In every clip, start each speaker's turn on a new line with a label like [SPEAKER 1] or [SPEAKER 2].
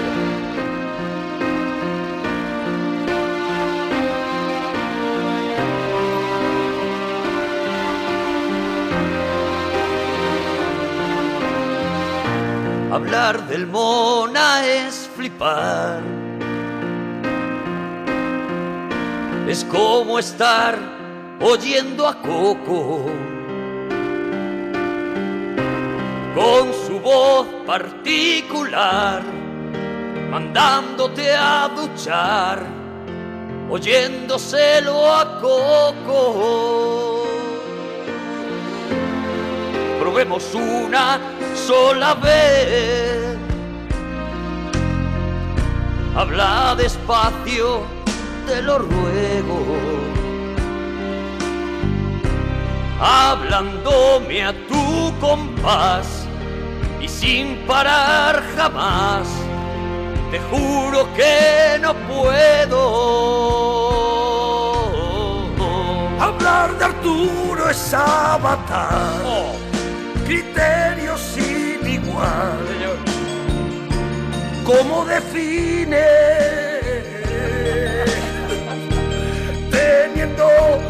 [SPEAKER 1] Navidad.
[SPEAKER 2] Hablar del mona es flipar. Es como estar oyendo a Coco. Con su voz particular, mandándote a duchar, oyéndoselo a Coco. Probemos una sola vez. Habla despacio, te lo ruego. Hablándome a tu compás y sin parar jamás, te juro que no puedo.
[SPEAKER 3] Hablar de Arturo es avatar,
[SPEAKER 2] Oh,
[SPEAKER 3] criterio sin igual.
[SPEAKER 2] señor.
[SPEAKER 3] ¿Cómo define? Teniendo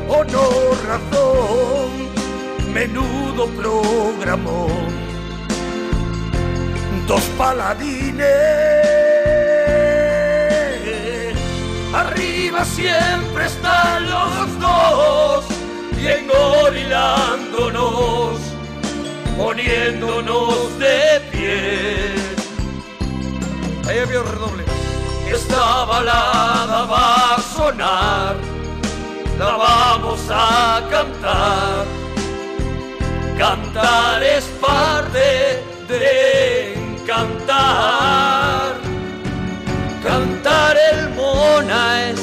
[SPEAKER 3] o no razón, menudo programón. Dos paladines,
[SPEAKER 2] Arriba siempre están los dos y engorilándonos, poniéndonos de pie. Ahí había un redoble. Esta balada va a sonar, la vamos a cantar. Cantar es parte de encantar. Cantar el mona es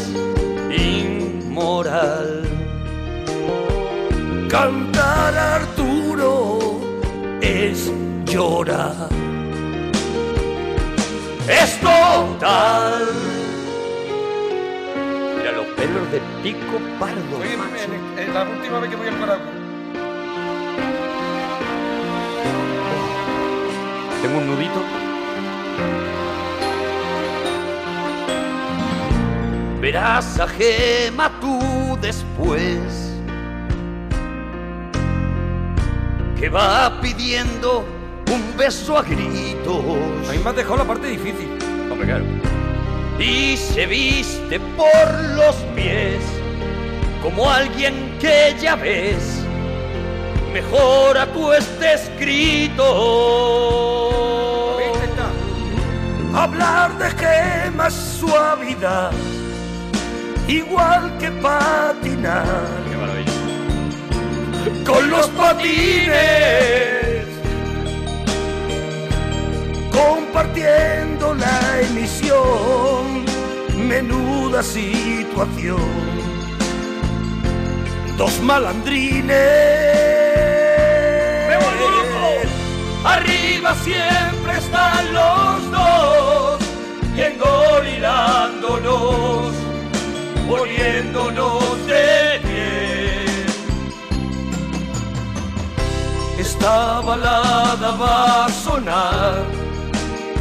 [SPEAKER 2] inmoral.
[SPEAKER 3] cantar Arturo es llorar.
[SPEAKER 2] Es total. Mira los pelos de pico pardo.
[SPEAKER 1] Oye,
[SPEAKER 2] macho.
[SPEAKER 1] en- en la última vez que voy al Paraguay.
[SPEAKER 2] Tengo un nudito. Verás a Gema tú después que va pidiendo un beso a gritos.
[SPEAKER 1] A mí me has dejado la parte difícil.
[SPEAKER 2] Hombre, claro. Y se viste por los pies como alguien que ya ves. Mejora tú este escrito.
[SPEAKER 1] Voy a intentar.
[SPEAKER 3] Hablar de gemas suavidad, igual que patinar.
[SPEAKER 2] Qué maravilla.
[SPEAKER 3] con los patines, compartiendo la emisión, menuda situación. Dos malandrines,
[SPEAKER 2] ¡Me vuelvo loco! Arriba siempre están los dos y engorilándonos, poniéndonos de pie. Esta balada va a sonar,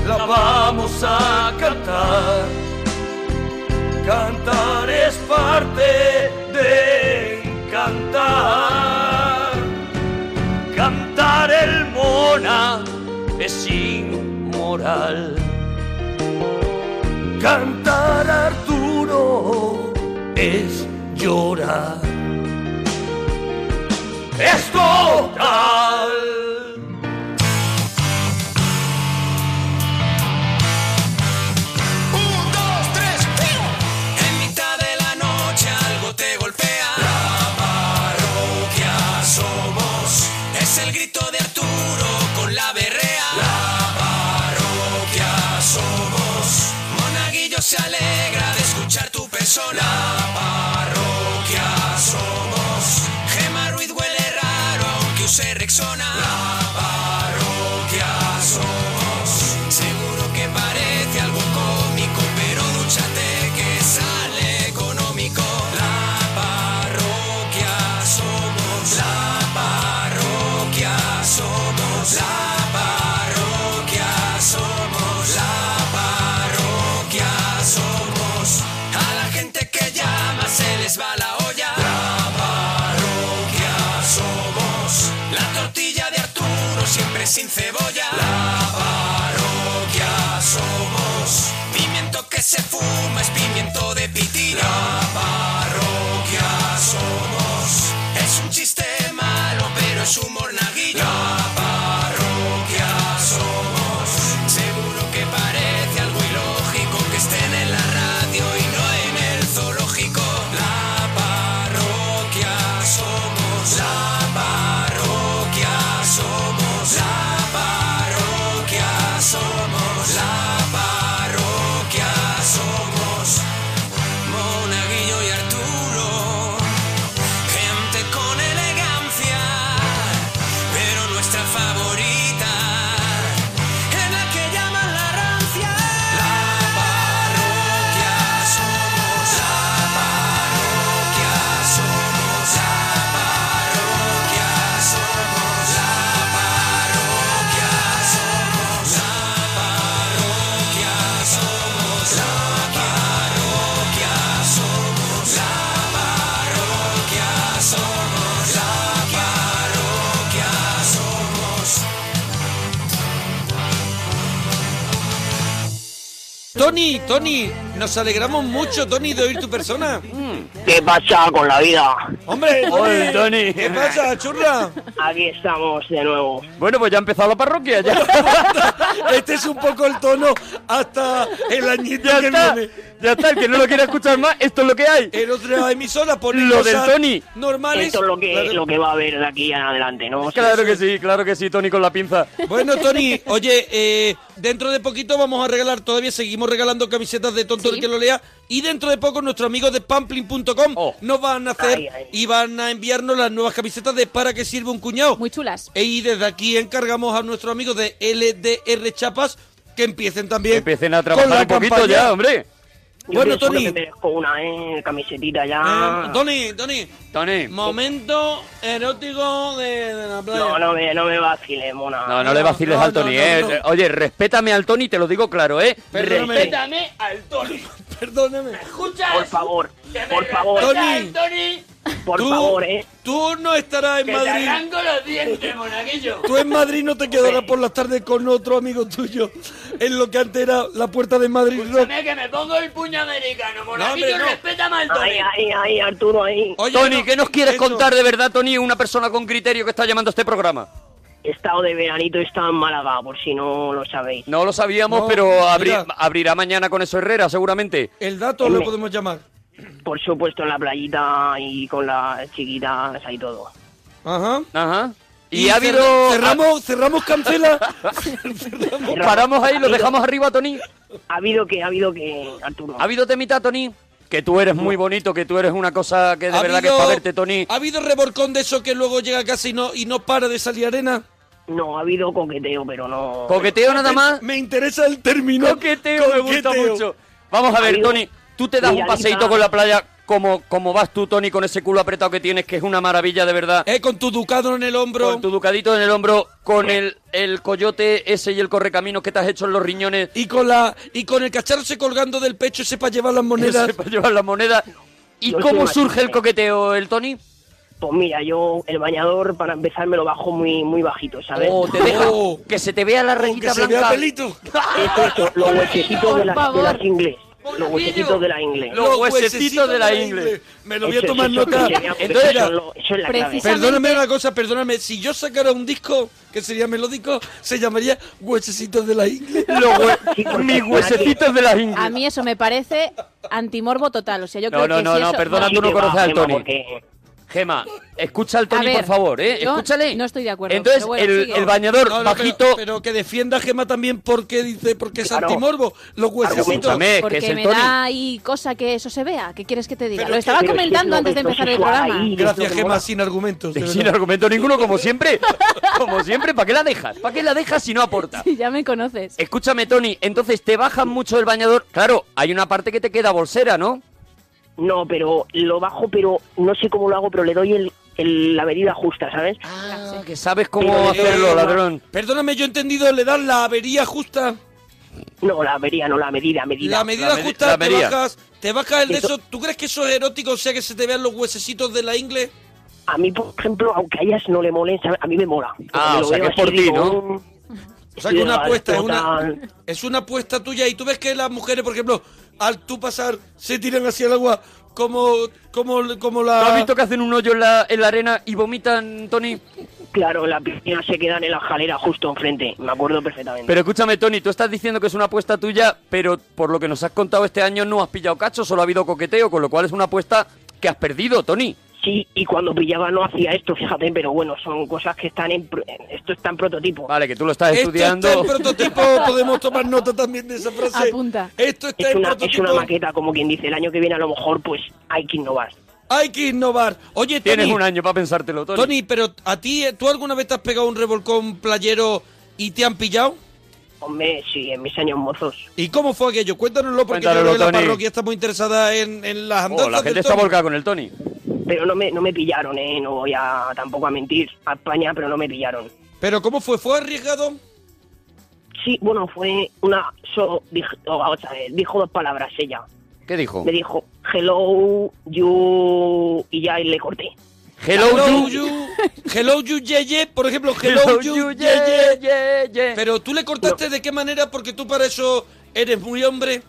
[SPEAKER 2] la vamos a cantar. Cantar es parte de encantar. Cantar el mona es inmoral.
[SPEAKER 3] cantar Arturo es llorar.
[SPEAKER 2] Es total.
[SPEAKER 4] Un, dos, tres, En mitad de la noche algo te golpea. La parroquia somos. Es el grito de Arturo con la berrea. La parroquia somos. Monaguillo se alegra de escuchar tu persona. La parroquia somos. Gema Ruiz huele raro aunque use Rexona. La parroquia somos. Seguro que parece algo cómico, pero dúchate que sale económico. La parroquia somos. La parroquia somos. La parroquia somos. La parroquia sin cebolla. La parroquia somos. Pimiento que se fuma es pimiento de pitilla. La parroquia somos. Es un chiste malo, pero es un monaguillo. La parroquia somos. Seguro que parece algo ilógico que estén en la radio y no en el zoológico. La parroquia somos. La parroquia somos. La parroquia somos. La parroquia somos. Monaguillo y Arturo. Gente con elegancia, pero nuestra favorita es la que llaman la rancia. La parroquia somos, la parroquia somos, la parroquia somos, la parroquia somos, la parroquia somos, la parroquia somos, la parroquia somos, la parroquia somos.
[SPEAKER 1] Tony, Tony, nos alegramos mucho, Tony, de oír tu persona.
[SPEAKER 5] ¿Qué pasa con la vida?
[SPEAKER 1] Hombre,
[SPEAKER 2] Oye, Tony.
[SPEAKER 1] Eh, ¿qué pasa, churra?
[SPEAKER 5] Aquí estamos de nuevo.
[SPEAKER 2] Bueno, pues ya ha empezado la parroquia, ya.
[SPEAKER 1] Este es un poco el tono hasta el añito
[SPEAKER 2] ya
[SPEAKER 1] que
[SPEAKER 2] está.
[SPEAKER 1] viene.
[SPEAKER 2] Ya está, el que no lo quiera escuchar más, esto es lo que hay.
[SPEAKER 1] En otras emisoras ponen
[SPEAKER 2] Lo del
[SPEAKER 1] cosas
[SPEAKER 2] Tony.
[SPEAKER 1] normales.
[SPEAKER 5] Esto es lo que,
[SPEAKER 1] Claro.
[SPEAKER 5] lo que va a haber de aquí en adelante, ¿no?
[SPEAKER 2] Claro que sí, claro que sí, Tony con la pinza.
[SPEAKER 1] Bueno, Tony, oye, eh, dentro de poquito vamos a regalar, todavía seguimos regalando camisetas de tonto el que lo lea. Y dentro de poco nuestros amigos de pamplin.com
[SPEAKER 2] Oh.
[SPEAKER 1] nos van a hacer
[SPEAKER 5] Ay, ay.
[SPEAKER 1] y van a enviarnos las nuevas camisetas de Para que sirve un cuñado. E,
[SPEAKER 6] Muy chulas.
[SPEAKER 1] Y desde aquí encargamos a nuestros amigos de LDR Chapas que empiecen también.
[SPEAKER 2] Que empiecen a
[SPEAKER 1] con
[SPEAKER 2] trabajar
[SPEAKER 1] la
[SPEAKER 2] un poquito
[SPEAKER 1] campaña.
[SPEAKER 2] ya, hombre.
[SPEAKER 5] Yo
[SPEAKER 1] Bueno,
[SPEAKER 5] pienso
[SPEAKER 1] Tony.
[SPEAKER 5] que merezco una, ¿eh? Camisetita
[SPEAKER 1] Eh,
[SPEAKER 5] ya.
[SPEAKER 1] Tony, Tony,
[SPEAKER 2] Tony.
[SPEAKER 1] momento erótico de, de la playa.
[SPEAKER 5] no, no me, no me vaciles, mona.
[SPEAKER 2] No, no le
[SPEAKER 1] No,
[SPEAKER 2] vaciles
[SPEAKER 1] no,
[SPEAKER 2] al Tony,
[SPEAKER 1] no,
[SPEAKER 2] eh.
[SPEAKER 1] no, no.
[SPEAKER 2] Oye, respétame al Tony, te lo digo claro, eh.
[SPEAKER 1] Perdóname.
[SPEAKER 2] Respétame al Tony.
[SPEAKER 1] Perdóname.
[SPEAKER 5] Por favor, por favor,
[SPEAKER 1] Tony,
[SPEAKER 5] por
[SPEAKER 1] tú,
[SPEAKER 5] favor, ¿eh?
[SPEAKER 1] tú no estarás en Madrid.
[SPEAKER 2] los dientes, monaguillo.
[SPEAKER 1] Tú en Madrid no te quedarás por las tardes con otro amigo tuyo en lo que antes era la puerta de Madrid Rock.
[SPEAKER 2] que me pongo el puño americano,
[SPEAKER 1] monaguillo, hombre, no.
[SPEAKER 2] respétame al
[SPEAKER 5] Ahí, ahí, ahí, Arturo, ahí.
[SPEAKER 1] Oye,
[SPEAKER 2] Tony,
[SPEAKER 1] no,
[SPEAKER 2] ¿qué nos quieres
[SPEAKER 1] eso.
[SPEAKER 2] contar de verdad, Tony? Una persona con criterio que está llamando a este programa.
[SPEAKER 5] He estado de veranito, he estado en Málaga, por si no lo sabéis.
[SPEAKER 2] No lo sabíamos,
[SPEAKER 1] No,
[SPEAKER 2] pero abri-
[SPEAKER 1] mira.
[SPEAKER 2] abrirá mañana con eso Herrera, seguramente.
[SPEAKER 1] El dato lo podemos llamar.
[SPEAKER 5] Por supuesto, en la playita y con las chiquitas, ahí todo.
[SPEAKER 1] Ajá.
[SPEAKER 2] Ajá. Y, ha habido.
[SPEAKER 1] cerra- Cerramos, cerramos cancela.
[SPEAKER 2] ah, Paramos ahí, lo dejamos arriba, Tony.
[SPEAKER 5] Ha habido que, ha habido que, Arturo.
[SPEAKER 2] ¿Ha habido temita, Tony? Que tú eres muy bonito, que tú eres una cosa que de
[SPEAKER 1] ¿Ha
[SPEAKER 2] verdad que es
[SPEAKER 1] habido-
[SPEAKER 2] para verte, Tony.
[SPEAKER 1] ¿Ha habido reborcón de eso que luego llega a casa y no, y no para de salir arena?
[SPEAKER 5] No, ha habido coqueteo, pero no.
[SPEAKER 2] Coqueteo nada más.
[SPEAKER 1] Me interesa el término.
[SPEAKER 2] Coqueteo, me gusta
[SPEAKER 1] coqueteo.
[SPEAKER 2] mucho. Vamos a ver,
[SPEAKER 5] Amigo,
[SPEAKER 2] Tony, tú te das un
[SPEAKER 5] miradita.
[SPEAKER 2] paseíto con la playa como, como vas tú, Tony, con ese culo apretado que tienes, que es una maravilla de verdad.
[SPEAKER 1] Eh, con tu ducado en el hombro.
[SPEAKER 2] Con tu ducadito en el hombro, con el, el coyote ese y el correcaminos que te has hecho en los riñones.
[SPEAKER 1] Y con la y con el cacharro se colgando del pecho ese para llevar las monedas.
[SPEAKER 2] Ese para llevar la moneda. ¿Y
[SPEAKER 5] Yo
[SPEAKER 2] cómo
[SPEAKER 5] soy
[SPEAKER 2] surge el
[SPEAKER 5] machista.
[SPEAKER 2] coqueteo, el Tony?
[SPEAKER 5] Pues mira, yo el bañador para empezar me lo bajo muy muy bajito, ¿sabes?
[SPEAKER 2] Oh, te deja
[SPEAKER 1] Oh.
[SPEAKER 2] que se te vea la
[SPEAKER 1] Que
[SPEAKER 2] rayita
[SPEAKER 1] se
[SPEAKER 2] blanca.
[SPEAKER 1] vea pelito.
[SPEAKER 5] Eso, eso, los huesecitos de, las- de las inglés. Los huesecitos de la inglés.
[SPEAKER 2] Los huesecitos de la ingle.
[SPEAKER 1] Me lo voy a
[SPEAKER 5] Eso,
[SPEAKER 1] tomar
[SPEAKER 5] eso, eso,
[SPEAKER 1] nota.
[SPEAKER 5] eso, eso,
[SPEAKER 2] Entonces,
[SPEAKER 5] eso, es lo- eso es la clave.
[SPEAKER 6] Precisa-
[SPEAKER 1] Perdóname una cosa, perdóname. Si yo sacara un disco que sería melódico, se llamaría Huesecitos de la Ingle.
[SPEAKER 2] Los
[SPEAKER 5] Sí,
[SPEAKER 2] hue-
[SPEAKER 5] porque
[SPEAKER 2] mis
[SPEAKER 5] para
[SPEAKER 2] huesecitos de las
[SPEAKER 6] A
[SPEAKER 2] ingles.
[SPEAKER 6] mí eso me parece antimorbo total. O sea, yo
[SPEAKER 2] No,
[SPEAKER 6] creo
[SPEAKER 2] no,
[SPEAKER 6] que
[SPEAKER 2] no,
[SPEAKER 6] si
[SPEAKER 2] no,
[SPEAKER 6] eso-
[SPEAKER 2] perdona,
[SPEAKER 5] Sí,
[SPEAKER 2] tú no
[SPEAKER 5] te va,
[SPEAKER 2] conoces al
[SPEAKER 5] Gemma,
[SPEAKER 2] Tony.
[SPEAKER 1] Eh,
[SPEAKER 5] porque-
[SPEAKER 2] Gema, escucha al Tony,
[SPEAKER 6] A ver,
[SPEAKER 2] por favor, ¿eh?
[SPEAKER 6] yo
[SPEAKER 2] Escúchale.
[SPEAKER 6] no estoy de acuerdo,
[SPEAKER 2] Entonces,
[SPEAKER 6] pero bueno,
[SPEAKER 2] el,
[SPEAKER 6] sigue.
[SPEAKER 2] el bañador
[SPEAKER 1] No, no, pero-
[SPEAKER 2] bajito...
[SPEAKER 1] Pero, que defienda a Gema también porque dice, porque es
[SPEAKER 5] Claro.
[SPEAKER 1] antimorbo. Los huesecitos.
[SPEAKER 2] Escúchame, que
[SPEAKER 6] Porque
[SPEAKER 2] es el
[SPEAKER 6] me
[SPEAKER 2] Tony.
[SPEAKER 6] da ahí cosa que eso se vea. ¿Qué quieres que te diga?
[SPEAKER 1] Pero
[SPEAKER 6] Lo
[SPEAKER 1] es que-
[SPEAKER 6] estaba
[SPEAKER 5] pero es que
[SPEAKER 6] comentando
[SPEAKER 5] es
[SPEAKER 6] antes de
[SPEAKER 5] lo
[SPEAKER 6] empezar el
[SPEAKER 5] sexual
[SPEAKER 6] programa.
[SPEAKER 5] ahí,
[SPEAKER 1] Gracias,
[SPEAKER 5] es lo que
[SPEAKER 1] Gema,
[SPEAKER 5] mola.
[SPEAKER 1] sin argumentos. de
[SPEAKER 2] Sin
[SPEAKER 1] verdad.
[SPEAKER 2] argumento ninguno, como siempre. Como siempre, ¿para qué la dejas? ¿Para qué la dejas si no aporta?
[SPEAKER 6] Sí, ya me conoces.
[SPEAKER 2] Escúchame, Tony, entonces te bajan mucho el bañador. Claro, hay una parte que te queda bolsera, ¿no?
[SPEAKER 5] No, pero lo bajo, pero no sé cómo lo hago, pero le doy el, el- la medida justa, ¿sabes?
[SPEAKER 2] Ah, que sabes cómo
[SPEAKER 5] Pero,
[SPEAKER 2] hacerlo,
[SPEAKER 5] eh,
[SPEAKER 2] ladrón.
[SPEAKER 1] Perdóname, yo he entendido, le dan la avería justa.
[SPEAKER 5] No, la avería, no, la medida, medida.
[SPEAKER 1] La medida
[SPEAKER 2] medi-
[SPEAKER 1] justa,
[SPEAKER 2] la
[SPEAKER 1] te
[SPEAKER 2] medida.
[SPEAKER 1] bajas, te bajas el de
[SPEAKER 5] Eso-
[SPEAKER 1] eso. ¿Tú crees que eso es erótico? O sea, que se te vean los huesecitos de la ingle.
[SPEAKER 5] a mí, por ejemplo, aunque a ellas no le molen, ¿sabe? a mí me mola.
[SPEAKER 7] Ah,
[SPEAKER 5] Me
[SPEAKER 7] o
[SPEAKER 5] lo
[SPEAKER 7] sea,
[SPEAKER 5] veo
[SPEAKER 7] que es por
[SPEAKER 5] así,
[SPEAKER 7] ti,
[SPEAKER 5] digo,
[SPEAKER 7] ¿no?
[SPEAKER 5] mm,
[SPEAKER 1] O sea, que una
[SPEAKER 5] Sí,
[SPEAKER 1] apuesta, es
[SPEAKER 5] vale,
[SPEAKER 1] una,
[SPEAKER 5] total.
[SPEAKER 1] es una apuesta tuya. Y tú ves que las mujeres, por ejemplo, al tú pasar, se tiran hacia el agua como, como, como
[SPEAKER 7] ¿No has
[SPEAKER 1] la...
[SPEAKER 7] visto que hacen un hoyo en la, en la arena y vomitan, Tony?
[SPEAKER 5] Claro, en la piscina se quedan en la jalera justo enfrente. Me acuerdo perfectamente.
[SPEAKER 7] Pero escúchame, Tony, tú estás diciendo que es una apuesta tuya, pero por lo que nos has contado este año no has pillado cacho, solo ha habido coqueteo, con lo cual es una apuesta que has perdido, Tony.
[SPEAKER 5] Sí, y cuando pillaba no hacía esto, fíjate, pero bueno, son cosas que están en... pro- Esto está en prototipo.
[SPEAKER 7] Vale, que tú lo estás
[SPEAKER 1] Esto
[SPEAKER 7] estudiando.
[SPEAKER 1] está en prototipo, podemos tomar nota también de esa frase.
[SPEAKER 6] Apunta.
[SPEAKER 1] Esto está
[SPEAKER 5] Es
[SPEAKER 1] en
[SPEAKER 5] una,
[SPEAKER 1] prototipo.
[SPEAKER 5] es una maqueta, como quien dice. El año que viene a lo mejor pues hay que innovar.
[SPEAKER 1] Hay que innovar. Oye, Tony,
[SPEAKER 7] Tienes un año para pensártelo, Tony.
[SPEAKER 1] Tony, pero a ti, eh, ¿tú alguna vez te has pegado un revolcón playero y te han pillado?
[SPEAKER 5] Hombre, sí, en mis años mozos.
[SPEAKER 1] ¿Y cómo fue aquello? Cuéntanoslo porque
[SPEAKER 7] Cuéntanoslo,
[SPEAKER 1] yo creo que la
[SPEAKER 7] Tony.
[SPEAKER 1] parroquia está muy interesada en, en las andanzas
[SPEAKER 7] Oh, la gente
[SPEAKER 1] del
[SPEAKER 7] está
[SPEAKER 1] Tony.
[SPEAKER 7] volcada con el Tony.
[SPEAKER 5] Pero no me, no me pillaron, ¿eh? No voy a tampoco a mentir a España, pero no me pillaron.
[SPEAKER 1] Pero ¿cómo fue? ¿Fue arriesgado?
[SPEAKER 5] Sí, bueno, fue una... So, dijo, o sea, eh, dijo dos palabras ella.
[SPEAKER 7] ¿Qué dijo?
[SPEAKER 5] Me dijo, hello, you... Y ya y le corté.
[SPEAKER 7] Hello, you.
[SPEAKER 1] Hello you, ye, ye. Por ejemplo, hello, you, ye, ye.
[SPEAKER 7] yeah, yeah.
[SPEAKER 1] Pero tú le cortaste de qué manera porque tú para eso eres muy hombre.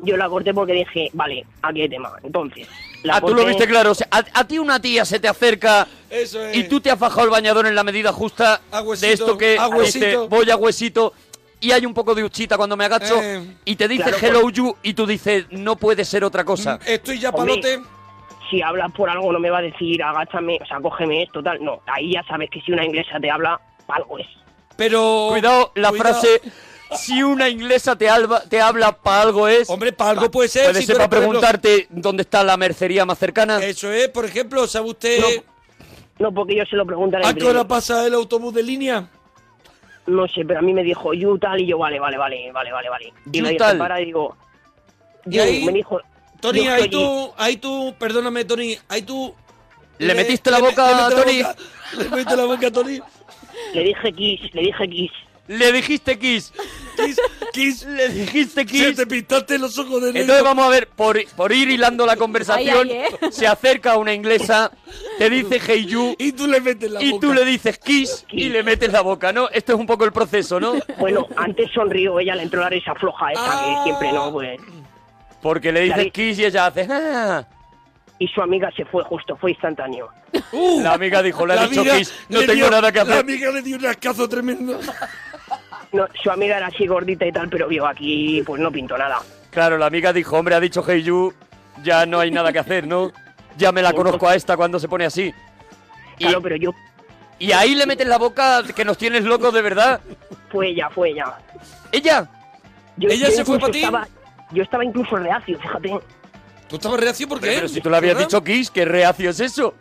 [SPEAKER 5] Yo la corté porque dije, vale, aquí hay tema. Entonces, la
[SPEAKER 7] Ah, tú lo
[SPEAKER 5] corté-
[SPEAKER 7] viste claro. o sea, a, a ti una tía se te acerca
[SPEAKER 1] Eso es.
[SPEAKER 7] y tú te has fajado el bañador en la medida justa
[SPEAKER 1] A huesito,
[SPEAKER 7] de esto que
[SPEAKER 1] a huesito.
[SPEAKER 7] dice, voy a huesito y hay un poco de uchita cuando me agacho
[SPEAKER 1] Eh.
[SPEAKER 7] y te dice
[SPEAKER 5] Claro,
[SPEAKER 7] hello you y tú dices no puede ser otra cosa.
[SPEAKER 1] Estoy ya
[SPEAKER 5] Hombre.
[SPEAKER 1] palote.
[SPEAKER 5] Si hablas por algo no me va a decir, agáchame, o sea, cógeme esto, tal. No, ahí ya sabes que si una inglesa te habla, algo es.
[SPEAKER 1] Pero.
[SPEAKER 7] Cuidado la
[SPEAKER 1] Cuidado.
[SPEAKER 7] frase si una inglesa te, alba- te habla para algo es
[SPEAKER 1] Hombre, para algo puede ser.
[SPEAKER 7] puede
[SPEAKER 1] si
[SPEAKER 7] ser
[SPEAKER 1] tú
[SPEAKER 7] para
[SPEAKER 1] eres, por ejemplo,
[SPEAKER 7] preguntarte dónde está la mercería más cercana.
[SPEAKER 1] Eso es, por ejemplo, ¿sabe usted
[SPEAKER 5] No, porque yo se lo preguntan en
[SPEAKER 1] a Ah, qué hora
[SPEAKER 5] inglés.
[SPEAKER 1] pasa el autobús de línea?
[SPEAKER 5] No sé, pero a mí me dijo, you tal, y yo, vale, vale, vale, vale, vale, vale. Y
[SPEAKER 7] You
[SPEAKER 5] me
[SPEAKER 7] tal.
[SPEAKER 5] dijo, para, y digo,
[SPEAKER 1] Y
[SPEAKER 5] "You",
[SPEAKER 1] ahí,
[SPEAKER 5] me dijo,
[SPEAKER 1] Tony,
[SPEAKER 5] yo
[SPEAKER 1] ahí
[SPEAKER 5] estoy-
[SPEAKER 1] tú, ahí tú, perdóname, Tony, ahí tú.
[SPEAKER 7] ¿Le metiste la
[SPEAKER 1] me-
[SPEAKER 7] boca
[SPEAKER 1] le
[SPEAKER 7] a
[SPEAKER 1] metí la
[SPEAKER 7] Tony?
[SPEAKER 1] boca- Le metiste la boca a Tony.
[SPEAKER 5] Le dije kiss, le dije kiss.
[SPEAKER 7] Le dijiste kiss,
[SPEAKER 1] Kiss, kiss.
[SPEAKER 7] le dijiste
[SPEAKER 1] Se
[SPEAKER 7] kiss.
[SPEAKER 1] te pintaste los ojos de negro.
[SPEAKER 7] Entonces vamos a ver, por, por ir hilando la conversación,
[SPEAKER 6] Ahí, ahí, ¿eh?
[SPEAKER 7] se acerca una inglesa, te dice hey you,
[SPEAKER 1] Y tú le metes la
[SPEAKER 7] y
[SPEAKER 1] boca.
[SPEAKER 7] tú le dices kiss y le metes la boca, ¿no? Esto es un poco el proceso, ¿no?
[SPEAKER 5] Bueno, antes sonrió, ella le entró la risa floja esa,
[SPEAKER 1] Ah.
[SPEAKER 5] que siempre no, pues.
[SPEAKER 7] Porque le dices
[SPEAKER 5] Claro.
[SPEAKER 7] kiss y ella hace... "Ah".
[SPEAKER 5] Y su amiga se fue justo, fue instantáneo.
[SPEAKER 1] Uh,
[SPEAKER 7] La amiga dijo, le
[SPEAKER 1] la
[SPEAKER 7] has dicho
[SPEAKER 1] amiga
[SPEAKER 7] kiss, no
[SPEAKER 1] le
[SPEAKER 7] tengo
[SPEAKER 1] dio-
[SPEAKER 7] nada que
[SPEAKER 1] La
[SPEAKER 7] hacer.
[SPEAKER 1] amiga le dio un ascazo tremendo.
[SPEAKER 5] No, su amiga era así gordita y tal, pero yo aquí pues no pinto nada.
[SPEAKER 7] Claro, la amiga dijo, hombre, ha dicho hey you, ya no hay nada que hacer, ¿no? Ya me la conozco a esta cuando se pone así. Y,
[SPEAKER 5] Claro, pero yo
[SPEAKER 7] y ahí le metes la boca que nos tienes locos de verdad.
[SPEAKER 5] fue ella, fue ella.
[SPEAKER 7] Ella,
[SPEAKER 5] Yo,
[SPEAKER 1] ¿Ella se fue
[SPEAKER 5] incluso
[SPEAKER 1] pa' ti?
[SPEAKER 5] estaba- Yo estaba incluso reacio, fíjate.
[SPEAKER 1] ¿Tú estabas reacio por qué?
[SPEAKER 7] pero si tú le habías
[SPEAKER 1] ¿Verdad?
[SPEAKER 7] dicho kiss, qué reacio es eso.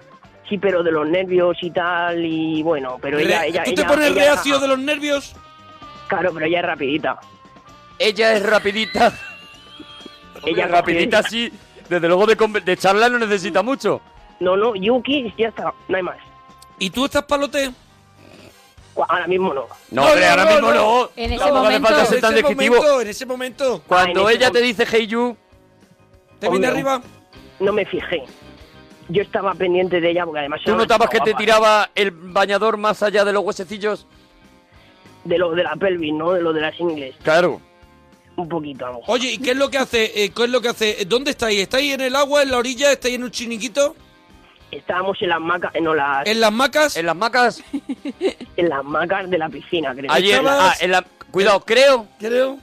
[SPEAKER 5] Sí, pero de los nervios y tal, y bueno, pero
[SPEAKER 1] Re-
[SPEAKER 5] ella, ella.
[SPEAKER 1] ¿Tú te
[SPEAKER 5] ella-
[SPEAKER 1] pones
[SPEAKER 5] ella-
[SPEAKER 1] reacio de los nervios?
[SPEAKER 5] Claro, pero ella es rapidita.
[SPEAKER 7] Ella es rapidita. Ella
[SPEAKER 5] Ella
[SPEAKER 7] es rapidita,
[SPEAKER 5] cogió-
[SPEAKER 7] sí. Desde luego de, conver- de charla no necesita mucho.
[SPEAKER 5] No, no, Yuki, ya está, no hay más.
[SPEAKER 1] ¿Y tú estás palote?
[SPEAKER 5] Cu- Ahora mismo no.
[SPEAKER 7] No,
[SPEAKER 1] No,
[SPEAKER 7] hombre,
[SPEAKER 1] no,
[SPEAKER 7] ahora
[SPEAKER 1] no,
[SPEAKER 7] mismo
[SPEAKER 1] no.
[SPEAKER 7] no.
[SPEAKER 6] En ese
[SPEAKER 7] Tampoco hace
[SPEAKER 6] momento.
[SPEAKER 7] falta
[SPEAKER 1] en
[SPEAKER 7] ser tan
[SPEAKER 1] ese
[SPEAKER 7] descriptivo.
[SPEAKER 1] momento, en ese momento.
[SPEAKER 7] Cuando
[SPEAKER 5] Ah, en
[SPEAKER 7] ella
[SPEAKER 5] ese
[SPEAKER 7] te dice hey you,
[SPEAKER 1] ¿Te viene
[SPEAKER 5] Hombre.
[SPEAKER 1] arriba?
[SPEAKER 5] No me fijé. Yo estaba pendiente de ella porque además.
[SPEAKER 7] ¿tú
[SPEAKER 5] era una
[SPEAKER 7] notabas que
[SPEAKER 5] chica
[SPEAKER 7] te
[SPEAKER 5] guapa.
[SPEAKER 7] tiraba el bañador más allá de los huesecillos?
[SPEAKER 5] De lo de la pelvis, ¿no? De lo de las ingles.
[SPEAKER 7] Claro.
[SPEAKER 5] Un poquito, a lo mejor.
[SPEAKER 1] Oye, ¿y qué es lo que hace? Eh, ¿Qué es lo que hace? Eh, ¿Dónde estáis? ¿Estáis en el agua, en la orilla? ¿Estáis en un chiniquito?
[SPEAKER 5] Estábamos en las macas. eh, No, las,
[SPEAKER 1] ¿En las macas?
[SPEAKER 7] En las macas.
[SPEAKER 5] en las macas de la piscina, creo.
[SPEAKER 7] Ayer.
[SPEAKER 1] Estabas-
[SPEAKER 7] ah, en la- cuidado, creo.
[SPEAKER 1] Creo.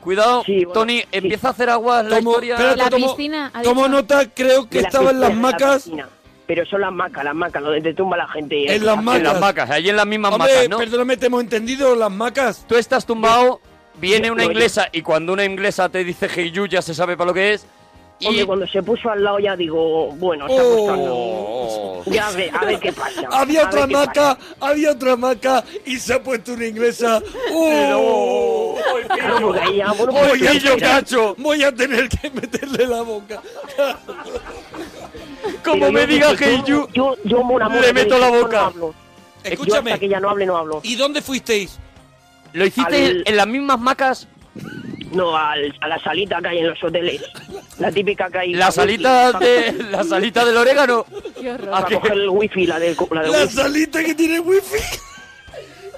[SPEAKER 7] Cuidado,
[SPEAKER 5] Sí, bueno,
[SPEAKER 7] Tony,
[SPEAKER 5] sí.
[SPEAKER 7] empieza a hacer agua la historia.
[SPEAKER 6] La piscina, ha
[SPEAKER 1] tomo
[SPEAKER 6] dicho.
[SPEAKER 1] nota, creo que
[SPEAKER 5] De la
[SPEAKER 1] estaba en las
[SPEAKER 5] piscina, de la
[SPEAKER 1] macas.
[SPEAKER 5] piscina. Pero son las macas, las macas, donde te tumba la gente.
[SPEAKER 1] En las
[SPEAKER 7] en las
[SPEAKER 1] macas.
[SPEAKER 7] macas, ahí en las mismas
[SPEAKER 1] Hombre,
[SPEAKER 7] macas, ¿no?
[SPEAKER 1] perdóname, te hemos entendido, las macas.
[SPEAKER 7] Tú estás tumbado, viene una
[SPEAKER 5] Yo-
[SPEAKER 7] inglesa y cuando una inglesa te dice hey you ya se sabe para lo que es. Y
[SPEAKER 5] Hombre, cuando se puso al lado ya digo, bueno, está buscando.
[SPEAKER 1] Oh.
[SPEAKER 5] Ya a ver, a ver qué pasa.
[SPEAKER 1] Había
[SPEAKER 5] a ver
[SPEAKER 1] otra
[SPEAKER 5] qué pasa.
[SPEAKER 1] maca, había otra maca y se ha puesto una inglesa. ¡Oh!
[SPEAKER 5] Claro, porque ahí ya, bueno, pues,
[SPEAKER 7] Oye, yo cacho,
[SPEAKER 1] Voy a tener que meterle la boca.
[SPEAKER 7] como
[SPEAKER 5] pero
[SPEAKER 7] me
[SPEAKER 5] yo
[SPEAKER 7] diga
[SPEAKER 5] dije,
[SPEAKER 7] hey you,
[SPEAKER 5] Yo, yo, mona,
[SPEAKER 7] le
[SPEAKER 5] mona, yo
[SPEAKER 7] meto
[SPEAKER 5] dije,
[SPEAKER 7] la
[SPEAKER 5] yo no
[SPEAKER 7] boca.
[SPEAKER 5] hablo. Yo hasta
[SPEAKER 1] Escúchame,
[SPEAKER 5] que ya no hable, no hablo.
[SPEAKER 1] ¿y dónde fuisteis?
[SPEAKER 7] ¿lo hiciste
[SPEAKER 5] al-
[SPEAKER 7] en las mismas macas?
[SPEAKER 5] No, al- a la salita que hay en los hoteles. La típica que hay.
[SPEAKER 7] La salita de la salita del orégano.
[SPEAKER 6] Qué horror.
[SPEAKER 2] ¿A
[SPEAKER 5] Para
[SPEAKER 2] qué?
[SPEAKER 5] coger el wifi, la del, co- la del
[SPEAKER 1] La
[SPEAKER 5] wifi.
[SPEAKER 1] salita que tiene wifi.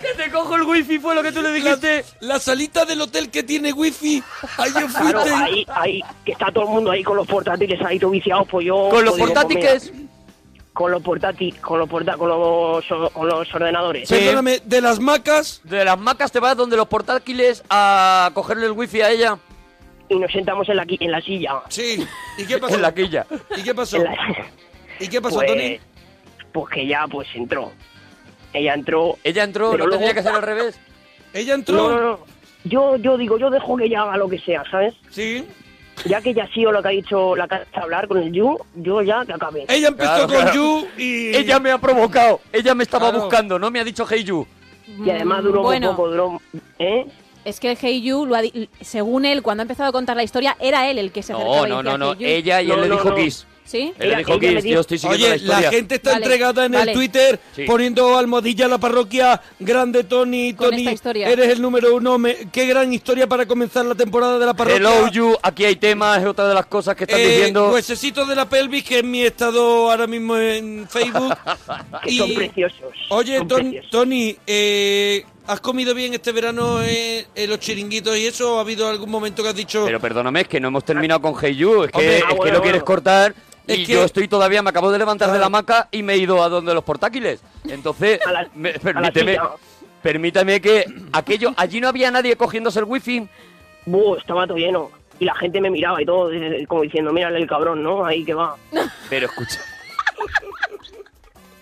[SPEAKER 2] Que te cojo el wifi fue lo que tú le
[SPEAKER 1] La,
[SPEAKER 2] dijiste.
[SPEAKER 1] la salita del hotel que tiene wifi. Ayer
[SPEAKER 5] Claro,
[SPEAKER 1] fuiste.
[SPEAKER 5] ahí, ahí, que está todo el mundo ahí con los portátiles ahí todo viciados, pues yo...
[SPEAKER 2] Con los
[SPEAKER 5] pues digo,
[SPEAKER 2] portátiles.
[SPEAKER 5] pues mira, Con los portátiles, con los porta- con los, o- con los ordenadores.
[SPEAKER 2] Sí.
[SPEAKER 1] Perdóname, de las macas.
[SPEAKER 2] De las macas te vas donde los portátiles a cogerle el wifi a ella.
[SPEAKER 5] Y nos sentamos en la, qui- en la silla.
[SPEAKER 1] Sí. ¿Y qué pasó?
[SPEAKER 2] En la quilla.
[SPEAKER 1] ¿Y qué pasó?
[SPEAKER 5] En la-
[SPEAKER 1] ¿Y qué pasó,
[SPEAKER 5] pues,
[SPEAKER 1] Tony?
[SPEAKER 5] Pues que ya, pues entró. Ella entró...
[SPEAKER 2] Ella entró,
[SPEAKER 5] Pero
[SPEAKER 2] no
[SPEAKER 5] luego-
[SPEAKER 2] tendría que ser al revés.
[SPEAKER 1] ¿Ella entró?
[SPEAKER 5] No, no, no. Yo, yo digo, yo dejo que ella haga lo que sea, ¿sabes?
[SPEAKER 1] Sí.
[SPEAKER 5] Ya que ya ha sido lo que ha dicho la carta hablar con el Yu, yo ya que acabé.
[SPEAKER 1] Ella empezó
[SPEAKER 2] Claro,
[SPEAKER 1] con
[SPEAKER 2] claro.
[SPEAKER 1] You y.
[SPEAKER 2] Ella me ha provocado. Ella me estaba
[SPEAKER 1] Claro.
[SPEAKER 2] buscando, no me ha dicho Hey You.
[SPEAKER 5] Y además duró muy
[SPEAKER 6] mm, bueno,
[SPEAKER 5] poco, duró... ¿Eh?
[SPEAKER 6] Es que el Hey You, lo ha di- según él, cuando ha empezado a contar la historia, era él el que se
[SPEAKER 2] No,
[SPEAKER 6] acercaba y
[SPEAKER 2] no,
[SPEAKER 6] decía
[SPEAKER 2] no, no.
[SPEAKER 6] Hey You.
[SPEAKER 2] Ella y
[SPEAKER 5] No,
[SPEAKER 2] él le
[SPEAKER 5] no,
[SPEAKER 2] dijo
[SPEAKER 5] no.
[SPEAKER 2] Kiss.
[SPEAKER 6] ¿Sí.
[SPEAKER 2] Él le
[SPEAKER 5] Ella-
[SPEAKER 2] dijo
[SPEAKER 5] ella me
[SPEAKER 2] Kiss,
[SPEAKER 5] dijo-
[SPEAKER 2] yo estoy siguiendo
[SPEAKER 1] Oye,
[SPEAKER 2] la
[SPEAKER 1] la,
[SPEAKER 2] historia.
[SPEAKER 1] gente está
[SPEAKER 6] Vale,
[SPEAKER 1] entregada en
[SPEAKER 6] vale.
[SPEAKER 1] el Twitter
[SPEAKER 2] Sí.
[SPEAKER 1] poniendo almohadilla a la parroquia. Grande Tony,
[SPEAKER 6] Con
[SPEAKER 1] Tony,
[SPEAKER 6] esta historia.
[SPEAKER 1] eres el número uno. me- qué gran historia para comenzar la temporada de la parroquia.
[SPEAKER 2] Hello You, aquí hay temas, es otra de las cosas que están
[SPEAKER 1] Eh,
[SPEAKER 2] diciendo.
[SPEAKER 1] Huesecito de la pelvis, que es mi estado ahora mismo en Facebook.
[SPEAKER 5] Que son preciosos.
[SPEAKER 1] Oye,
[SPEAKER 5] son
[SPEAKER 1] Ton-
[SPEAKER 5] preciosos.
[SPEAKER 1] Tony, eh, ¿has comido bien este verano eh, eh, los chiringuitos y eso? ¿Ha habido algún momento que has dicho...
[SPEAKER 2] Pero perdóname, es que no hemos terminado con Hey You, es que,
[SPEAKER 1] Hombre, ah,
[SPEAKER 2] es que
[SPEAKER 5] bueno,
[SPEAKER 2] lo quieres
[SPEAKER 5] bueno.
[SPEAKER 2] cortar
[SPEAKER 1] Es
[SPEAKER 2] y
[SPEAKER 1] que-
[SPEAKER 2] yo estoy todavía, me acabo de levantar de la
[SPEAKER 1] Claro.
[SPEAKER 2] hamaca y me he ido a donde los portáquiles. Entonces,
[SPEAKER 5] A la-
[SPEAKER 2] me-
[SPEAKER 5] a la
[SPEAKER 2] permíteme,
[SPEAKER 5] silla.
[SPEAKER 2] permítame que aquello, allí no había nadie cogiéndose el wifi.
[SPEAKER 5] Buh, estaba todo lleno. Y la gente me miraba y todo, eh, como diciendo, mírale el cabrón, ¿no? Ahí que va.
[SPEAKER 2] Pero escucha,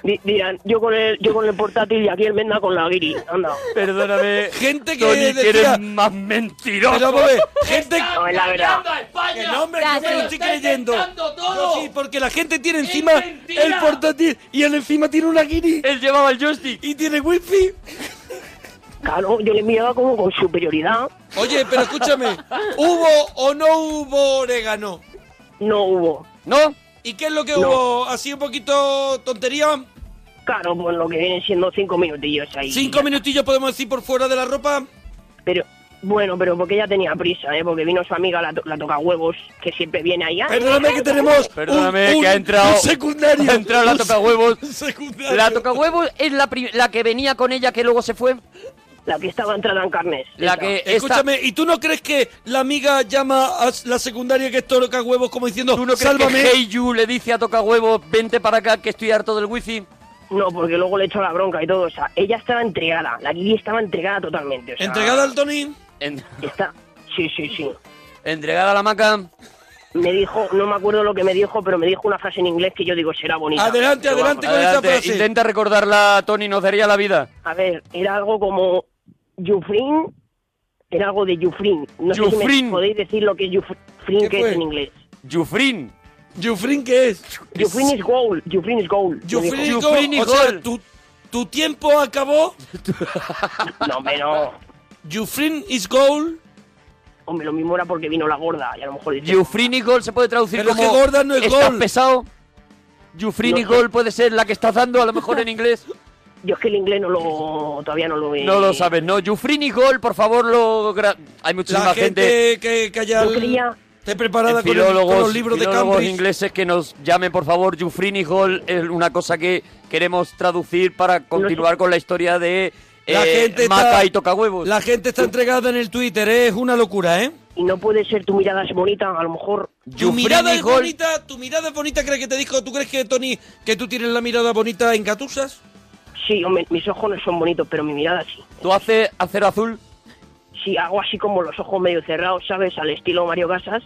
[SPEAKER 5] Di- Dirán, yo con el, yo con el portátil y aquí el Menda con la guiri. Anda.
[SPEAKER 2] perdóname.
[SPEAKER 1] Gente que
[SPEAKER 2] Tony,
[SPEAKER 1] decía-
[SPEAKER 2] eres más mentiroso.
[SPEAKER 1] Pero, vamos a ver, gente...
[SPEAKER 5] No, es la verdad.
[SPEAKER 1] Que no, hombre,
[SPEAKER 6] Ya,
[SPEAKER 1] yo me lo
[SPEAKER 6] sí.
[SPEAKER 1] estoy creyendo. Yo sí, porque la gente tiene encima el portátil y él encima tiene una guiri
[SPEAKER 2] Él llevaba el joystick.
[SPEAKER 1] y tiene wifi.
[SPEAKER 5] Claro, yo le miraba como con superioridad.
[SPEAKER 1] Oye, pero escúchame, Uh, ¿hubo o no hubo orégano?
[SPEAKER 5] No hubo.
[SPEAKER 2] ¿No?
[SPEAKER 1] ¿Y qué es lo que
[SPEAKER 5] No.
[SPEAKER 1] hubo? ¿Así un poquito tontería?
[SPEAKER 5] Claro, pues lo que vienen siendo cinco minutillos ahí.
[SPEAKER 1] Cinco minutillos podemos decir por fuera de la ropa.
[SPEAKER 5] Pero, bueno, pero porque ella tenía prisa, ¿eh? Porque vino su amiga, la, to- la toca huevos, que siempre viene ahí. ¡Ay,
[SPEAKER 1] Perdóname que tenemos.
[SPEAKER 2] Perdóname,
[SPEAKER 1] un- un-
[SPEAKER 2] que ha entrado-
[SPEAKER 1] Un secundario.
[SPEAKER 2] ha entrado la
[SPEAKER 1] Un
[SPEAKER 2] toca huevos.
[SPEAKER 1] un secundario.
[SPEAKER 2] La tocahuevos es la, pri- la que venía con ella que luego se fue.
[SPEAKER 5] La que estaba entrada en carnes.
[SPEAKER 2] La
[SPEAKER 5] Esa.
[SPEAKER 2] que esta-
[SPEAKER 1] Escúchame, ¿y tú no crees que la amiga llama a s- la secundaria que es toca huevos como diciendo,
[SPEAKER 2] ¿Tú no crees
[SPEAKER 1] sálvame?
[SPEAKER 2] que Hey You le dice a tocahuevos, vente para acá que estoy harto del wifi?
[SPEAKER 5] No, porque luego le echó la bronca y todo. O sea, ella estaba entregada. La Kiri estaba entregada totalmente. o sea,
[SPEAKER 1] ¿Entregada al Tony?
[SPEAKER 2] En-
[SPEAKER 5] Está... Sí, sí, sí.
[SPEAKER 2] entregada a la maca.
[SPEAKER 5] Me dijo, no me acuerdo lo que me dijo, pero me dijo una frase en inglés que yo digo será bonita.
[SPEAKER 1] Adelante,
[SPEAKER 5] Pero
[SPEAKER 1] adelante con esa
[SPEAKER 2] Adelante,
[SPEAKER 1] frase.
[SPEAKER 2] Intenta recordarla, Tony, nos daría la vida.
[SPEAKER 5] vamos, A ver, era algo como Jufrin, era algo de Jufrin. No sé si
[SPEAKER 2] Jufrin.
[SPEAKER 5] me podéis decir lo que es Jufrin,
[SPEAKER 1] ¿Qué
[SPEAKER 5] que
[SPEAKER 1] fue?
[SPEAKER 5] es en inglés.
[SPEAKER 2] Jufrin.
[SPEAKER 1] ¿Jufrin qué es?
[SPEAKER 5] Jufrin is gold, Jufrin is gold. me
[SPEAKER 1] Jufrin
[SPEAKER 5] dijo.
[SPEAKER 1] y
[SPEAKER 2] Jufrin y
[SPEAKER 1] Gol. O sea,
[SPEAKER 2] Gol.
[SPEAKER 1] tu, tu tiempo acabó.
[SPEAKER 5] No, hombre, no.
[SPEAKER 1] Jufrin is goal.
[SPEAKER 5] Hombre, lo mismo era porque vino la gorda y a lo mejor... dice,
[SPEAKER 2] Jufrin y gol se puede traducir
[SPEAKER 1] Pero es
[SPEAKER 2] como.
[SPEAKER 1] que gorda no es
[SPEAKER 2] ¿Estás
[SPEAKER 1] gol.
[SPEAKER 2] pesado? Jufrin y
[SPEAKER 5] No.
[SPEAKER 2] gol puede ser la que estás dando, a lo mejor en inglés.
[SPEAKER 5] Yo es que el inglés no lo... todavía no lo he...
[SPEAKER 2] No lo sabes, no. Jufrin y gol, por favor, lo. gra- Hay muchísima
[SPEAKER 1] La gente que, que haya...
[SPEAKER 5] Yo quería-
[SPEAKER 1] Esté preparada
[SPEAKER 2] en
[SPEAKER 1] con, el- con
[SPEAKER 2] filólogos,
[SPEAKER 1] los libros de
[SPEAKER 2] filólogos
[SPEAKER 1] Cambridge.
[SPEAKER 2] ingleses que nos llamen, por favor. Jufrin y Hall es una cosa que queremos traducir para continuar con la historia de
[SPEAKER 1] La
[SPEAKER 2] eh,
[SPEAKER 1] gente
[SPEAKER 2] Maca
[SPEAKER 1] está-
[SPEAKER 2] y Toca Huevos.
[SPEAKER 1] La gente está entregada en el Twitter, ¿eh? es una locura, ¿eh?
[SPEAKER 5] Y no puede ser tu mirada es bonita, a lo mejor...
[SPEAKER 1] Tu mirada
[SPEAKER 2] y
[SPEAKER 1] es
[SPEAKER 2] Hall,
[SPEAKER 1] bonita, tu mirada es bonita, ¿crees que te dijo? ¿Tú crees que Tony, que tú tienes la mirada bonita en Catusas?
[SPEAKER 2] Oh,
[SPEAKER 5] Sí, hombre, mis ojos no son bonitos, pero mi mirada sí.
[SPEAKER 2] tú haces acero azul.
[SPEAKER 5] Si hago así como los ojos medio cerrados, ¿sabes? Al estilo Mario Casas.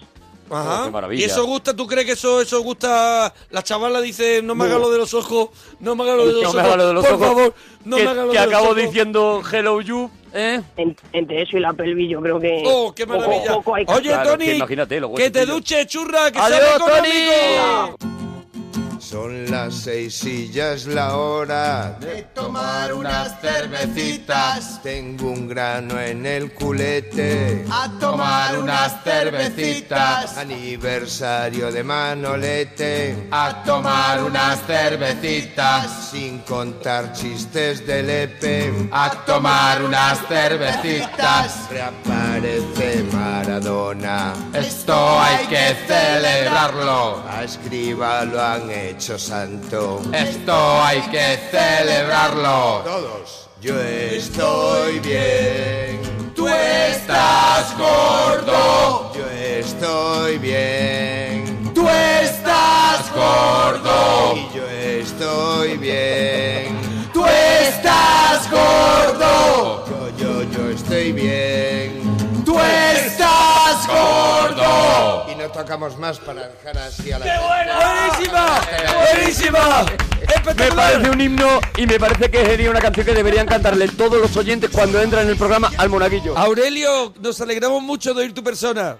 [SPEAKER 1] Ajá.
[SPEAKER 2] Oh, qué maravilla.
[SPEAKER 1] ¿Ah? ¿Y eso gusta? ¿Tú crees que eso, eso gusta? La chavala dice, no me haga lo de los ojos, no me haga lo de los
[SPEAKER 2] No
[SPEAKER 1] ojos.
[SPEAKER 2] me hagas lo de los
[SPEAKER 1] por
[SPEAKER 2] ojos.
[SPEAKER 1] favor, no
[SPEAKER 2] que,
[SPEAKER 1] me haga lo
[SPEAKER 2] que
[SPEAKER 1] de los
[SPEAKER 2] acabo
[SPEAKER 1] ojos.
[SPEAKER 2] diciendo Hello You, ¿eh?
[SPEAKER 5] En- entre eso y la pelvis, yo creo que.
[SPEAKER 1] Oh, qué
[SPEAKER 5] poco-
[SPEAKER 1] maravilla.
[SPEAKER 5] poco hay que-
[SPEAKER 1] Oye,
[SPEAKER 2] Claro,
[SPEAKER 1] Tony,
[SPEAKER 2] que imagínate, los
[SPEAKER 1] que te
[SPEAKER 2] huesecillos.
[SPEAKER 1] duche, churra, que
[SPEAKER 2] ¡Adiós,
[SPEAKER 1] sale
[SPEAKER 2] Tony!
[SPEAKER 1] económico.
[SPEAKER 8] Son las seis y ya es la hora de tomar unas cervecitas. Tengo un grano en el culete. A tomar unas cervecitas. Aniversario de Manolete. A tomar unas cervecitas. Sin contar chistes E de Lepe. A tomar unas cervecitas. Reaparece Maradona. Esto hay que celebrarlo. A escriba lo han hecho. hecho santo.
[SPEAKER 9] Esto hay que celebrarlo.
[SPEAKER 8] Todos. Yo estoy bien.
[SPEAKER 9] Tú estás gordo.
[SPEAKER 8] Yo estoy bien.
[SPEAKER 9] Tú estás gordo.
[SPEAKER 8] Y yo estoy bien.
[SPEAKER 9] Tú estás gordo.
[SPEAKER 8] Yo, yo, yo estoy bien.
[SPEAKER 9] Tú estás gordo.
[SPEAKER 8] Y no tocamos más para dejar así a la
[SPEAKER 1] ¡Qué bueno! ¡Buenísima! ¡Buenísima!
[SPEAKER 7] Me parece
[SPEAKER 1] ¡Espectacular!
[SPEAKER 7] un himno y me parece que sería una canción que deberían cantarle todos los oyentes cuando entran en el programa al monaguillo.
[SPEAKER 1] Aurelio, nos alegramos mucho de oír tu persona.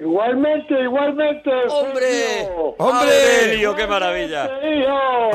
[SPEAKER 10] Igualmente, igualmente.
[SPEAKER 1] ¡Hombre!
[SPEAKER 10] Sergio.
[SPEAKER 1] ¡Hombre!
[SPEAKER 7] qué maravilla!
[SPEAKER 10] Sergio.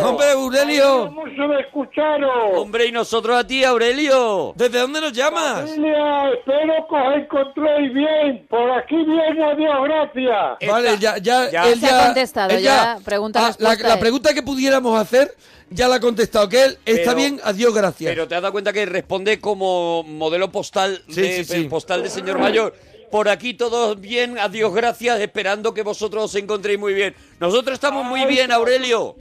[SPEAKER 1] ¡Hombre, Aurelio!
[SPEAKER 10] Mucho me escucharon.
[SPEAKER 7] Hombre, y nosotros a ti, Aurelio.
[SPEAKER 1] ¿Desde dónde nos llamas?
[SPEAKER 10] Familia, espero que os encontréis bien. Por aquí bien, adiós, gracias.
[SPEAKER 1] Vale, ya, ya,
[SPEAKER 7] Ya.
[SPEAKER 1] él
[SPEAKER 6] Se ha contestado,
[SPEAKER 1] él Ah,
[SPEAKER 6] ya, pregunta,
[SPEAKER 5] ah,
[SPEAKER 1] la,
[SPEAKER 6] respuesta
[SPEAKER 1] la
[SPEAKER 6] es.
[SPEAKER 1] pregunta que pudiéramos hacer ya la ha contestado, que él está
[SPEAKER 7] Pero-
[SPEAKER 1] bien, adiós, gracias.
[SPEAKER 7] Pero te has dado cuenta que responde como modelo postal
[SPEAKER 1] Sí,
[SPEAKER 7] de,
[SPEAKER 1] sí, sí.
[SPEAKER 7] postal de señor mayor. Por aquí todos bien, adiós, gracias, esperando que vosotros os encontréis muy bien. Nosotros estamos muy bien, Aurelio.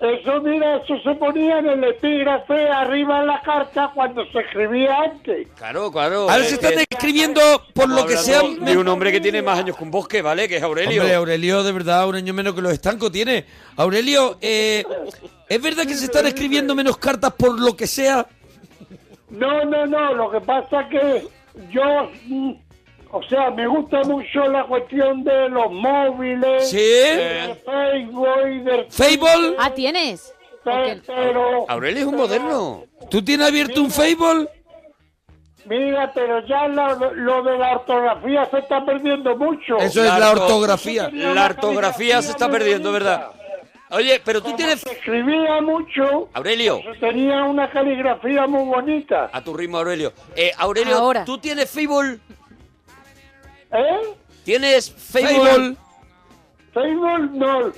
[SPEAKER 10] Eso, mira, eso se ponía en el epígrafe arriba en la carta cuando se escribía antes.
[SPEAKER 7] Claro, claro.
[SPEAKER 1] Ahora
[SPEAKER 7] es
[SPEAKER 1] se están
[SPEAKER 7] que
[SPEAKER 1] escribiendo por lo
[SPEAKER 7] estamos
[SPEAKER 1] que sea.
[SPEAKER 7] hablando De un hombre que tiene más años que un bosque, ¿vale? Que es Aurelio.
[SPEAKER 1] Hombre, Aurelio, de verdad, un año menos que los estancos tiene. Aurelio, eh, ¿es verdad que se están escribiendo menos cartas por lo que sea?
[SPEAKER 10] No, no, no, lo que pasa que yo, mm, o sea, me gusta mucho la cuestión de los móviles,
[SPEAKER 1] Sí.
[SPEAKER 10] de Facebook y del
[SPEAKER 1] ¿Fable?
[SPEAKER 6] Ah, ¿tienes?
[SPEAKER 10] Twitter,
[SPEAKER 6] Ok.
[SPEAKER 10] pero,
[SPEAKER 7] Aurelio es un moderno.
[SPEAKER 1] ¿Tú tienes abierto un Facebook?
[SPEAKER 10] mira, pero ya la- lo de la ortografía se está perdiendo mucho.
[SPEAKER 1] Eso es
[SPEAKER 7] La
[SPEAKER 1] la
[SPEAKER 7] orto-
[SPEAKER 1] ortografía.
[SPEAKER 7] La ortografía se está perdiendo, ¿verdad? Oye, pero tú tienes...
[SPEAKER 10] Se escribía mucho,
[SPEAKER 7] Aurelio,
[SPEAKER 10] se tenía una caligrafía muy bonita,
[SPEAKER 7] a tu ritmo, Aurelio. Eh, Aurelio,
[SPEAKER 6] Ahora.
[SPEAKER 7] ¿tú tienes Facebook?
[SPEAKER 10] ¿eh?
[SPEAKER 7] ¿Tienes Facebook?
[SPEAKER 1] Fable.
[SPEAKER 10] Facebook no,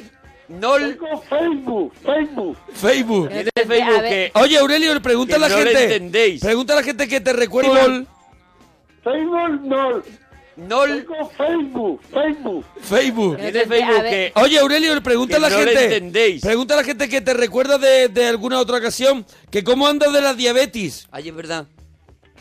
[SPEAKER 7] No,
[SPEAKER 10] tengo Facebook, Facebook.
[SPEAKER 1] Facebook.
[SPEAKER 7] tienes
[SPEAKER 6] A
[SPEAKER 7] Facebook
[SPEAKER 6] ver.
[SPEAKER 7] que...
[SPEAKER 1] Oye, Aurelio, pregunta a la
[SPEAKER 7] Que no lo
[SPEAKER 1] gente.
[SPEAKER 7] entendéis.
[SPEAKER 1] Pregunta a la gente que te recuerda.
[SPEAKER 7] Fable.
[SPEAKER 10] Facebook no,
[SPEAKER 7] No,
[SPEAKER 10] tengo Facebook, Facebook.
[SPEAKER 1] Facebook.
[SPEAKER 7] tienes Facebook
[SPEAKER 6] A ver.
[SPEAKER 7] que...
[SPEAKER 1] Oye, Aurelio, pregunta a
[SPEAKER 7] Que
[SPEAKER 1] la
[SPEAKER 7] no lo
[SPEAKER 1] gente.
[SPEAKER 7] entendéis.
[SPEAKER 1] Pregunta a la gente que te recuerda de, de alguna otra ocasión. Que cómo andas de la diabetes.
[SPEAKER 7] Ay, es verdad.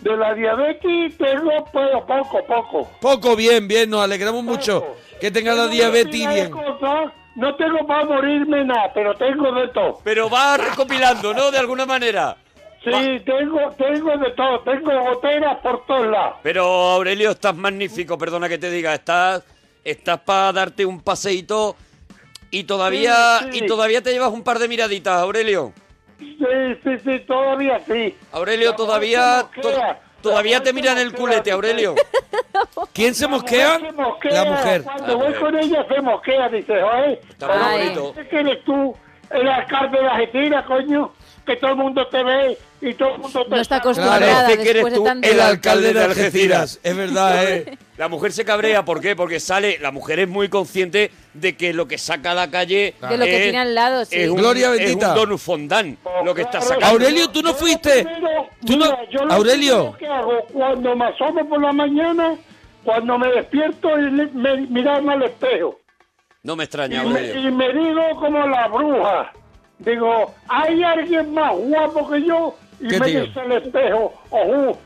[SPEAKER 10] De la diabetes tengo pero poco, poco.
[SPEAKER 1] Poco, bien, bien, nos alegramos mucho. Que tenga la
[SPEAKER 10] Tengo
[SPEAKER 1] diabetes
[SPEAKER 10] una pila de
[SPEAKER 1] bien.
[SPEAKER 10] cosas, no tengo para morirme nada, pero tengo de todo.
[SPEAKER 7] Pero va recopilando, ¿no? De alguna manera.
[SPEAKER 10] Sí, tengo, tengo de todo, tengo goteras por todos lados.
[SPEAKER 7] Pero Aurelio, estás magnífico, perdona que te diga, estás estás para darte un paseíto y todavía
[SPEAKER 10] Sí, sí.
[SPEAKER 7] y todavía te llevas un par de miraditas, Aurelio.
[SPEAKER 10] Sí, sí, sí, todavía sí.
[SPEAKER 7] Aurelio,
[SPEAKER 10] La
[SPEAKER 7] todavía
[SPEAKER 10] mujer se mosquea.
[SPEAKER 7] to- todavía
[SPEAKER 10] La
[SPEAKER 7] te
[SPEAKER 10] mujer
[SPEAKER 7] miran
[SPEAKER 10] se
[SPEAKER 7] el
[SPEAKER 10] mosquea.
[SPEAKER 7] culete, Aurelio.
[SPEAKER 1] ¿Quién se mosquea?
[SPEAKER 10] se mosquea.
[SPEAKER 1] La mujer.
[SPEAKER 10] Cuando voy con ella se mosquea, dice, oye,
[SPEAKER 7] Ah, Está muy
[SPEAKER 10] pero
[SPEAKER 7] bonito.
[SPEAKER 10] ¿qué eres tú? El alcalde de Argentina, coño, que todo el mundo te ve y todo el mundo te
[SPEAKER 6] No está
[SPEAKER 10] sabe.
[SPEAKER 6] acostumbrada
[SPEAKER 1] Claro,
[SPEAKER 7] es que eres
[SPEAKER 6] después de
[SPEAKER 7] tú
[SPEAKER 6] tanto...
[SPEAKER 1] El alcalde de Algeciras. Es verdad, eh.
[SPEAKER 7] La mujer se cabrea, ¿por qué? Porque sale, la mujer es muy consciente de que lo que saca a la calle
[SPEAKER 6] De lo que tiene al lado, sí.
[SPEAKER 7] es un,
[SPEAKER 1] Gloria
[SPEAKER 7] es
[SPEAKER 1] bendita.
[SPEAKER 7] un donut fondant,
[SPEAKER 10] Oh,
[SPEAKER 7] lo que está sacando.
[SPEAKER 1] Aurelio, tú no
[SPEAKER 10] Yo lo
[SPEAKER 1] fuiste.
[SPEAKER 10] primero-
[SPEAKER 1] Tú no-
[SPEAKER 10] mira, yo lo
[SPEAKER 1] Aurelio.
[SPEAKER 10] primero que hago cuando me asomo por la mañana, cuando me despierto y le- me, mirarme al espejo.
[SPEAKER 7] No me
[SPEAKER 10] Y
[SPEAKER 7] extraña,
[SPEAKER 10] me,
[SPEAKER 7] Aurelio.
[SPEAKER 10] y me digo como la bruja. Digo, ¿hay alguien más guapo que yo? Y
[SPEAKER 1] ¿Qué
[SPEAKER 10] me
[SPEAKER 1] digo?
[SPEAKER 10] dice el espejo, ojú,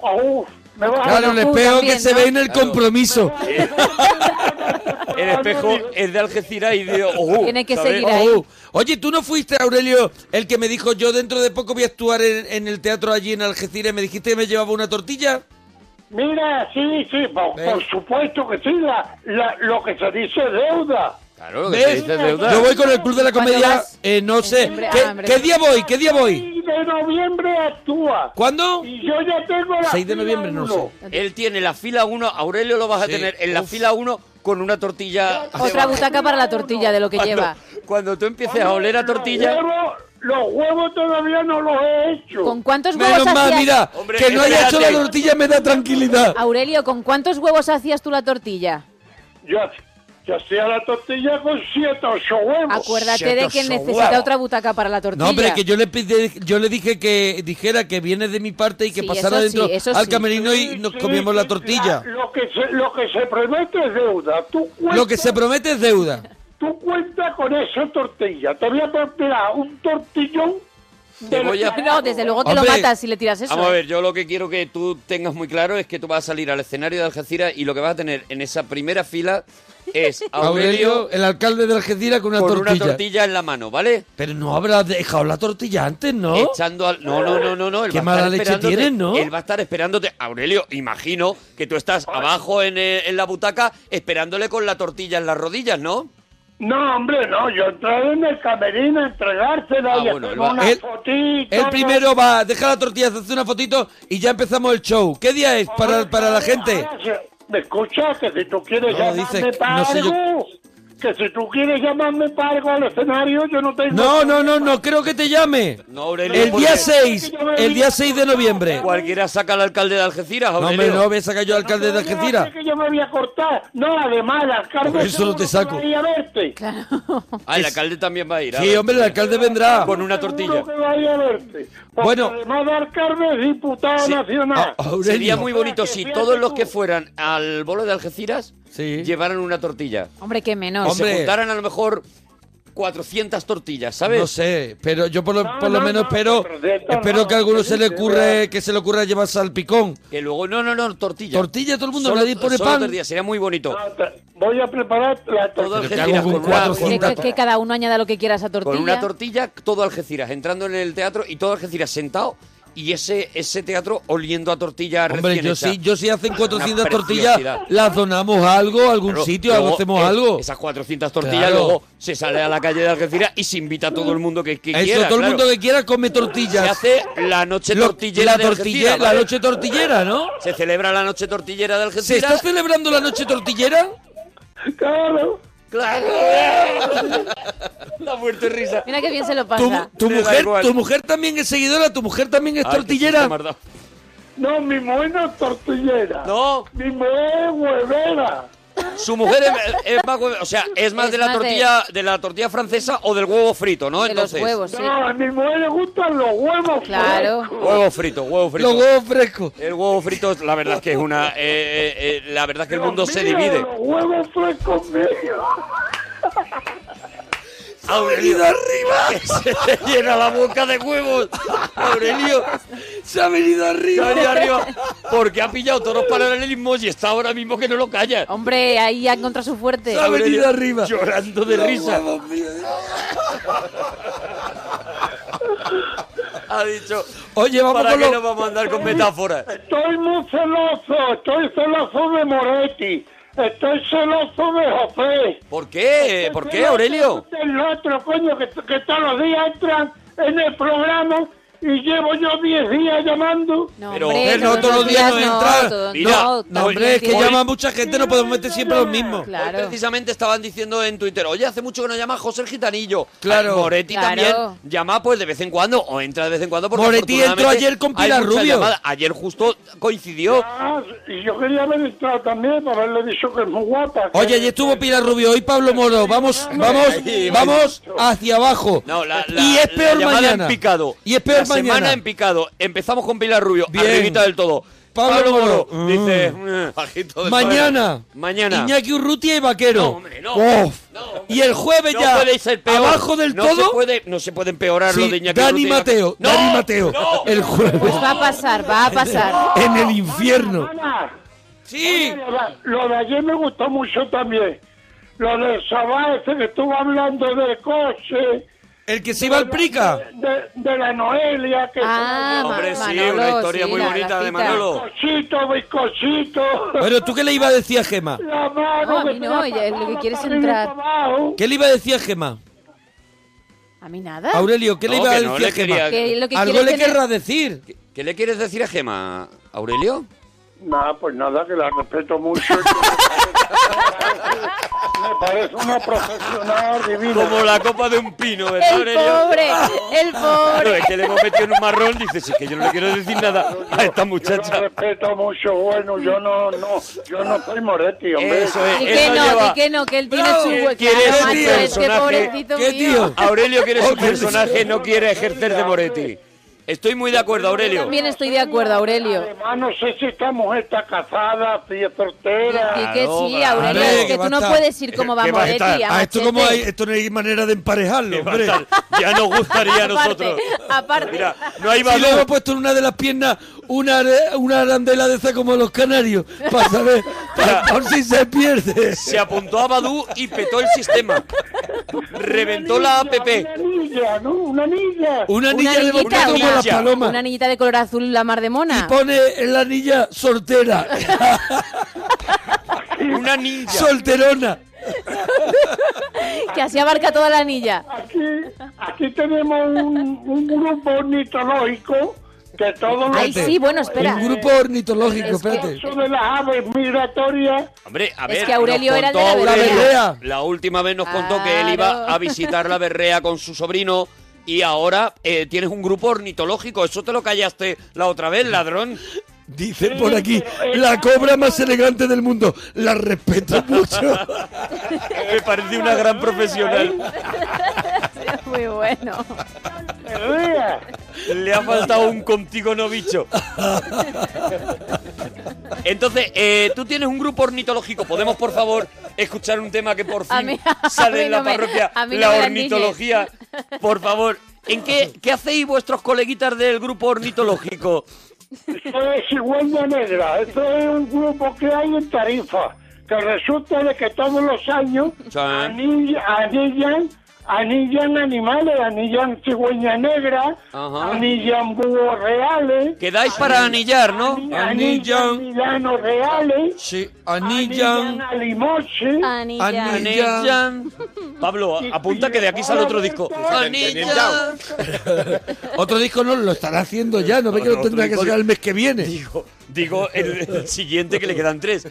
[SPEAKER 10] ojú, me vas
[SPEAKER 1] Claro, el
[SPEAKER 6] tú
[SPEAKER 1] espejo que
[SPEAKER 6] también,
[SPEAKER 1] se
[SPEAKER 6] Ah, ¿no?
[SPEAKER 1] ve en el compromiso.
[SPEAKER 10] a...
[SPEAKER 7] El espejo es de Algeciras y de ojú,
[SPEAKER 6] Ah, Tiene que
[SPEAKER 7] ¿sabes?
[SPEAKER 6] seguir ahí.
[SPEAKER 1] Oh, Oye, tú no fuiste, Aurelio, el que me dijo yo dentro de poco voy a actuar en, en el teatro allí en Algeciras. y ¿Me dijiste que me llevaba una tortilla?
[SPEAKER 10] Mira, sí, sí, por,
[SPEAKER 1] Ven.
[SPEAKER 10] por supuesto que sí, la, la- lo que se dice deuda.
[SPEAKER 7] Claro, lo que te
[SPEAKER 1] ¿Ves?
[SPEAKER 7] dices, deuda.
[SPEAKER 1] Yo voy con el Club de la
[SPEAKER 6] ¿Cuándo
[SPEAKER 1] Comedia,
[SPEAKER 6] vas?
[SPEAKER 1] eh, no sé.
[SPEAKER 6] Hombre,
[SPEAKER 1] ¿Qué,
[SPEAKER 6] hambre.
[SPEAKER 1] qué día voy? ¿Qué día voy?
[SPEAKER 10] 6 de noviembre actúa.
[SPEAKER 1] ¿Cuándo?
[SPEAKER 10] Y yo ya tengo la
[SPEAKER 1] 6 de
[SPEAKER 10] fila
[SPEAKER 1] noviembre, no
[SPEAKER 10] uno.
[SPEAKER 1] sé.
[SPEAKER 7] Él tiene la fila 1, Aurelio lo vas
[SPEAKER 1] Sí.
[SPEAKER 7] a tener en la
[SPEAKER 1] Uf.
[SPEAKER 7] fila 1 con una tortilla.
[SPEAKER 6] Otra butaca para la tortilla de lo que
[SPEAKER 7] Cuando-
[SPEAKER 6] lleva.
[SPEAKER 7] Cuando tú empieces a oler a tortilla.
[SPEAKER 10] Los huevos, los huevos todavía no los he hecho.
[SPEAKER 6] ¿Con cuántos huevos
[SPEAKER 1] Menos mal,
[SPEAKER 6] hacías...
[SPEAKER 1] mira,
[SPEAKER 7] Hombre,
[SPEAKER 1] que no haya hecho la
[SPEAKER 7] espérate.
[SPEAKER 1] tortilla me da tranquilidad.
[SPEAKER 6] Aurelio, ¿con cuántos huevos hacías tú la tortilla?
[SPEAKER 10] Yo, yo hacía la tortilla con siete o ocho huevos.
[SPEAKER 6] Acuérdate de que necesita otra butaca para la tortilla.
[SPEAKER 1] No, hombre, que yo le pide- yo le dije que dijera que viene de mi parte y que
[SPEAKER 6] Sí,
[SPEAKER 1] pasara
[SPEAKER 6] eso
[SPEAKER 1] dentro
[SPEAKER 6] sí, eso
[SPEAKER 1] al
[SPEAKER 6] sí.
[SPEAKER 1] camerino y
[SPEAKER 10] Sí,
[SPEAKER 1] nos
[SPEAKER 10] sí,
[SPEAKER 1] comíamos la
[SPEAKER 10] sí,
[SPEAKER 1] tortilla.
[SPEAKER 10] la- lo, que se, lo que se promete es deuda. Tú cuentas,
[SPEAKER 1] Lo que se promete es deuda.
[SPEAKER 10] tú cuentas con eso tortilla. Te voy a preparar un tortillón
[SPEAKER 7] Te
[SPEAKER 10] de
[SPEAKER 7] voy a-
[SPEAKER 6] No, desde luego te lo
[SPEAKER 7] Hombre.
[SPEAKER 6] matas si le tiras eso.
[SPEAKER 7] Vamos a
[SPEAKER 6] ¿eh?
[SPEAKER 7] ver, yo lo que quiero que tú tengas muy claro es que tú vas a salir al escenario de Algeciras y lo que vas a tener en esa primera fila es a Aurelio
[SPEAKER 1] Aurelio, el alcalde de Algeciras, con una
[SPEAKER 7] con
[SPEAKER 1] tortilla.
[SPEAKER 7] una tortilla en la mano, ¿vale?
[SPEAKER 1] Pero no habrás dejado la tortilla antes, ¿no?
[SPEAKER 7] Echando al... No, no, no, no, no. él
[SPEAKER 1] Qué
[SPEAKER 7] va a
[SPEAKER 1] mala
[SPEAKER 7] estar
[SPEAKER 1] leche
[SPEAKER 7] esperándote.
[SPEAKER 1] tienes, ¿no?
[SPEAKER 7] Él va a estar esperándote. Aurelio, imagino que tú estás abajo en, eh, en la butaca esperándole con la tortilla en las rodillas, ¿no?
[SPEAKER 10] No, hombre, no, yo entré en el camerino a entregársela y
[SPEAKER 7] Ah, bueno,
[SPEAKER 10] hacer
[SPEAKER 7] él va-
[SPEAKER 10] una
[SPEAKER 1] él-
[SPEAKER 10] fotito.
[SPEAKER 1] El
[SPEAKER 10] ¿no?
[SPEAKER 1] primero va, deja la tortilla, hace una fotito y ya empezamos el show. ¿Qué día es para, para la gente?
[SPEAKER 10] Ahora se- Me escucha que si tú quieres
[SPEAKER 1] No,
[SPEAKER 10] llamarme
[SPEAKER 1] dice-
[SPEAKER 10] para
[SPEAKER 1] no sé yo-
[SPEAKER 10] algo, que si tú quieres llamarme para algo al escenario, yo no tengo...
[SPEAKER 1] No, no, no, no creo que te llame.
[SPEAKER 7] No, Aurelio,
[SPEAKER 1] El
[SPEAKER 7] porque
[SPEAKER 1] día 6, el día 6 de noviembre.
[SPEAKER 7] Cualquiera saca al alcalde de Algeciras,
[SPEAKER 1] No,
[SPEAKER 7] Aurelio.
[SPEAKER 1] hombre, no, voy a sacar yo al alcalde de
[SPEAKER 10] Yo no sé
[SPEAKER 1] Algeciras.
[SPEAKER 10] que yo me voy a cortar. No, además, al cargo
[SPEAKER 1] Por eso no te saco.
[SPEAKER 10] voy a verte. Claro.
[SPEAKER 7] Ah, el alcalde también va a ir. a
[SPEAKER 1] Sí,
[SPEAKER 7] ver.
[SPEAKER 1] hombre, el alcalde vendrá.
[SPEAKER 7] Con una tortilla.
[SPEAKER 10] que voy a verte. Porque
[SPEAKER 1] Bueno.
[SPEAKER 10] Además, al cargo es diputado
[SPEAKER 7] Sí.
[SPEAKER 10] nacional.
[SPEAKER 1] Ah, Aurelio.
[SPEAKER 7] Sería muy bonito si
[SPEAKER 10] Fíjate
[SPEAKER 7] todos los
[SPEAKER 10] tú.
[SPEAKER 7] que fueran al bolo de Algeciras
[SPEAKER 1] Sí.
[SPEAKER 7] llevaran una tortilla.
[SPEAKER 6] Hombre, qué menos.
[SPEAKER 7] Que
[SPEAKER 1] Hombre.
[SPEAKER 7] se juntaran a lo mejor 400 tortillas, ¿sabes?
[SPEAKER 1] No sé, pero yo por lo,
[SPEAKER 10] No,
[SPEAKER 1] por lo
[SPEAKER 10] no,
[SPEAKER 1] menos
[SPEAKER 10] no,
[SPEAKER 1] espero,
[SPEAKER 10] pero de esto
[SPEAKER 1] espero
[SPEAKER 10] no,
[SPEAKER 1] que a alguno
[SPEAKER 10] que
[SPEAKER 1] se le
[SPEAKER 10] dice,
[SPEAKER 1] ocurre,
[SPEAKER 10] ¿verdad?
[SPEAKER 1] que se le ocurra llevar salpicón.
[SPEAKER 7] Que luego, no, no, no, tortilla.
[SPEAKER 1] Tortilla todo el mundo,
[SPEAKER 7] Solo-
[SPEAKER 1] nadie pone
[SPEAKER 7] solo
[SPEAKER 1] pan.
[SPEAKER 7] tortilla, sería muy bonito.
[SPEAKER 10] No, te- Voy a preparar
[SPEAKER 7] Todo
[SPEAKER 10] la tortilla.
[SPEAKER 1] Pero que
[SPEAKER 7] Algeciras
[SPEAKER 1] hago
[SPEAKER 7] con
[SPEAKER 1] con
[SPEAKER 7] una,
[SPEAKER 1] 400.
[SPEAKER 6] Que, que cada uno añada lo que quiera a esa tortilla.
[SPEAKER 7] con una tortilla, todo Algeciras, entrando en el teatro y todo Algeciras sentado y ese, ese teatro oliendo a tortilla
[SPEAKER 1] Hombre,
[SPEAKER 7] recién
[SPEAKER 1] yo
[SPEAKER 7] hecha.
[SPEAKER 1] sí, yo sí hacen 400 tortillas,
[SPEAKER 7] preciosidad.
[SPEAKER 1] las donamos a algo, a algún
[SPEAKER 7] Claro,
[SPEAKER 1] sitio,
[SPEAKER 7] luego,
[SPEAKER 1] algo, hacemos
[SPEAKER 7] eh,
[SPEAKER 1] algo.
[SPEAKER 7] Esas 400 tortillas
[SPEAKER 1] Claro.
[SPEAKER 7] luego se sale a la calle de Algeciras y se invita a todo el mundo que, que
[SPEAKER 1] Eso,
[SPEAKER 7] quiera.
[SPEAKER 1] todo el
[SPEAKER 7] claro.
[SPEAKER 1] mundo que quiera come
[SPEAKER 7] Se
[SPEAKER 1] tortillas.
[SPEAKER 7] hace la noche
[SPEAKER 1] Lo-
[SPEAKER 7] tortillera
[SPEAKER 1] la,
[SPEAKER 7] de Algeciras,
[SPEAKER 1] tortille- la
[SPEAKER 7] ¿vale?
[SPEAKER 1] noche tortillera, ¿no?
[SPEAKER 7] Se celebra la noche tortillera de
[SPEAKER 1] ¿Se está
[SPEAKER 7] Algeciras.
[SPEAKER 1] celebrando la noche tortillera?
[SPEAKER 10] Claro.
[SPEAKER 7] ¡Claro! La muerte risa.
[SPEAKER 6] Mira que bien se lo
[SPEAKER 1] Tu,
[SPEAKER 6] pasa.
[SPEAKER 1] tu
[SPEAKER 7] Me da
[SPEAKER 1] mujer,
[SPEAKER 7] igual.
[SPEAKER 1] tu mujer también es seguidora, tu mujer también es
[SPEAKER 7] Ay, qué
[SPEAKER 1] tortillera.
[SPEAKER 7] susto me has dado.
[SPEAKER 10] No, mi mujer no es tortillera.
[SPEAKER 7] No,
[SPEAKER 10] Mi mujer es huevera.
[SPEAKER 7] su mujer es, es más hue- o sea, es más
[SPEAKER 6] Es
[SPEAKER 7] de la
[SPEAKER 6] más de-
[SPEAKER 7] tortilla de... la tortilla francesa o del huevo frito, ¿no?
[SPEAKER 6] de los
[SPEAKER 7] Entonces.
[SPEAKER 6] huevos, sí.
[SPEAKER 10] No, a mi mujer le gustan los huevos.
[SPEAKER 6] Claro.
[SPEAKER 7] Huevo frito, huevo frito.
[SPEAKER 1] Los huevos frescos.
[SPEAKER 7] El huevo frito, la verdad es que es una. eh, eh, eh, la verdad es que el
[SPEAKER 10] Dios
[SPEAKER 7] mundo se
[SPEAKER 10] mío,
[SPEAKER 7] divide.
[SPEAKER 10] Los huevos frescos míos.
[SPEAKER 7] Ah, ¡Aurelio, arriba! se te llena la boca de huevos. ¡Aurelio!
[SPEAKER 1] Se ha venido
[SPEAKER 7] se ha
[SPEAKER 1] arriba.
[SPEAKER 7] venido arriba! Porque ha pillado todos los paralelismos y está ahora mismo que no lo calla.
[SPEAKER 6] Hombre, ahí ha encontrado su fuerte.
[SPEAKER 1] Se ha venido arriba.
[SPEAKER 7] Llorando de risa. Ha dicho.
[SPEAKER 1] Oye, vamos
[SPEAKER 7] ¿Para
[SPEAKER 1] con
[SPEAKER 7] qué
[SPEAKER 1] los-
[SPEAKER 7] nos vamos a andar con metáforas?
[SPEAKER 10] Estoy muy celoso. Estoy celoso de Moretti. Estoy celoso de José.
[SPEAKER 7] ¿Por qué? ¿Por qué, Aurelio?
[SPEAKER 10] El otro, coño, que, que todos los días entran en el programa y llevo yo 10 días llamando.
[SPEAKER 6] No,
[SPEAKER 7] Pero,
[SPEAKER 6] hombre,
[SPEAKER 7] mujer,
[SPEAKER 1] no, todos los días no entran.
[SPEAKER 6] todo-
[SPEAKER 7] Mira,
[SPEAKER 6] no,
[SPEAKER 1] No, hombre,
[SPEAKER 6] también
[SPEAKER 1] es que
[SPEAKER 6] tiene-
[SPEAKER 1] llama mucha gente, no podemos meter siempre los mismos.
[SPEAKER 7] Hoy
[SPEAKER 6] Claro.
[SPEAKER 7] precisamente estaban diciendo en Twitter, oye, hace mucho que no llama José el Gitanillo.
[SPEAKER 1] Claro.
[SPEAKER 7] Ah, Moretti
[SPEAKER 6] Claro.
[SPEAKER 7] también llama pues de vez en cuando o entra de vez en cuando. Porque
[SPEAKER 1] Moretti entró
[SPEAKER 7] afortunadamente
[SPEAKER 1] ayer con
[SPEAKER 7] hay
[SPEAKER 1] Pilar
[SPEAKER 7] muchas
[SPEAKER 1] Rubio.
[SPEAKER 7] llamadas. Ayer justo coincidió.
[SPEAKER 10] Ah, y yo quería haber entrado también para haberle dicho que es muy guapa. que-
[SPEAKER 1] Oye, allí estuvo Pilar Rubio, hoy Pablo Moro. Vamos, vamos, vamos hacia abajo.
[SPEAKER 7] No, la, la-
[SPEAKER 1] y es
[SPEAKER 7] la
[SPEAKER 1] peor
[SPEAKER 7] llamada
[SPEAKER 1] mañana.
[SPEAKER 7] en picado.
[SPEAKER 1] Y es peor
[SPEAKER 7] La semana
[SPEAKER 1] mañana.
[SPEAKER 7] en picado. Empezamos con Pilar Rubio,
[SPEAKER 1] Bien.
[SPEAKER 7] arribita del todo.
[SPEAKER 1] Pablo Moro.
[SPEAKER 7] dice, "Mm", bajito del
[SPEAKER 1] Mañana.
[SPEAKER 7] todo. Mañana.
[SPEAKER 1] Iñaki Urrutia y Vaquero.
[SPEAKER 7] No, hombre, no.
[SPEAKER 1] Uf.
[SPEAKER 7] No, hombre.
[SPEAKER 1] Y el jueves
[SPEAKER 7] No
[SPEAKER 1] ya.
[SPEAKER 7] puede ser peor.
[SPEAKER 1] Abajo del
[SPEAKER 7] no
[SPEAKER 1] todo.
[SPEAKER 7] Se puede, no se puede empeorar lo
[SPEAKER 1] sí,
[SPEAKER 7] de Iñaki
[SPEAKER 1] Dani
[SPEAKER 7] Ortega.
[SPEAKER 1] Mateo.
[SPEAKER 7] ¡No!
[SPEAKER 1] Dani Mateo.
[SPEAKER 7] ¡No!
[SPEAKER 1] El
[SPEAKER 6] Pues
[SPEAKER 1] jueves.
[SPEAKER 6] va a pasar, va a
[SPEAKER 1] Pues
[SPEAKER 6] pasar.
[SPEAKER 1] En el infierno.
[SPEAKER 10] Ana,
[SPEAKER 1] Sí.
[SPEAKER 10] Ana, Lo de ayer me gustó mucho también. Lo del Sabá ese que estuvo hablando del coche,
[SPEAKER 1] El que se iba al prica.
[SPEAKER 10] de, de la Noelia, que
[SPEAKER 6] Ah,
[SPEAKER 7] Hombre,
[SPEAKER 6] Ma-
[SPEAKER 7] sí, una
[SPEAKER 6] Manolo,
[SPEAKER 7] historia
[SPEAKER 6] Oh, sí,
[SPEAKER 7] muy
[SPEAKER 6] la
[SPEAKER 7] bonita de
[SPEAKER 6] gacita.
[SPEAKER 7] Manolo.
[SPEAKER 10] bizcochito, bizcochito.
[SPEAKER 1] Bueno, ¿tú qué le iba a decir a Gema?
[SPEAKER 10] La mano
[SPEAKER 6] No, a
[SPEAKER 10] que
[SPEAKER 6] mí
[SPEAKER 10] te
[SPEAKER 6] no,
[SPEAKER 10] la
[SPEAKER 6] ya, lo que
[SPEAKER 10] pasaba
[SPEAKER 6] quieres
[SPEAKER 10] para arriba y
[SPEAKER 6] entrar.
[SPEAKER 10] para abajo.
[SPEAKER 1] ¿Qué le iba a decir a Gema?
[SPEAKER 6] A mí nada.
[SPEAKER 1] Aurelio, ¿qué le
[SPEAKER 7] Ah. No,
[SPEAKER 1] iba a
[SPEAKER 7] que
[SPEAKER 1] decir
[SPEAKER 7] no
[SPEAKER 1] a
[SPEAKER 7] le
[SPEAKER 1] Gema?
[SPEAKER 7] quería-
[SPEAKER 6] Que lo que
[SPEAKER 1] Algo
[SPEAKER 6] quiere
[SPEAKER 1] le
[SPEAKER 6] tener-
[SPEAKER 1] querrás decir.
[SPEAKER 7] ¿Qué le quieres decir a Gema, Aurelio?
[SPEAKER 10] No, pues nada, que la respeto mucho. me parece una profesional divina.
[SPEAKER 7] Como la copa de un pino, ¿verdad,
[SPEAKER 6] El
[SPEAKER 7] Aurelio?
[SPEAKER 6] pobre, el
[SPEAKER 7] No,
[SPEAKER 6] pobre.
[SPEAKER 7] es que le hemos metido en un marrón. Dices, es que yo no le quiero decir nada a esta
[SPEAKER 10] Yo la
[SPEAKER 7] muchacha.
[SPEAKER 10] respeto mucho, bueno, yo no, no, yo no soy Moretti, hombre.
[SPEAKER 7] Eso es.
[SPEAKER 6] Y
[SPEAKER 7] él
[SPEAKER 6] que
[SPEAKER 7] no
[SPEAKER 6] no,
[SPEAKER 7] lleva-
[SPEAKER 6] y que no, que él tiene
[SPEAKER 1] Bravo.
[SPEAKER 6] su
[SPEAKER 1] Él
[SPEAKER 6] hueco.
[SPEAKER 7] quiere
[SPEAKER 6] Claro,
[SPEAKER 7] su
[SPEAKER 6] macho, es que
[SPEAKER 7] este personaje.
[SPEAKER 6] pobrecito
[SPEAKER 1] ¿Qué
[SPEAKER 6] mío.
[SPEAKER 1] tío?
[SPEAKER 7] Aurelio quiere su
[SPEAKER 1] Oye,
[SPEAKER 7] personaje, no quiere ejercer de Moretti. Estoy muy de acuerdo, Aurelio.
[SPEAKER 6] También estoy de acuerdo, Aurelio.
[SPEAKER 10] Además, no sé si esta mujer está casada, si es soltera.
[SPEAKER 6] Y que sí, Aurelio, es que tú no puedes ir como
[SPEAKER 1] ¿Qué va a
[SPEAKER 6] vamos de
[SPEAKER 1] estar?
[SPEAKER 6] ti,
[SPEAKER 1] Ah, esto,
[SPEAKER 6] machete.
[SPEAKER 1] como hay, esto no hay manera de emparejarlo, hombre.
[SPEAKER 7] Ya nos gustaría a
[SPEAKER 6] Aparte,
[SPEAKER 7] nosotros.
[SPEAKER 6] aparte.
[SPEAKER 7] No hay
[SPEAKER 1] Si le
[SPEAKER 7] valor.
[SPEAKER 1] hemos puesto en una de las piernas una, are- una arandela de esa como los canarios, para saber, para, por si se pierde.
[SPEAKER 7] Se apuntó a Badu y petó el sistema. Reventó la app.
[SPEAKER 10] Una anilla, ¿no? Una anilla.
[SPEAKER 1] Una anilla de
[SPEAKER 6] anillita,
[SPEAKER 1] boca como
[SPEAKER 7] una-
[SPEAKER 1] las palomas.
[SPEAKER 6] Una niñita de color azul, la mar de mona.
[SPEAKER 1] Pone en la anilla soltera,
[SPEAKER 7] Una ninja.
[SPEAKER 1] solterona.
[SPEAKER 6] Que así abarca toda la anilla.
[SPEAKER 10] Aquí, aquí tenemos un, un grupo ornitológico que todos los
[SPEAKER 6] Ay, sí, bueno, espera.
[SPEAKER 1] Un grupo ornitológico,
[SPEAKER 6] Es que-
[SPEAKER 1] espérate.
[SPEAKER 10] casos de las aves migratorias
[SPEAKER 7] Hombre, a
[SPEAKER 6] Es
[SPEAKER 7] ver.
[SPEAKER 6] que Aurelio
[SPEAKER 7] nos
[SPEAKER 6] era el
[SPEAKER 7] contó
[SPEAKER 6] de la
[SPEAKER 7] Aurelio-
[SPEAKER 1] berrea.
[SPEAKER 7] La última vez nos contó que él
[SPEAKER 6] Claro.
[SPEAKER 7] iba a visitar la berrea con su sobrino. Y ahora eh, tienes un grupo ornitológico. Eso te lo callaste la otra vez, ladrón.
[SPEAKER 1] Dice por aquí,
[SPEAKER 2] eh,
[SPEAKER 1] la cobra más elegante del mundo. La respeto mucho.
[SPEAKER 7] Me parece una gran profesional.
[SPEAKER 6] Muy bueno.
[SPEAKER 10] berreas.
[SPEAKER 7] Le ha faltado un contigo no bicho. Entonces, eh, tú tienes un grupo ornitológico. ¿Podemos, por favor, escuchar un tema que por
[SPEAKER 6] A
[SPEAKER 7] fin
[SPEAKER 6] mí- a
[SPEAKER 7] sale
[SPEAKER 6] mí
[SPEAKER 7] en
[SPEAKER 6] no
[SPEAKER 7] la
[SPEAKER 6] me-
[SPEAKER 7] parroquia?
[SPEAKER 6] a mí no
[SPEAKER 7] la
[SPEAKER 6] me la
[SPEAKER 7] ornitología. Por favor, ¿en qué, qué hacéis vuestros coleguitas del grupo ornitológico?
[SPEAKER 10] Eso es Cigüeña Negra. Esto es un grupo que hay en Tarifa. Que resulta de que todos los años
[SPEAKER 7] Sí.
[SPEAKER 10] anilla- anillan, anillan animales, anillan cigüeña negra,
[SPEAKER 7] Ajá.
[SPEAKER 10] anillan búhos reales,
[SPEAKER 7] Quedáis para anillar, ¿no?
[SPEAKER 1] Anillan.
[SPEAKER 10] anillan milanos reales,
[SPEAKER 1] Sí, anillan.
[SPEAKER 10] anillan alimoche.
[SPEAKER 6] Anilla.
[SPEAKER 1] Anilla.
[SPEAKER 7] Anillan. Pablo,
[SPEAKER 10] Y-
[SPEAKER 7] apunta que de aquí sale otro disco. Anillan.
[SPEAKER 1] Otro disco no lo estará haciendo ya, no ve que
[SPEAKER 7] No,
[SPEAKER 1] lo
[SPEAKER 7] no,
[SPEAKER 1] tendrá
[SPEAKER 7] otro
[SPEAKER 1] que
[SPEAKER 7] disco-
[SPEAKER 1] sacar el mes que viene.
[SPEAKER 7] Digo, digo el, el siguiente que le quedan tres.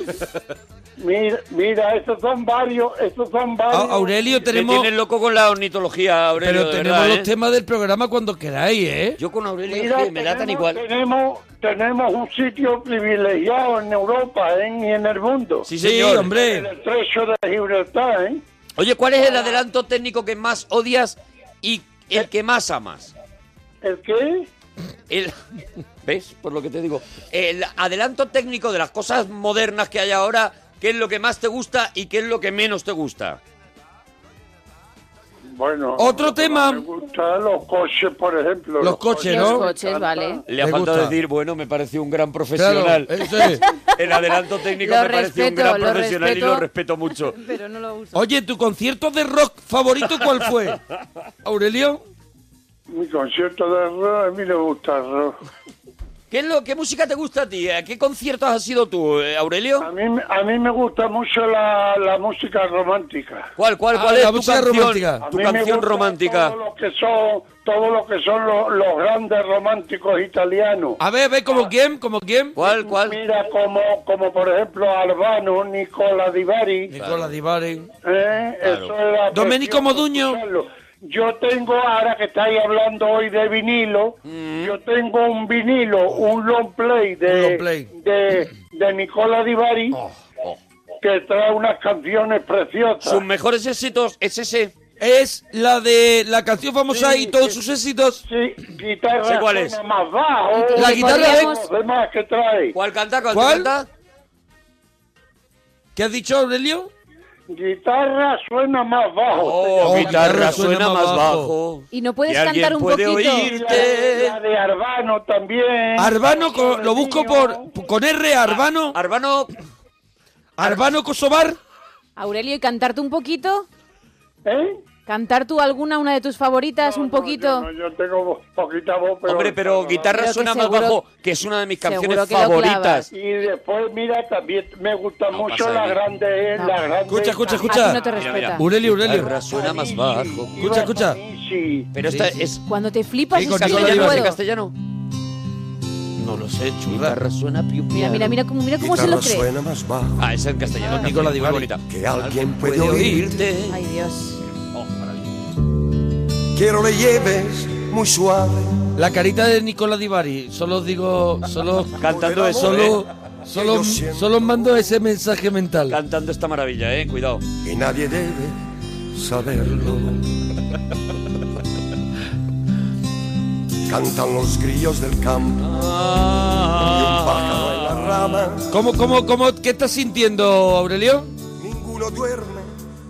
[SPEAKER 10] Mira, mira, estos son varios, estos son
[SPEAKER 1] A-
[SPEAKER 10] varios.
[SPEAKER 1] Aurelio,
[SPEAKER 7] Me
[SPEAKER 1] tenemos,
[SPEAKER 7] tienes loco con la ornitología, Aurelio.
[SPEAKER 1] pero
[SPEAKER 7] de
[SPEAKER 1] tenemos
[SPEAKER 7] verdad,
[SPEAKER 1] los
[SPEAKER 7] ¿eh?
[SPEAKER 1] temas del programa cuando queráis, ¿eh?
[SPEAKER 7] Yo con Aurelio es
[SPEAKER 10] Mira,
[SPEAKER 7] que me da tan
[SPEAKER 10] tenemos-
[SPEAKER 7] igual.
[SPEAKER 10] Tenemos, tenemos un sitio privilegiado en Europa ¿eh? y en el mundo.
[SPEAKER 7] Sí,
[SPEAKER 1] Sí,
[SPEAKER 7] señor.
[SPEAKER 10] En
[SPEAKER 1] hombre.
[SPEAKER 10] el trecho de Gibraltar, ¿eh?
[SPEAKER 7] Oye, ¿cuál es el adelanto técnico que más odias y el que más amas?
[SPEAKER 10] ¿El qué?
[SPEAKER 7] El- ¿Ves? Por lo que te digo. El adelanto técnico de las cosas modernas que hay ahora, ¿qué es lo que más te gusta y qué es lo que menos te gusta?
[SPEAKER 10] Bueno.
[SPEAKER 1] Otro
[SPEAKER 10] lo que
[SPEAKER 1] tema.
[SPEAKER 10] más Me gustan los coches, por ejemplo.
[SPEAKER 1] Los coches,
[SPEAKER 6] Los
[SPEAKER 1] ¿no?
[SPEAKER 6] coches, vale.
[SPEAKER 7] Le ha
[SPEAKER 1] Me
[SPEAKER 7] faltado
[SPEAKER 1] gusta.
[SPEAKER 7] decir, bueno, me pareció un gran profesional.
[SPEAKER 1] Claro, eso es.
[SPEAKER 7] El adelanto técnico
[SPEAKER 6] Lo
[SPEAKER 7] me pareció un
[SPEAKER 6] respeto,
[SPEAKER 7] gran
[SPEAKER 6] lo
[SPEAKER 7] profesional y
[SPEAKER 6] respeto.
[SPEAKER 7] lo respeto mucho.
[SPEAKER 6] Pero no lo uso.
[SPEAKER 1] Oye, ¿tu concierto de rock favorito cuál fue? Aurelio.
[SPEAKER 10] Mi concierto de rock, a mí me gusta el rock.
[SPEAKER 7] ¿Qué, es lo, ¿Qué música te gusta a ti? ¿A qué conciertos has ido tú, eh, Aurelio?
[SPEAKER 10] A mí, a mí me gusta mucho la, la música romántica.
[SPEAKER 7] ¿Cuál, cuál,
[SPEAKER 1] Ah,
[SPEAKER 7] cuál
[SPEAKER 1] la
[SPEAKER 7] es tu
[SPEAKER 1] música
[SPEAKER 7] canción,
[SPEAKER 1] romántica.
[SPEAKER 10] A
[SPEAKER 7] tu
[SPEAKER 10] mí me
[SPEAKER 7] canción
[SPEAKER 10] gusta
[SPEAKER 7] romántica?
[SPEAKER 10] Todo lo que son, todo lo que son los, los grandes románticos italianos.
[SPEAKER 1] A ver, a ver, ¿como quién? ¿Como quién?
[SPEAKER 7] ¿Cuál, cuál?
[SPEAKER 10] Mira, como, como por ejemplo Albano, Nicola Di Bari,
[SPEAKER 1] Nicola Di Bari.
[SPEAKER 10] ¿eh? Eso era
[SPEAKER 1] Domenico
[SPEAKER 10] precioso
[SPEAKER 1] Moduño.
[SPEAKER 10] escucharlo. Yo tengo, ahora que estáis hablando hoy de vinilo,
[SPEAKER 7] Mm.
[SPEAKER 10] yo tengo un vinilo,
[SPEAKER 7] Oh.
[SPEAKER 10] un long play de,
[SPEAKER 1] Un long play.
[SPEAKER 10] de, de Nicola Di Bari,
[SPEAKER 7] Oh.
[SPEAKER 10] que trae unas canciones preciosas.
[SPEAKER 7] Sus mejores éxitos es ese.
[SPEAKER 1] Es la de la canción famosa y todos sus éxitos.
[SPEAKER 10] Sí, guitarra
[SPEAKER 7] Sé cuál
[SPEAKER 10] suena
[SPEAKER 7] es.
[SPEAKER 10] más oh, bajo.
[SPEAKER 1] La
[SPEAKER 10] y
[SPEAKER 1] guitarra
[SPEAKER 10] todos
[SPEAKER 1] de-
[SPEAKER 10] los demás que trae.
[SPEAKER 7] ¿Cuál canta? ¿Cuál,
[SPEAKER 1] ¿Cuál?
[SPEAKER 7] canta?
[SPEAKER 1] ¿Qué has dicho, Aurelio?
[SPEAKER 10] Guitarra suena más bajo.
[SPEAKER 7] Oh,
[SPEAKER 1] Oh,
[SPEAKER 7] guitarra suena más bajo.
[SPEAKER 6] Y no puedes
[SPEAKER 7] Que alguien
[SPEAKER 6] cantar un
[SPEAKER 7] puede
[SPEAKER 6] poquito.
[SPEAKER 10] Y
[SPEAKER 7] oír.
[SPEAKER 10] la, de- la de Arbano también.
[SPEAKER 1] Arbano, con- lo busco por con R, Arbano.
[SPEAKER 7] Arbano,
[SPEAKER 1] Arbano Kosovar.
[SPEAKER 6] Aurelio, ¿y cantarte un poquito?
[SPEAKER 10] ¿Eh?
[SPEAKER 6] ¿Cantar tú alguna, una de tus favoritas, un poquito?
[SPEAKER 10] No, yo, no, yo tengo vo- poquita voz, pero...
[SPEAKER 7] hombre, pero guitarra
[SPEAKER 6] Creo que
[SPEAKER 7] suena más
[SPEAKER 6] seguro-
[SPEAKER 7] bajo, que es una de mis canciones
[SPEAKER 6] seguro que lo
[SPEAKER 7] favoritas.
[SPEAKER 6] clavas.
[SPEAKER 10] Y después, mira, también me gusta mucho
[SPEAKER 7] pasa
[SPEAKER 10] la
[SPEAKER 7] nada.
[SPEAKER 10] grande, eh, la grande...
[SPEAKER 1] Escucha, escucha,
[SPEAKER 6] A ti
[SPEAKER 1] escucha.
[SPEAKER 6] no te respeta.
[SPEAKER 7] mira.
[SPEAKER 1] Aurelio, Aurelio.
[SPEAKER 7] Guitarra suena más bajo.
[SPEAKER 1] Escucha, escucha.
[SPEAKER 10] Sí.
[SPEAKER 7] Pero esta es
[SPEAKER 6] Cuando te flipas
[SPEAKER 1] Sí,
[SPEAKER 6] es
[SPEAKER 1] con
[SPEAKER 6] que yo
[SPEAKER 1] Nicola
[SPEAKER 6] no
[SPEAKER 1] Di Bari.
[SPEAKER 7] en
[SPEAKER 6] puedo.
[SPEAKER 7] castellano. No lo sé, chula. Guitarra suena piu
[SPEAKER 6] Mira, mira, mira cómo, mira cómo se lo cree.
[SPEAKER 2] suena más bajo
[SPEAKER 7] Ah, esa en castellano.
[SPEAKER 1] Nicola
[SPEAKER 7] Nicolás
[SPEAKER 1] Di
[SPEAKER 7] Di
[SPEAKER 1] Bari.
[SPEAKER 7] bonita.
[SPEAKER 2] que alguien puede
[SPEAKER 7] Puede
[SPEAKER 2] oír.
[SPEAKER 7] oírte.
[SPEAKER 6] Ay, Dios.
[SPEAKER 7] Oh, maravilla.
[SPEAKER 2] Quiero le lleves muy suave.
[SPEAKER 1] La carita de Nicola Di Bari. Solo digo, solo
[SPEAKER 7] Cantando eso,
[SPEAKER 1] solo
[SPEAKER 7] ¿eh?
[SPEAKER 1] solo solo mando ese mensaje mental.
[SPEAKER 7] Cantando esta maravilla, eh. Cuidado.
[SPEAKER 2] y nadie debe saberlo. Cantan los grillos del campo.
[SPEAKER 1] Ah. ¿Cómo, cómo, cómo? ¿Qué estás sintiendo, Aurelio?
[SPEAKER 2] Ninguno duerme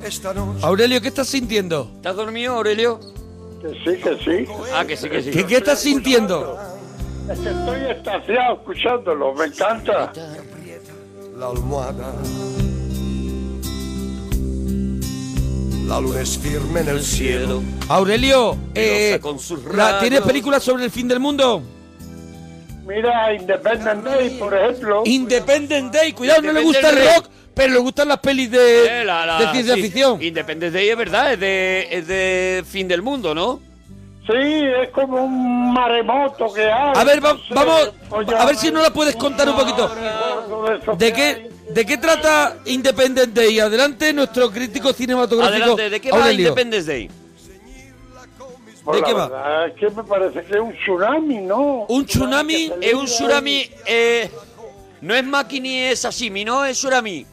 [SPEAKER 2] esta noche.
[SPEAKER 1] Aurelio, ¿qué estás sintiendo?
[SPEAKER 7] ¿Estás dormido, Aurelio?
[SPEAKER 10] Que sí, que sí.
[SPEAKER 7] Ah, que sí, que sí.
[SPEAKER 1] ¿Qué, qué estás sintiendo?
[SPEAKER 10] Es que estoy estaciado escuchándolo, me encanta.
[SPEAKER 2] La almohada. La luna es firme en el cielo.
[SPEAKER 1] Aurelio, eh,
[SPEAKER 2] con sus
[SPEAKER 1] la- ¿tienes
[SPEAKER 2] rayos.
[SPEAKER 1] películas sobre el fin del mundo?
[SPEAKER 10] Mira, Independent Day, por ejemplo.
[SPEAKER 1] Independent Day, cuidado, no le gusta el
[SPEAKER 7] Independence
[SPEAKER 1] rock, pero le gustan las pelis de,
[SPEAKER 7] Eh, la- la-
[SPEAKER 1] de ciencia
[SPEAKER 7] sí.
[SPEAKER 1] ficción.
[SPEAKER 7] Independence Day es verdad, es de, es
[SPEAKER 1] eh,
[SPEAKER 7] de fin del mundo, ¿no?
[SPEAKER 10] Sí, es como un maremoto que hay.
[SPEAKER 1] A ver, va-
[SPEAKER 10] no sé,
[SPEAKER 1] vamos,
[SPEAKER 10] oye,
[SPEAKER 1] a ver si nos la puedes contar un poquito. ¿De qué, de qué trata Independent Day? Adelante, nuestro crítico cinematográfico.
[SPEAKER 7] Adelante, ¿de qué va
[SPEAKER 1] Aurelio.
[SPEAKER 7] Independence Day?
[SPEAKER 10] Pues
[SPEAKER 1] ¿de
[SPEAKER 10] la
[SPEAKER 1] qué va?
[SPEAKER 10] verdad Es que me parece que es un tsunami, ¿no?
[SPEAKER 1] ¿Un tsunami?
[SPEAKER 7] Es un tsunami, eh, no es Makini, es Sashimi, no es tsunami.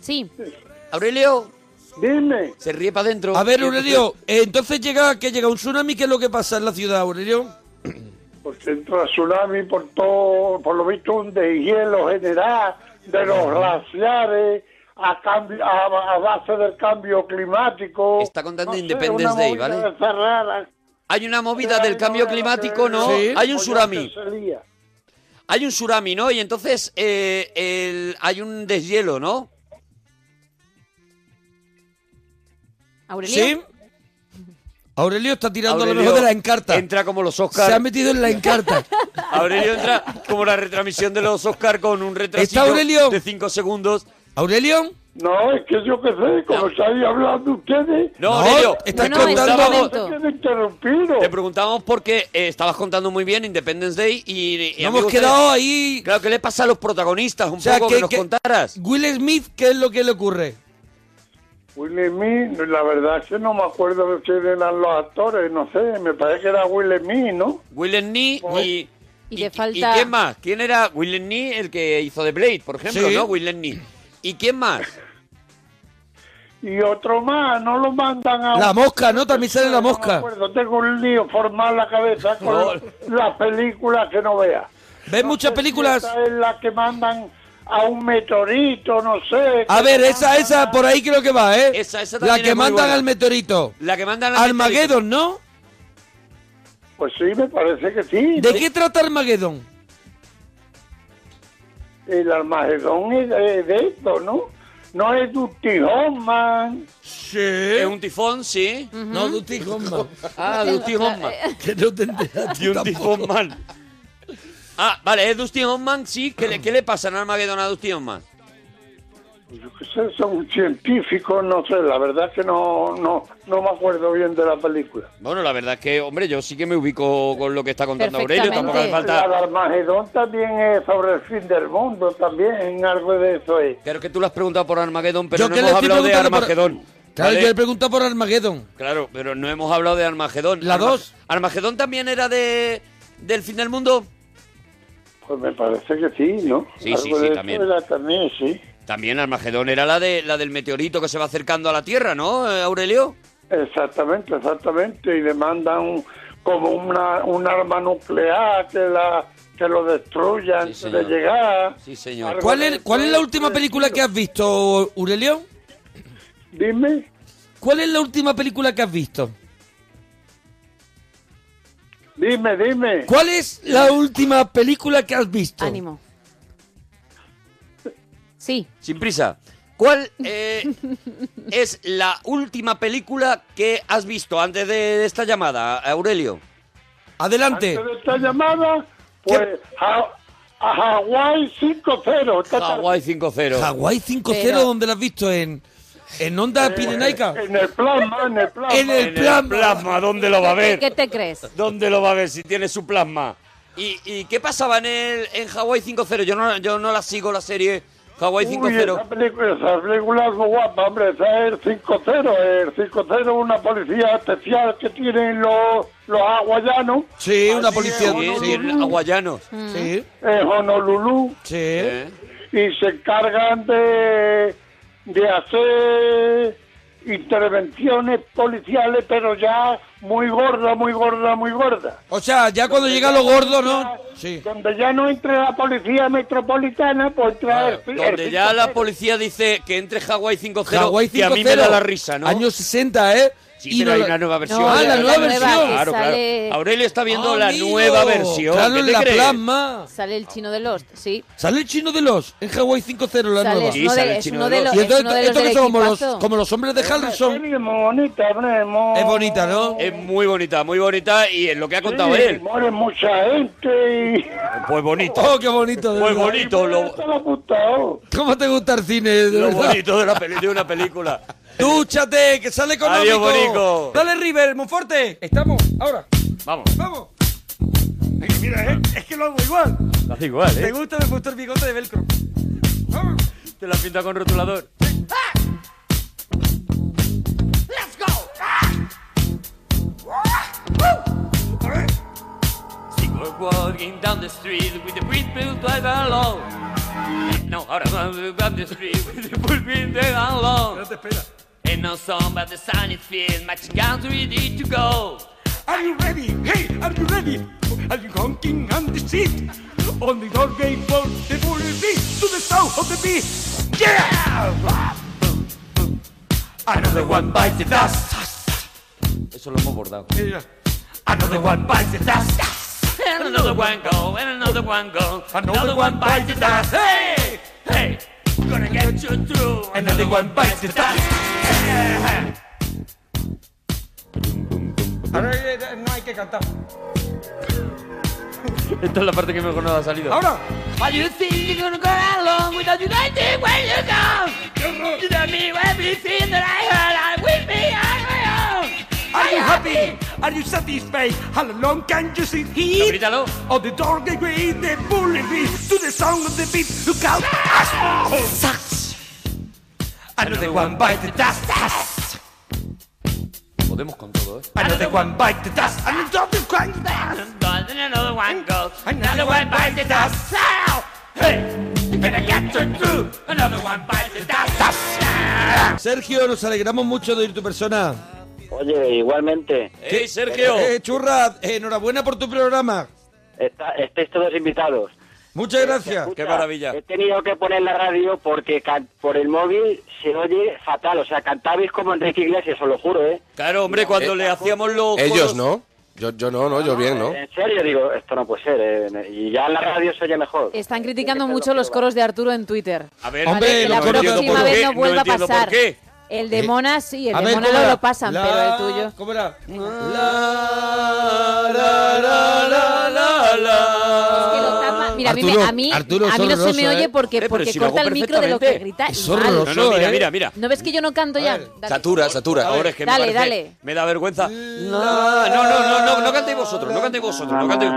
[SPEAKER 6] Sí.
[SPEAKER 7] Aurelio.
[SPEAKER 10] Dime.
[SPEAKER 7] Se ríe para adentro.
[SPEAKER 1] A ver, Aurelio, eh, entonces llega que llega un tsunami, ¿qué es lo que pasa en la ciudad, Aurelio?
[SPEAKER 10] Porque entra tsunami por todo, por lo visto un deshielo general de los glaciares a, cambio, a, a base del cambio climático.
[SPEAKER 7] Está contando
[SPEAKER 10] No sé,
[SPEAKER 7] Independence
[SPEAKER 10] una
[SPEAKER 7] Day,
[SPEAKER 10] movida
[SPEAKER 7] ¿vale?
[SPEAKER 10] de esas raras.
[SPEAKER 7] Hay una movida del cambio climático, ¿no? Hay un tsunami.
[SPEAKER 10] Sería.
[SPEAKER 7] Hay un tsunami, ¿no? Y entonces eh, el- hay un deshielo, ¿no?
[SPEAKER 6] Aurelio.
[SPEAKER 1] ¿Sí? Aurelio está tirando a lo
[SPEAKER 7] Aurelio
[SPEAKER 1] mejor de la encarta.
[SPEAKER 7] Entra como los Oscars.
[SPEAKER 1] Se ha metido en la encarta.
[SPEAKER 7] Aurelio entra como la retransmisión de los Oscar con un retrasillo
[SPEAKER 1] ¿Está Aurelio?
[SPEAKER 7] de 5 segundos.
[SPEAKER 1] ¿Aurelio?
[SPEAKER 10] No, es que yo qué sé, como estáis hablando ustedes.
[SPEAKER 7] No,
[SPEAKER 1] No,
[SPEAKER 7] Aurelio.
[SPEAKER 1] estás
[SPEAKER 7] te
[SPEAKER 1] No, no, contando-
[SPEAKER 7] preguntábamos-
[SPEAKER 6] es un momento.
[SPEAKER 10] No quiero interrumpiros.
[SPEAKER 7] Te preguntábamos porque eh, estabas contando muy bien Independence Day y... y
[SPEAKER 1] Nos
[SPEAKER 7] amigo,
[SPEAKER 1] hemos
[SPEAKER 7] usted-
[SPEAKER 1] quedado ahí.
[SPEAKER 7] Claro, ¿qué le pasa a los protagonistas? Un
[SPEAKER 1] O sea,
[SPEAKER 7] poco que,
[SPEAKER 1] que-
[SPEAKER 7] nos
[SPEAKER 1] que-
[SPEAKER 7] contaras.
[SPEAKER 1] Will Smith, ¿qué es lo que le ocurre?
[SPEAKER 10] Will Smith, la verdad es que no me acuerdo de quién eran los actores, no sé, me parece que era Will Smith, ¿no?
[SPEAKER 7] Will Smith y...
[SPEAKER 6] Y le
[SPEAKER 7] ¿Y
[SPEAKER 6] falta.
[SPEAKER 7] quién más? ¿Quién era Will Knee, el que hizo The Blade, por ejemplo,
[SPEAKER 1] Sí.
[SPEAKER 7] no? Will Knee. ¿Y quién más?
[SPEAKER 10] Y otro más, no lo mandan a...
[SPEAKER 1] La mosca, ¿no? También sale la
[SPEAKER 10] No me
[SPEAKER 1] mosca.
[SPEAKER 10] acuerdo, tengo un lío formado en la cabeza con
[SPEAKER 7] No.
[SPEAKER 10] las películas que no vea.
[SPEAKER 1] ¿Ves muchas películas?
[SPEAKER 10] Esta es la que mandan a un meteorito, no sé.
[SPEAKER 1] A
[SPEAKER 10] que
[SPEAKER 1] ver,
[SPEAKER 10] lo
[SPEAKER 1] esa,
[SPEAKER 10] mandan
[SPEAKER 1] esa,
[SPEAKER 10] a-
[SPEAKER 1] por ahí creo que va, ¿eh?
[SPEAKER 7] Esa- esa
[SPEAKER 1] la
[SPEAKER 7] también
[SPEAKER 1] que
[SPEAKER 7] es muy
[SPEAKER 1] mandan
[SPEAKER 7] buena.
[SPEAKER 1] al meteorito.
[SPEAKER 7] La que mandan al meteorito.
[SPEAKER 1] Armageddon, ¿no?
[SPEAKER 10] Pues sí, me parece que sí.
[SPEAKER 1] ¿De qué trata Armageddon?
[SPEAKER 10] El Armagedón es de, de esto, ¿no? No es de un tijón, man.
[SPEAKER 1] Sí.
[SPEAKER 7] Es un tifón, sí.
[SPEAKER 1] No, de un tijón, man.
[SPEAKER 7] Ah, Dusty Hoffman.
[SPEAKER 1] Que no te enteras tú
[SPEAKER 7] De un
[SPEAKER 1] tampoco.
[SPEAKER 7] tifón man. Ah, vale, es Dusty Hoffman, sí. ¿Qué le, qué le pasa en Armageddon a Dusty Hoffman?
[SPEAKER 10] Yo qué sé, son científicos, no sé, la verdad es que no, no, no me acuerdo bien de la película.
[SPEAKER 7] Bueno, la verdad es que, hombre, yo sí que me ubico con lo que está contando Aurelio. Tampoco hace
[SPEAKER 6] Perfectamente.
[SPEAKER 10] La de
[SPEAKER 7] falta...
[SPEAKER 10] Armagedón también es sobre el fin del mundo, también algo de eso es.
[SPEAKER 7] Claro que tú lo has preguntado por Armageddon, pero
[SPEAKER 1] Yo
[SPEAKER 7] no
[SPEAKER 1] que le
[SPEAKER 7] hemos
[SPEAKER 1] estoy
[SPEAKER 7] hablado de
[SPEAKER 1] preguntando por-
[SPEAKER 7] Armageddon.
[SPEAKER 1] Claro,
[SPEAKER 7] ¿vale?
[SPEAKER 1] yo le pregunto por Armageddon.
[SPEAKER 7] Claro, pero no hemos hablado de Armagedón.
[SPEAKER 1] La dos.
[SPEAKER 7] ¿Armagedón también era de del fin del mundo?
[SPEAKER 10] Pues me parece que sí, ¿no?
[SPEAKER 7] Sí,
[SPEAKER 10] algo
[SPEAKER 7] sí,
[SPEAKER 10] de
[SPEAKER 7] sí,
[SPEAKER 10] eso
[SPEAKER 7] también.
[SPEAKER 10] era también, sí.
[SPEAKER 7] También Armagedón era la de la del meteorito que se va acercando a la Tierra, ¿no, eh, Aurelio?
[SPEAKER 10] Exactamente, exactamente. Y le mandan un- como una, un arma nuclear que, la, que lo destruya antes de
[SPEAKER 7] señor.
[SPEAKER 10] llegar.
[SPEAKER 7] Sí, señor.
[SPEAKER 10] Algo
[SPEAKER 1] ¿Cuál
[SPEAKER 10] de
[SPEAKER 1] es,
[SPEAKER 10] eso
[SPEAKER 1] ¿Cuál es la última película que has visto, Aurelio?
[SPEAKER 10] Dime.
[SPEAKER 1] ¿Cuál es la última película que has visto?
[SPEAKER 10] Dime, dime.
[SPEAKER 1] ¿Cuál es la última película que has visto?
[SPEAKER 6] Ánimo. Sí.
[SPEAKER 7] Sin prisa. ¿Cuál eh, es la última película que has visto antes de esta llamada, Aurelio?
[SPEAKER 1] Adelante.
[SPEAKER 10] Antes de esta llamada, pues a, a Hawái 5-0. Esta tarde,
[SPEAKER 7] Hawaii 5-0.
[SPEAKER 1] Hawái 5-0,
[SPEAKER 6] Pero-
[SPEAKER 1] ¿dónde la has visto? ¿En, en Onda Pirenaica?
[SPEAKER 10] En el plasma, en el plasma.
[SPEAKER 1] En el plasma.
[SPEAKER 7] ¿dónde lo va a
[SPEAKER 6] ¿Qué te crees?
[SPEAKER 7] ¿Dónde lo va a ver si tiene su plasma? ¿Y, y qué pasaba en, el- en Hawaii 5-0? Yo no, yo no la sigo la serie Hawaii
[SPEAKER 10] Uy, esa
[SPEAKER 7] 5-0.
[SPEAKER 10] película, esa película es muy guapa, hombre, esa es el 5-0. El 5-0 es una policía especial que tienen los, los hawaianos
[SPEAKER 1] Sí, una
[SPEAKER 10] Así
[SPEAKER 1] policía.
[SPEAKER 10] es,
[SPEAKER 7] Sí,
[SPEAKER 1] sí,
[SPEAKER 7] tiene hawaianos.
[SPEAKER 1] sí,
[SPEAKER 10] en Honolulu
[SPEAKER 1] sí.
[SPEAKER 7] ¿Eh?
[SPEAKER 10] y se encargan de, de hacer intervenciones policiales, pero ya muy gorda, muy gorda, muy gorda.
[SPEAKER 1] O sea, ya cuando llega lo gordo, ¿no? Sí.
[SPEAKER 10] Donde ya no entre la policía metropolitana,
[SPEAKER 7] Ah,
[SPEAKER 10] pues entra el- el
[SPEAKER 2] Donde ya la
[SPEAKER 10] 5-0.
[SPEAKER 2] policía dice que entre Hawái 5-0,
[SPEAKER 1] Hawái
[SPEAKER 2] que a mí me
[SPEAKER 1] 5-0,
[SPEAKER 2] da la risa, ¿no?
[SPEAKER 1] Años 60, ¿eh?
[SPEAKER 2] Sí, pero hay
[SPEAKER 1] la-
[SPEAKER 2] una nueva versión.
[SPEAKER 1] ah, la nueva versión.
[SPEAKER 2] Claro, claro. Aurelio está viendo la
[SPEAKER 1] Amigo,
[SPEAKER 2] nueva versión.
[SPEAKER 1] claro,
[SPEAKER 2] ¿qué
[SPEAKER 1] en
[SPEAKER 2] te
[SPEAKER 1] la
[SPEAKER 2] crees?
[SPEAKER 1] plasma.
[SPEAKER 6] Sale el chino de Lost, sí.
[SPEAKER 1] Sale el chino de los en Hawaii 5-0 la
[SPEAKER 6] Sale,
[SPEAKER 1] nueva.
[SPEAKER 6] es Sí, uno de- sale el es chino uno de de los-
[SPEAKER 1] Y
[SPEAKER 6] es
[SPEAKER 1] entonces,
[SPEAKER 6] uno de los
[SPEAKER 1] esto que
[SPEAKER 6] del
[SPEAKER 1] somos como los,
[SPEAKER 6] equipazo.
[SPEAKER 1] como los hombres de Harrison.
[SPEAKER 10] Es muy bonita,
[SPEAKER 1] Es bonita, ¿no?
[SPEAKER 2] Es muy bonita, muy bonita. Y es lo que ha contado
[SPEAKER 10] Sí,
[SPEAKER 2] él.
[SPEAKER 10] muere mucha gente y...
[SPEAKER 2] Pues bonito.
[SPEAKER 1] Oh, qué bonito. de
[SPEAKER 2] Pues
[SPEAKER 1] verdad.
[SPEAKER 2] bonito. Lo,
[SPEAKER 10] Se lo ha gustado.
[SPEAKER 1] ¿Cómo te gusta el cine? de
[SPEAKER 2] lo
[SPEAKER 1] verdad?
[SPEAKER 2] bonito de, la peli- de una película.
[SPEAKER 1] Dúchate, que sale económico.
[SPEAKER 2] Adiós, bonico.
[SPEAKER 1] Dale, River, Monforte. Estamos, ahora.
[SPEAKER 2] Vamos.
[SPEAKER 1] Vamos.
[SPEAKER 3] Mira, es, es que lo hago igual.
[SPEAKER 2] Lo hace igual,
[SPEAKER 1] Me
[SPEAKER 2] ¿eh?
[SPEAKER 1] gusta, me gusta el bigote de velcro. Vamos.
[SPEAKER 2] Te la pinta con rotulador. See, we're walking down the street with the people driving along. No, ahora vamos down the street with the people driving along.
[SPEAKER 3] Espérate, espera.
[SPEAKER 2] And now some by the sun is filled, my guns ready to go.
[SPEAKER 3] Are you ready? Hey, are you ready? Are you honking on the seat? On the doorway for the full beat to the south of the beat. Yeah! Another one bites the dust.
[SPEAKER 2] Eso lo hemos bordado.
[SPEAKER 3] Another one bites the dust.
[SPEAKER 2] And another one go, and another one go.
[SPEAKER 3] Another one bites the dust. Hey!
[SPEAKER 2] Hey, gonna get you through.
[SPEAKER 3] Another one bites the dust.
[SPEAKER 1] Ahora eh, no hay que cantar.
[SPEAKER 2] Esta es la parte que mejor nos ha salido.
[SPEAKER 1] Ahora.
[SPEAKER 2] Why do you think you're gonna go along without you waiting when you come? You tell me everything that I heard, I with me on my own.
[SPEAKER 3] Are you happy? Are you satisfied? How long can you sit here?
[SPEAKER 2] Grítalo.
[SPEAKER 3] On the doorway, the bully beat to the sound of the beat. Look out! Sucks. Another one bite the dust. dust.
[SPEAKER 2] Podemos con todo, ¿eh?
[SPEAKER 3] Another one bite the dust. Another one bite the dust.
[SPEAKER 2] And another one goes,
[SPEAKER 3] Another one bite the dust. Ow! Hey, can I get you through?
[SPEAKER 2] another one bites the dust.
[SPEAKER 1] Sergio, nos alegramos mucho de ir tu persona.
[SPEAKER 11] Oye, igualmente,
[SPEAKER 2] ¡Hey, Sergio!
[SPEAKER 1] Eh, churra, eh, enhorabuena por tu programa.
[SPEAKER 11] está- estáis todos invitados.
[SPEAKER 1] Muchas gracias.
[SPEAKER 2] ¡Qué maravilla!
[SPEAKER 11] He tenido que poner la radio porque can- por el móvil se oye fatal. O sea, cantabais como Enrique Iglesias, os lo juro, ¿eh?
[SPEAKER 2] Claro, hombre, cuando le hacíamos los...
[SPEAKER 8] Ellos no. Yo, yo no, no, yo bien, ¿no?
[SPEAKER 11] En serio, digo, esto no puede ser. ¿eh? Y ya en la radio se oye mejor.
[SPEAKER 6] Están criticando mucho los coros de Arturo en Twitter.
[SPEAKER 2] A ver,
[SPEAKER 1] Hombre,
[SPEAKER 6] Vale, que la
[SPEAKER 1] Eh, no entiendo
[SPEAKER 6] próxima
[SPEAKER 1] por ¿Eh?
[SPEAKER 6] vez
[SPEAKER 2] qué,
[SPEAKER 6] no vuelva a
[SPEAKER 2] entiendo por
[SPEAKER 6] pasar.
[SPEAKER 2] qué.
[SPEAKER 6] El de Mona sí, el de Mona
[SPEAKER 1] ¿cómo
[SPEAKER 6] no
[SPEAKER 1] era?
[SPEAKER 6] lo pasan,
[SPEAKER 1] La-
[SPEAKER 6] pero
[SPEAKER 11] eh.
[SPEAKER 6] el tuyo.
[SPEAKER 1] ¿Cómo era?
[SPEAKER 6] Es que lo tapa- Mira, a mí me-
[SPEAKER 8] Arturo,
[SPEAKER 6] a mí,
[SPEAKER 8] Arturo,
[SPEAKER 6] a mí no se
[SPEAKER 8] horroroso,
[SPEAKER 6] me oye
[SPEAKER 8] ¿eh?
[SPEAKER 2] Eh,
[SPEAKER 6] porque,
[SPEAKER 2] pero
[SPEAKER 6] porque
[SPEAKER 2] si lo hago
[SPEAKER 6] corta el micro de lo que
[SPEAKER 2] perfectamente.
[SPEAKER 6] grita. y
[SPEAKER 1] Es
[SPEAKER 6] mal.
[SPEAKER 1] horroroso.
[SPEAKER 2] No, no, mira,
[SPEAKER 1] ¿eh?
[SPEAKER 2] mira, mira.
[SPEAKER 6] ¿No ves que yo no canto ya?
[SPEAKER 1] ver.
[SPEAKER 6] Dale.
[SPEAKER 8] Satura, satura.
[SPEAKER 2] Ahora es que
[SPEAKER 6] Dale,
[SPEAKER 2] me parece-
[SPEAKER 6] dale.
[SPEAKER 2] Me da vergüenza. No, no, no, no, no cantéis vosotros, no cantéis vosotros, no cantéis.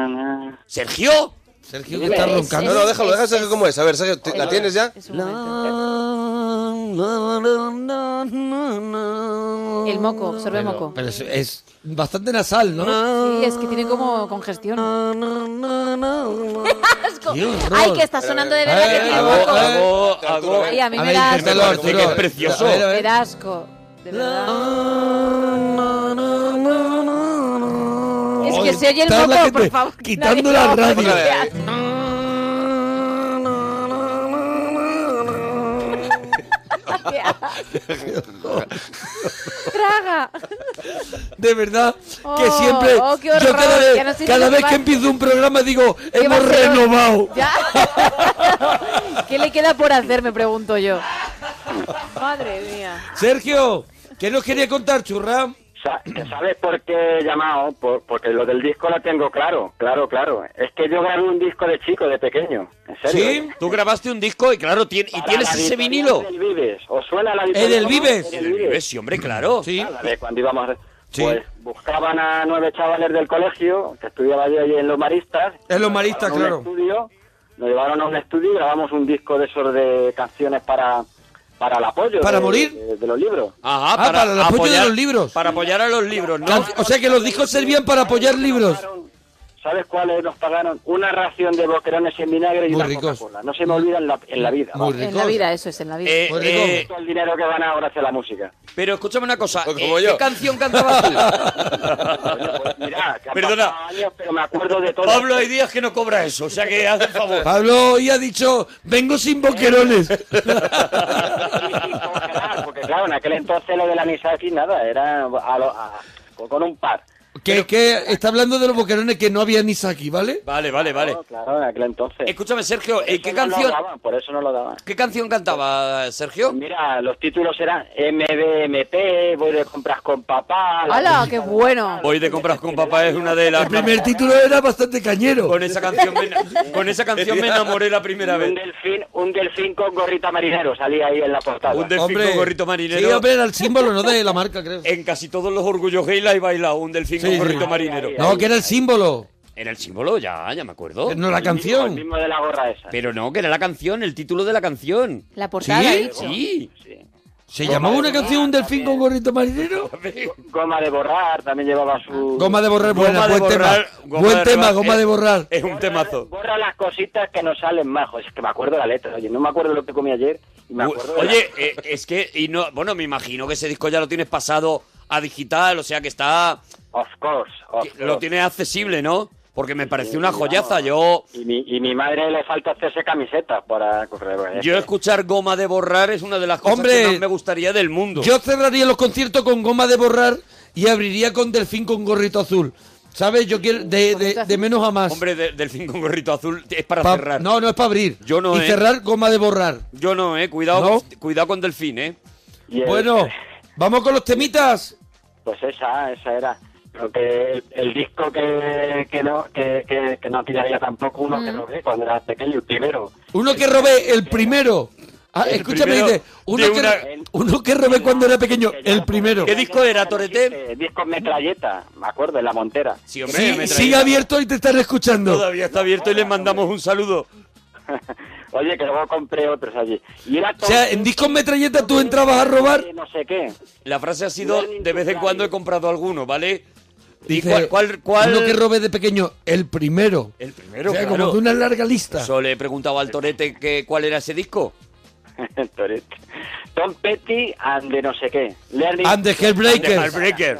[SPEAKER 2] Sergio.
[SPEAKER 1] Sergio, que está roncando.
[SPEAKER 8] No, no, déjalo, déjalo, Sergio, ¿cómo es? A ver, Sergio, ¿te- ¿la tienes ya?
[SPEAKER 6] Es un momento. El moco, absorbe moco.
[SPEAKER 1] Pero es, es bastante nasal, ¿no?
[SPEAKER 6] Sí, es que tiene como congestión. Asco.
[SPEAKER 1] Qué horror.
[SPEAKER 6] Ay, que está sonando de verdad
[SPEAKER 1] Eh,
[SPEAKER 6] que tiene
[SPEAKER 1] eh,
[SPEAKER 6] moco.
[SPEAKER 1] eh, eh.
[SPEAKER 2] Hago, hago.
[SPEAKER 6] Ay, a mí
[SPEAKER 1] A
[SPEAKER 6] me
[SPEAKER 1] ver,
[SPEAKER 6] da
[SPEAKER 1] inténtalo,
[SPEAKER 6] asco.
[SPEAKER 2] Arturo, que es precioso.
[SPEAKER 1] A ver, a ver.
[SPEAKER 6] Me da asco. De verdad. Es que se oye el
[SPEAKER 1] Está la
[SPEAKER 6] moco,
[SPEAKER 1] gente
[SPEAKER 6] por favor.
[SPEAKER 1] quitando la
[SPEAKER 6] Nadie lo
[SPEAKER 1] radio.
[SPEAKER 6] vea. Traga.
[SPEAKER 1] De verdad, que
[SPEAKER 6] Oh,
[SPEAKER 1] siempre.
[SPEAKER 6] oh, qué
[SPEAKER 1] yo cada
[SPEAKER 6] horror,
[SPEAKER 1] vez,
[SPEAKER 6] ya no sé ni
[SPEAKER 1] cada
[SPEAKER 6] lo que
[SPEAKER 1] vez
[SPEAKER 6] va-
[SPEAKER 1] que empiezo un programa digo,
[SPEAKER 6] va a
[SPEAKER 1] hemos
[SPEAKER 6] ser hoy?"
[SPEAKER 1] renovado.
[SPEAKER 6] Ya. ¿Qué le queda por hacer, me pregunto yo? Madre mía.
[SPEAKER 1] Sergio, ¿qué nos quería contar, churra?
[SPEAKER 11] Sa- ¿Sabes por qué he llamado? Por- porque lo del disco lo tengo claro, claro, claro. Es que yo grabé un disco de chico, de pequeño. En serio.
[SPEAKER 1] ¿Sí?
[SPEAKER 2] Tú grabaste un disco y claro, tien- y
[SPEAKER 11] Para
[SPEAKER 2] tienes
[SPEAKER 11] la
[SPEAKER 2] ese
[SPEAKER 11] editorial
[SPEAKER 2] vinilo.
[SPEAKER 11] del Vives. ¿Os suena la
[SPEAKER 1] Edelvives.
[SPEAKER 11] Vives?
[SPEAKER 2] Eh, Sí, hombre, claro.
[SPEAKER 1] Sí.
[SPEAKER 11] Ah, la de cuando íbamos.
[SPEAKER 1] Sí.
[SPEAKER 11] Pues buscaban a nueve chavales del colegio, que estudiaba yo allí en Los Maristas.
[SPEAKER 1] En Los Maristas,
[SPEAKER 11] Nos llevaron a un estudio, nos llevaron a un estudio y grabamos un disco de esos de canciones para, para el apoyo.
[SPEAKER 1] ¿Para
[SPEAKER 11] de-
[SPEAKER 1] morir?
[SPEAKER 11] De, de los libros.
[SPEAKER 2] Ajá,
[SPEAKER 1] Ah, para el apoyo de los libros.
[SPEAKER 2] Para apoyar a los libros, ¿no?
[SPEAKER 1] O sea que los discos servían para apoyar libros.
[SPEAKER 11] Sacaron, ¿sabes cuáles nos pagaron? Una ración de boquerones en vinagre y
[SPEAKER 1] Muy
[SPEAKER 11] una
[SPEAKER 1] ricos.
[SPEAKER 11] Coca-Cola. No se me olvida en la, en la vida.
[SPEAKER 1] Muy
[SPEAKER 11] vamos.
[SPEAKER 6] En la vida, eso es, en la vida.
[SPEAKER 11] Eh,
[SPEAKER 1] Pues
[SPEAKER 11] eh, todo el dinero que van a gracias a la música.
[SPEAKER 7] Pero escúchame una cosa,
[SPEAKER 8] Pues,
[SPEAKER 11] como
[SPEAKER 7] eh,
[SPEAKER 11] yo.
[SPEAKER 7] ¿qué canción cantabas tú?
[SPEAKER 11] pues Mira, que han
[SPEAKER 7] Perdona.
[SPEAKER 11] pasado años, pero me acuerdo de todo.
[SPEAKER 7] Pablo, hay días que no cobra eso, o sea que haz el favor.
[SPEAKER 1] Pablo hoy ha dicho, vengo sin boquerones.
[SPEAKER 11] Porque claro, en aquel entonces lo de la misa aquí nada, era a lo- a- con un par.
[SPEAKER 1] que, que está hablando de los boquerones que no había ni aquí, ¿vale?
[SPEAKER 7] Vale, vale, vale.
[SPEAKER 11] Claro, en aquel entonces.
[SPEAKER 7] Escúchame, Sergio, eh, ¿qué
[SPEAKER 11] No lo
[SPEAKER 7] canción?
[SPEAKER 11] daban, por eso no lo daban.
[SPEAKER 7] ¿Qué canción cantaba Sergio?
[SPEAKER 11] Mira, los títulos eran MBMP, voy de compras con papá. la
[SPEAKER 6] ¡Hala, qué bueno!
[SPEAKER 7] Voy de compras con papá es una de las.
[SPEAKER 1] El primer título era bastante cañero.
[SPEAKER 7] Con esa canción me, con esa canción me enamoré la primera vez.
[SPEAKER 11] Un delfín, un delfín con gorrita marinero salía ahí en la portada.
[SPEAKER 7] Un delfín
[SPEAKER 1] Hombre,
[SPEAKER 7] con gorrito marinero.
[SPEAKER 1] sí, hombre, era el símbolo, ¿no? De la marca, creo.
[SPEAKER 7] En casi todos los orgullos gay la he bailado, un delfín
[SPEAKER 1] Sí,
[SPEAKER 7] con
[SPEAKER 1] sí.
[SPEAKER 7] gorrito marinero.
[SPEAKER 1] No, que era el símbolo.
[SPEAKER 7] Era el símbolo, ya, ya me acuerdo.
[SPEAKER 1] No, la
[SPEAKER 11] El
[SPEAKER 1] canción.
[SPEAKER 11] mismo de la gorra esa.
[SPEAKER 7] Pero no, que era la canción, el título de la canción.
[SPEAKER 6] La portada,
[SPEAKER 1] ¿Sí?
[SPEAKER 6] he dicho.
[SPEAKER 7] Sí.
[SPEAKER 1] ¿Se llamaba una canción un delfín con gorrito marinero?
[SPEAKER 11] Goma de borrar, también llevaba su...
[SPEAKER 1] Goma de borrar,
[SPEAKER 7] Goma
[SPEAKER 1] buena,
[SPEAKER 7] de
[SPEAKER 1] buen
[SPEAKER 7] borrar,
[SPEAKER 1] tema.
[SPEAKER 7] goma
[SPEAKER 1] Buen
[SPEAKER 7] de
[SPEAKER 1] tema,
[SPEAKER 7] borrar.
[SPEAKER 1] goma de borrar.
[SPEAKER 7] Es un temazo.
[SPEAKER 11] Borra las cositas que no salen más. Joder, Es que me acuerdo la letra. Oye, no me acuerdo lo que comí ayer. Y me acuerdo de la-
[SPEAKER 7] Oye, eh, es que, y no, bueno, me imagino que ese disco ya lo tienes pasado a digital, o sea que está,
[SPEAKER 11] Of course, of
[SPEAKER 7] que
[SPEAKER 11] course.
[SPEAKER 7] lo tienes accesible, ¿no? Porque me pareció una
[SPEAKER 11] Sí,
[SPEAKER 7] joyaza.
[SPEAKER 11] vamos.
[SPEAKER 7] Yo,
[SPEAKER 11] Y mi, y mi madre le falta hacerse camisetas para correr. pues,
[SPEAKER 7] yo escuchar goma de borrar es una de las cosas
[SPEAKER 1] Hombre,
[SPEAKER 7] que más me gustaría del mundo.
[SPEAKER 1] Yo cerraría los conciertos con goma de borrar y abriría con delfín con gorrito azul. ¿Sabes? Yo quiero de, de- de menos a más.
[SPEAKER 7] Hombre, de- delfín con gorrito azul es para
[SPEAKER 1] Pa-
[SPEAKER 7] cerrar.
[SPEAKER 1] No, no es para abrir.
[SPEAKER 7] Yo no,
[SPEAKER 1] y
[SPEAKER 7] eh.
[SPEAKER 1] cerrar goma de borrar.
[SPEAKER 7] Yo no, eh. Cuidado,
[SPEAKER 1] ¿No?
[SPEAKER 7] cuidado con delfín, eh.
[SPEAKER 11] Y el-
[SPEAKER 1] Bueno, vamos con los temitas.
[SPEAKER 11] Pues esa, esa era. Creo que el, el disco que, que no que, que, que no tiraría tampoco uno
[SPEAKER 7] Mm.
[SPEAKER 11] que robé cuando era pequeño, el primero.
[SPEAKER 1] Uno que robé el primero. Ah,
[SPEAKER 7] El
[SPEAKER 1] escúchame,
[SPEAKER 7] primero
[SPEAKER 1] dice,
[SPEAKER 7] de
[SPEAKER 1] uno que,
[SPEAKER 7] una-
[SPEAKER 1] uno que robé cuando era pequeño, el primero.
[SPEAKER 7] ¿Qué disco era, Torete?
[SPEAKER 11] Eh, disco metralleta, me acuerdo, en la montera.
[SPEAKER 7] Sí, hombre,
[SPEAKER 1] Sí,
[SPEAKER 7] me traía-
[SPEAKER 1] sigue abierto y te están escuchando.
[SPEAKER 7] Todavía está abierto y les mandamos un saludo.
[SPEAKER 11] Oye, que luego compré otros allí. Y era
[SPEAKER 1] O
[SPEAKER 11] todo
[SPEAKER 1] sea, en discos metralleta tú entrabas a robar.
[SPEAKER 11] de no sé qué.
[SPEAKER 7] La frase ha sido, de vez en cuando he comprado alguno, ¿vale? ¿Y
[SPEAKER 1] Dice,
[SPEAKER 7] cuál, cuál, cuál-
[SPEAKER 1] uno que robé de pequeño, el primero.
[SPEAKER 7] El primero,
[SPEAKER 1] O sea,
[SPEAKER 7] claro.
[SPEAKER 1] como de una larga lista.
[SPEAKER 7] Eso le he preguntado al Torete que, cuál era ese disco.
[SPEAKER 11] Torete. Tom Petty and de no sé qué. Learning
[SPEAKER 1] And the
[SPEAKER 7] Al
[SPEAKER 1] Hellbreakers,
[SPEAKER 7] Breaker.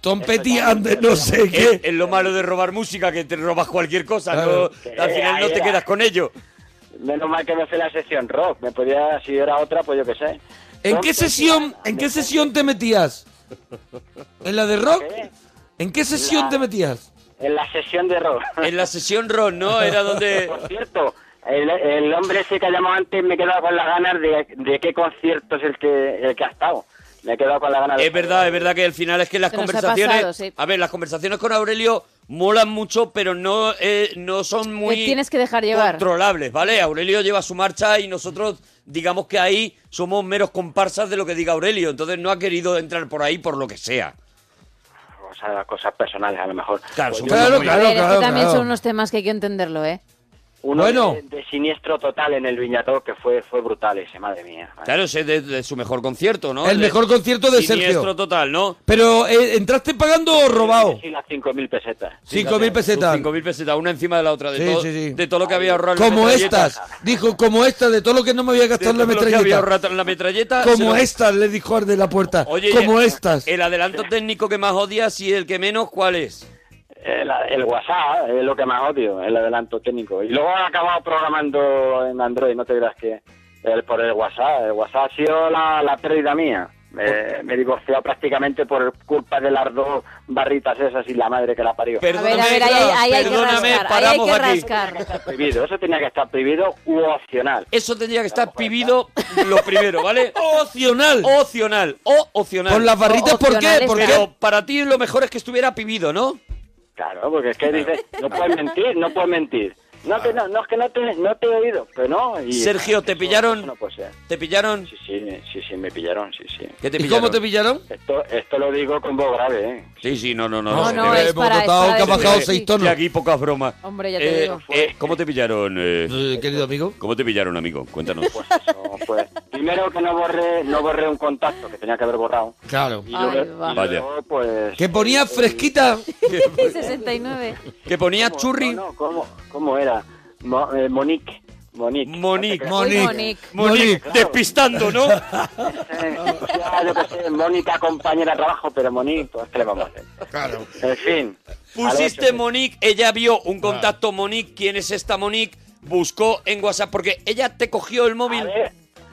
[SPEAKER 1] Tom Petty and the no sé
[SPEAKER 7] Es,
[SPEAKER 1] qué.
[SPEAKER 7] es lo malo de robar música, que te robas cualquier cosa.
[SPEAKER 1] Claro.
[SPEAKER 7] ¿no? Al final no te quedas con ello.
[SPEAKER 11] Menos mal que me fue la sección rock. Me podía, si era otra, pues yo qué sé.
[SPEAKER 1] ¿En
[SPEAKER 11] Tom
[SPEAKER 1] qué
[SPEAKER 11] Petty
[SPEAKER 1] sesión,
[SPEAKER 11] and-
[SPEAKER 1] en qué sesión te metías? ¿En la de rock?
[SPEAKER 11] ¿Qué?
[SPEAKER 1] ¿En qué sesión te metías?
[SPEAKER 11] En la sesión de rock.
[SPEAKER 7] En la sesión rock, ¿no? Era donde...
[SPEAKER 11] Por cierto, el, el hombre ese que llamó antes me he quedado con las ganas de, de qué concierto es el que, el que ha estado. Me he quedado con las ganas de-
[SPEAKER 7] Es verdad, es verdad que al final es que las
[SPEAKER 6] Se nos ha
[SPEAKER 7] conversaciones...
[SPEAKER 6] pasado, sí.
[SPEAKER 7] A ver, las conversaciones con Aurelio molan mucho, pero no, eh, no son muy...
[SPEAKER 6] Te tienes que dejar llevar.
[SPEAKER 7] controlables, ¿vale? Aurelio lleva su marcha y nosotros, digamos que ahí somos meros comparsas de lo que diga Aurelio, entonces no ha querido entrar por ahí por lo que sea.
[SPEAKER 11] O sea, cosas personales a lo mejor.
[SPEAKER 7] Claro,
[SPEAKER 11] Pues
[SPEAKER 7] son
[SPEAKER 11] yo-
[SPEAKER 7] cosas
[SPEAKER 1] Claro,
[SPEAKER 7] muy-
[SPEAKER 1] claro,
[SPEAKER 6] Pero es que
[SPEAKER 1] claro,
[SPEAKER 6] también
[SPEAKER 1] claro.
[SPEAKER 6] son unos temas que hay que entenderlo, ¿eh?
[SPEAKER 11] uno
[SPEAKER 1] Bueno.
[SPEAKER 11] de, de siniestro total en el Viñató que fue, fue brutal ese, madre mía.
[SPEAKER 7] Claro, ese es de, de su mejor concierto, ¿no?
[SPEAKER 1] El
[SPEAKER 7] De-
[SPEAKER 1] mejor concierto de
[SPEAKER 7] Siniestro
[SPEAKER 1] Sergio.
[SPEAKER 7] total, ¿no?
[SPEAKER 1] Pero, eh, ¿entraste pagando o robado?
[SPEAKER 11] Y las 5.000 pesetas.
[SPEAKER 1] 5.000 pesetas.
[SPEAKER 7] 5.000 pesetas, una encima de la otra, de,
[SPEAKER 1] Sí,
[SPEAKER 7] todo,
[SPEAKER 1] sí, sí.
[SPEAKER 7] de todo lo que había ahorrado. en la
[SPEAKER 1] Como
[SPEAKER 7] metralleta.
[SPEAKER 1] estas. Dijo, como estas, de todo lo que no me había
[SPEAKER 7] De todo
[SPEAKER 1] gastado en la
[SPEAKER 7] lo que había
[SPEAKER 1] metralleta.
[SPEAKER 7] ahorrado en la metralleta. se
[SPEAKER 1] Como
[SPEAKER 7] lo-
[SPEAKER 1] estas, le dijo al de la puerta.
[SPEAKER 7] Oye,
[SPEAKER 1] como
[SPEAKER 7] y el-
[SPEAKER 1] estas.
[SPEAKER 7] El adelanto técnico que más odias y el que menos, ¿cuál es?
[SPEAKER 11] El, Eh, el WhatsApp Ah, es lo que más odio, el adelanto técnico. Y luego han acabado programando en Android, no te creas que el- por el WhatsApp. El WhatsApp ha sido la, la pérdida mía. Me, me he divorciado prácticamente por culpa de las dos barritas esas y la madre que la parió.
[SPEAKER 6] A ver, a ver, ahí,
[SPEAKER 7] claro,
[SPEAKER 6] ahí hay que
[SPEAKER 7] perdóname,
[SPEAKER 6] rascar. Ahí hay
[SPEAKER 7] paramos
[SPEAKER 6] que
[SPEAKER 7] aquí.
[SPEAKER 6] rascar.
[SPEAKER 11] Está prohibido, eso tenía que estar prohibido u opcional.
[SPEAKER 7] Eso tendría que estar pibido lo primero, ¿vale? Opcional. Opcional. O opcional.
[SPEAKER 1] Con las barritas, ¿por qué?
[SPEAKER 6] opcionales,
[SPEAKER 1] ¿Por
[SPEAKER 6] claro.
[SPEAKER 1] qué?
[SPEAKER 7] Pero para ti lo mejor es que estuviera pibido, ¿no?
[SPEAKER 11] Claro, porque es que dices, no puedes mentir, no puedes mentir. No, que no, no, es que no te, no te he oído, pero no. y-
[SPEAKER 7] Sergio, ¿te
[SPEAKER 11] eso-
[SPEAKER 7] pillaron?
[SPEAKER 11] eso no puede ser.
[SPEAKER 7] ¿Te pillaron?
[SPEAKER 11] Sí, sí, sí, sí, me pillaron, sí, sí.
[SPEAKER 7] ¿Qué te
[SPEAKER 1] ¿Y
[SPEAKER 7] pillaron?
[SPEAKER 1] cómo te pillaron?
[SPEAKER 11] Esto, esto lo digo con voz grave, ¿eh?
[SPEAKER 7] Sí, sí, no, no, no.
[SPEAKER 6] No,
[SPEAKER 7] te
[SPEAKER 6] no,
[SPEAKER 7] veo.
[SPEAKER 6] es
[SPEAKER 1] hemos
[SPEAKER 6] para, es
[SPEAKER 1] notado
[SPEAKER 6] para
[SPEAKER 1] que ha
[SPEAKER 6] decir-
[SPEAKER 1] bajado
[SPEAKER 6] sí.
[SPEAKER 1] seis tonos.
[SPEAKER 7] Y aquí pocas bromas.
[SPEAKER 6] Hombre, ya te
[SPEAKER 7] Eh,
[SPEAKER 6] digo.
[SPEAKER 7] eh, ¿Cómo te pillaron? eh?
[SPEAKER 1] Eh, Querido amigo.
[SPEAKER 7] ¿Cómo te pillaron, amigo? Cuéntanos.
[SPEAKER 11] Pues eso, pues primero que no borré, no borré un contacto que tenía que haber borrado.
[SPEAKER 1] Claro.
[SPEAKER 11] Y luego, y
[SPEAKER 7] Vaya.
[SPEAKER 11] luego, pues...
[SPEAKER 1] Que ponía fresquita.
[SPEAKER 6] 69.
[SPEAKER 7] Que ponía
[SPEAKER 11] ¿Cómo?
[SPEAKER 7] churri.
[SPEAKER 11] No, no, ¿cómo, cómo era? Mo- eh, Monique. Monique.
[SPEAKER 7] Monique.
[SPEAKER 6] Monique. Monique.
[SPEAKER 7] Monique, despistando, ¿no?
[SPEAKER 11] Eh, Ya, yo qué sé, Mónica compañera de trabajo, pero Monique, pues ¿qué le vamos a hacer?
[SPEAKER 1] Claro.
[SPEAKER 11] En fin.
[SPEAKER 7] Pusiste
[SPEAKER 11] Al ocho,
[SPEAKER 7] Monique, ella vio un contacto Monique, ¿quién es esta Monique? Buscó en WhatsApp, porque ella te cogió el móvil.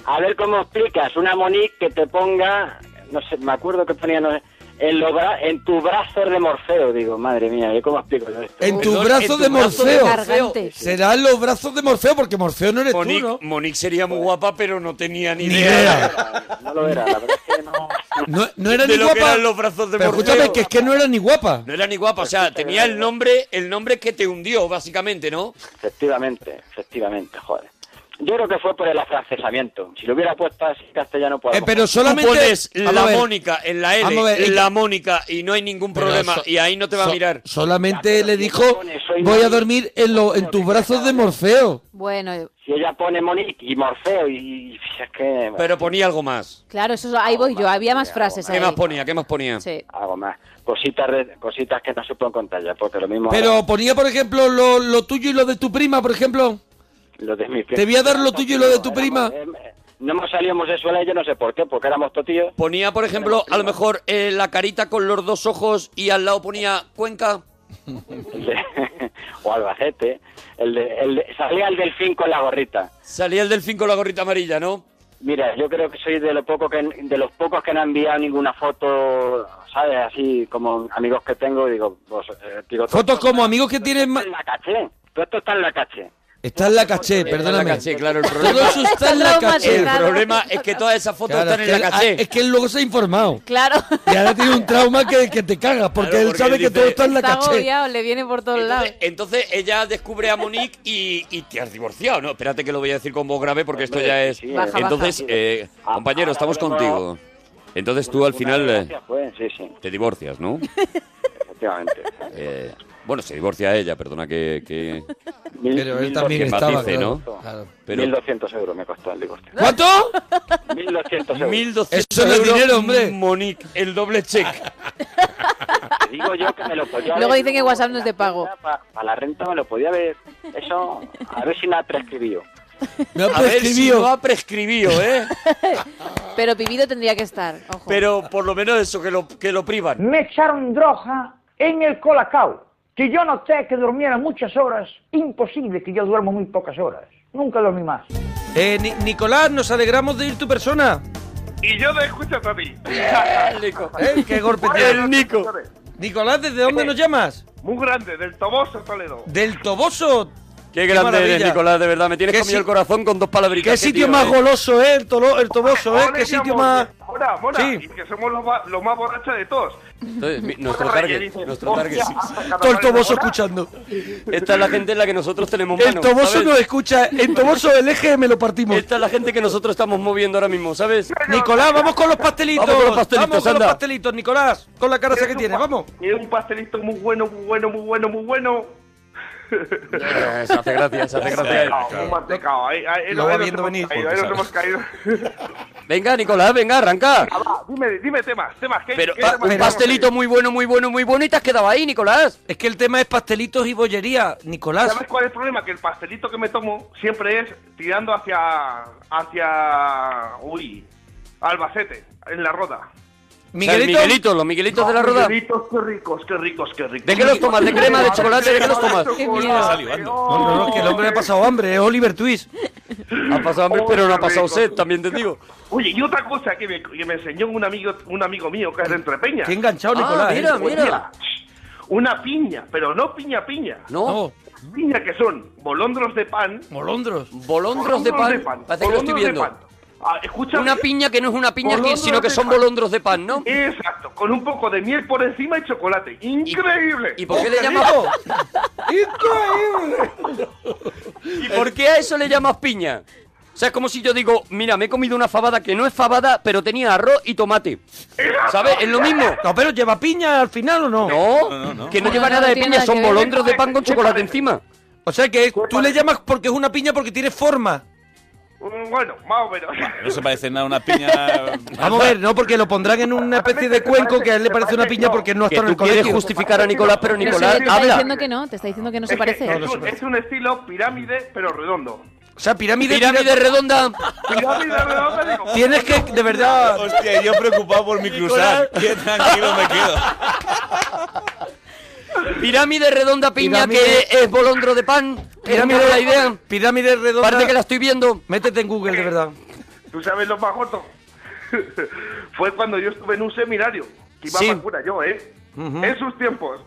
[SPEAKER 11] A ver cómo explicas una Monique que te ponga, no sé, me acuerdo que ponía no sé, en, lo bra- en tu brazo de Morfeo, digo, madre mía, ¿y ¿cómo explico yo esto?
[SPEAKER 1] En tus
[SPEAKER 7] Perdón,
[SPEAKER 1] brazos
[SPEAKER 7] en tu
[SPEAKER 1] de
[SPEAKER 7] brazo de
[SPEAKER 1] Morfeo.
[SPEAKER 7] Morfeo.
[SPEAKER 1] Serán los brazos de Morfeo, porque Morfeo no eres
[SPEAKER 7] Monique,
[SPEAKER 1] tú, ¿no?
[SPEAKER 7] Monique sería muy guapa, pero no tenía ni,
[SPEAKER 1] Ni
[SPEAKER 7] idea.
[SPEAKER 1] idea.
[SPEAKER 11] No lo era, la verdad es que no.
[SPEAKER 1] No, no era
[SPEAKER 7] De
[SPEAKER 1] ni
[SPEAKER 7] lo
[SPEAKER 1] guapa.
[SPEAKER 7] que eran los brazos de
[SPEAKER 1] Pero
[SPEAKER 7] Morfeo.
[SPEAKER 1] escúchame, que es que no era ni guapa.
[SPEAKER 7] No era ni guapa, o sea, tenía el nombre, el nombre que te hundió, básicamente, ¿no?
[SPEAKER 11] Efectivamente, efectivamente, joder. Yo creo que fue por el afrancesamiento. Si lo hubiera puesto así en castellano, pues... a
[SPEAKER 1] Eh,
[SPEAKER 11] lo
[SPEAKER 1] pero
[SPEAKER 11] mejor.
[SPEAKER 1] solamente.
[SPEAKER 7] Tú pones
[SPEAKER 1] Vamos a
[SPEAKER 7] la
[SPEAKER 1] ver.
[SPEAKER 7] Mónica en la L,
[SPEAKER 1] Vamos a ver, y-
[SPEAKER 7] la Mónica, y no hay ningún
[SPEAKER 1] Pero
[SPEAKER 7] problema,
[SPEAKER 1] so-
[SPEAKER 7] y ahí no te va
[SPEAKER 1] so-
[SPEAKER 7] a mirar.
[SPEAKER 1] Solamente
[SPEAKER 11] Ya, pero
[SPEAKER 1] le
[SPEAKER 11] si
[SPEAKER 1] dijo,
[SPEAKER 11] te pones, soy
[SPEAKER 1] voy a
[SPEAKER 11] Monique".
[SPEAKER 1] dormir en, lo- en tus brazos de Morfeo.
[SPEAKER 6] Bueno,
[SPEAKER 11] Si ella pone Monique y Morfeo y... y es que...
[SPEAKER 7] Pero ponía algo más.
[SPEAKER 6] claro, eso ahí voy yo. Había más frases ahí.
[SPEAKER 7] ¿Qué más ponía? ¿Qué más ponía?
[SPEAKER 6] Sí.
[SPEAKER 11] Hago más. Cositas, re- cositas que no supo contar ya, porque lo mismo...
[SPEAKER 1] Pero ponía, por ejemplo, lo, lo tuyo y lo de tu prima, por ejemplo.
[SPEAKER 11] Lo de mi prima.
[SPEAKER 1] Te voy a dar lo tuyo y lo de tu prima.
[SPEAKER 11] Éramos, eh, No hemos salido homosexuales, yo no sé por qué, porque éramos totillos.
[SPEAKER 7] Ponía, por ejemplo, a lo mejor eh, la carita con los dos ojos y al lado ponía Cuenca.
[SPEAKER 11] El de- o Albacete. El de, el de- salía el delfín con la gorrita.
[SPEAKER 7] Salía el delfín con la gorrita amarilla, ¿no?
[SPEAKER 11] Mira, yo creo que soy de, lo poco que, de los pocos que no han enviado ninguna foto, ¿sabes? Así como amigos que tengo, digo, pues, eh, digo, todo
[SPEAKER 1] Fotos
[SPEAKER 11] esto
[SPEAKER 1] como amigos que tienen...
[SPEAKER 11] está
[SPEAKER 1] ma-
[SPEAKER 11] en la caché. Todo esto está en la caché.
[SPEAKER 1] Está en la caché,
[SPEAKER 7] Está en la
[SPEAKER 1] perdóname.
[SPEAKER 7] caché, claro. El
[SPEAKER 1] Todo
[SPEAKER 7] problema,
[SPEAKER 1] eso está en la
[SPEAKER 6] Está
[SPEAKER 7] el
[SPEAKER 1] caché.
[SPEAKER 6] traumatizado.
[SPEAKER 7] problema es que todas esas fotos
[SPEAKER 1] Claro,
[SPEAKER 7] están
[SPEAKER 1] es
[SPEAKER 7] en la
[SPEAKER 1] que él-
[SPEAKER 7] caché.
[SPEAKER 1] ah, Es que él luego se ha informado.
[SPEAKER 6] Claro.
[SPEAKER 1] Y ahora tiene un trauma que, que te cagas, porque
[SPEAKER 7] Claro,
[SPEAKER 1] él
[SPEAKER 7] porque
[SPEAKER 1] sabe
[SPEAKER 7] él
[SPEAKER 1] que
[SPEAKER 7] dice-
[SPEAKER 1] todo está en la
[SPEAKER 6] Está
[SPEAKER 1] caché.
[SPEAKER 6] agobiado, le viene por todos lados.
[SPEAKER 7] Entonces, entonces ella descubre a Monique y, y te has divorciado, ¿no? Espérate que lo voy a decir con voz grave porque esto
[SPEAKER 11] Hombre,
[SPEAKER 7] ya es...
[SPEAKER 11] sí, sí,
[SPEAKER 6] Baja,
[SPEAKER 7] Entonces,
[SPEAKER 11] baja.
[SPEAKER 7] eh,
[SPEAKER 11] Ah,
[SPEAKER 7] compañero,
[SPEAKER 11] ahora
[SPEAKER 7] estamos
[SPEAKER 11] volvemos.
[SPEAKER 7] contigo. Entonces tú al
[SPEAKER 11] Una
[SPEAKER 7] final eh,
[SPEAKER 11] desgracia fue, sí, sí,
[SPEAKER 7] te divorcias, ¿no?
[SPEAKER 11] efectivamente.
[SPEAKER 7] Eh, bueno, se divorcia ella, perdona que... que-
[SPEAKER 11] Mil-
[SPEAKER 1] Pero él
[SPEAKER 11] mil
[SPEAKER 1] también
[SPEAKER 7] que
[SPEAKER 11] doscientos-
[SPEAKER 1] estaba...
[SPEAKER 7] matice,
[SPEAKER 1] claro,
[SPEAKER 7] ¿no?
[SPEAKER 1] claro.
[SPEAKER 7] Pero
[SPEAKER 11] 1.200 euros me costó el divorcio.
[SPEAKER 1] ¿Cuánto?
[SPEAKER 11] 1.200 euros.
[SPEAKER 7] 1.200
[SPEAKER 1] Eso no es
[SPEAKER 7] euros,
[SPEAKER 1] dinero, hombre.
[SPEAKER 7] Monique, el doble cheque.
[SPEAKER 11] Te digo yo que me lo podía
[SPEAKER 6] Luego
[SPEAKER 11] haber-
[SPEAKER 6] dicen que WhatsApp no es de pago.
[SPEAKER 11] Para la renta me lo podía haber. Eso, a ver si la prescribió.
[SPEAKER 1] Me ha
[SPEAKER 7] A ver si
[SPEAKER 1] prescribido.
[SPEAKER 7] no ha prescribido, ¿eh?
[SPEAKER 6] Pero vivido tendría que estar. Ojo.
[SPEAKER 7] Pero por lo menos eso, que lo, que lo privan.
[SPEAKER 2] me echaron droga en el colacao, que yo noté que durmiera muchas horas, imposible que yo duermo muy pocas horas, nunca dormí más.
[SPEAKER 1] Eh, Ni- Nicolás, nos alegramos de ir tu persona.
[SPEAKER 12] Y yo me escucho, papi.
[SPEAKER 1] Eh, ¡Qué golpe te
[SPEAKER 12] Buenas
[SPEAKER 1] El
[SPEAKER 12] noches,
[SPEAKER 1] Nico.
[SPEAKER 12] señores.
[SPEAKER 1] Nicolás, ¿desde
[SPEAKER 2] Eh,
[SPEAKER 1] dónde nos llamas?
[SPEAKER 12] Muy grande, del Toboso, Toledo.
[SPEAKER 1] Del Toboso.
[SPEAKER 7] Qué grande eres,
[SPEAKER 1] maravilla.
[SPEAKER 7] Nicolás, de verdad. Me tienes
[SPEAKER 1] Qué
[SPEAKER 7] comido
[SPEAKER 1] si-
[SPEAKER 7] el corazón con dos
[SPEAKER 1] Qué
[SPEAKER 7] palabritas.
[SPEAKER 1] sitio
[SPEAKER 7] tío,
[SPEAKER 1] más
[SPEAKER 7] eh.
[SPEAKER 1] goloso, ¿eh? El, tolo- el Toboso, ¿eh?
[SPEAKER 12] Ahora
[SPEAKER 1] Qué sitio
[SPEAKER 12] llamo-
[SPEAKER 1] más...
[SPEAKER 12] Mora, mora,
[SPEAKER 1] Sí.
[SPEAKER 12] y que somos los, ba- los más borrachos de todos.
[SPEAKER 7] Entonces, mi- nuestro
[SPEAKER 12] Corre,
[SPEAKER 7] target,
[SPEAKER 12] dice,
[SPEAKER 7] nuestro target.
[SPEAKER 12] "Hostia, hasta
[SPEAKER 1] Todo el
[SPEAKER 12] carnaval de
[SPEAKER 1] Toboso
[SPEAKER 12] Mora".
[SPEAKER 1] escuchando.
[SPEAKER 7] Esta es la gente en la que nosotros tenemos mano.
[SPEAKER 1] El Toboso
[SPEAKER 7] ¿sabes?
[SPEAKER 1] nos escucha. El Toboso, el eje me lo partimos.
[SPEAKER 7] Esta es la gente que nosotros estamos moviendo ahora mismo, ¿sabes?
[SPEAKER 1] Nicolás, vamos con los pastelitos.
[SPEAKER 7] Vamos con los pastelitos,
[SPEAKER 1] Vamos con
[SPEAKER 7] anda.
[SPEAKER 1] los pastelitos, Nicolás. Con la cara esa que
[SPEAKER 12] Es un
[SPEAKER 1] tiene,
[SPEAKER 12] pa-
[SPEAKER 1] vamos.
[SPEAKER 12] Es un pastelito muy bueno, muy bueno, muy bueno, muy bueno.
[SPEAKER 7] Eh, Se hace gracia, se hace gracia.
[SPEAKER 12] Mantecao, un mantecao. Ahí, ahí, ahí
[SPEAKER 1] Lo va
[SPEAKER 12] nos
[SPEAKER 1] viendo
[SPEAKER 12] hemos
[SPEAKER 1] venir.
[SPEAKER 12] caído, ahí nos hemos caído.
[SPEAKER 7] Venga, Nicolás, venga, arranca.
[SPEAKER 12] Ah, va, dime, dime temas, temas. ¿qué,
[SPEAKER 7] Pero
[SPEAKER 12] qué
[SPEAKER 7] pa-
[SPEAKER 12] temas
[SPEAKER 7] un
[SPEAKER 12] tenemos
[SPEAKER 7] pastelito muy bueno, muy bueno, muy bueno y te has quedado ahí, Nicolás.
[SPEAKER 1] Es que el tema es pastelitos y bollería,
[SPEAKER 12] ahí?
[SPEAKER 1] Nicolás.
[SPEAKER 12] ¿Sabes cuál es el problema? Que el pastelito que me tomo siempre es tirando hacia... hacia... uy... Albacete, en la roda.
[SPEAKER 7] Miguelito.
[SPEAKER 1] Miguelito.
[SPEAKER 7] Miguelito, los Miguelitos de la Roda.
[SPEAKER 12] Miguelitos, qué ricos, qué ricos, qué ricos.
[SPEAKER 7] ¿De qué los tomas? ¿De crema, de chocolate? ¿De qué los tomas?
[SPEAKER 6] Qué miedo.
[SPEAKER 1] No, no, no, que el hombre ha pasado hambre, es Oliver Twist.
[SPEAKER 7] Ha pasado hambre, pero no ha pasado sed, también te digo.
[SPEAKER 12] Oye, y otra cosa que me, que me enseñó un amigo, un amigo mío que es de Entrepeña.
[SPEAKER 1] Qué enganchado, Nicolás. ¿eh?
[SPEAKER 7] Ah, mira,
[SPEAKER 12] Pues
[SPEAKER 7] mira.
[SPEAKER 12] Una piña, pero no piña piña.
[SPEAKER 7] No,
[SPEAKER 1] No,
[SPEAKER 12] Piña que son bolondros de pan.
[SPEAKER 1] molondros.
[SPEAKER 7] bolondros de pan. Parece que lo estoy
[SPEAKER 12] bolondros de pan.
[SPEAKER 7] viendo.
[SPEAKER 12] Ah, escucha.
[SPEAKER 7] Una piña que no es una piña, que-
[SPEAKER 12] Bolondros
[SPEAKER 7] sino que
[SPEAKER 12] de
[SPEAKER 7] son
[SPEAKER 12] pan.
[SPEAKER 7] bolondros de pan, ¿no?
[SPEAKER 12] Exacto, con un poco de miel por encima y chocolate. Increíble.
[SPEAKER 7] ¿Y por qué le
[SPEAKER 12] Increíble.
[SPEAKER 7] llamas
[SPEAKER 1] ¡Increíble!
[SPEAKER 7] ¿Y por qué a eso le llamas piña? O sea, es como si yo digo, mira, me he comido una fabada que no es fabada, pero tenía arroz y tomate. ¿Sabes? Es lo mismo.
[SPEAKER 1] No, pero lleva piña al final o no?
[SPEAKER 7] No, que no
[SPEAKER 6] No,
[SPEAKER 7] lleva
[SPEAKER 6] no,
[SPEAKER 7] nada
[SPEAKER 6] no
[SPEAKER 7] de
[SPEAKER 6] tiene
[SPEAKER 7] piña,
[SPEAKER 6] nada
[SPEAKER 7] son
[SPEAKER 6] que ver.
[SPEAKER 7] bolondros de pan con chocolate encima.
[SPEAKER 1] O sea que tú le llamas porque es una piña porque tiene forma.
[SPEAKER 12] Mm, Bueno, más o menos.
[SPEAKER 13] No se parece nada a una piña.
[SPEAKER 1] Vamos a ver, no, porque lo pondrán en una especie de cuenco que a él le parece una piña porque no
[SPEAKER 13] Que
[SPEAKER 1] está en
[SPEAKER 13] tú
[SPEAKER 1] el colegio.
[SPEAKER 13] quieres justificar a Nicolás, pero
[SPEAKER 6] Pero si te está diciendo que no, te está diciendo que no se
[SPEAKER 12] Es que
[SPEAKER 6] parece.
[SPEAKER 12] es un- es un estilo pirámide, pero redondo.
[SPEAKER 1] O sea, pirámide,
[SPEAKER 13] Pirámide redonda.
[SPEAKER 12] Pirámide redonda, digo.
[SPEAKER 1] Tienes que, de verdad.
[SPEAKER 13] Hostia, yo preocupado por mi cruzar. Qué tranquilo me quedo.
[SPEAKER 2] Pirámide redonda piña
[SPEAKER 1] Pirámide-
[SPEAKER 2] que es bolondro de pan. Pirámide la idea.
[SPEAKER 1] Pirámide redonda.
[SPEAKER 2] Parece que la estoy viendo.
[SPEAKER 1] Métete en Google, de verdad.
[SPEAKER 12] ¿Tú sabes lo más gordo? Fue cuando yo estuve en un seminario. Que iba
[SPEAKER 1] Sí.
[SPEAKER 12] a cura yo, ¿eh? En sus tiempos.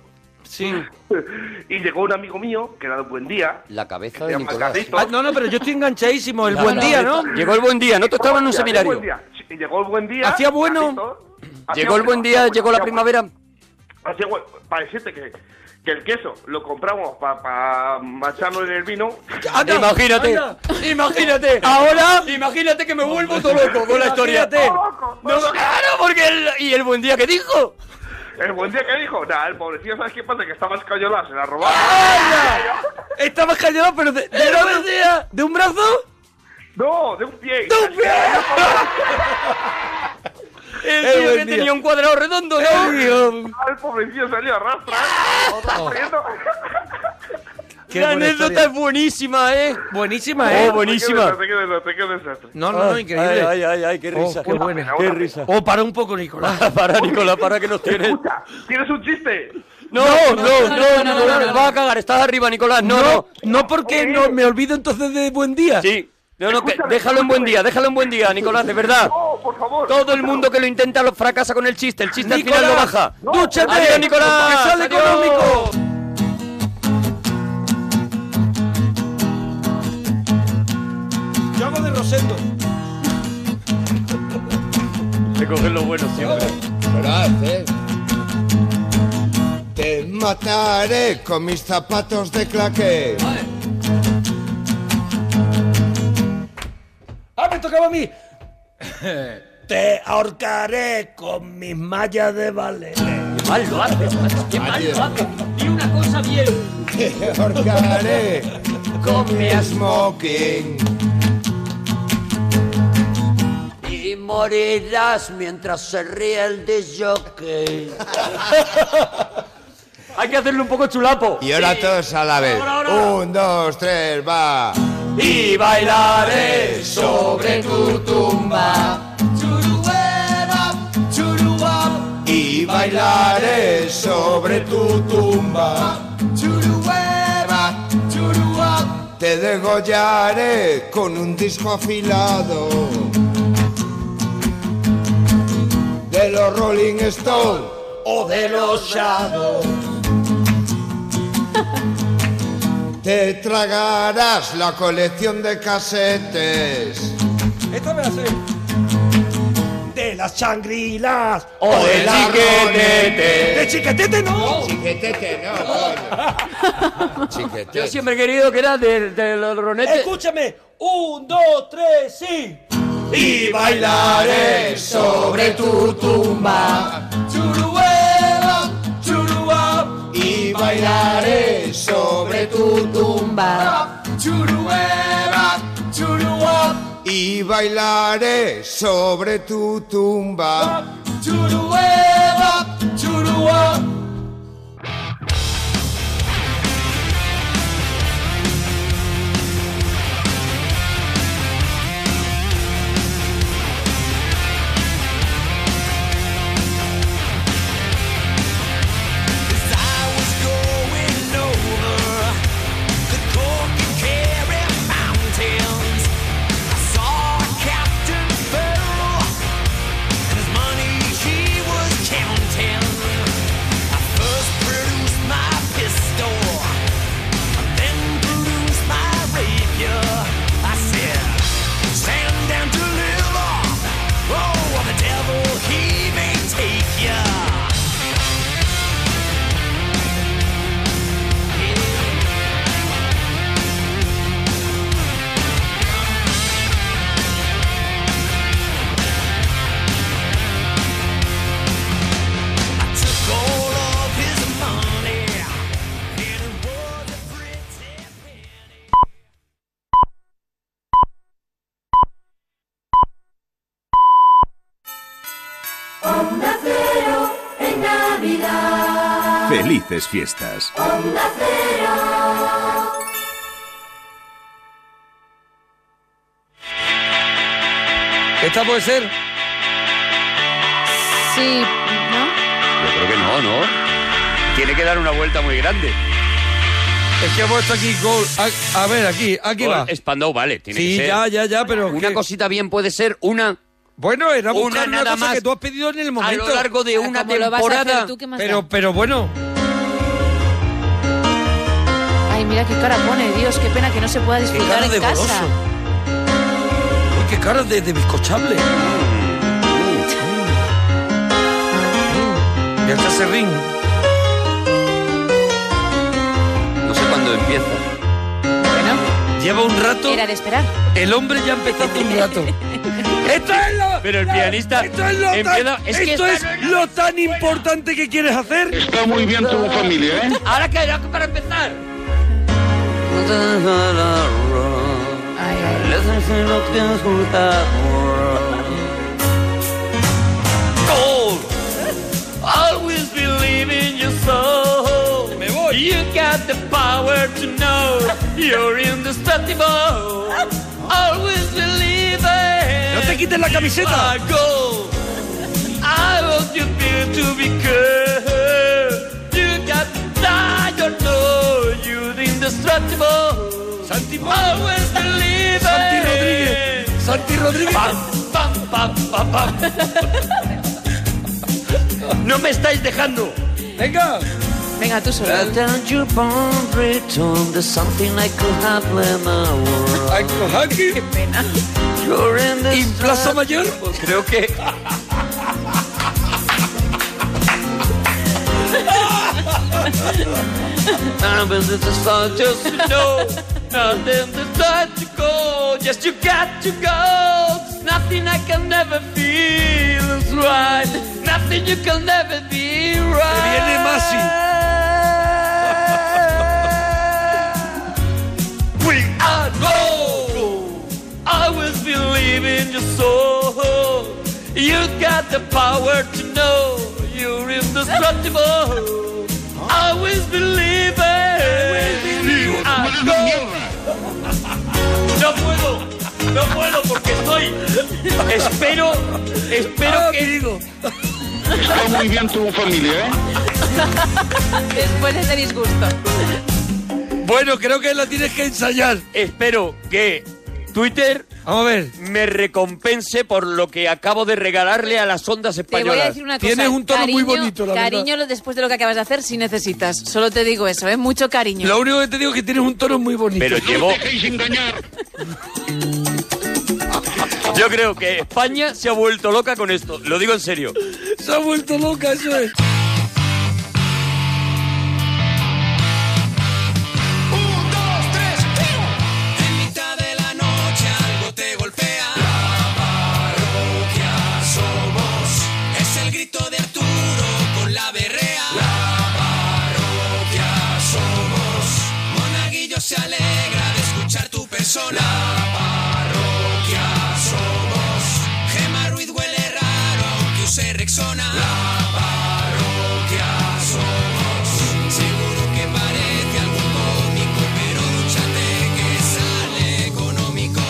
[SPEAKER 1] Sí.
[SPEAKER 12] y llegó un amigo mío, que era de buen día.
[SPEAKER 2] La cabeza
[SPEAKER 12] de Sean Nicolás. marcaditos.
[SPEAKER 1] Ah, no, no, pero yo estoy enganchadísimo. El buen
[SPEAKER 12] no,
[SPEAKER 1] día,
[SPEAKER 12] no.
[SPEAKER 1] ¿no?
[SPEAKER 2] Llegó el buen día, ¿no? Tú estabas en un
[SPEAKER 12] Hacía
[SPEAKER 2] seminario.
[SPEAKER 12] buen día. Sí, y Llegó el buen día.
[SPEAKER 2] Hacía bueno.
[SPEAKER 12] marcaditos. Hacía
[SPEAKER 2] Llegó el buen día,
[SPEAKER 12] hacía
[SPEAKER 2] llegó la
[SPEAKER 12] hacía
[SPEAKER 2] primavera.
[SPEAKER 12] Hacía bueno. Para decirte que, que el queso lo compramos para macharlo en el vino.
[SPEAKER 1] Anda,
[SPEAKER 2] imagínate,
[SPEAKER 1] anda.
[SPEAKER 2] imagínate.
[SPEAKER 1] Ahora,
[SPEAKER 2] imagínate que me vuelvo todo loco con la historia.
[SPEAKER 1] Imagínate.
[SPEAKER 2] No, claro, porque el, y el buen día que dijo.
[SPEAKER 12] El buen día que dijo, nada, el pobrecillo, ¿sabes qué pasa? Que estaba escayolado, se la robaron.
[SPEAKER 2] Ah,
[SPEAKER 1] Estabas callado, pero de, de- de un brazo.
[SPEAKER 12] No, de un pie.
[SPEAKER 2] El
[SPEAKER 1] El
[SPEAKER 2] tío
[SPEAKER 1] buen
[SPEAKER 2] que
[SPEAKER 1] día.
[SPEAKER 2] tenía un cuadrado redondo, ¿no? ¡Ah!
[SPEAKER 12] Ah, el pobrecillo salió arrastra. corriendo.
[SPEAKER 1] Qué
[SPEAKER 2] la
[SPEAKER 1] buena
[SPEAKER 2] anécdota
[SPEAKER 1] historia.
[SPEAKER 2] es buenísima, ¿eh?
[SPEAKER 1] Buenísima, ¿eh?
[SPEAKER 2] Oh, buenísima.
[SPEAKER 12] Qué desastre, qué desastre.
[SPEAKER 1] No, no, no, increíble.
[SPEAKER 2] Ay, ay, ay, ay, qué
[SPEAKER 1] Oh,
[SPEAKER 2] risa.
[SPEAKER 1] qué buena.
[SPEAKER 2] Qué risa.
[SPEAKER 1] Oh, para un poco, Nicolás.
[SPEAKER 2] para, Nicolás, para que nos tienes.
[SPEAKER 12] Escucha, ¿tienes un chiste?
[SPEAKER 2] No, no, no, no, no, no, va a cagar. Estás arriba, Nicolás. No, no.
[SPEAKER 1] No porque no me olvido entonces de buen día.
[SPEAKER 2] Sí. No, no, que-
[SPEAKER 12] Escúchame,
[SPEAKER 2] déjalo en buen
[SPEAKER 12] escúchame.
[SPEAKER 2] día, déjalo en buen día, Nicolás, de verdad.
[SPEAKER 12] No, por favor.
[SPEAKER 2] Todo el mundo que lo intenta lo fracasa con el chiste. El chiste al
[SPEAKER 1] Nicolás,
[SPEAKER 2] final lo baja.
[SPEAKER 1] dúchate.
[SPEAKER 2] Adiós, Nicolás.
[SPEAKER 1] Que sale
[SPEAKER 2] Adiós.
[SPEAKER 1] económico. Yo hago de Rosendo.
[SPEAKER 2] Te cogen lo bueno siempre.
[SPEAKER 8] ¿eh? Te mataré con mis zapatos de claqué.
[SPEAKER 1] ¡Ah, me tocaba a mí!
[SPEAKER 14] Te ahorcaré con mis mallas de ballet.
[SPEAKER 2] Qué mal lo haces, macho, qué mal lo haces. Di una cosa bien.
[SPEAKER 8] Te ahorcaré con mi smoking.
[SPEAKER 2] Y morirás mientras se ríe el disjockey. Hay que hacerle un poco chulapo.
[SPEAKER 8] Y ahora todos a la vez.
[SPEAKER 2] Ahora, ahora.
[SPEAKER 8] Un, dos, tres, va.
[SPEAKER 2] Y bailaré sobre tu tumba.
[SPEAKER 15] Churuera, churubam,
[SPEAKER 8] Y bailaré sobre tu tumba.
[SPEAKER 15] churuera, churubam,
[SPEAKER 8] Te degollaré con un disco afilado. De los Rolling Stones o de los Shadows. Te tragarás la colección de casetes.
[SPEAKER 1] Esta me la sé.
[SPEAKER 14] De las changrilas.
[SPEAKER 8] O de chiquetete.
[SPEAKER 14] De chiquetete no.
[SPEAKER 8] Chiquetete, no, coño. Chiquetete.
[SPEAKER 2] Yo siempre he querido que era del de los ronetes.
[SPEAKER 14] Escúchame. Un, dos, tres, sí.
[SPEAKER 8] Y bailaré sobre tu tumba.
[SPEAKER 15] churuera, churubam,
[SPEAKER 8] Y bailaré sobre tu tumba.
[SPEAKER 15] churuera, churubam,
[SPEAKER 8] Y bailaré sobre tu tumba.
[SPEAKER 15] churuera, churubam.
[SPEAKER 4] Counting
[SPEAKER 16] Onda Cero en Navidad.
[SPEAKER 7] Felices fiestas.
[SPEAKER 16] Onda Cero.
[SPEAKER 1] ¿Esta puede ser?
[SPEAKER 6] Sí, ¿no?
[SPEAKER 2] Yo creo que no, ¿no? Tiene que dar una vuelta muy grande.
[SPEAKER 1] Es que hemos puesto aquí gol. A, a ver, aquí, aquí
[SPEAKER 2] Gol
[SPEAKER 1] va.
[SPEAKER 2] Spandau, Oh, vale, tiene
[SPEAKER 1] Sí,
[SPEAKER 2] que ser.
[SPEAKER 1] ya, ya, ya, pero.
[SPEAKER 2] Una cosita bien puede ser, una.
[SPEAKER 1] Bueno, era
[SPEAKER 2] Una
[SPEAKER 1] buscar una,
[SPEAKER 2] nada
[SPEAKER 1] cosa
[SPEAKER 2] más.
[SPEAKER 1] que tú has pedido en el momento.
[SPEAKER 2] lo largo de Ah, una ¿cómo lo vas a hacer temporada. tú? ¿Qué más
[SPEAKER 1] Pero,
[SPEAKER 2] da?
[SPEAKER 1] pero bueno.
[SPEAKER 6] Ay, mira qué cara pone, Dios, qué pena que no se pueda disfrutar
[SPEAKER 1] cara
[SPEAKER 6] en
[SPEAKER 1] de
[SPEAKER 6] casa.
[SPEAKER 1] goloso. Uy, qué cara de, de
[SPEAKER 2] Mm.
[SPEAKER 1] bizcochable. Ya está ese ring.
[SPEAKER 2] No sé cuándo empieza.
[SPEAKER 1] Lleva un rato.
[SPEAKER 6] Era de esperar.
[SPEAKER 1] El hombre ya ha empezado hace un rato. ¡Esto es lo!
[SPEAKER 2] Pero el pianista
[SPEAKER 1] Esto es lo,
[SPEAKER 2] empieza-
[SPEAKER 1] tan,
[SPEAKER 2] es que
[SPEAKER 1] esto
[SPEAKER 2] esta
[SPEAKER 1] es lo tan importante que quieres hacer. Está muy bien tu familia, ¿eh?
[SPEAKER 2] Ahora que era para empezar. Gold. Always believe in your soul. You got the power to know you're indestructible. Always believe it.
[SPEAKER 1] No te quites la camiseta.
[SPEAKER 2] I go. I want you feel to be good. You got the power to know you're indestructible. Santi Always believe
[SPEAKER 1] Santi
[SPEAKER 2] it.
[SPEAKER 1] Rodríguez. Santi Rodríguez.
[SPEAKER 2] Pam, pam, pam, pam. No me estáis dejando.
[SPEAKER 1] Venga.
[SPEAKER 6] Venga, tú solo.
[SPEAKER 1] Qué
[SPEAKER 6] pena.
[SPEAKER 1] ¿Y Plaza Mayor?
[SPEAKER 2] Creo que. I'm in this song just to know nothing that's got to go. Yes, you got to go. There's nothing I can never feel is right. Nothing you can never be right.
[SPEAKER 1] viene Masi.
[SPEAKER 2] We are gold. Always believe in your soul. You got the power to know you're indestructible. Always believe it. You are gold. No puedo, no puedo porque estoy. Espero, espero
[SPEAKER 1] Ah,
[SPEAKER 2] que digo.
[SPEAKER 10] Está muy bien tu familia, ¿eh?
[SPEAKER 6] Después de ese disgusto.
[SPEAKER 1] Bueno, creo que la tienes que ensayar.
[SPEAKER 2] Espero que Twitter me recompense por lo que acabo de regalarle a las ondas
[SPEAKER 6] Te
[SPEAKER 2] españolas.
[SPEAKER 6] voy a decir una cosa. cariño- Cariño, lo- después de lo que acabas de hacer, si necesitas. Solo te digo eso, ¿eh? Mucho cariño.
[SPEAKER 1] Lo único que te digo es que tienes un tono muy bonito.
[SPEAKER 2] Pero llevo- Yo creo que España se ha vuelto loca con esto. Lo digo en serio.
[SPEAKER 1] Se ha vuelto loca, eso es.
[SPEAKER 4] Un, dos, tres, ¡piu! En mitad de la noche algo te golpea. La parroquia somos. Es el grito de Arturo con la berrea. La parroquia somos. Monaguillo se alegra de escuchar tu persona. La parroquia somos. Gema Ruiz huele raro aunque use Rexona. La parroquia somos. Seguro que parece algo cómico, pero dúchate que sale económico.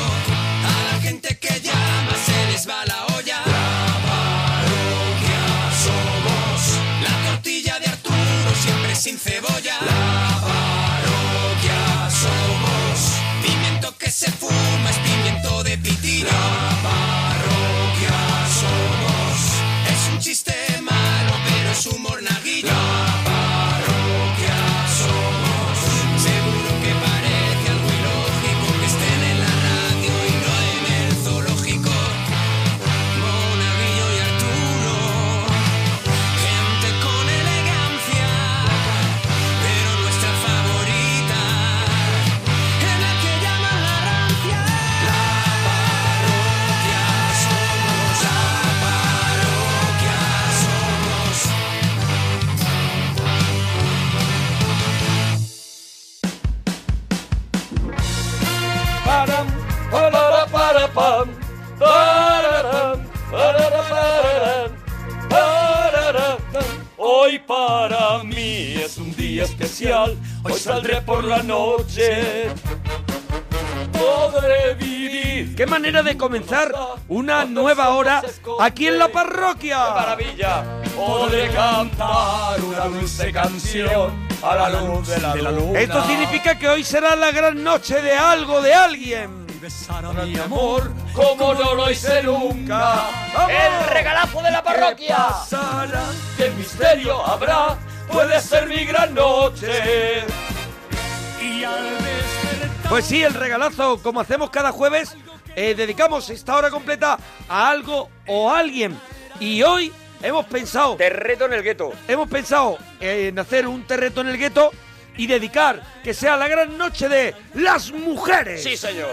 [SPEAKER 4] A la gente que llama se les va la olla. La parroquia somos. La tortilla de Arturo siempre sin cebolla. La parroquia somos. Pimiento que se fuma es pimiento de pitina. La parroquia somos. Es un chiste malo, pero es humor naguillo. La parroquia somos. Seguro que parece algo ilógico que estén en la radio y no en el zoológico. Monaguillo y Arturo, gente con elegancia, pero nuestra favorita es la que llaman la rancia. La parroquia somos, la parroquia somos.
[SPEAKER 2] Param, para, para, pam, pararam, para, para, param.
[SPEAKER 7] Hoy para mí es un día especial, hoy saldré por la noche. Podré vivir.
[SPEAKER 1] ¡Qué manera de comenzar una nueva hora aquí en la parroquia!
[SPEAKER 7] ¡Qué maravilla! Podré cantar una dulce canción a la luz de la luna.
[SPEAKER 1] Esto significa que hoy será la gran noche de algo, de alguien.
[SPEAKER 7] Besar a mi amor como no lo hice nunca. El regalazo de la parroquia. ¿Qué pasará? ¿Qué misterio habrá? Puede ser mi gran noche. Y al
[SPEAKER 1] Pues sí, el regalazo, como hacemos cada jueves, eh, dedicamos esta hora completa a algo o a alguien. Y hoy hemos pensado... Terreto en el gueto. Hemos pensado eh, en hacer un terreto en el gueto y dedicar que sea la gran noche de las mujeres.
[SPEAKER 7] Sí, señor.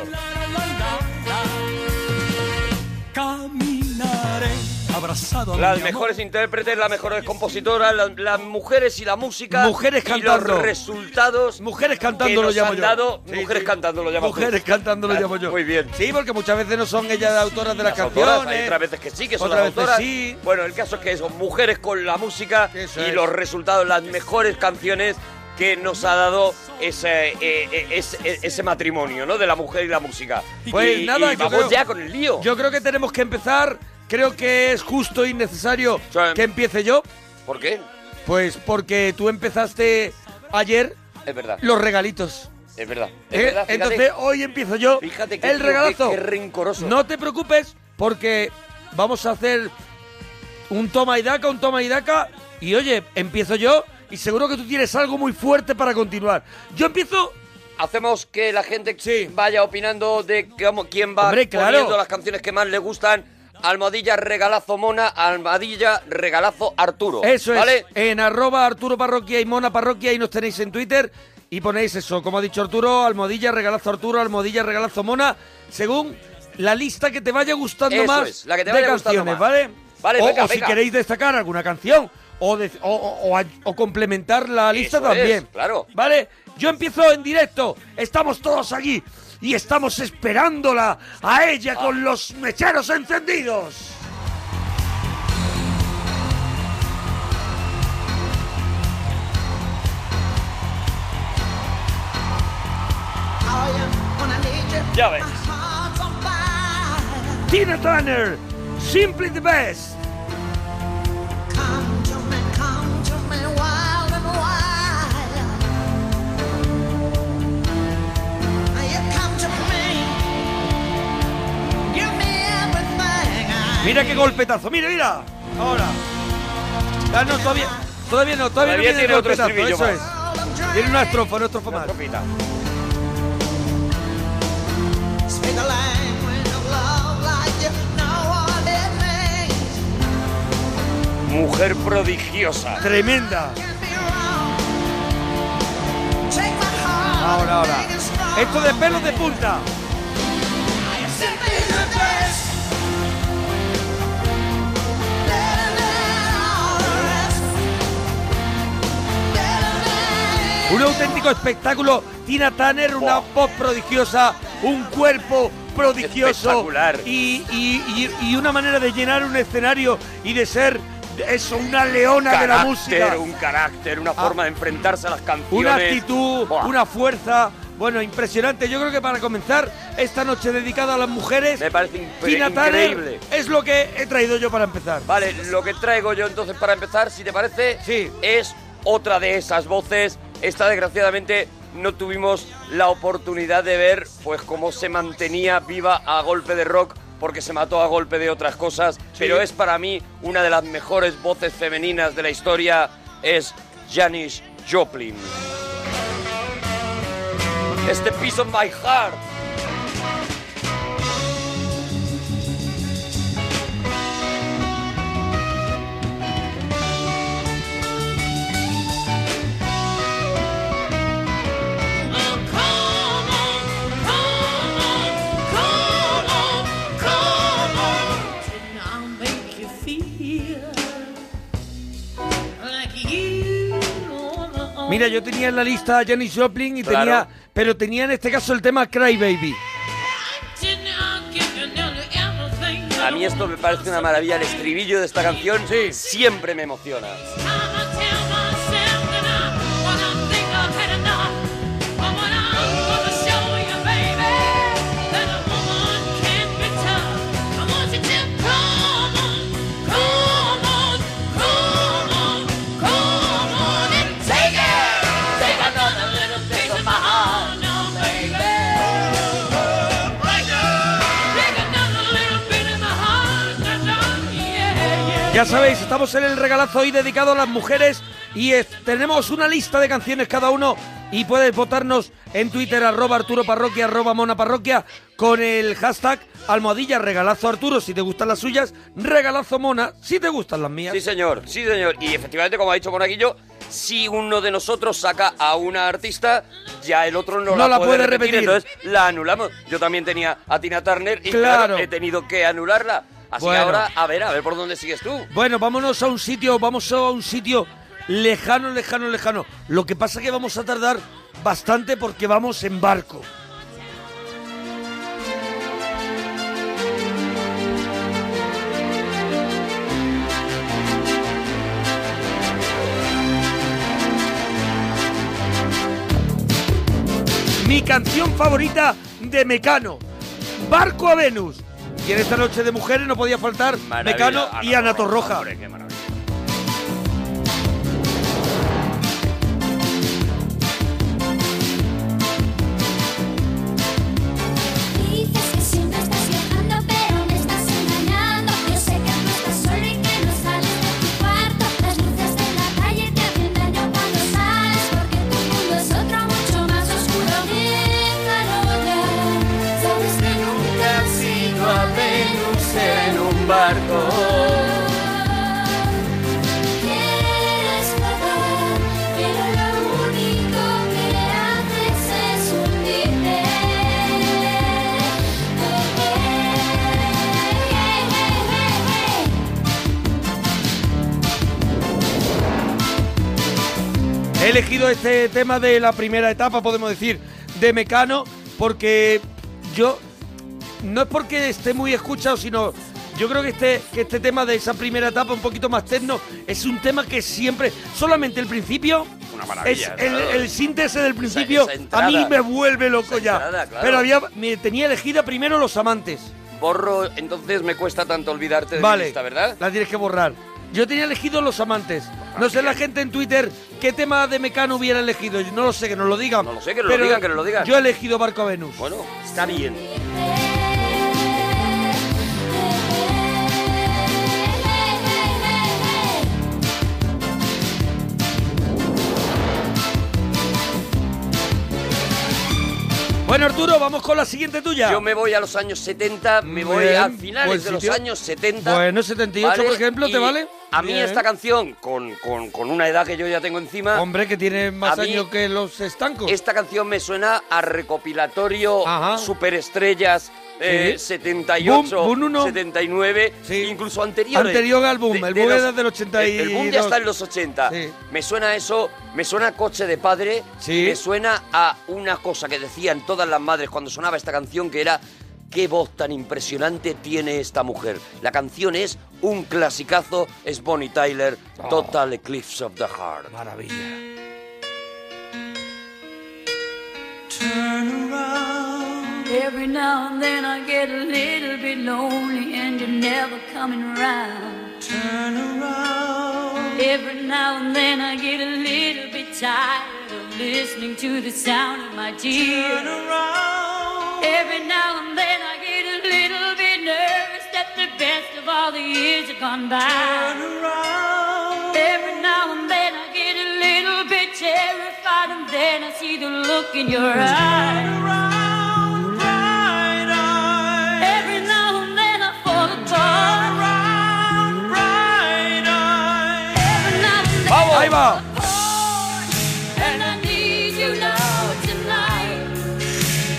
[SPEAKER 2] Caminaré abrazado
[SPEAKER 7] Las mejores intérpretes, las mejores compositoras, la- las, mujeres y la música.
[SPEAKER 1] Mujeres
[SPEAKER 7] y
[SPEAKER 1] cantando.
[SPEAKER 7] los resultados.
[SPEAKER 1] Mujeres cantando
[SPEAKER 7] que
[SPEAKER 1] lo
[SPEAKER 7] nos
[SPEAKER 1] llamo
[SPEAKER 7] han
[SPEAKER 1] yo.
[SPEAKER 7] dado-
[SPEAKER 1] Sí,
[SPEAKER 7] mujeres
[SPEAKER 1] sí.
[SPEAKER 7] cantando lo llamas tú.
[SPEAKER 1] Mujeres cantando lo
[SPEAKER 7] Ah,
[SPEAKER 1] llamo yo.
[SPEAKER 7] Muy bien.
[SPEAKER 1] Sí, porque muchas veces no son ellas autoras de las,
[SPEAKER 7] autoras,
[SPEAKER 1] canciones.
[SPEAKER 7] Hay otras veces que sí, que son
[SPEAKER 1] otras
[SPEAKER 7] las
[SPEAKER 1] veces
[SPEAKER 7] autoras.
[SPEAKER 1] sí.
[SPEAKER 7] Bueno, el caso es que son mujeres con la música y
[SPEAKER 1] es.
[SPEAKER 7] los resultados, las mejores canciones que nos ha dado ese, eh, eh, ese, ese matrimonio, ¿no? De la mujer y la música.
[SPEAKER 1] Pues
[SPEAKER 7] Y-
[SPEAKER 1] nada,
[SPEAKER 7] y
[SPEAKER 1] yo
[SPEAKER 7] vamos
[SPEAKER 1] creo-
[SPEAKER 7] ya con el lío.
[SPEAKER 1] Yo creo que tenemos que empezar. Creo que es justo y necesario que empiece yo.
[SPEAKER 7] ¿Por qué?
[SPEAKER 1] Pues porque tú empezaste ayer
[SPEAKER 7] Es verdad.
[SPEAKER 1] los regalitos.
[SPEAKER 7] Es verdad. es
[SPEAKER 1] ¿eh?
[SPEAKER 7] verdad, fíjate.
[SPEAKER 1] Entonces hoy empiezo yo.
[SPEAKER 7] Fíjate qué
[SPEAKER 1] el
[SPEAKER 7] tío,
[SPEAKER 1] regalazo.
[SPEAKER 7] qué- qué rencoroso.
[SPEAKER 1] No te preocupes porque vamos a hacer un toma y daca, un toma y daca. Y oye, empiezo yo y seguro que tú tienes algo muy fuerte para continuar. Yo empiezo.
[SPEAKER 7] Hacemos que Eh, la gente vaya opinando de cómo- quién va
[SPEAKER 1] Hombre, claro.
[SPEAKER 7] poniendo las canciones que más le gustan. Almohadilla regalazo Mona, Almohadilla regalazo Arturo.
[SPEAKER 1] Eso
[SPEAKER 7] ¿vale?
[SPEAKER 1] es. En arroba Arturo Parroquia y Mona Parroquia y nos tenéis en Twitter y ponéis eso, como ha dicho Arturo, almohadilla, regalazo Arturo, almohadilla, regalazo Mona, según la lista que te vaya gustando
[SPEAKER 7] Eso
[SPEAKER 1] más
[SPEAKER 7] es, la que te
[SPEAKER 1] de
[SPEAKER 7] vaya gustando
[SPEAKER 1] canciones,
[SPEAKER 7] más.
[SPEAKER 1] ¿vale?
[SPEAKER 7] Vale,
[SPEAKER 1] o,
[SPEAKER 7] venga,
[SPEAKER 1] o si
[SPEAKER 7] venga.
[SPEAKER 1] queréis destacar alguna canción o, de- o- o- o a- o complementar la lista
[SPEAKER 7] Eso es,
[SPEAKER 1] también.
[SPEAKER 7] claro.
[SPEAKER 1] ¿Vale? Yo empiezo en directo. Estamos todos aquí y estamos esperándola a ella
[SPEAKER 7] Ah.
[SPEAKER 1] con los mecheros encendidos.
[SPEAKER 9] Oh,
[SPEAKER 7] Ya ves.
[SPEAKER 1] Tina Turner, Simply the Best. Mira qué golpetazo, mira, mira. Ahora. Ah, no, todavía, todavía no, todavía,
[SPEAKER 7] Todavía
[SPEAKER 1] no
[SPEAKER 7] tiene
[SPEAKER 1] el
[SPEAKER 7] otro
[SPEAKER 1] golpetazo,
[SPEAKER 7] estribillo
[SPEAKER 1] eso es. Tiene una estrofa, una estrofa más.
[SPEAKER 7] Mujer prodigiosa.
[SPEAKER 1] Tremenda. Ahora, ahora. Esto de pelos de punta. Un auténtico espectáculo. Tina Turner, una voz prodigiosa, un cuerpo prodigioso.
[SPEAKER 7] Espectacular.
[SPEAKER 1] Y, y- y- y una manera de llenar un escenario y de ser eso, una leona de la música.
[SPEAKER 7] Un carácter, una
[SPEAKER 1] Ah.
[SPEAKER 7] forma de enfrentarse a las canciones.
[SPEAKER 1] Una actitud,
[SPEAKER 7] Buah.
[SPEAKER 1] una fuerza. Bueno, impresionante. Yo creo que para comenzar esta noche dedicada a las mujeres,
[SPEAKER 7] Me parece in-
[SPEAKER 1] Tina Turner
[SPEAKER 7] increíble.
[SPEAKER 1] es lo que he traído yo para empezar.
[SPEAKER 7] Vale, lo que traigo yo entonces para empezar, si te parece, es otra de esas voces. Esta desgraciadamente no tuvimos la oportunidad de ver pues cómo se mantenía viva a golpe de rock porque se mató a golpe de otras cosas, pero es para mí una de las mejores voces femeninas de la historia es Janis Joplin. It's the piece of my heart.
[SPEAKER 1] Mira, yo tenía en la lista a Janis Joplin y
[SPEAKER 7] Claro.
[SPEAKER 1] tenía, pero tenía en este caso el tema Cry Baby.
[SPEAKER 7] A mí esto me parece una maravilla. El estribillo de esta canción siempre me emociona.
[SPEAKER 1] Ya sabéis, estamos en el regalazo hoy dedicado a las mujeres y es- tenemos una lista de canciones cada uno y puedes votarnos en Twitter arroba Arturo Parroquia, arroba Mona Parroquia con el hashtag almohadilla regalazo Arturo si te gustan las suyas, regalazo Mona si te gustan las mías.
[SPEAKER 7] Sí, señor, sí, señor. Y efectivamente, como ha dicho Monaguillo, si uno de nosotros saca a una artista, ya el otro no,
[SPEAKER 1] No la puede repetir.
[SPEAKER 7] Entonces la anulamos. Yo también tenía a Tina Turner y
[SPEAKER 1] Claro.
[SPEAKER 7] claro, he tenido que anularla. Así
[SPEAKER 1] Bueno.
[SPEAKER 7] que ahora, a ver, a ver por dónde sigues tú.
[SPEAKER 1] Bueno, vámonos a un sitio, vamos a un sitio lejano, lejano, lejano. Lo que pasa que vamos a tardar bastante porque vamos en barco. Mi canción favorita de Mecano, Barco a Venus. Y en esta noche de mujeres no podía faltar
[SPEAKER 7] Maravilla.
[SPEAKER 1] Mecano y Ana Torroja.
[SPEAKER 7] Hombre, qué maravilla.
[SPEAKER 9] Dices que siempre estás viajando, pero me estás engañando. Yo sé que no estás solo y que no sales de tu cuarto. Las luces de la calle te hacen daño cuando sales, porque tu mundo es otro mucho más oscuro. Déjalo ya, sabes que nunca has sido a Venus en un barco. Quieres flotar, pero lo único que haces es hundirte.
[SPEAKER 1] He elegido este tema de la primera etapa, podemos decir, de Mecano, porque yo no es porque esté muy escuchado, sino yo creo que este, que este tema de esa primera etapa, un poquito más techno, es un tema que siempre, solamente el principio,
[SPEAKER 7] Una maravilla,
[SPEAKER 1] es el,
[SPEAKER 7] claro.
[SPEAKER 1] el síntesis del principio, a mí
[SPEAKER 7] entrada.
[SPEAKER 1] me vuelve loco ya.
[SPEAKER 7] entrada, claro.
[SPEAKER 1] Pero había, me tenía elegida primero Los Amantes.
[SPEAKER 7] Borro, entonces me cuesta tanto olvidarte de mi
[SPEAKER 1] Vale.
[SPEAKER 7] lista, ¿verdad?
[SPEAKER 1] La tienes que borrar. Yo tenía elegido Los Amantes. No
[SPEAKER 7] Ah,
[SPEAKER 1] sé la gente en Twitter qué tema de Mecano hubiera elegido. Yo No lo sé, que nos lo digan. No lo sé,
[SPEAKER 7] que nos lo digan, que nos lo digan.
[SPEAKER 1] Yo he elegido Barco a Venus.
[SPEAKER 7] Bueno, está bien.
[SPEAKER 1] Bueno, Arturo, vamos con la siguiente tuya. Mm,
[SPEAKER 7] Yo me voy a los años 70, me voy
[SPEAKER 1] Bien,
[SPEAKER 7] a finales
[SPEAKER 1] buen
[SPEAKER 7] de los
[SPEAKER 1] sitio.
[SPEAKER 7] años 70.
[SPEAKER 1] Bueno, 78, por ejemplo, ¿te
[SPEAKER 7] Y
[SPEAKER 1] vale?
[SPEAKER 7] A mí
[SPEAKER 1] Bien.
[SPEAKER 7] esta canción, con, con- con una edad que yo ya tengo encima...
[SPEAKER 1] Hombre, que tiene más
[SPEAKER 7] a mí-
[SPEAKER 1] años que los estancos.
[SPEAKER 7] Esta canción me suena a recopilatorio superestrellas eh,
[SPEAKER 1] Sí.
[SPEAKER 7] 78,
[SPEAKER 1] Boom, Boom uno.
[SPEAKER 7] 79, incluso anteriores.
[SPEAKER 1] Anterior al boom,
[SPEAKER 7] De-
[SPEAKER 1] el
[SPEAKER 7] de
[SPEAKER 1] boom
[SPEAKER 7] los-
[SPEAKER 1] era del 82.
[SPEAKER 7] El boom ya está en los 80. Me suena a eso, me suena a coche de padre,
[SPEAKER 1] Sí.
[SPEAKER 7] me suena a una cosa que decían todas las madres cuando sonaba esta canción que era qué voz tan impresionante tiene esta mujer. La canción es un clasicazo, es Bonnie Tyler, Total Eclipse of the Heart.
[SPEAKER 1] Oh. Maravilla.
[SPEAKER 9] Turn around.
[SPEAKER 17] Every now and then I get a little bit lonely and you're never coming around. Turn around. Every now and then I get a little bit tired of listening to the sound of my tears.
[SPEAKER 9] Turn around.
[SPEAKER 17] Every now and then I get a little bit nervous that the best of all the years have gone by.
[SPEAKER 9] Turn
[SPEAKER 17] around. Every now and then I get a little bit terrified and then I see the look in your eyes. Every now and then I fall
[SPEAKER 1] ¡Vamos! ¡Ahí va!
[SPEAKER 17] And I need you now tonight.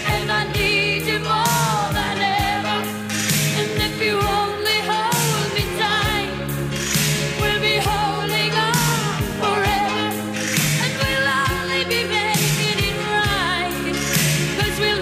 [SPEAKER 17] And I need you more than ever. And if you only hold me tight, we'll be holding on forever. And we'll only be making it right. Cause we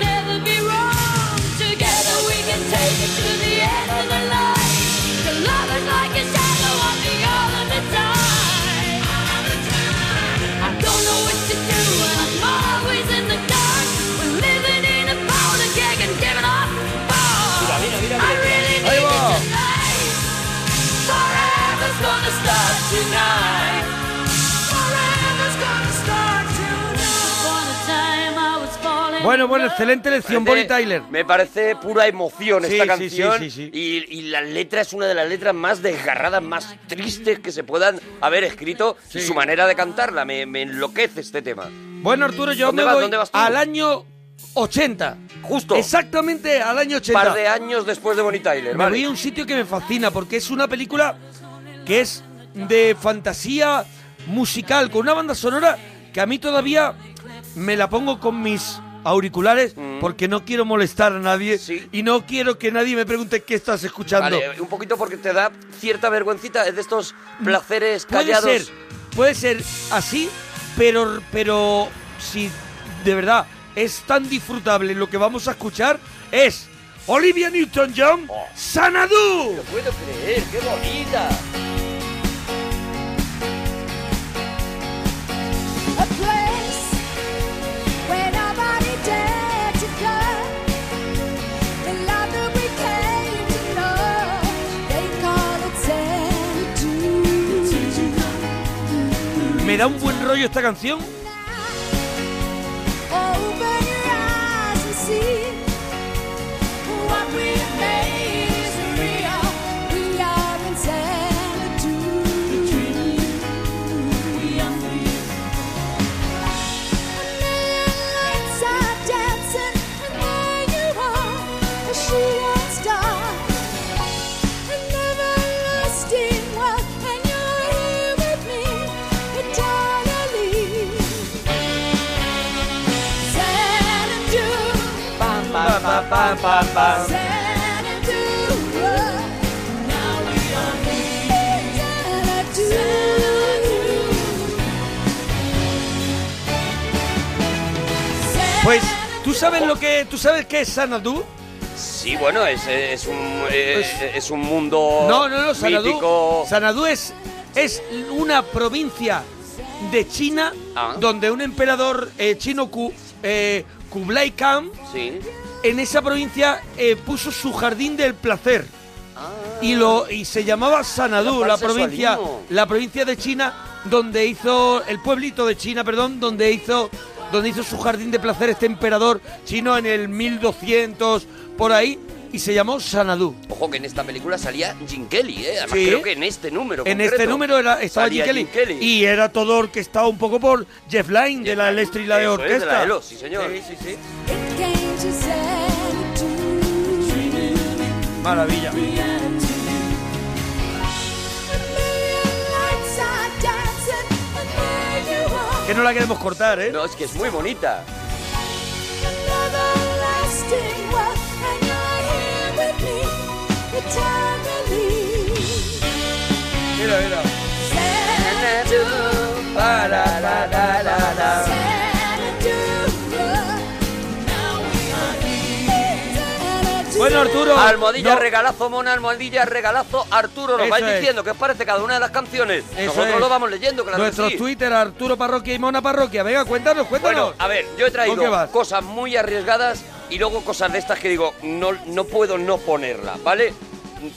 [SPEAKER 1] Bueno, bueno, excelente lección, Bonnie Tyler.
[SPEAKER 7] Me parece pura emoción
[SPEAKER 1] Sí,
[SPEAKER 7] esta
[SPEAKER 1] sí, sí,
[SPEAKER 7] canción.
[SPEAKER 1] sí, sí.
[SPEAKER 7] Y, y la letra es una de las letras más desgarradas, más tristes que se puedan haber escrito. Y su manera de cantarla, me, me enloquece este tema.
[SPEAKER 1] Bueno, Arturo, yo
[SPEAKER 7] ¿Dónde
[SPEAKER 1] me
[SPEAKER 7] vas-
[SPEAKER 1] voy
[SPEAKER 7] dónde vas tú?
[SPEAKER 1] al año 80.
[SPEAKER 7] Justo.
[SPEAKER 1] Exactamente al año 80.
[SPEAKER 7] Par de años después de Bonnie Tyler,
[SPEAKER 1] Me
[SPEAKER 7] vale.
[SPEAKER 1] voy a un sitio que me fascina porque es una película que es de fantasía musical, con una banda sonora que a mí todavía me la pongo con mis auriculares
[SPEAKER 7] Mm.
[SPEAKER 1] porque no quiero molestar a nadie y no quiero que nadie me pregunte qué estás escuchando.
[SPEAKER 7] Vale, un poquito porque te da cierta vergüencita. Es de estos placeres
[SPEAKER 1] Puede
[SPEAKER 7] callados.
[SPEAKER 1] ser, puede ser así, pero, pero si de verdad es tan disfrutable lo que vamos a escuchar es Olivia Newton-John, Sanadu.
[SPEAKER 7] No puedo creer, qué bonita.
[SPEAKER 9] a place where nobody dared to go. The love that we came to know, they call it Xanadu.
[SPEAKER 1] Me da un buen rollo esta canción.
[SPEAKER 9] Open your eyes and see what we have made is real. We are in Xanadu. We are
[SPEAKER 1] Pues, ¿tú sabes lo que tú sabes qué es Sanadu?
[SPEAKER 7] Sí, bueno, es, es un, eh, es un mundo
[SPEAKER 1] Pues No, no, no, Sanadú.
[SPEAKER 7] mítico.
[SPEAKER 1] Sanadú es, es una provincia de China donde un emperador eh, chino Ku- eh, Kublai Khan en esa provincia eh, puso su jardín del placer. Y, lo, y se llamaba Sanadú,
[SPEAKER 7] Capaz
[SPEAKER 1] la provincia,
[SPEAKER 7] sexualismo.
[SPEAKER 1] la provincia de China donde hizo, el pueblito de China, perdón, donde hizo, donde hizo su jardín de placer este emperador chino en el 1200, por ahí, y se llamó Sanadú.
[SPEAKER 7] Ojo que en esta película salía Jim Kelly, ¿eh? Además
[SPEAKER 1] Sí.
[SPEAKER 7] creo que en este número
[SPEAKER 1] En
[SPEAKER 7] concreto
[SPEAKER 1] este número era, estaba Jim
[SPEAKER 7] salía
[SPEAKER 1] Kelly, Y era todo orquestado un poco por Jeff Lynne de la Electric Light
[SPEAKER 7] Eso es, de
[SPEAKER 1] Orquesta.
[SPEAKER 7] la ELO, sí señor.
[SPEAKER 9] Came to Xanadu.
[SPEAKER 1] Maravilla. Que no la queremos cortar, ¿eh?
[SPEAKER 7] No, es que es muy bonita.
[SPEAKER 1] Mira, mira.
[SPEAKER 9] Bueno, Arturo,
[SPEAKER 7] Almohadilla,
[SPEAKER 9] no-
[SPEAKER 7] regalazo, mona, almohadilla, regalazo, Arturo. Nos
[SPEAKER 1] Eso
[SPEAKER 7] vais
[SPEAKER 1] es.
[SPEAKER 7] diciendo qué os parece cada una de las canciones.
[SPEAKER 1] Eso
[SPEAKER 7] Nosotros
[SPEAKER 1] es.
[SPEAKER 7] lo vamos leyendo, claro que
[SPEAKER 1] Nuestros
[SPEAKER 7] sí.
[SPEAKER 1] Twitter, Arturo Parroquia y Mona Parroquia. Venga, cuéntanos, cuéntanos.
[SPEAKER 7] Bueno, a ver, yo he
[SPEAKER 1] ¿Con qué vas?
[SPEAKER 7] traído cosas muy arriesgadas y luego cosas de estas que digo, no, no puedo no ponerla, ¿vale?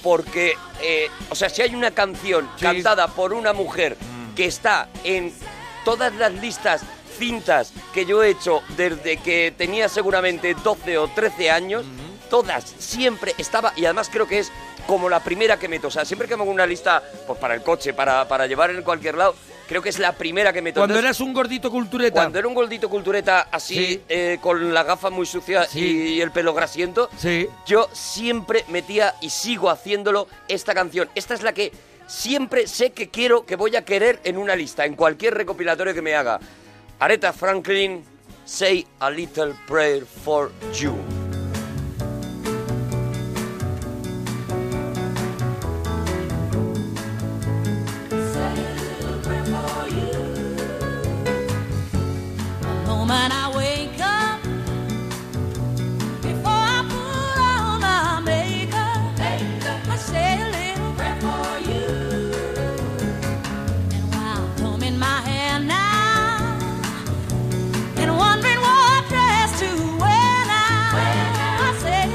[SPEAKER 7] Porque, eh, o sea, si hay una canción cantada por una mujer
[SPEAKER 1] Mm.
[SPEAKER 7] que está en todas las listas cintas que yo he hecho desde que tenía seguramente 12 o 13 años, todas, siempre estaba, y además creo que es como la primera que meto, o sea, siempre que me hago una lista pues para el coche, para, para llevar en cualquier lado, creo que es la primera que meto.
[SPEAKER 1] Cuando
[SPEAKER 7] Entonces,
[SPEAKER 1] eras un gordito cultureta.
[SPEAKER 7] cuando era un goldito cultureta así,
[SPEAKER 1] Sí.
[SPEAKER 7] eh, con la gafa muy sucia
[SPEAKER 1] Sí.
[SPEAKER 7] y el pelo grasiento,
[SPEAKER 1] Sí.
[SPEAKER 7] yo siempre metía y sigo haciéndolo esta canción. Esta es la que siempre sé que quiero, que voy a querer en una lista, en cualquier recopilatorio que me haga. Aretha Franklin, Say a Little Prayer for You.
[SPEAKER 18] moment I wake up, before I put on my makeup, I say a little prayer for you. And while combing my hair now, and wondering what dress to wear now,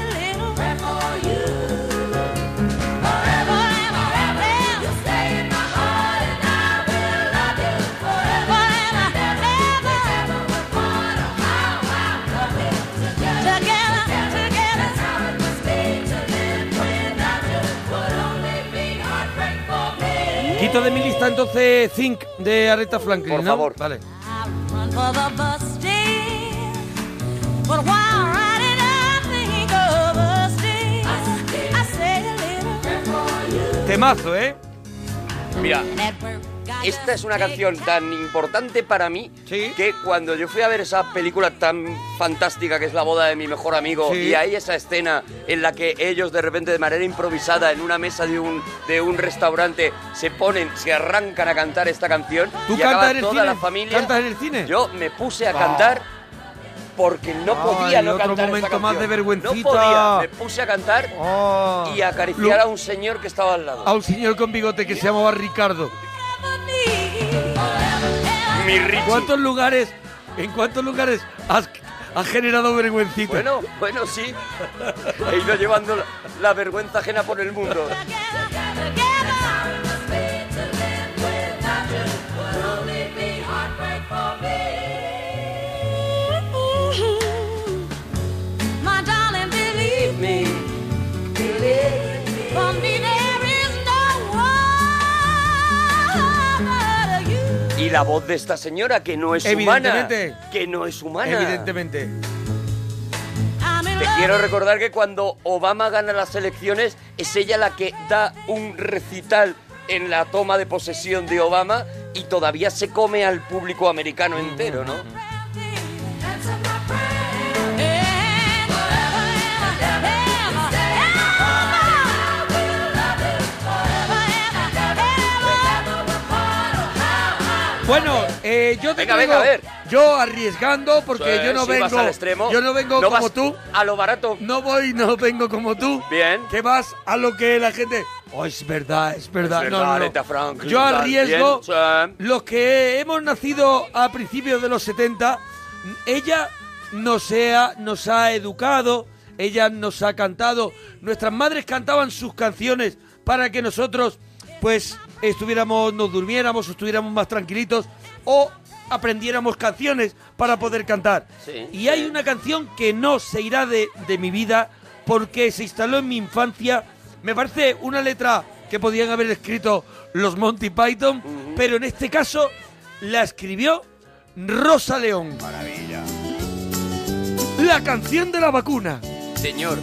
[SPEAKER 1] Quito de mi lista entonces Think de Aretha Franklin. Por favor. Vale.
[SPEAKER 17] run for the bus day. But while riding, I think of us day. I say a little prayer for you.
[SPEAKER 1] Temazo, ¿eh?
[SPEAKER 7] Mira, esta es una canción tan importante para mí que cuando yo fui a ver esa película tan fantástica que es La boda de mi mejor amigo
[SPEAKER 2] Sí.
[SPEAKER 7] y hay esa escena en la que ellos de repente de manera improvisada en una mesa de un, de un restaurante se ponen, se arrancan a cantar esta canción
[SPEAKER 1] ¿Tú
[SPEAKER 7] y acaba
[SPEAKER 1] cantas en el
[SPEAKER 7] toda la
[SPEAKER 1] cine?
[SPEAKER 7] familia.
[SPEAKER 1] ¿Cantas en el cine?
[SPEAKER 7] Yo me puse a cantar porque no podía
[SPEAKER 1] Ay,
[SPEAKER 7] no
[SPEAKER 1] otro
[SPEAKER 7] cantar
[SPEAKER 1] momento
[SPEAKER 7] esta
[SPEAKER 1] más de
[SPEAKER 7] canción.
[SPEAKER 1] vergüencita. Ah.
[SPEAKER 7] No podía, me puse a cantar y a acariciar
[SPEAKER 1] Lu-
[SPEAKER 7] a un señor que estaba al lado.
[SPEAKER 1] A un señor con bigote que se llamaba Ricardo.
[SPEAKER 7] Mi Richie.
[SPEAKER 1] ¿Cuántos lugares, en cuántos lugares has, has generado vergüencita?
[SPEAKER 7] Bueno, bueno, sí. He ido llevando la, la vergüenza ajena por el mundo.
[SPEAKER 17] Mm-hmm. My darling, believe me. For me, there is no one. You
[SPEAKER 7] Y la voz de esta señora que no es
[SPEAKER 1] Evidentemente.
[SPEAKER 7] humana. Que no es humana.
[SPEAKER 1] Evidentemente.
[SPEAKER 7] Te quiero recordar que cuando Obama gana las elecciones es ella la que da un recital en la toma de posesión de Obama y todavía se come al público americano entero, ¿no?
[SPEAKER 1] Bueno, eh, yo te
[SPEAKER 7] Venga,
[SPEAKER 1] digo,
[SPEAKER 7] venga, a ver.
[SPEAKER 1] yo arriesgando porque
[SPEAKER 7] Sí,
[SPEAKER 1] yo no
[SPEAKER 7] sí,
[SPEAKER 1] vengo
[SPEAKER 7] vas al extremo.
[SPEAKER 1] yo no vengo
[SPEAKER 7] No
[SPEAKER 1] como
[SPEAKER 7] vas
[SPEAKER 1] tú,
[SPEAKER 7] a lo barato.
[SPEAKER 1] No voy, no vengo como tú.
[SPEAKER 7] Bien.
[SPEAKER 1] Que vas a lo que la gente Oh, es verdad, es verdad.
[SPEAKER 7] Es
[SPEAKER 1] No,
[SPEAKER 7] verdad,
[SPEAKER 1] no, no.
[SPEAKER 7] Aretha Franklin,
[SPEAKER 1] Yo
[SPEAKER 7] tal,
[SPEAKER 1] arriesgo
[SPEAKER 7] bien,
[SPEAKER 1] los que hemos nacido a principios de los 70. Ella nos ha, nos ha educado, ella nos ha cantado. Nuestras madres cantaban sus canciones para que nosotros, pues, estuviéramos, nos durmiéramos, estuviéramos más tranquilitos o aprendiéramos canciones para poder cantar.
[SPEAKER 7] Sí.
[SPEAKER 1] Y hay una canción que no se irá de, de mi vida porque se instaló en mi infancia. Me parece una letra que podían haber escrito los Monty Python, pero en este caso la escribió Rosa León. Maravilla. La canción de la vacuna.
[SPEAKER 7] Señor.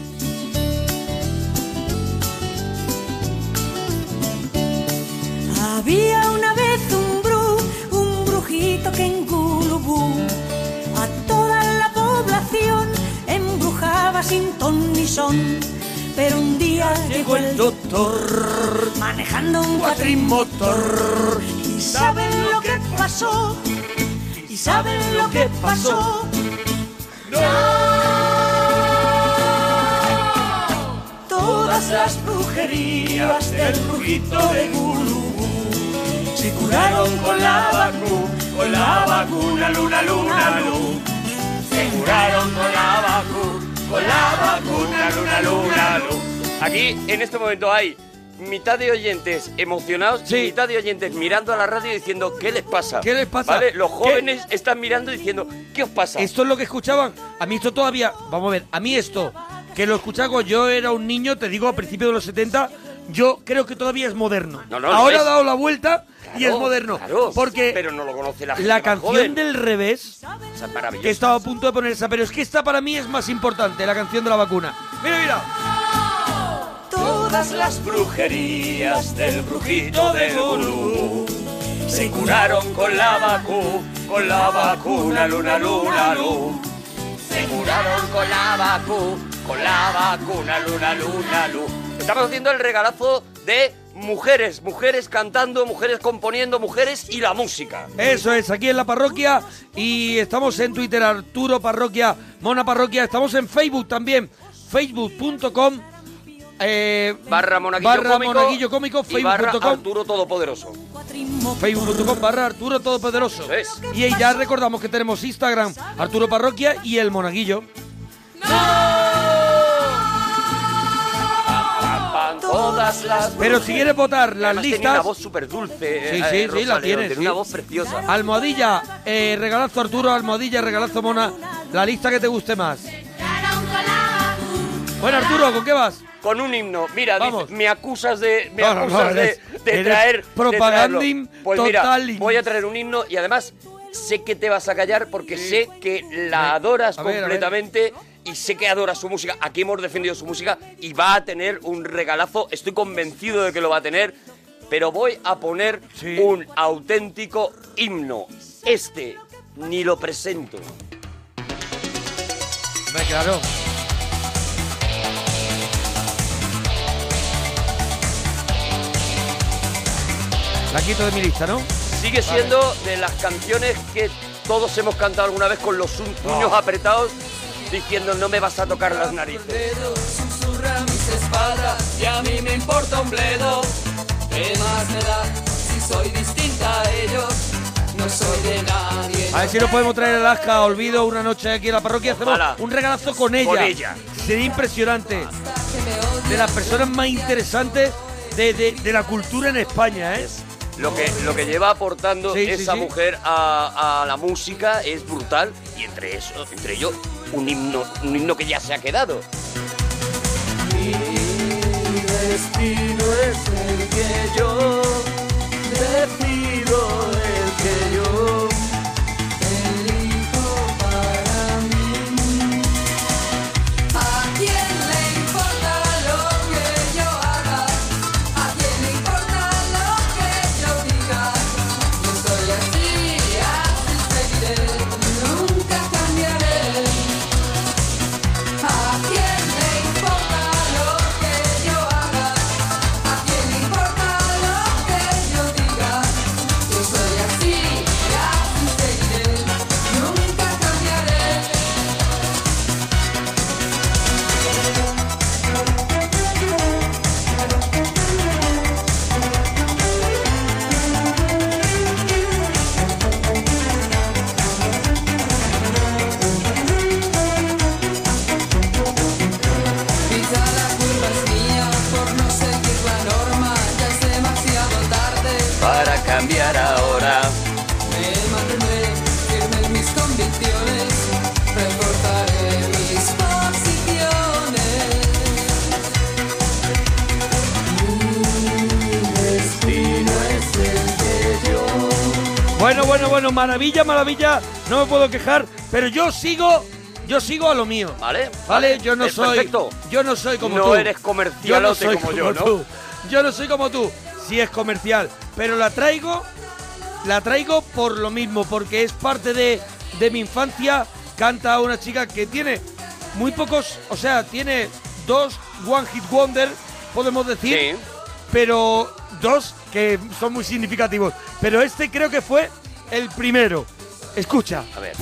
[SPEAKER 19] Había una vez un bru, un brujito que en Gulubú a toda la población embrujaba sin ton ni son. Pero un día llegó el doctor manejando un cuatrimotor y saben lo que pasó. Y saben lo que pasó.
[SPEAKER 15] Todas las brujerías del brujito de Gulubú se curaron con la vacuna, con la vacuna, luna, luna, luna. Se curaron con la vacuna, con la vacuna, luna, luna, luna.
[SPEAKER 7] Aquí en este momento hay mitad de oyentes emocionados y mitad de oyentes mirando a la radio diciendo ¿qué les pasa?
[SPEAKER 1] ¿Qué les pasa?
[SPEAKER 7] ¿Vale? Los
[SPEAKER 1] ¿Qué?
[SPEAKER 7] jóvenes están mirando diciendo ¿qué os pasa?
[SPEAKER 1] Esto es lo que escuchaban. A mí esto todavía. Vamos a ver, a mí esto, que lo escuchaba cuando yo era un niño, te digo, a principios de los 70, yo creo que todavía es moderno.
[SPEAKER 7] No, no,
[SPEAKER 1] Ahora
[SPEAKER 7] lo
[SPEAKER 1] ha
[SPEAKER 7] es.
[SPEAKER 1] dado la vuelta y
[SPEAKER 7] Claro,
[SPEAKER 1] es moderno.
[SPEAKER 7] claro,
[SPEAKER 1] porque
[SPEAKER 7] pero no lo conoce la gente
[SPEAKER 1] la
[SPEAKER 7] más
[SPEAKER 1] canción
[SPEAKER 7] joven.
[SPEAKER 1] del revés,
[SPEAKER 7] O sea,
[SPEAKER 1] que
[SPEAKER 7] maravilloso.
[SPEAKER 1] estaba a punto de ponerse, pero es que esta para mí es más importante, la canción de la vacuna. Mira, mira.
[SPEAKER 15] Todas las brujerías del brujito de Gulú se curaron con la vacuna, con la vacuna, luna, luna, luna.
[SPEAKER 7] Se curaron con la vacuna, con la vacuna, luna, luna, luna. Estamos haciendo el regalazo de mujeres, mujeres cantando, mujeres componiendo, mujeres y la música.
[SPEAKER 1] Eso es, aquí en la parroquia y estamos en Twitter, Arturo Parroquia, Mona Parroquia, estamos en Facebook también, facebook.com. eh,
[SPEAKER 7] Barra Monaguillo
[SPEAKER 1] barra
[SPEAKER 7] Cómico
[SPEAKER 1] Monaguillo Cómico,
[SPEAKER 7] y barra
[SPEAKER 1] facebook.com,
[SPEAKER 7] Arturo Todopoderoso.
[SPEAKER 1] facebook.com barra Arturo Todopoderoso. Y ahí ya recordamos que tenemos Instagram, Arturo Parroquia y el Monaguillo.
[SPEAKER 7] Todas las
[SPEAKER 1] Pero si quieres votar las
[SPEAKER 7] Además,
[SPEAKER 1] listas...
[SPEAKER 7] tenía una voz súper dulce. eh,
[SPEAKER 1] Sí, sí, sí, la tienes,
[SPEAKER 7] tiene
[SPEAKER 1] sí.
[SPEAKER 7] una voz preciosa.
[SPEAKER 1] Almohadilla, eh, regalazo Arturo, almohadilla, regalazo Mona, la lista que te guste más. Bueno, Arturo, ¿con qué vas?
[SPEAKER 7] Con un himno. Mira, dice, me acusas de. Me
[SPEAKER 1] No, no,
[SPEAKER 7] acusas
[SPEAKER 1] no,
[SPEAKER 7] de.
[SPEAKER 1] eres-
[SPEAKER 7] de
[SPEAKER 1] Eres
[SPEAKER 7] traer. de
[SPEAKER 1] propagandin
[SPEAKER 7] traerlo. Pues mira,
[SPEAKER 1] totalin.
[SPEAKER 7] voy a traer un himno y además sé que te vas a callar porque sé que la adoras
[SPEAKER 1] a ver, a ver.
[SPEAKER 7] completamente y sé que adoras su música. Aquí hemos defendido su música y va a tener un regalazo. Estoy convencido de que lo va a tener. Pero voy a poner un auténtico himno. Este ni lo presento.
[SPEAKER 1] Hombre, claro. La quito de mi lista, ¿no?
[SPEAKER 7] Sigue
[SPEAKER 1] Vale.
[SPEAKER 7] siendo de las canciones que todos hemos cantado alguna vez con los un- puños apretados diciendo no me vas a tocar las narices.
[SPEAKER 2] dedos susurran mis espaldas y a mí me importa un bledo. ¿Qué más me da si soy distinta a ellos? No soy de nadie.
[SPEAKER 1] A ver si nos podemos traer a Alaska, olvido una noche aquí en la parroquia. Hacemos un regalazo con ella.
[SPEAKER 7] Con ella.
[SPEAKER 1] Sería impresionante. De las personas más interesantes de, de- de la cultura en España, ¿eh?
[SPEAKER 7] Lo que, lo que lleva aportando
[SPEAKER 1] Sí, sí,
[SPEAKER 7] esa
[SPEAKER 1] sí.
[SPEAKER 7] mujer a, a la música es brutal y entre eso, entre ello, un himno, un himno que ya se ha quedado.
[SPEAKER 2] Mi destino es el que yo decido, el que yo elijo para mí. ¿A quién le importa lo que yo haga? ¿A quién le importa lo que yo diga? Yo soy así, así seguiré, nunca cambiaré. ¿A quién le importa lo que yo haga? ¿A quién le importa lo que yo diga? Yo soy así, ya seguiré, nunca cambiaré. Quizá la culpa es mía por no seguir la norma, ya es demasiado tarde.
[SPEAKER 7] Para cambiar ahora.
[SPEAKER 2] Me mantendré firme en mis convicciones, reforzaré mis posiciones. Mi destino es el que yo.
[SPEAKER 1] Bueno, bueno, bueno, maravilla, maravilla. No me puedo quejar, pero yo sigo, yo sigo a lo mío.
[SPEAKER 7] Vale,
[SPEAKER 1] vale. Yo no
[SPEAKER 7] es
[SPEAKER 1] soy,
[SPEAKER 7] perfecto.
[SPEAKER 1] yo no soy como
[SPEAKER 7] No
[SPEAKER 1] tú.
[SPEAKER 7] eres comercialote
[SPEAKER 1] Yo no soy
[SPEAKER 7] como yo, ¿no?
[SPEAKER 1] tú. Yo no soy como tú. Sí es comercial, pero la traigo, la traigo por lo mismo, porque es parte de, de mi infancia. Canta una chica que tiene muy pocos, o sea, tiene dos one hit wonder, podemos decir, pero dos que son muy significativos. Pero este creo que fue el primero. Escucha.
[SPEAKER 7] A ver.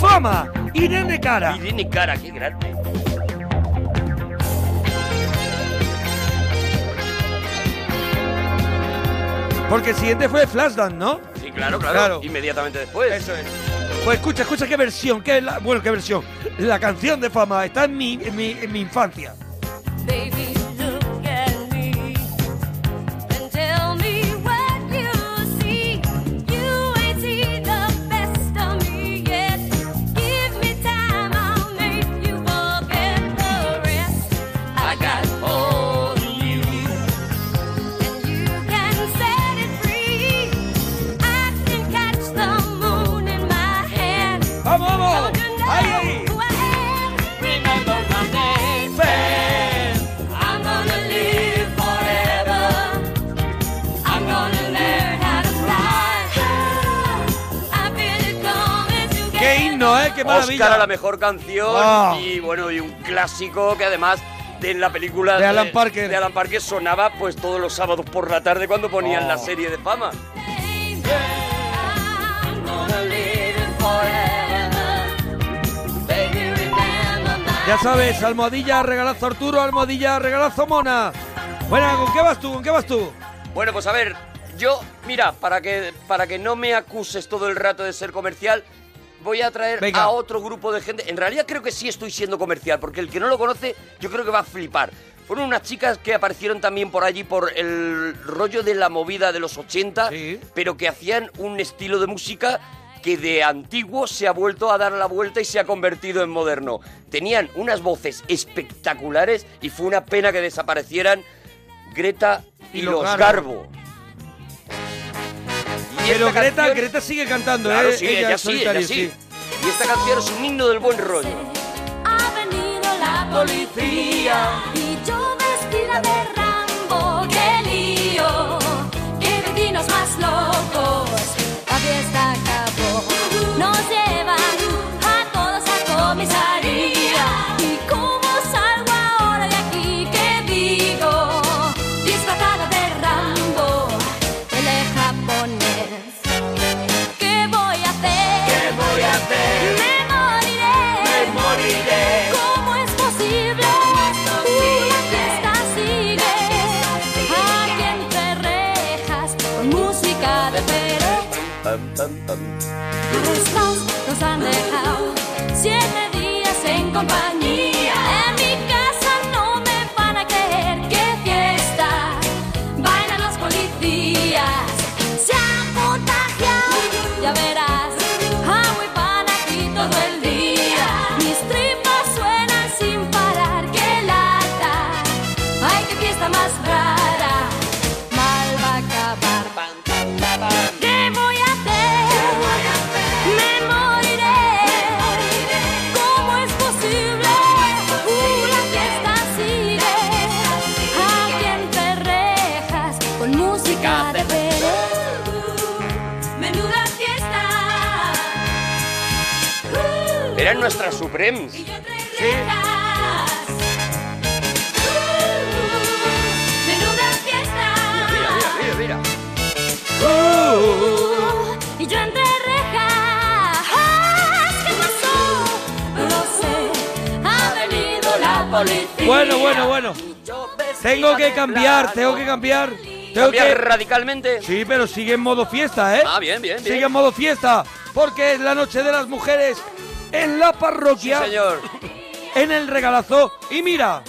[SPEAKER 1] Fama, Irene Cara.
[SPEAKER 7] Irene Cara, qué grande.
[SPEAKER 1] Porque el siguiente fue Flashdance, ¿no?
[SPEAKER 7] Sí, claro, claro,
[SPEAKER 1] Claro.
[SPEAKER 7] Inmediatamente después.
[SPEAKER 1] Eso es. Pues escucha, escucha qué versión, qué la, bueno, qué versión. La canción de fama está en mi, en mi, en mi infancia.
[SPEAKER 17] Baby, look at me and tell me what you see. You ain't seen the best of me yet. Give me time, I'll make you forget the rest. I got hold of you, and you can set it free. I can catch the moon in my hand.
[SPEAKER 1] Vamos, vamos.
[SPEAKER 17] Ahí. Remember my name, I'm gonna live forever. I'm gonna learn how to fly. I feel it coming together.
[SPEAKER 1] Qué himno, ¿eh? Qué maravilla.
[SPEAKER 7] Oscar a la mejor canción
[SPEAKER 1] Ah.
[SPEAKER 7] y bueno, y un clásico que además de la película
[SPEAKER 1] De Alan Parker.
[SPEAKER 7] de Alan Parker sonaba pues todos los sábados por la tarde cuando ponían
[SPEAKER 1] Oh.
[SPEAKER 7] la serie de fama.
[SPEAKER 17] I'm gonna live it forever. Baby, remember my
[SPEAKER 1] Ya sabes, almohadilla, regalazo Arturo, almohadilla, regalazo Mona. Bueno, ¿con qué vas tú? ¿Con qué vas tú?
[SPEAKER 7] Bueno, pues a ver, yo, mira, para que, para que no me acuses todo el rato de ser comercial, voy a traer
[SPEAKER 1] Venga.
[SPEAKER 7] a otro grupo de gente. En realidad creo que sí estoy siendo comercial, porque el que no lo conoce, yo creo que va a flipar. Fueron unas chicas que aparecieron también por allí por el rollo de la movida de los 80, pero que hacían un estilo de música que de antiguo se ha vuelto a dar la vuelta y se ha convertido en moderno. Tenían unas voces espectaculares y fue una pena que desaparecieran Greta y, los Garbo. Y
[SPEAKER 1] Pero
[SPEAKER 7] esta
[SPEAKER 1] Greta,
[SPEAKER 7] canción-
[SPEAKER 1] Greta sigue cantando,
[SPEAKER 7] Claro,
[SPEAKER 1] ¿eh?
[SPEAKER 7] sí,
[SPEAKER 1] Ella
[SPEAKER 7] ella
[SPEAKER 1] en
[SPEAKER 7] sí, ella
[SPEAKER 1] solitario,
[SPEAKER 7] sí. Y esta canción es un himno del buen rollo.
[SPEAKER 17] Ha venido la policía y yo vestida de Rambo, qué lío, qué vecinos más locos. La fiesta acabó, nos llevan a todos a comisaría. ¿Y cómo salgo ahora de aquí? ¿Qué digo? Disfrazada de Rambo, el japonés. ¿Qué voy a hacer? ¿Qué voy a hacer? Me moriré. Me moriré. ¿Cómo es posible? Una fiesta sigue. Aquí entre rejas con música de Pérez. Cruznos nos han dejado siete días en compañía. En mi casa no me van a creer que fiesta bailan los policías. Se han contagiado, ya verás. Agua y pan aquí todo el día. Mis tripas suenan sin parar. ¡Qué lata! ¡Ay, qué fiesta más rara! Mal va a acabar. ¿Qué voy a hacer? Me moriré. ¿Cómo es posible? Una fiesta sigue. Aquí entre rejas con música de Perú. Menuda fiesta.
[SPEAKER 7] Eran nuestras Supremes.
[SPEAKER 1] ¿Eh?
[SPEAKER 17] Menuda fiesta.
[SPEAKER 7] Mira, mira.
[SPEAKER 17] Y yo entre rejas. ¿Qué pasó? No sé. Ha venido la policía.
[SPEAKER 1] Bueno, bueno, bueno. Tengo que cambiar, tengo que cambiar. Tengo
[SPEAKER 7] ¿Cambiar
[SPEAKER 1] que...
[SPEAKER 7] radicalmente?
[SPEAKER 1] Sí, pero sigue en modo fiesta, ¿eh?
[SPEAKER 7] Ah, bien, bien, bien.
[SPEAKER 1] Sigue en modo fiesta, porque es la noche de las mujeres en la parroquia.
[SPEAKER 7] Sí, señor.
[SPEAKER 1] En el regalazo. Y mira.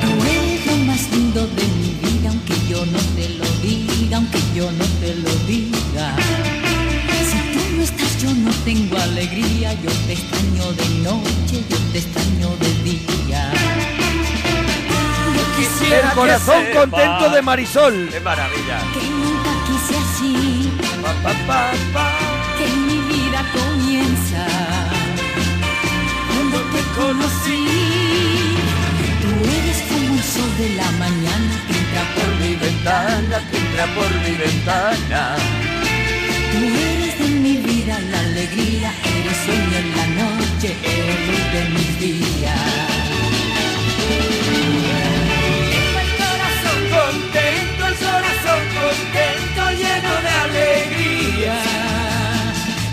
[SPEAKER 20] Tú eres lo más lindo de mi vida, aunque yo no te lo diga, aunque yo no te lo diga. Si tú no estás, yo no tengo alegría, yo te extraño de noche, yo te extraño de día. Yo quisiera
[SPEAKER 1] El
[SPEAKER 20] que
[SPEAKER 1] corazón
[SPEAKER 20] sepas
[SPEAKER 1] contento de Marisol.
[SPEAKER 7] Qué maravilla.
[SPEAKER 20] Que nunca quise así, que mi vida comienza cuando te conocí. Tú eres como el sol de la mañana que entra por mi ventana, que entra por mi ventana. Tú eres de mi vida la alegría, eres sueño en la noche, eres luz de mis días.
[SPEAKER 15] Tengo el corazón contento, el corazón contento, lleno de alegría.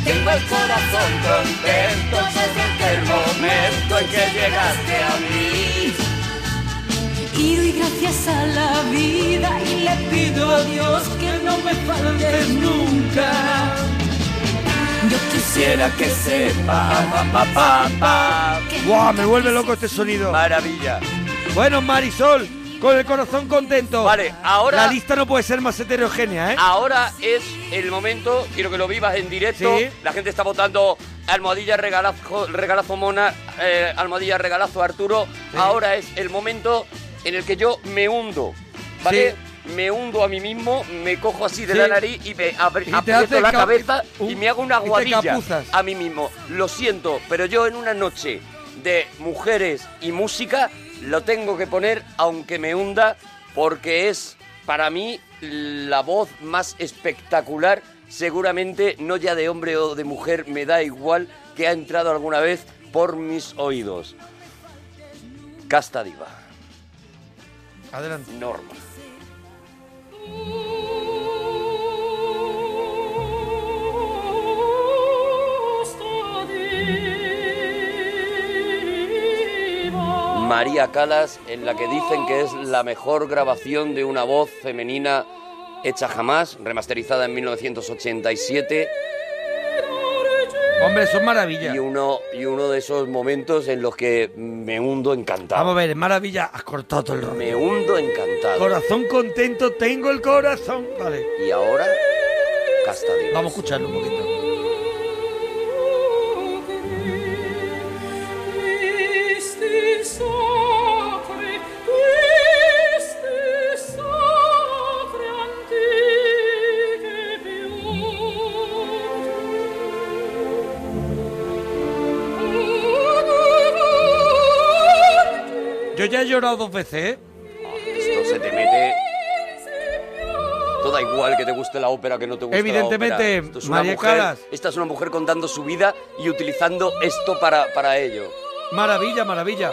[SPEAKER 15] Tengo el corazón contento desde aquel momento en que llegaste a mí.
[SPEAKER 20] Y doy gracias a la vida y le pido a Dios que no me faltes nunca. Yo
[SPEAKER 1] Quisiera que sepa, papá, papá. ¡Guau! Me vuelve loco este sonido.
[SPEAKER 7] Maravilla.
[SPEAKER 1] Bueno, Marisol, con el corazón contento. Vale,
[SPEAKER 7] ahora-
[SPEAKER 1] La lista no puede ser más heterogénea, ¿eh?
[SPEAKER 7] Ahora es el momento, quiero que lo vivas en directo.
[SPEAKER 1] Sí.
[SPEAKER 7] La gente está votando almohadilla regalazo, regalazo Mona, eh, almohadilla regalazo Arturo. Ahora es el momento en el que yo me hundo, ¿vale? Me hundo a mí mismo, me cojo así de
[SPEAKER 1] Sí.
[SPEAKER 7] la nariz y me abri-
[SPEAKER 1] Y te
[SPEAKER 7] aprieto
[SPEAKER 1] haces
[SPEAKER 7] la
[SPEAKER 1] ca-
[SPEAKER 7] cabeza y me hago una
[SPEAKER 1] Uh, y te
[SPEAKER 7] guadilla
[SPEAKER 1] capuzas.
[SPEAKER 7] a mí mismo. Lo siento, pero yo en una noche de mujeres y música lo tengo que poner aunque me hunda porque es para mí la voz más espectacular, seguramente no ya de hombre o de mujer, me da igual que ha entrado alguna vez por mis oídos. Casta diva.
[SPEAKER 1] Adelante.
[SPEAKER 7] Norma. María Calas, en la que dicen que es la mejor grabación de una voz femenina hecha jamás, remasterizada en 1987.
[SPEAKER 1] Hombre, son maravillas.
[SPEAKER 7] Y uno, y uno de esos momentos en los que me hundo encantado.
[SPEAKER 1] Vamos a ver, maravilla, has cortado todo el rollo.
[SPEAKER 7] Me hundo encantado.
[SPEAKER 1] Corazón contento, tengo el corazón. Vale.
[SPEAKER 7] Y ahora, Castañeda.
[SPEAKER 1] Vamos a escucharlo un poquito.
[SPEAKER 9] Questi sacri, questi sacri antiche più.
[SPEAKER 1] Yo ya he llorado dos veces, ¿eh?
[SPEAKER 7] Esto se te mete. Todo da igual que te guste la ópera, que no te guste la ópera.
[SPEAKER 1] Evidentemente,
[SPEAKER 7] Esto es una
[SPEAKER 1] María
[SPEAKER 7] mujer-
[SPEAKER 1] Calas.
[SPEAKER 7] Esta es una mujer contando su vida y utilizando esto para, para ello.
[SPEAKER 1] Maravilla, maravilla.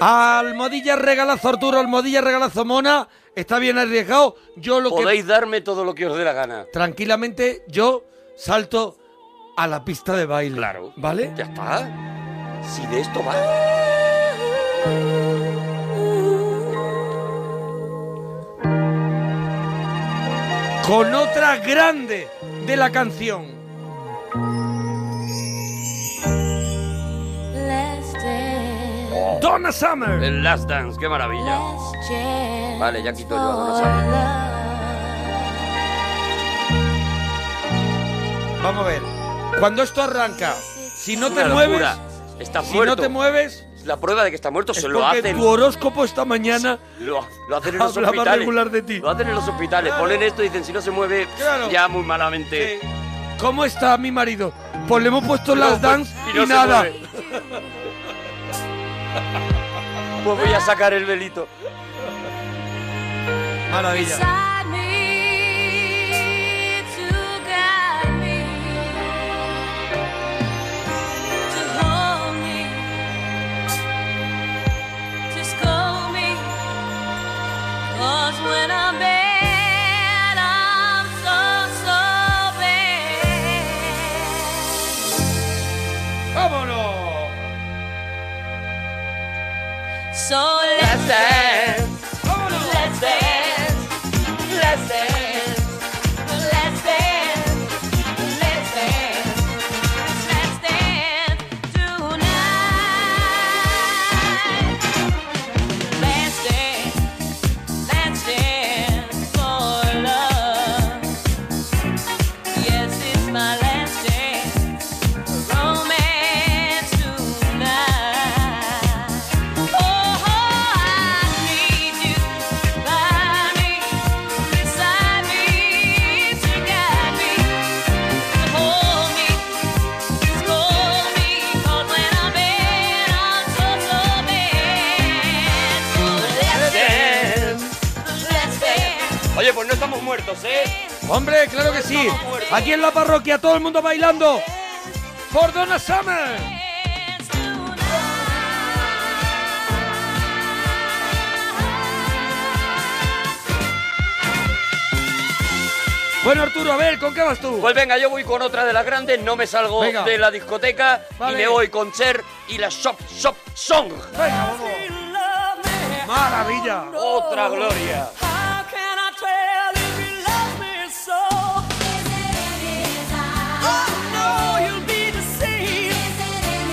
[SPEAKER 1] Almohadilla regalazo, Arturo, almohadilla regalazo, Mona. Está bien arriesgado. Yo lo
[SPEAKER 7] Podéis
[SPEAKER 1] que...
[SPEAKER 7] darme todo lo que os dé la gana.
[SPEAKER 1] Tranquilamente, yo salto a la pista de baile. Claro. ¿Vale?
[SPEAKER 7] Ya está. Si de esto va.
[SPEAKER 1] Con otra grande de la canción.
[SPEAKER 9] Let's dance,
[SPEAKER 1] Donna Summer.
[SPEAKER 7] El Last Dance, qué maravilla.
[SPEAKER 9] dance
[SPEAKER 7] Vale, ya quito yo a Donna
[SPEAKER 9] for
[SPEAKER 7] Summer.
[SPEAKER 1] Vamos a ver. Cuando esto arranca, si no te
[SPEAKER 7] Una
[SPEAKER 1] mueves,
[SPEAKER 7] locura. Está
[SPEAKER 1] si
[SPEAKER 7] muerto.
[SPEAKER 1] no te mueves,
[SPEAKER 7] La prueba de que está muerto
[SPEAKER 1] es
[SPEAKER 7] se lo
[SPEAKER 1] porque
[SPEAKER 7] hacen.
[SPEAKER 1] tu horóscopo esta mañana
[SPEAKER 7] Lo, lo hacen en los
[SPEAKER 1] Hablaba
[SPEAKER 7] hospitales.
[SPEAKER 1] regular de ti.
[SPEAKER 7] Lo hacen en los hospitales. Ponen esto y dicen, si no se mueve, ya muy malamente.
[SPEAKER 1] ¿Cómo está mi marido? Pues le hemos puesto
[SPEAKER 7] No,
[SPEAKER 1] las
[SPEAKER 7] pues,
[SPEAKER 1] dance
[SPEAKER 7] y
[SPEAKER 1] y,
[SPEAKER 7] no se
[SPEAKER 1] nada.
[SPEAKER 7] mueve. Pues voy a sacar el velito.
[SPEAKER 1] Maravilla.
[SPEAKER 9] Beside me to guide me, to hold me, to scold me. 'Cause when I'm bad, I'm so so bad.
[SPEAKER 1] Vámonos.
[SPEAKER 9] So let's dance. Let's dance. Let's dance. Let's dance. Let's dance. Let's dance tonight. Let's dance. Let's dance for love. Yes, it's my last dance. Romance Oh, tonight.
[SPEAKER 7] Oye, pues no estamos muertos, ¿eh?
[SPEAKER 1] Hombre, claro que sí. Aquí en la parroquia todo el mundo bailando. Por Donna Summer. Bueno, Arturo, a ver, ¿con qué vas tú?
[SPEAKER 7] Pues venga, yo voy con otra de las grandes, no me salgo
[SPEAKER 1] Venga.
[SPEAKER 7] de la discoteca
[SPEAKER 1] Vale.
[SPEAKER 7] y me voy con Cher y la Shop Shop Song.
[SPEAKER 1] Maravilla.
[SPEAKER 7] Otra gloria.
[SPEAKER 9] Oh,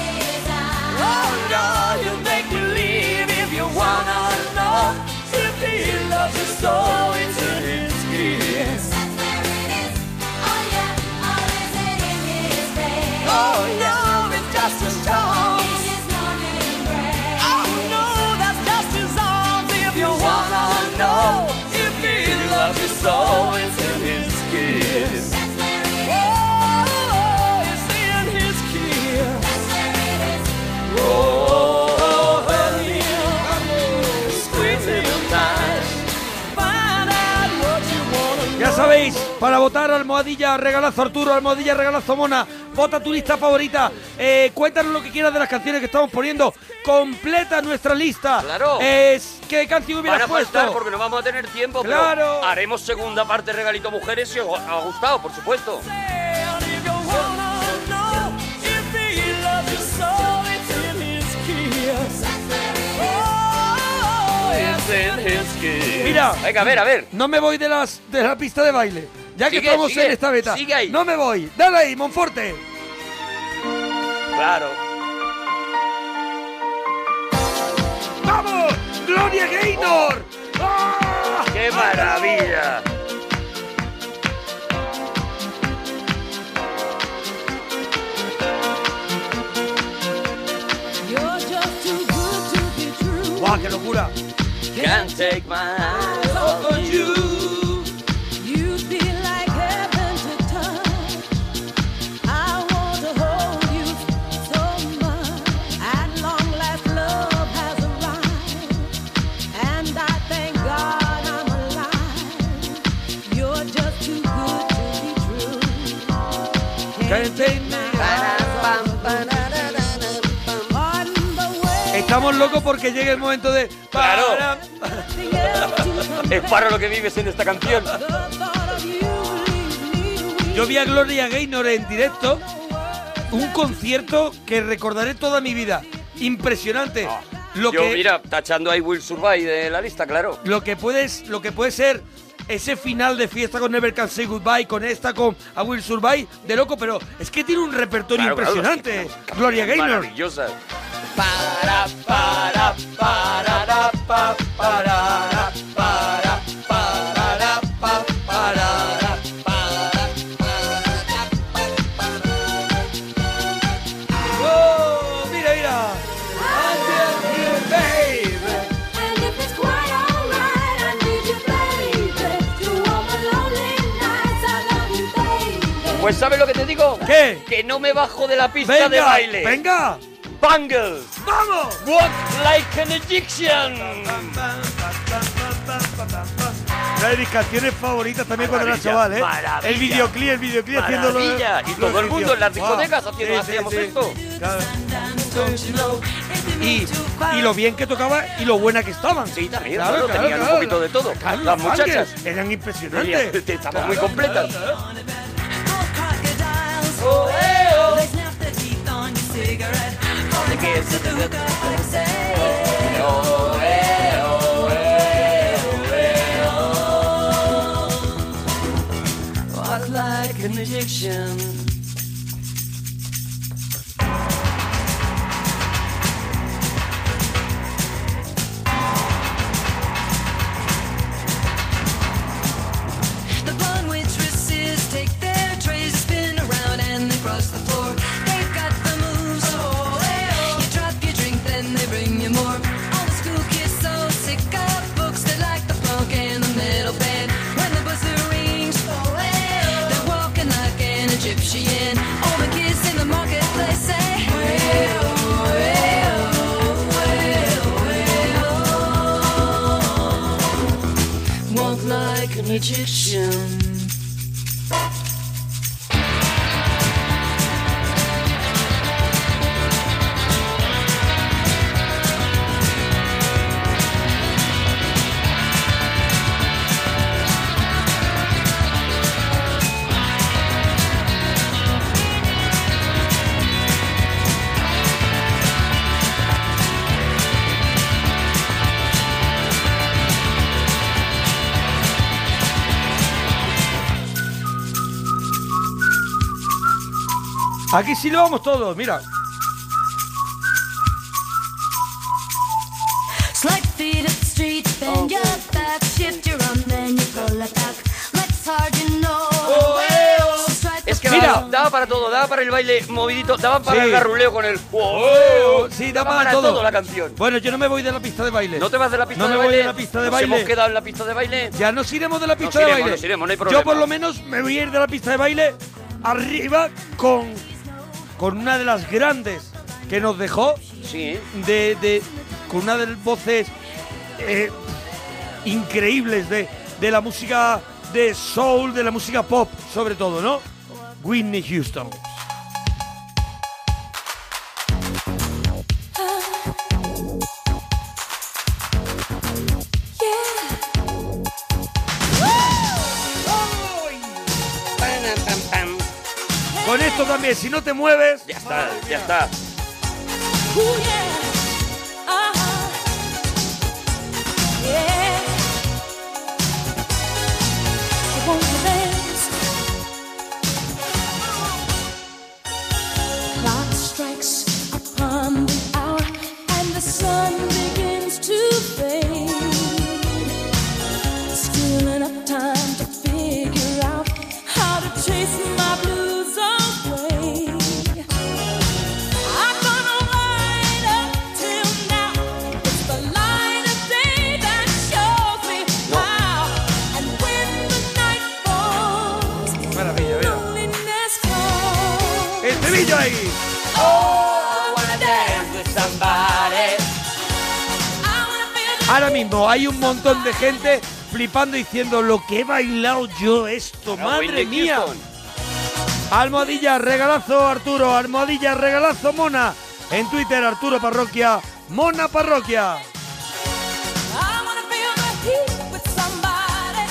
[SPEAKER 9] So it's a kiss. That's where it is. Oh yeah. Oh no, it's just a song. Oh no, that's just his arms. If you wanna know if he loves you so, it's in his kiss. Oh, it's in his kiss. Oh, honey, squeeze him tight. Find out what you wanna
[SPEAKER 1] Ya sabéis, para votar almohadilla regalazo Arturo, almohadilla regalazo Mona, vota tu lista favorita, eh, cuéntanos lo que quieras de las canciones que estamos poniendo, completa nuestra lista.
[SPEAKER 7] Claro.
[SPEAKER 1] Es, ¿Qué canción
[SPEAKER 7] Van a
[SPEAKER 1] hubieras
[SPEAKER 7] faltar
[SPEAKER 1] puesto?
[SPEAKER 7] porque no vamos a tener tiempo,
[SPEAKER 1] Claro.
[SPEAKER 7] pero haremos segunda parte de Regalito Mujeres si os ha gustado, por supuesto.
[SPEAKER 17] Oh,
[SPEAKER 1] Mira,
[SPEAKER 7] Venga, a ver, a ver.
[SPEAKER 1] No me voy de las de la pista de baile. Ya que
[SPEAKER 7] Sigue,
[SPEAKER 1] estamos
[SPEAKER 7] sigue,
[SPEAKER 1] en esta beta.
[SPEAKER 7] sigue ahí.
[SPEAKER 1] No me voy. Dale ahí, Monforte.
[SPEAKER 7] Claro.
[SPEAKER 1] ¡Vamos! ¡Gloria Gaynor!
[SPEAKER 7] ¡Ah! ¡Qué maravilla!
[SPEAKER 1] ¡Guau, qué locura!
[SPEAKER 7] Can't take my eyes off of you.
[SPEAKER 17] You feel like heaven to touch. I want to hold you so much. At long last, love has arrived, and I thank God I'm alive. You're just too good to be true. Can't take my eyes off you. On the way.
[SPEAKER 1] Estamos locos porque llega el momento de.
[SPEAKER 7] Claro. Es para lo que vives en esta canción.
[SPEAKER 1] Yo vi a Gloria Gaynor en directo. Un concierto que recordaré toda mi vida. Impresionante. Lo
[SPEAKER 7] Yo,
[SPEAKER 1] que,
[SPEAKER 7] mira, tachando ahí Will Survive de la lista, claro.
[SPEAKER 1] lo que puedes, lo que puede ser ese final de fiesta con Never Can Say Goodbye, con esta, con I Will Survive, de loco, pero es que tiene un repertorio
[SPEAKER 7] Claro, claro,
[SPEAKER 1] impresionante. Gloria Gaynor.
[SPEAKER 7] Maravillosa.
[SPEAKER 1] Para, para, para, para, para, para, para, para, para, para, ¡Oh! Mira, mira.
[SPEAKER 7] Pues ¿sabes lo que te digo?
[SPEAKER 1] ¿Qué?
[SPEAKER 7] Que no me bajo de la pista de
[SPEAKER 1] Venga,
[SPEAKER 7] baile.
[SPEAKER 1] venga.
[SPEAKER 7] Bangles.
[SPEAKER 1] Vamos.
[SPEAKER 7] Walk like an addiction.
[SPEAKER 1] Una de mis canciones favoritas también cuando era
[SPEAKER 7] Maravilla,
[SPEAKER 1] chaval, ¿eh?
[SPEAKER 7] maravilla.
[SPEAKER 1] el videoclip, el videoclip haciéndolo.
[SPEAKER 7] Maravilla. Y todo el mundo en las discotecas haciendo- hacíamos esto.
[SPEAKER 1] Y, y lo bien que tocaba y lo buena que estaban.
[SPEAKER 7] Sí, también, claro, tenían un poquito de todo.
[SPEAKER 1] Claro,
[SPEAKER 7] Las
[SPEAKER 1] los Bangles
[SPEAKER 7] muchachas.
[SPEAKER 1] Eran
[SPEAKER 7] Tenían-
[SPEAKER 1] impresionantes.
[SPEAKER 7] estaban
[SPEAKER 1] Claro,
[SPEAKER 7] muy completas.
[SPEAKER 1] claro, claro.
[SPEAKER 9] Walk like an addiction.
[SPEAKER 17] The blonde witch resists, take their trays, spin around and they cross the floor. They've got the moves, oh, hey, oh. You drop your drink, then they bring you more. All the school kids so sick of books, they like the punk and the metal band. When the buzzer rings, oh, hey, oh. They're walking like an Egyptian. All the kids in the marketplace say, hey, oh, hey, oh, hey, oh, hey, oh. Walk like
[SPEAKER 9] An addiction.
[SPEAKER 1] Aquí sí lo vamos todos, mira.
[SPEAKER 17] Slide feet up the street, bend your back, shift your arm, then you pull it back. Let's hard, you know. So strike
[SPEAKER 7] Es que
[SPEAKER 17] the
[SPEAKER 7] daba,
[SPEAKER 17] blow.
[SPEAKER 7] daba para todo, daba para el baile movidito, daba para
[SPEAKER 1] Sí.
[SPEAKER 7] el garruleo con el
[SPEAKER 1] Oh, sí, da para todo.
[SPEAKER 7] la canción.
[SPEAKER 1] Bueno, yo no me voy de la pista de baile.
[SPEAKER 7] ¿No te vas de la pista
[SPEAKER 1] No
[SPEAKER 7] de
[SPEAKER 1] me
[SPEAKER 7] baile?
[SPEAKER 1] voy de la pista de
[SPEAKER 7] ¿Nos
[SPEAKER 1] baile.
[SPEAKER 7] hemos quedado en la pista de baile?
[SPEAKER 1] Ya nos iremos de la pista
[SPEAKER 7] iremos,
[SPEAKER 1] de baile.
[SPEAKER 7] nos iremos, no hay
[SPEAKER 1] Yo
[SPEAKER 7] problema.
[SPEAKER 1] por lo menos me voy a ir de la pista de baile arriba con, con una de las grandes que nos dejó.
[SPEAKER 7] Sí.
[SPEAKER 1] De, de- con una de las voces eh, increíbles de, de la música de soul, de la música pop, sobre todo, ¿no? Whitney Houston. Esto también, si no te mueves.
[SPEAKER 7] Ya está, ya está.
[SPEAKER 17] Ooh, yeah. Uh-huh. Yeah. I want to dance. Clock strikes upon the hour and the sun begins to fade. Still enough time to figure out how to chase my blues away. I'm gonna light up till now. It's the light of day that shows me how. And when the night falls,
[SPEAKER 1] Maravilla, mira.
[SPEAKER 17] loneliness calls.
[SPEAKER 1] El tevillo ahí.
[SPEAKER 17] Oh, I wanna dance with somebody.
[SPEAKER 1] Ahora mismo hay un montón de gente flipando diciendo lo que he bailado yo esto,
[SPEAKER 7] Claro,
[SPEAKER 1] madre
[SPEAKER 7] Whitney
[SPEAKER 1] mía.
[SPEAKER 7] Houston.
[SPEAKER 1] Almohadilla, regalazo Arturo, almohadilla, regalazo Mona. En Twitter, Arturo Parroquia, Mona Parroquia.
[SPEAKER 17] I wanna feel the heat with somebody.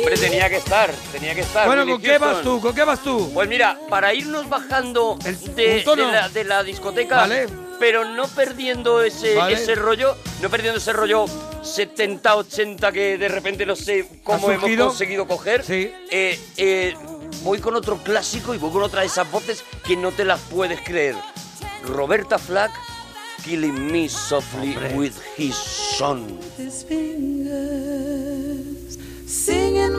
[SPEAKER 7] Hombre, tenía que estar, tenía que estar.
[SPEAKER 1] Bueno,
[SPEAKER 7] Whitney
[SPEAKER 1] ¿con qué vas
[SPEAKER 7] Houston.
[SPEAKER 1] tú? ¿Con qué vas tú?
[SPEAKER 7] Pues mira, para irnos bajando
[SPEAKER 1] un
[SPEAKER 7] de,
[SPEAKER 1] tono.
[SPEAKER 7] de la, de la discoteca,
[SPEAKER 1] Vale.
[SPEAKER 7] pero no perdiendo ese,
[SPEAKER 1] Vale.
[SPEAKER 7] ese rollo, no perdiendo ese rollo 70-80 que de repente no sé cómo
[SPEAKER 1] ¿Ha
[SPEAKER 7] hemos
[SPEAKER 1] surgido?
[SPEAKER 7] conseguido coger. Eh, eh, voy con otro clásico y voy con otra de esas voces que no te las puedes creer. Roberta Flack, Killing Me Softly with His Son.
[SPEAKER 9] his fingers, singing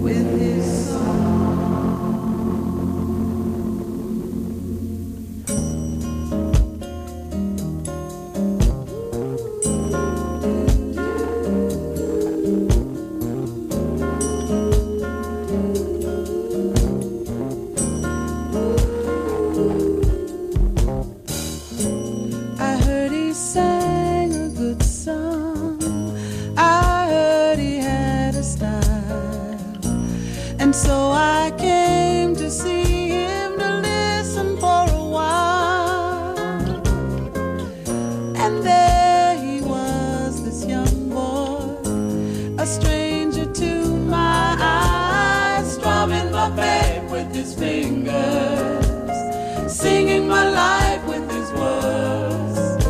[SPEAKER 9] with his song. I heard he sang a good song. I heard he had a style. And so I came to see him to listen for a while. And there he was, this young boy, a stranger to my eyes, drumming my babe with his fingers singing my life with his words,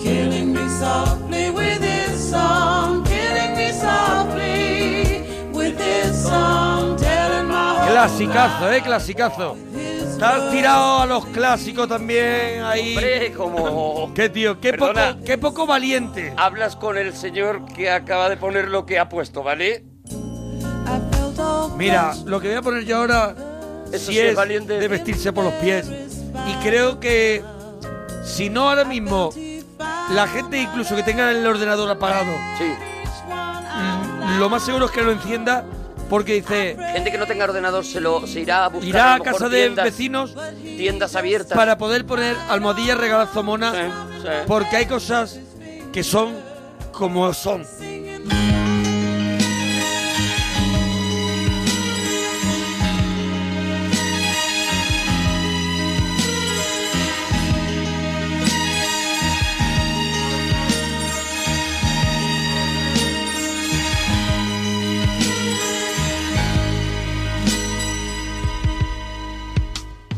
[SPEAKER 9] killing me softly with his song, killing me softly with his song, telling my whole
[SPEAKER 1] Clasicazo, eh, clasicazo. Estás tirado a los clásicos también ahí.
[SPEAKER 7] Hombre, como.
[SPEAKER 1] qué tío, qué poco,
[SPEAKER 7] Perdona.
[SPEAKER 1] qué poco valiente.
[SPEAKER 7] Hablas con el señor que acaba de poner lo que ha puesto, ¿vale?
[SPEAKER 1] Mira, lo que voy a poner yo ahora
[SPEAKER 7] Eso
[SPEAKER 1] sí
[SPEAKER 7] sí es
[SPEAKER 1] es de vestirse por los pies. Y creo que si no ahora mismo la gente incluso que tenga el ordenador apagado, mm, lo más seguro es que lo encienda porque dice
[SPEAKER 7] Gente que no tenga ordenador se lo se irá a buscar.
[SPEAKER 1] Irá a
[SPEAKER 7] lo mejor
[SPEAKER 1] casa de
[SPEAKER 7] tiendas-
[SPEAKER 1] vecinos.
[SPEAKER 7] Tiendas abiertas.
[SPEAKER 1] para poder poner almohadilla regalazo mona
[SPEAKER 7] sí.
[SPEAKER 1] porque hay cosas que son como son.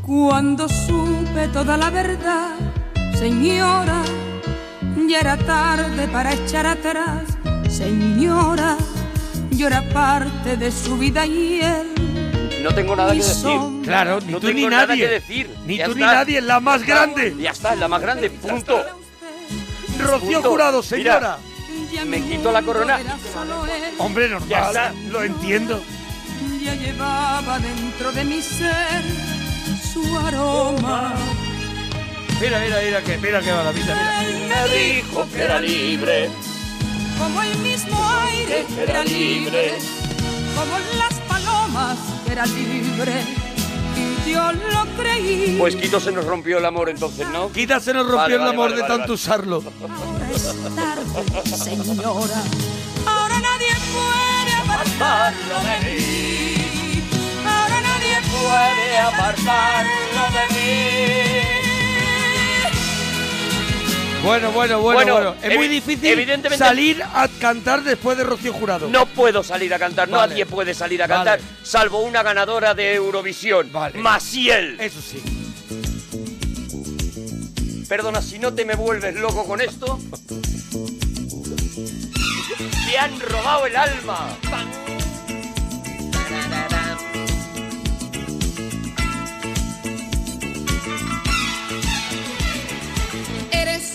[SPEAKER 9] Cuando supe toda la verdad, señora, ya era tarde para echar atrás, señora, yo era parte de su vida y él.
[SPEAKER 7] No tengo nada que decir.
[SPEAKER 1] Claro, ni
[SPEAKER 7] No
[SPEAKER 1] tú ni
[SPEAKER 7] tengo nada
[SPEAKER 1] nadie.
[SPEAKER 7] que decir.
[SPEAKER 1] Ni
[SPEAKER 7] Ya
[SPEAKER 1] tú ni
[SPEAKER 7] está.
[SPEAKER 1] nadie, la más
[SPEAKER 7] Ya está.
[SPEAKER 1] grande.
[SPEAKER 7] Ya está, la más grande, punto.
[SPEAKER 1] Rocío
[SPEAKER 7] Punto.
[SPEAKER 1] Jurado,
[SPEAKER 7] Mira,
[SPEAKER 1] señora.
[SPEAKER 7] me quito la corona.
[SPEAKER 1] Hombre,
[SPEAKER 7] Ya
[SPEAKER 1] normal,
[SPEAKER 7] está.
[SPEAKER 1] lo entiendo.
[SPEAKER 9] Ya llevaba dentro de mi ser su aroma.
[SPEAKER 1] Mira, mira, mira que mira qué maravilla, mira.
[SPEAKER 9] Me dijo
[SPEAKER 1] que era libre.
[SPEAKER 9] Como el mismo aire que era libre, como las palomas que era libre. Y yo lo creí.
[SPEAKER 7] Pues Quito se nos rompió el amor entonces, ¿no?
[SPEAKER 1] Quita se nos rompió
[SPEAKER 7] Vale,
[SPEAKER 1] el
[SPEAKER 7] vale,
[SPEAKER 1] amor
[SPEAKER 7] vale,
[SPEAKER 1] de
[SPEAKER 7] vale,
[SPEAKER 1] tanto
[SPEAKER 7] vale.
[SPEAKER 1] usarlo.
[SPEAKER 9] tarde, señora. Ahora nadie puede apartarlo de mí. Ahora nadie puede apartarlo de mí.
[SPEAKER 1] Bueno, bueno, bueno,
[SPEAKER 7] Bueno,
[SPEAKER 1] bueno. Es muy
[SPEAKER 7] evi-
[SPEAKER 1] difícil
[SPEAKER 7] evidentemente-
[SPEAKER 1] salir a cantar después de Rocío Jurado.
[SPEAKER 7] No puedo salir a cantar,
[SPEAKER 1] Vale.
[SPEAKER 7] nadie puede salir a cantar, salvo una ganadora de Eurovisión, Maciel.
[SPEAKER 1] Eso sí.
[SPEAKER 7] Perdona, si no te me vuelves loco con esto. Te han robado el alma.
[SPEAKER 15] Eres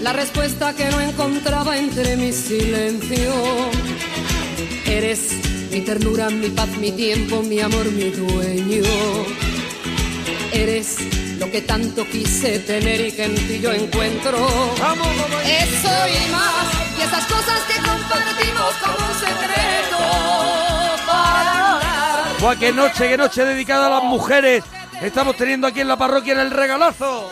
[SPEAKER 15] la respuesta que no encontraba entre mi silencio. Eres mi ternura, mi paz, mi tiempo, mi amor, mi dueño. Eres lo que tanto quise tener y que en ti yo encuentro. Eso y más, y esas cosas que compartimos como un secreto para hablar.
[SPEAKER 1] Buah, qué noche, qué noche dedicada a las mujeres. Estamos teniendo aquí en la parroquia en el regalazo.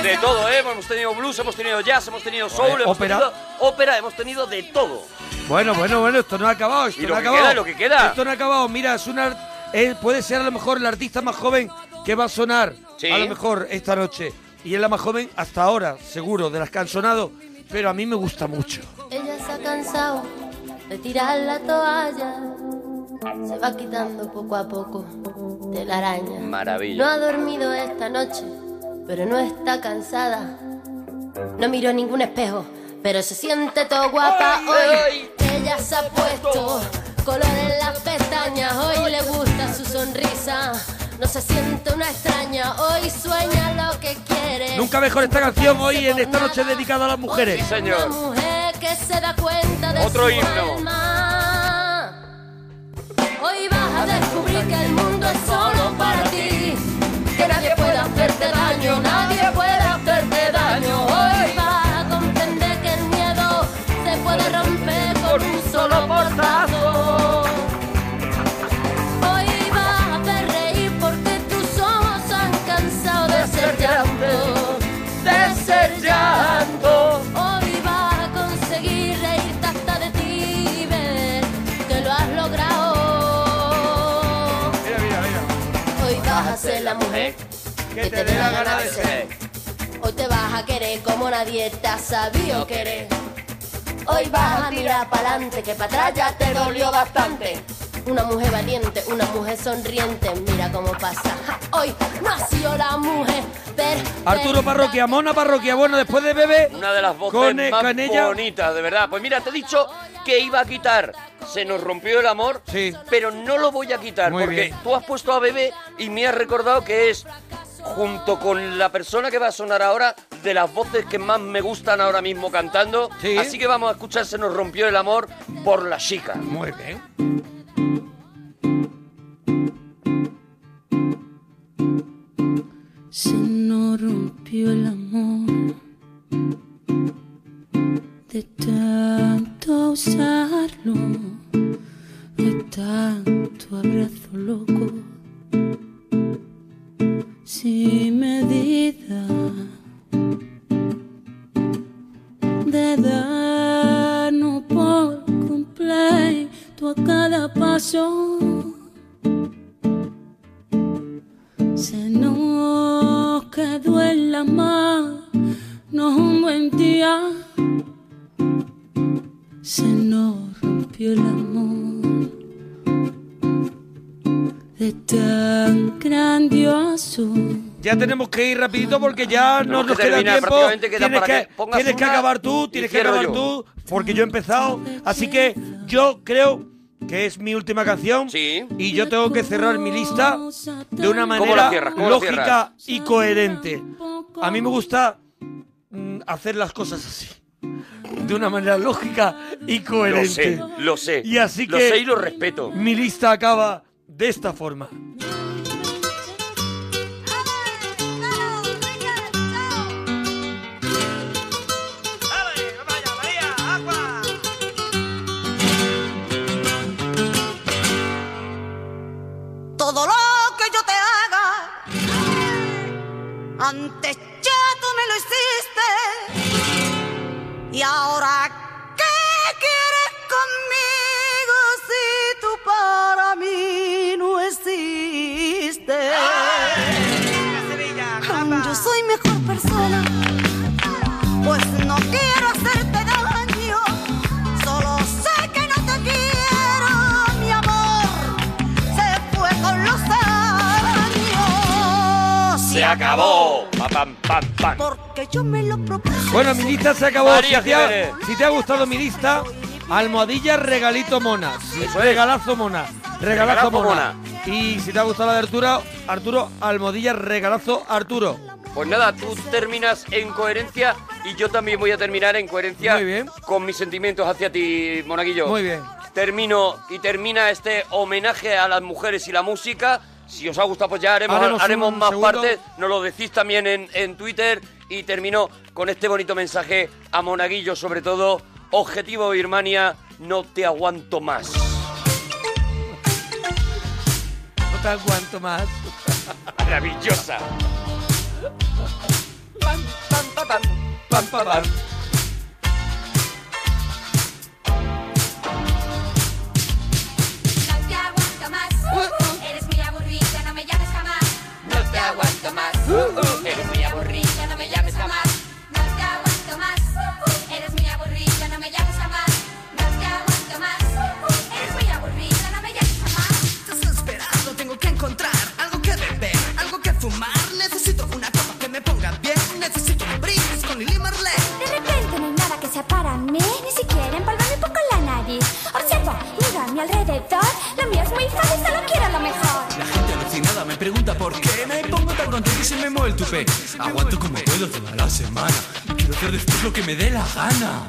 [SPEAKER 7] De todo, ¿eh? Hemos tenido blues, hemos tenido jazz, hemos tenido soul, hemos
[SPEAKER 1] ópera.
[SPEAKER 7] tenido ópera, hemos tenido de todo.
[SPEAKER 1] Bueno, bueno, bueno, esto no ha acabado.
[SPEAKER 7] Y
[SPEAKER 1] Esto
[SPEAKER 7] lo
[SPEAKER 1] no ha
[SPEAKER 7] que
[SPEAKER 1] acabado.
[SPEAKER 7] queda, lo que queda.
[SPEAKER 1] Esto no ha acabado. Mira, es una, eh, puede ser a lo mejor el artista más joven que va a sonar a lo mejor esta noche. Y es la más joven hasta ahora, seguro, de las que han sonado. Pero a mí me gusta mucho.
[SPEAKER 3] Ella se ha cansado de tirar la toalla. Se va quitando poco a poco de la araña. No ha
[SPEAKER 7] Maravilla.
[SPEAKER 3] dormido esta noche, pero no está cansada. No miró ningún espejo, pero se siente todo guapa
[SPEAKER 15] Ay,
[SPEAKER 3] hoy. Ella se ha puesto color en las pestañas, hoy le gusta su sonrisa. No se siente una extraña, hoy sueña lo que quiere.
[SPEAKER 1] Nunca mejor esta canción hoy en esta noche dedicada a las mujeres.
[SPEAKER 3] Sí, Una mujer que se da cuenta de
[SPEAKER 1] Otro
[SPEAKER 3] su
[SPEAKER 1] himno.
[SPEAKER 3] alma. Hoy vas a descubrir que el mundo es solo para ti. Que nadie puede hacerte daño, nadie puede hacerte daño. Hoy vas a comprender que el miedo se puede romper con un solo portazo. Hoy vas a hacer reír porque tus ojos han cansado de ser llanto. De ser llanto. Hoy vas a conseguir reírte hasta de ti, ver que lo has logrado. Mira, mira, mira. Hoy vas a ser la mujer que te dé la gana de ser. Hoy te vas a querer como nadie te ha sabido querer. Hoy vas a mirar para adelante, que para atrás ya te dolió bastante. Una mujer valiente, una mujer sonriente, mira cómo pasa. Ja, Hoy nació la mujer perfecta.
[SPEAKER 1] Arturo Parroquia, Mona Parroquia. Bueno, después de Bebé.
[SPEAKER 7] Una de las voces
[SPEAKER 1] Con, eh,
[SPEAKER 7] más
[SPEAKER 1] con ella.
[SPEAKER 7] bonitas, de verdad. Pues mira, te he dicho que iba a quitar. Se nos rompió el amor, pero no lo voy a quitar
[SPEAKER 1] Muy
[SPEAKER 7] porque
[SPEAKER 1] bien.
[SPEAKER 7] tú has puesto a Bebé y me has recordado que es, junto con la persona que va a sonar ahora, de las voces que más me gustan ahora mismo cantando. Así que vamos a escuchar Se nos rompió el amor por la chica.
[SPEAKER 1] Muy bien.
[SPEAKER 21] se nos rompió el amor de tanto usarlo, de tanto abrazo loco, sin medida, de darnos por completo a cada paso. Se nos quedó en la mano un buen día. Se nos rompió el amor de tan grandioso.
[SPEAKER 1] Ya tenemos que ir rapidito porque ya no
[SPEAKER 21] Tenemos que
[SPEAKER 1] nos queda
[SPEAKER 21] terminar,
[SPEAKER 1] tiempo.
[SPEAKER 21] prácticamente queda
[SPEAKER 1] tienes
[SPEAKER 21] para
[SPEAKER 1] que,
[SPEAKER 21] que pongas
[SPEAKER 1] tienes que
[SPEAKER 21] una
[SPEAKER 1] acabar tú,
[SPEAKER 21] y
[SPEAKER 1] tienes que
[SPEAKER 21] cierro
[SPEAKER 1] acabar tú,
[SPEAKER 21] yo.
[SPEAKER 1] porque yo he empezado. Así que yo creo que es mi última canción. Y yo tengo que cerrar mi lista de una
[SPEAKER 7] ¿Cómo
[SPEAKER 1] manera
[SPEAKER 7] la cierras? ¿Cómo la
[SPEAKER 1] lógica
[SPEAKER 7] cierras?
[SPEAKER 1] y coherente. A mí me gusta mm, hacer las cosas así. De una manera lógica y
[SPEAKER 7] Lo
[SPEAKER 1] coherente.
[SPEAKER 7] sé, lo sé.
[SPEAKER 1] Y así
[SPEAKER 7] lo
[SPEAKER 1] que-
[SPEAKER 7] sé y lo respeto.
[SPEAKER 1] Mi lista acaba de esta forma.
[SPEAKER 9] Todo lo que yo te haga, antes ya tú me lo hiciste. Y ahora, ¿qué quieres conmigo si tú para mí no existes? Yo soy mejor persona, pues no quiero hacerte daño. Solo sé que no te quiero, mi amor se fue con los años.
[SPEAKER 7] Se acabó. Pa, pam, pam, pam.
[SPEAKER 9] Porque yo me lo propuse.
[SPEAKER 1] Bueno, mi lista se acabó.
[SPEAKER 7] María
[SPEAKER 1] si, te ha,
[SPEAKER 7] Jiménez.
[SPEAKER 1] si te ha gustado mi lista, almohadilla regalito mona. Regalazo mona. Regalazo
[SPEAKER 7] pues. Regalazo
[SPEAKER 1] mona. Y si te ha gustado la de Arturo, Arturo, almohadilla regalazo Arturo.
[SPEAKER 7] Pues nada, tú terminas en coherencia y yo también voy a terminar en coherencia con mis sentimientos hacia ti, Monaguillo.
[SPEAKER 1] Muy bien.
[SPEAKER 7] Termino y termina este homenaje a las mujeres y la música. Si os ha gustado, pues ya haremos,
[SPEAKER 1] Haremos
[SPEAKER 7] haremos
[SPEAKER 1] un
[SPEAKER 7] más
[SPEAKER 1] segundo.
[SPEAKER 7] partes. Nos lo decís también en, en Twitter. Y termino con este bonito mensaje a Monaguillo, sobre todo. Objetivo Birmania, no te aguanto más.
[SPEAKER 1] No te aguanto más.
[SPEAKER 7] Maravillosa.
[SPEAKER 1] Pam, pam, pam.
[SPEAKER 20] No te aguanto más.
[SPEAKER 3] Uh-uh.
[SPEAKER 20] Eres muy aburrida, no me llames jamás. No te aguanto más.
[SPEAKER 15] Uh,
[SPEAKER 20] Eres muy aburrida, no me llames jamás. No te aguanto más. Eres muy aburrida, no me llames jamás. No te aguanto más. Eres muy aburrida, no me llames jamás.
[SPEAKER 22] Desesperado, tengo que encontrar algo que beber, algo que fumar. Necesito una copa que me ponga bien. Necesito un brindis con Lili Marley.
[SPEAKER 20] De repente no hay nada que sea para mí, ni siquiera empolvarme un poco la nariz. Observo, miro a mi alrededor, lo mío es muy fácil, solo quiero lo mejor.
[SPEAKER 2] La gente alucinada me pregunta por qué me pongo tan contento y se me mueve el tupé. Aguanto como puedo toda la semana. Quiero hacer después lo que me dé la gana.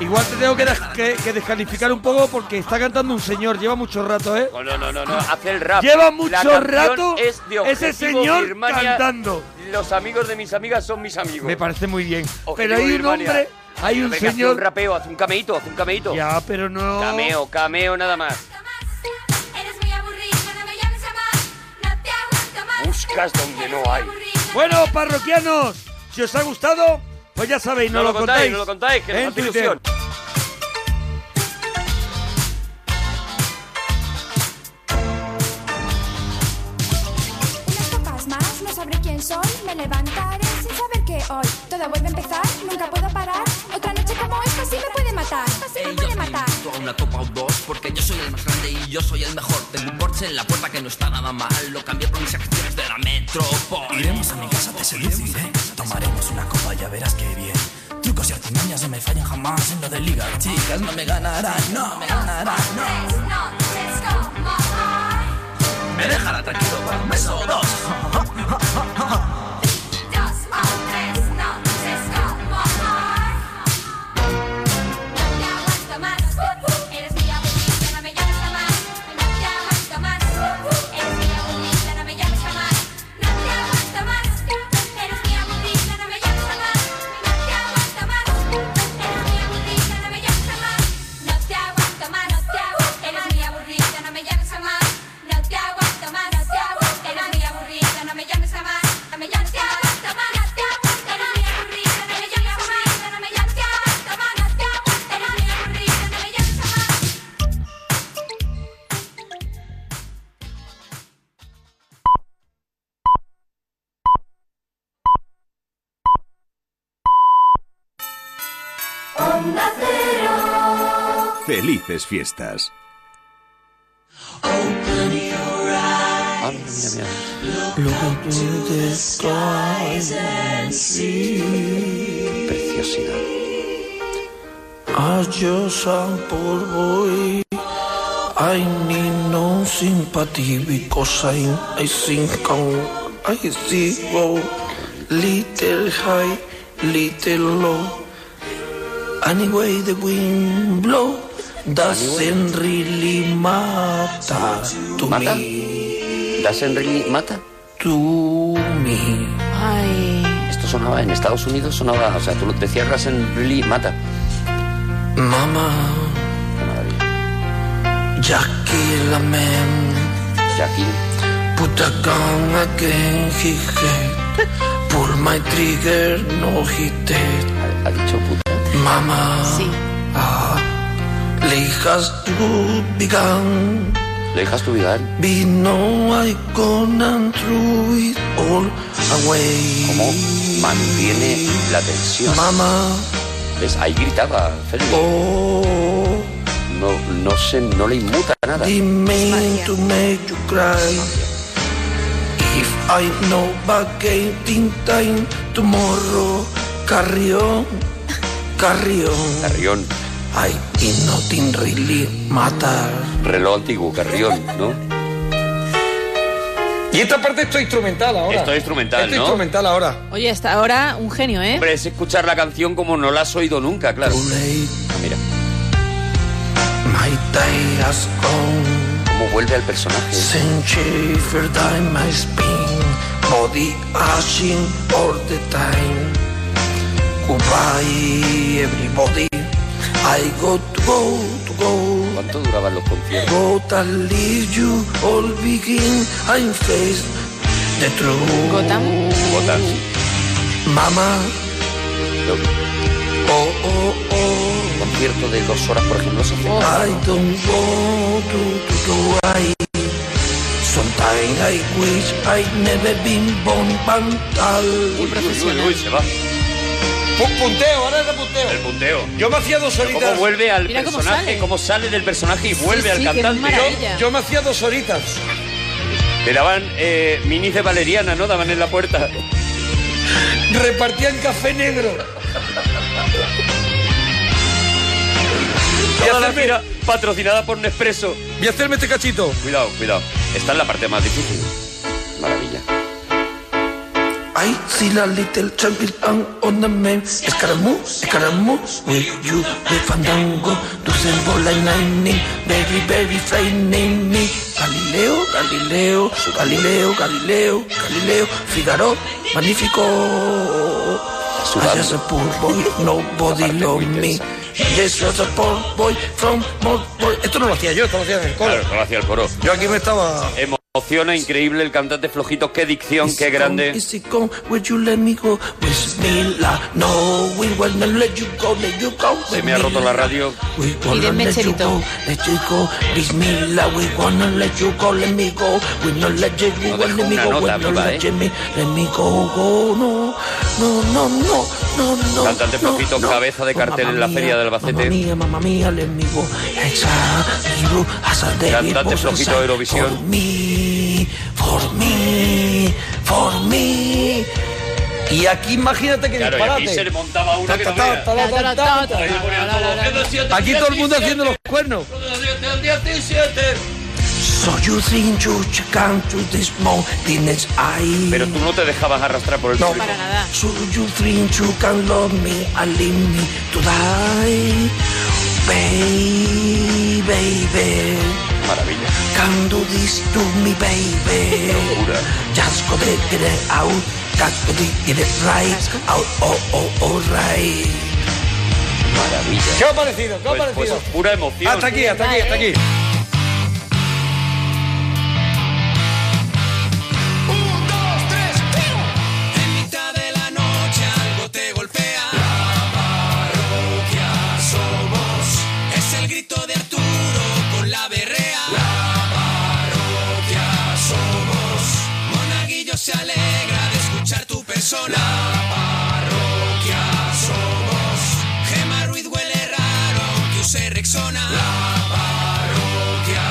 [SPEAKER 1] Igual te tengo que, des- que- que descalificar un poco porque está cantando un señor, lleva mucho rato, ¿eh?
[SPEAKER 7] No, no, no, no, no, hace el rap.
[SPEAKER 1] Lleva
[SPEAKER 7] La
[SPEAKER 1] mucho
[SPEAKER 7] canción
[SPEAKER 1] rato
[SPEAKER 7] es de
[SPEAKER 1] ese
[SPEAKER 7] Objetivo
[SPEAKER 1] señor
[SPEAKER 7] Birmania.
[SPEAKER 1] cantando.
[SPEAKER 7] Los amigos de mis amigas son mis amigos.
[SPEAKER 1] Me parece muy bien.
[SPEAKER 7] Objetivo
[SPEAKER 1] Pero hay un
[SPEAKER 7] Birmania.
[SPEAKER 1] hombre, hay
[SPEAKER 7] Pero
[SPEAKER 1] un
[SPEAKER 7] venga, Hace un
[SPEAKER 1] señor.
[SPEAKER 7] rapeo, hace un cameíto, hace un cameíto.
[SPEAKER 1] Ya, pero no.
[SPEAKER 7] Cameo, cameo nada más.
[SPEAKER 20] Eres muy aburrida, no me llames jamás, no te aguanto más.
[SPEAKER 7] Buscas donde no hay.
[SPEAKER 1] Bueno, parroquianos, si os ha gustado, pues ya sabéis, no,
[SPEAKER 7] No
[SPEAKER 1] lo,
[SPEAKER 7] lo contáis, no lo contáis, que nos
[SPEAKER 1] en
[SPEAKER 7] hace
[SPEAKER 1] Twitter.
[SPEAKER 7] ilusión.
[SPEAKER 20] Unas copas más, no sabré quién soy, me levantaré sin saber que hoy todo vuelve a empezar, nunca puedo parar. Otra noche como esta sí me puede matar, esta sí me puede matar.
[SPEAKER 2] Tú a una copa o dos, porque yo soy el más grande y yo soy el mejor. Tengo un Porsche en la puerta que no está nada mal. Lo cambié por mis acciones de la metrópoli. Iremos a mi casa, te seduciré. Tomaremos una copa, ya verás qué bien. Trucos y artimañas no me fallan jamás en lo de liga. Chicas, no me ganarán, no me ganarán, no. Me dejará tranquilo para un beso o dos.
[SPEAKER 17] Felices fiestas.
[SPEAKER 2] Look up to the skies and see.
[SPEAKER 7] Preciosidad. Ah,
[SPEAKER 2] Adiós al polvo y I need no sympathy because I, I think I'm, I see go little high, little low. Anyway the wind blow doesn't really matter to
[SPEAKER 7] ¿Mata?
[SPEAKER 2] me.
[SPEAKER 7] ¿Doesn't really mata?
[SPEAKER 2] To me.
[SPEAKER 7] Esto sonaba en Estados Unidos, sonaba, o sea, tú lo decías Doesn't really mata.
[SPEAKER 2] Mamá. Jackie la man.
[SPEAKER 7] Jackie.
[SPEAKER 2] Put a gun again his head. Pull my trigger, no hit it.
[SPEAKER 7] Ha dicho puta.
[SPEAKER 2] Mamá. Sí. Ah, le has to begun.
[SPEAKER 7] Lo dejas tu vida.
[SPEAKER 2] Be no I gonna throw it all away.
[SPEAKER 7] ¿Cómo mantiene la tensión?
[SPEAKER 2] Mamá.
[SPEAKER 7] ¿Ves? Ahí gritaba, Félix.
[SPEAKER 2] Oh.
[SPEAKER 7] No, no se, no le inmuta nada.
[SPEAKER 2] Dime to make you cry. If I know back in time tomorrow, carry on, carry on.
[SPEAKER 7] Carrión.
[SPEAKER 2] I did nothing really matter.
[SPEAKER 7] Reloj antiguo, carrión, ¿no?
[SPEAKER 1] Y esta parte estoy instrumental ahora.
[SPEAKER 7] Esto es instrumental,
[SPEAKER 1] Esto es
[SPEAKER 7] ¿no?
[SPEAKER 1] Este instrumental ahora.
[SPEAKER 6] Oye, hasta ahora un genio, ¿eh?
[SPEAKER 7] Hombre, es escuchar la canción como no la has oído nunca, claro. Ah, mira.
[SPEAKER 2] My day has gone.
[SPEAKER 7] Cómo vuelve al personaje.
[SPEAKER 2] Century for time my spin. Body ashing all the time. Goodbye everybody. I got to go to go.
[SPEAKER 7] ¿Cuánto duraban los conciertos?
[SPEAKER 2] But I leave you all begin. I'm faced the truth.
[SPEAKER 7] Gotham, sí.
[SPEAKER 2] Mama.
[SPEAKER 7] Oh, oh, oh. Concierto de dos horas, por ejemplo, se hace.
[SPEAKER 2] I don't want to, to do I Sometimes I wish I'd never been born bantal
[SPEAKER 7] Uy, uy, se va.
[SPEAKER 1] Pon punteo, ahora es de punteo.
[SPEAKER 7] El punteo.
[SPEAKER 1] Yo me hacía dos
[SPEAKER 7] Pero
[SPEAKER 1] horitas.
[SPEAKER 7] cómo vuelve al Mira cómo personaje, sale. cómo sale del personaje y vuelve al cantante.
[SPEAKER 1] Yo, yo me hacía dos horitas.
[SPEAKER 7] Le daban eh, minis de valeriana, ¿no? Daban en la puerta.
[SPEAKER 1] Repartían café negro.
[SPEAKER 7] Toda la gira patrocinada por Nespresso.
[SPEAKER 1] Voy a hacerme este cachito.
[SPEAKER 7] Cuidado, cuidado. Esta es la parte más difícil. Maravilla.
[SPEAKER 2] I see a little champion on the main Escaramouche, escaramouche Will you the fandango Do simple like lightning Very, very frightening me Galileo, Galileo Galileo, Galileo, Galileo Figaro, magnífico I just a poor boy, nobody love me Yes, just a poor boy from more boy Esto no lo hacía yo, esto lo hacía en el coro
[SPEAKER 7] Claro, no lo hacía el coro.
[SPEAKER 1] Yo aquí me estaba...
[SPEAKER 7] Emociona increíble el cantante flojito. Qué dicción, qué grande.
[SPEAKER 2] Is it gone? Would you let me go? With me, la- no, we will not let you go, let you go.
[SPEAKER 7] Se me ha roto la radio.
[SPEAKER 2] We wanna let you go, let you go. Bismillah, we wanna let you go, let me go. We not let you go,
[SPEAKER 7] deja
[SPEAKER 2] let me
[SPEAKER 7] una
[SPEAKER 2] go.
[SPEAKER 7] nota
[SPEAKER 2] We not
[SPEAKER 7] viva,
[SPEAKER 2] let
[SPEAKER 7] ¿eh?
[SPEAKER 2] you me, let me go, go, no, no, no, no, no, no.
[SPEAKER 7] Cantante
[SPEAKER 2] no,
[SPEAKER 7] flojito,
[SPEAKER 2] no. Oh,
[SPEAKER 7] cabeza de cartel en la feria de
[SPEAKER 2] Mamma
[SPEAKER 7] Albacete.
[SPEAKER 2] mía, mamma mía, let me go. Exhale, as a devil
[SPEAKER 7] Cantante
[SPEAKER 2] was
[SPEAKER 7] flojito de
[SPEAKER 2] inside.
[SPEAKER 7] Eurovisión.
[SPEAKER 2] For me, for me, for me.
[SPEAKER 1] Y aquí imagínate que
[SPEAKER 2] Claro, y
[SPEAKER 1] disparate.
[SPEAKER 2] aquí se le
[SPEAKER 7] montaba
[SPEAKER 2] una que no veas.
[SPEAKER 1] Aquí todo el mundo haciendo los cuernos.
[SPEAKER 2] So you think you can to this mountain is I.
[SPEAKER 7] Pero tú no te dejabas arrastrar por el
[SPEAKER 2] No,
[SPEAKER 7] público.
[SPEAKER 2] So you think you can love me and leave me to die. Baby, baby.
[SPEAKER 7] Maravilla.
[SPEAKER 2] Can do this to me, baby. Just go there, get it out. Just go there, get it right. Out, oh, oh, all right.
[SPEAKER 7] Maravilla.
[SPEAKER 1] ¿Qué os ha parecido? ¿Qué os ha
[SPEAKER 7] Pues- pues
[SPEAKER 1] parecido?
[SPEAKER 7] es pura emoción.
[SPEAKER 1] Hasta aquí, hasta aquí, hasta aquí.
[SPEAKER 4] En mitad de la noche algo te golpea. La parroquia somos. Es el grito de Arturo con la berrea. La parroquia somos. Monaguillo se alegra de escuchar tu persona. La parroquia somos. Gema Ruiz huele raro que use Rexona. La parroquia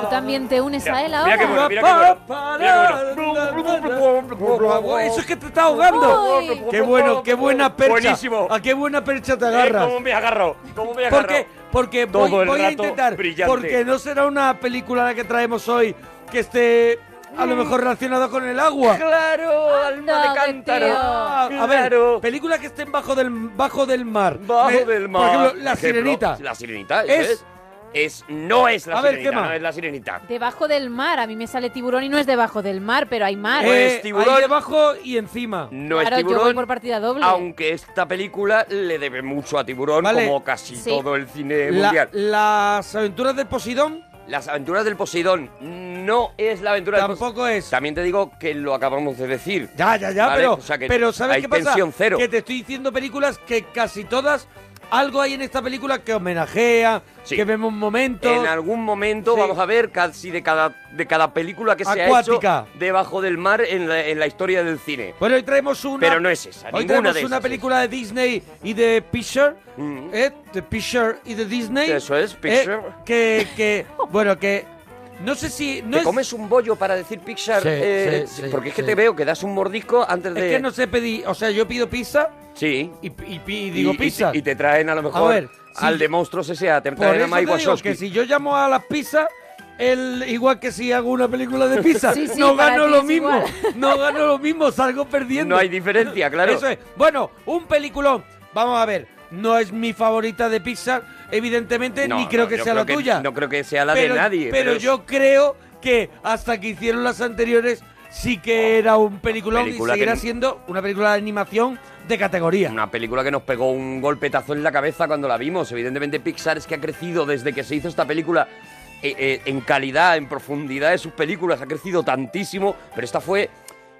[SPEAKER 6] Tú también te unes a él
[SPEAKER 1] Mira
[SPEAKER 6] ahora.
[SPEAKER 1] que bueno, mira que bueno. Eso es que te está ahogando.
[SPEAKER 6] Uy.
[SPEAKER 1] Qué bueno, qué buena percha.
[SPEAKER 7] Buenísimo.
[SPEAKER 1] ¿A qué buena percha te agarras?
[SPEAKER 7] Eh, ¿Cómo me agarro? ¿Cómo me agarro?
[SPEAKER 1] Porque, porque
[SPEAKER 7] Todo
[SPEAKER 1] voy,
[SPEAKER 7] el
[SPEAKER 1] voy a
[SPEAKER 7] rato
[SPEAKER 1] intentar.
[SPEAKER 7] brillante.
[SPEAKER 1] Porque no será una película la que traemos hoy que esté a
[SPEAKER 7] Mm.
[SPEAKER 1] lo mejor relacionada con el agua.
[SPEAKER 7] Claro, alma de cántaro.
[SPEAKER 1] Ah, A ver, películas que estén bajo del, bajo del mar.
[SPEAKER 7] Bajo
[SPEAKER 1] Me-
[SPEAKER 7] del mar.
[SPEAKER 1] Por ejemplo, La
[SPEAKER 7] Por ejemplo,
[SPEAKER 1] Sirenita.
[SPEAKER 7] La sirenita, ¿eh?
[SPEAKER 1] Es-
[SPEAKER 7] es. es. no es la
[SPEAKER 1] A ver,
[SPEAKER 7] sirenita.
[SPEAKER 1] ¿qué más?
[SPEAKER 7] No es la sirenita.
[SPEAKER 6] Debajo del mar. A mí me sale tiburón y no es debajo del mar, pero hay mar.
[SPEAKER 7] No
[SPEAKER 1] Pues
[SPEAKER 7] es tiburón.
[SPEAKER 1] Eh, debajo y encima.
[SPEAKER 7] No
[SPEAKER 6] claro,
[SPEAKER 7] es
[SPEAKER 6] yo voy
[SPEAKER 7] tiburón.
[SPEAKER 6] por partida doble.
[SPEAKER 7] Aunque esta película le debe mucho a Tiburón,
[SPEAKER 1] Vale.
[SPEAKER 7] como casi
[SPEAKER 6] Sí.
[SPEAKER 7] todo el cine
[SPEAKER 1] La-
[SPEAKER 7] Eh, mundial.
[SPEAKER 1] las aventuras del Posidón.
[SPEAKER 7] Las aventuras del Posidón no es la aventura del Posidón.
[SPEAKER 1] Tampoco es.
[SPEAKER 7] También te digo que lo acabamos de decir.
[SPEAKER 1] Ya, Ah, ya, ya,
[SPEAKER 7] ¿vale?
[SPEAKER 1] pero,
[SPEAKER 7] O sea que
[SPEAKER 1] pero ¿sabes
[SPEAKER 7] hay
[SPEAKER 1] qué pasa?
[SPEAKER 7] tensión cero.
[SPEAKER 1] Que te estoy diciendo películas que casi todas, algo hay en esta película que homenajea, que vemos momentos.
[SPEAKER 7] En algún momento vamos a ver casi de cada, de cada película que se ha
[SPEAKER 1] Acuática.
[SPEAKER 7] hecho debajo del mar en la, en la historia del cine.
[SPEAKER 1] Bueno, hoy traemos una.
[SPEAKER 7] Pero no es esa,
[SPEAKER 1] Hoy
[SPEAKER 7] ninguna
[SPEAKER 1] traemos
[SPEAKER 7] de
[SPEAKER 1] una
[SPEAKER 7] esas Mm.
[SPEAKER 1] película de Disney y de Picture. ¿eh? De Picture y de Disney.
[SPEAKER 7] Eso es,
[SPEAKER 1] ¿eh?
[SPEAKER 7] Picture.
[SPEAKER 1] que, que, bueno, que. No sé si. No
[SPEAKER 7] ¿Te
[SPEAKER 1] es-
[SPEAKER 7] comes un bollo para decir Pixar?
[SPEAKER 1] Sí,
[SPEAKER 7] Eh,
[SPEAKER 1] sí, sí,
[SPEAKER 7] porque es que
[SPEAKER 1] sí.
[SPEAKER 7] te veo que das un mordisco antes de...
[SPEAKER 1] Es que no sé pedir. O sea, yo pido pizza
[SPEAKER 7] Sí.
[SPEAKER 1] y, y pi- y digo
[SPEAKER 7] y-
[SPEAKER 1] pizza.
[SPEAKER 7] Y te traen a lo mejor
[SPEAKER 1] ver, si
[SPEAKER 7] al
[SPEAKER 1] yo-
[SPEAKER 7] de monstruos S.A., te
[SPEAKER 1] Por
[SPEAKER 7] traen a
[SPEAKER 1] eso
[SPEAKER 7] Mike
[SPEAKER 1] te digo
[SPEAKER 7] Wazowski.
[SPEAKER 1] que si yo llamo a las pizzas, el, igual que si hago una película de pizza,
[SPEAKER 7] Sí, sí,
[SPEAKER 1] no
[SPEAKER 7] para
[SPEAKER 1] gano
[SPEAKER 7] ti
[SPEAKER 1] lo
[SPEAKER 7] es
[SPEAKER 1] mismo.
[SPEAKER 7] igual.
[SPEAKER 1] No gano lo mismo, salgo perdiendo.
[SPEAKER 7] No hay diferencia, claro.
[SPEAKER 1] Eso es. Bueno, un peliculón. Vamos a ver. No es mi favorita de Pixar, evidentemente,
[SPEAKER 7] No,
[SPEAKER 1] ni creo
[SPEAKER 7] no,
[SPEAKER 1] que
[SPEAKER 7] yo
[SPEAKER 1] sea la
[SPEAKER 7] creo que-
[SPEAKER 1] tuya.
[SPEAKER 7] No creo que sea la
[SPEAKER 1] pero,
[SPEAKER 7] de nadie.
[SPEAKER 1] Pero,
[SPEAKER 7] es-
[SPEAKER 1] yo creo que hasta que hicieron las anteriores sí que era un peliculón
[SPEAKER 7] Película
[SPEAKER 1] y
[SPEAKER 7] que
[SPEAKER 1] seguirá
[SPEAKER 7] no-
[SPEAKER 1] siendo una película de animación de categoría.
[SPEAKER 7] Una película que nos pegó un golpetazo en la cabeza cuando la vimos. Evidentemente Pixar es que ha crecido desde que se hizo esta película eh, eh, en calidad, en profundidad de sus películas. Ha crecido tantísimo, pero esta fue...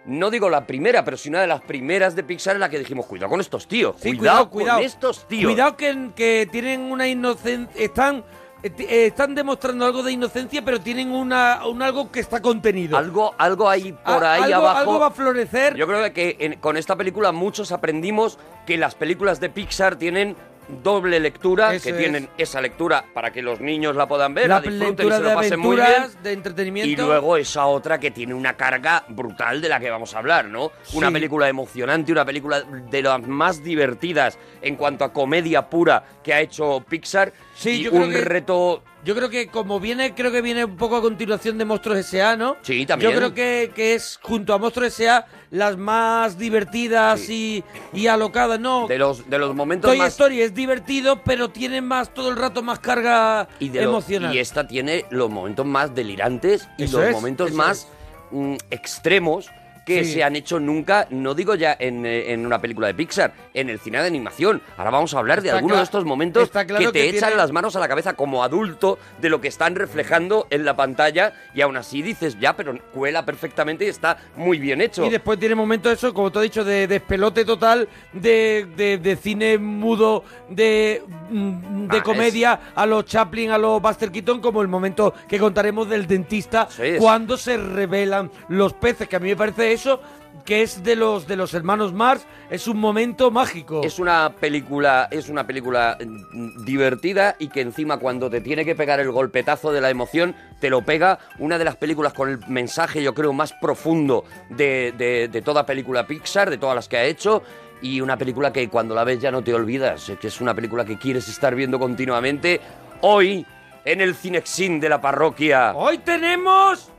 [SPEAKER 7] No digo la primera, pero sí una de las primeras de Pixar en la que dijimos, cuidado con estos tíos,
[SPEAKER 1] Sí,
[SPEAKER 7] cuidado,
[SPEAKER 1] cuidado, cuidado.
[SPEAKER 7] con estos tíos.
[SPEAKER 1] Cuidado que, que tienen una inocencia. Están, eh, están demostrando algo de inocencia, pero tienen una, un algo que está contenido.
[SPEAKER 7] Algo, algo ahí por ahí
[SPEAKER 1] Ah, algo,
[SPEAKER 7] abajo.
[SPEAKER 1] algo va a florecer.
[SPEAKER 7] Yo creo que en- con esta película muchos aprendimos que las películas de Pixar tienen doble lectura,
[SPEAKER 1] Eso
[SPEAKER 7] que
[SPEAKER 1] es.
[SPEAKER 7] tienen esa lectura para que los niños la puedan ver, la,
[SPEAKER 1] la
[SPEAKER 7] disfruten y se
[SPEAKER 1] lectura
[SPEAKER 7] lo
[SPEAKER 1] de
[SPEAKER 7] pasen muy bien.
[SPEAKER 1] aventuras, de
[SPEAKER 7] Y
[SPEAKER 1] entretenimiento.
[SPEAKER 7] luego esa otra que tiene una carga brutal de la que vamos a hablar, ¿no? Una
[SPEAKER 1] Sí.
[SPEAKER 7] película emocionante, una película de las más divertidas en cuanto a comedia pura que ha hecho Pixar.
[SPEAKER 1] Sí,
[SPEAKER 7] y
[SPEAKER 1] yo creo
[SPEAKER 7] un
[SPEAKER 1] que-
[SPEAKER 7] reto...
[SPEAKER 1] Yo creo que como viene, creo que viene un poco a continuación de Monstruos S.A., ¿no?
[SPEAKER 7] Sí, también.
[SPEAKER 1] Yo creo que, que es junto a Monstruos S.A. las más divertidas y, y alocadas, ¿no.
[SPEAKER 7] De los, de los momentos
[SPEAKER 1] Toy
[SPEAKER 7] más...
[SPEAKER 1] Story es divertido, pero tiene más todo el rato más carga
[SPEAKER 7] y de lo-
[SPEAKER 1] emocional.
[SPEAKER 7] y esta tiene los momentos más delirantes y
[SPEAKER 1] Eso
[SPEAKER 7] los
[SPEAKER 1] es,
[SPEAKER 7] momentos
[SPEAKER 1] eso
[SPEAKER 7] más mm, extremos que
[SPEAKER 1] Sí.
[SPEAKER 7] se han hecho nunca, no digo ya en, eh, en una película de Pixar, en el cine de animación. Ahora vamos a hablar de
[SPEAKER 1] Está
[SPEAKER 7] algunos de
[SPEAKER 1] cla-
[SPEAKER 7] estos momentos
[SPEAKER 1] está claro
[SPEAKER 7] que te
[SPEAKER 1] que
[SPEAKER 7] echan
[SPEAKER 1] tiene-
[SPEAKER 7] las manos a la cabeza como adulto de lo que están reflejando en la pantalla y aún así dices, ya, pero cuela perfectamente y está muy bien hecho.
[SPEAKER 1] Y después tiene momentos eso, como te he dicho, de despelote total, de, de- de cine mudo, de, mm, de
[SPEAKER 7] Ah,
[SPEAKER 1] comedia, a los Chaplin, a los Buster Keaton, como el momento que contaremos del dentista,
[SPEAKER 7] es.
[SPEAKER 1] cuando se revelan los peces, que a mí me parece eso, que es de los, de los hermanos Mars, es un momento mágico.
[SPEAKER 7] Es una película, es una película mm, divertida y que encima cuando te tiene que pegar el golpetazo de la emoción, te lo pega. Una de las películas con el mensaje, yo creo, más profundo de, de- de toda película Pixar, de todas las que ha hecho. Y una película que cuando la ves ya no te olvidas. Es que es una película que quieres estar viendo continuamente. Hoy, en el Cinexin de la parroquia.
[SPEAKER 1] Hoy tenemos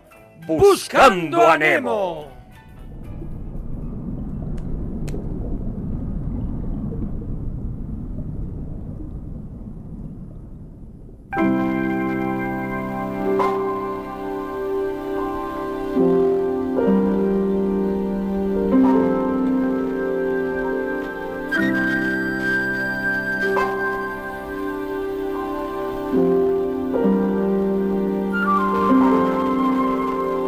[SPEAKER 7] Buscando, a Nemo.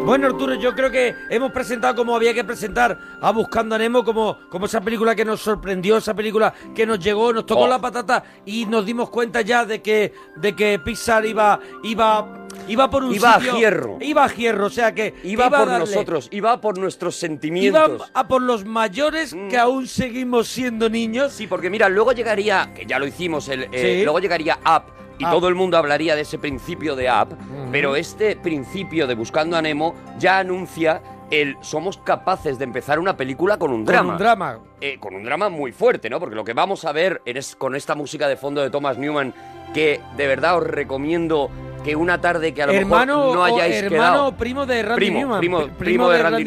[SPEAKER 1] Bueno, Arturo, yo creo que hemos presentado como había que presentar a Buscando a Nemo, como, como esa película que nos sorprendió, esa película que nos llegó, nos tocó
[SPEAKER 7] Oh.
[SPEAKER 1] la patata y nos dimos cuenta ya de que, de que Pixar iba, iba, iba por un
[SPEAKER 7] Iba a
[SPEAKER 1] sitio-
[SPEAKER 7] hierro.
[SPEAKER 1] Iba a hierro, o sea que
[SPEAKER 7] Iba
[SPEAKER 1] a
[SPEAKER 7] por
[SPEAKER 1] darle-
[SPEAKER 7] nosotros, iba por nuestros sentimientos. Mm.
[SPEAKER 1] Iba a por los mayores que aún seguimos siendo niños.
[SPEAKER 7] Sí, porque mira, luego llegaría, que ya lo hicimos, el, eh,
[SPEAKER 1] Sí.
[SPEAKER 7] luego llegaría App y
[SPEAKER 1] Up.
[SPEAKER 7] todo el mundo hablaría de ese principio de App, pero este principio de Buscando a Nemo ya anuncia el somos capaces de empezar una película con un
[SPEAKER 1] Con
[SPEAKER 7] drama.
[SPEAKER 1] un drama.
[SPEAKER 7] Eh, con un drama muy fuerte, ¿no? Porque lo que vamos a ver en es- con esta música de fondo de Thomas Newman, que de verdad os recomiendo que una tarde que a lo
[SPEAKER 1] hermano
[SPEAKER 7] mejor no
[SPEAKER 1] o
[SPEAKER 7] hayáis
[SPEAKER 1] hermano
[SPEAKER 7] quedado...
[SPEAKER 1] o primo de Randy
[SPEAKER 7] Primo,
[SPEAKER 1] Newman.
[SPEAKER 7] primo-
[SPEAKER 1] pri-
[SPEAKER 7] primo de Randy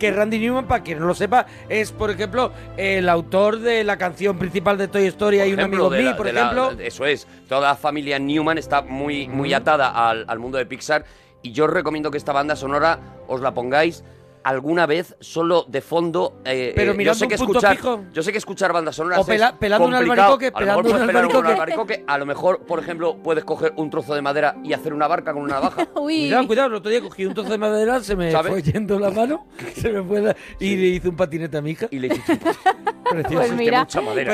[SPEAKER 1] Que Randy Newman, para quien no lo sepa, es, por ejemplo, el autor de la canción principal de Toy Story. Hay un
[SPEAKER 7] ejemplo,
[SPEAKER 1] amigo
[SPEAKER 7] de
[SPEAKER 1] mío,
[SPEAKER 7] la-
[SPEAKER 1] por
[SPEAKER 7] de la-
[SPEAKER 1] ejemplo.
[SPEAKER 7] eso es. Toda la familia Newman está muy, muy
[SPEAKER 1] Ujú.
[SPEAKER 7] atada al, al mundo de Pixar. Y yo os recomiendo que esta banda sonora os la pongáis alguna vez solo de fondo. eh,
[SPEAKER 1] Pero
[SPEAKER 7] eh, yo
[SPEAKER 1] mirando
[SPEAKER 7] sé que
[SPEAKER 1] un punto
[SPEAKER 7] escuchar,
[SPEAKER 1] fijo.
[SPEAKER 7] yo sé que escuchar bandas sonoras
[SPEAKER 1] O
[SPEAKER 7] es
[SPEAKER 1] pela- pelando un
[SPEAKER 7] complicado.
[SPEAKER 1] albaricoque,
[SPEAKER 7] A lo mejor
[SPEAKER 1] pelando un
[SPEAKER 7] puedes pelar
[SPEAKER 1] albaricoque.
[SPEAKER 7] albaricoque. A lo mejor, por ejemplo, puedes coger un trozo de madera y hacer una barca con una navaja.
[SPEAKER 1] Cuidado, cuidado, el otro día cogí un trozo de madera, se me
[SPEAKER 7] ¿Sabes?
[SPEAKER 1] fue yendo la mano, se me fue la- y le hice un patinete a mi hija.
[SPEAKER 7] Y le
[SPEAKER 1] Precioso.
[SPEAKER 7] Cogiste mucha madera.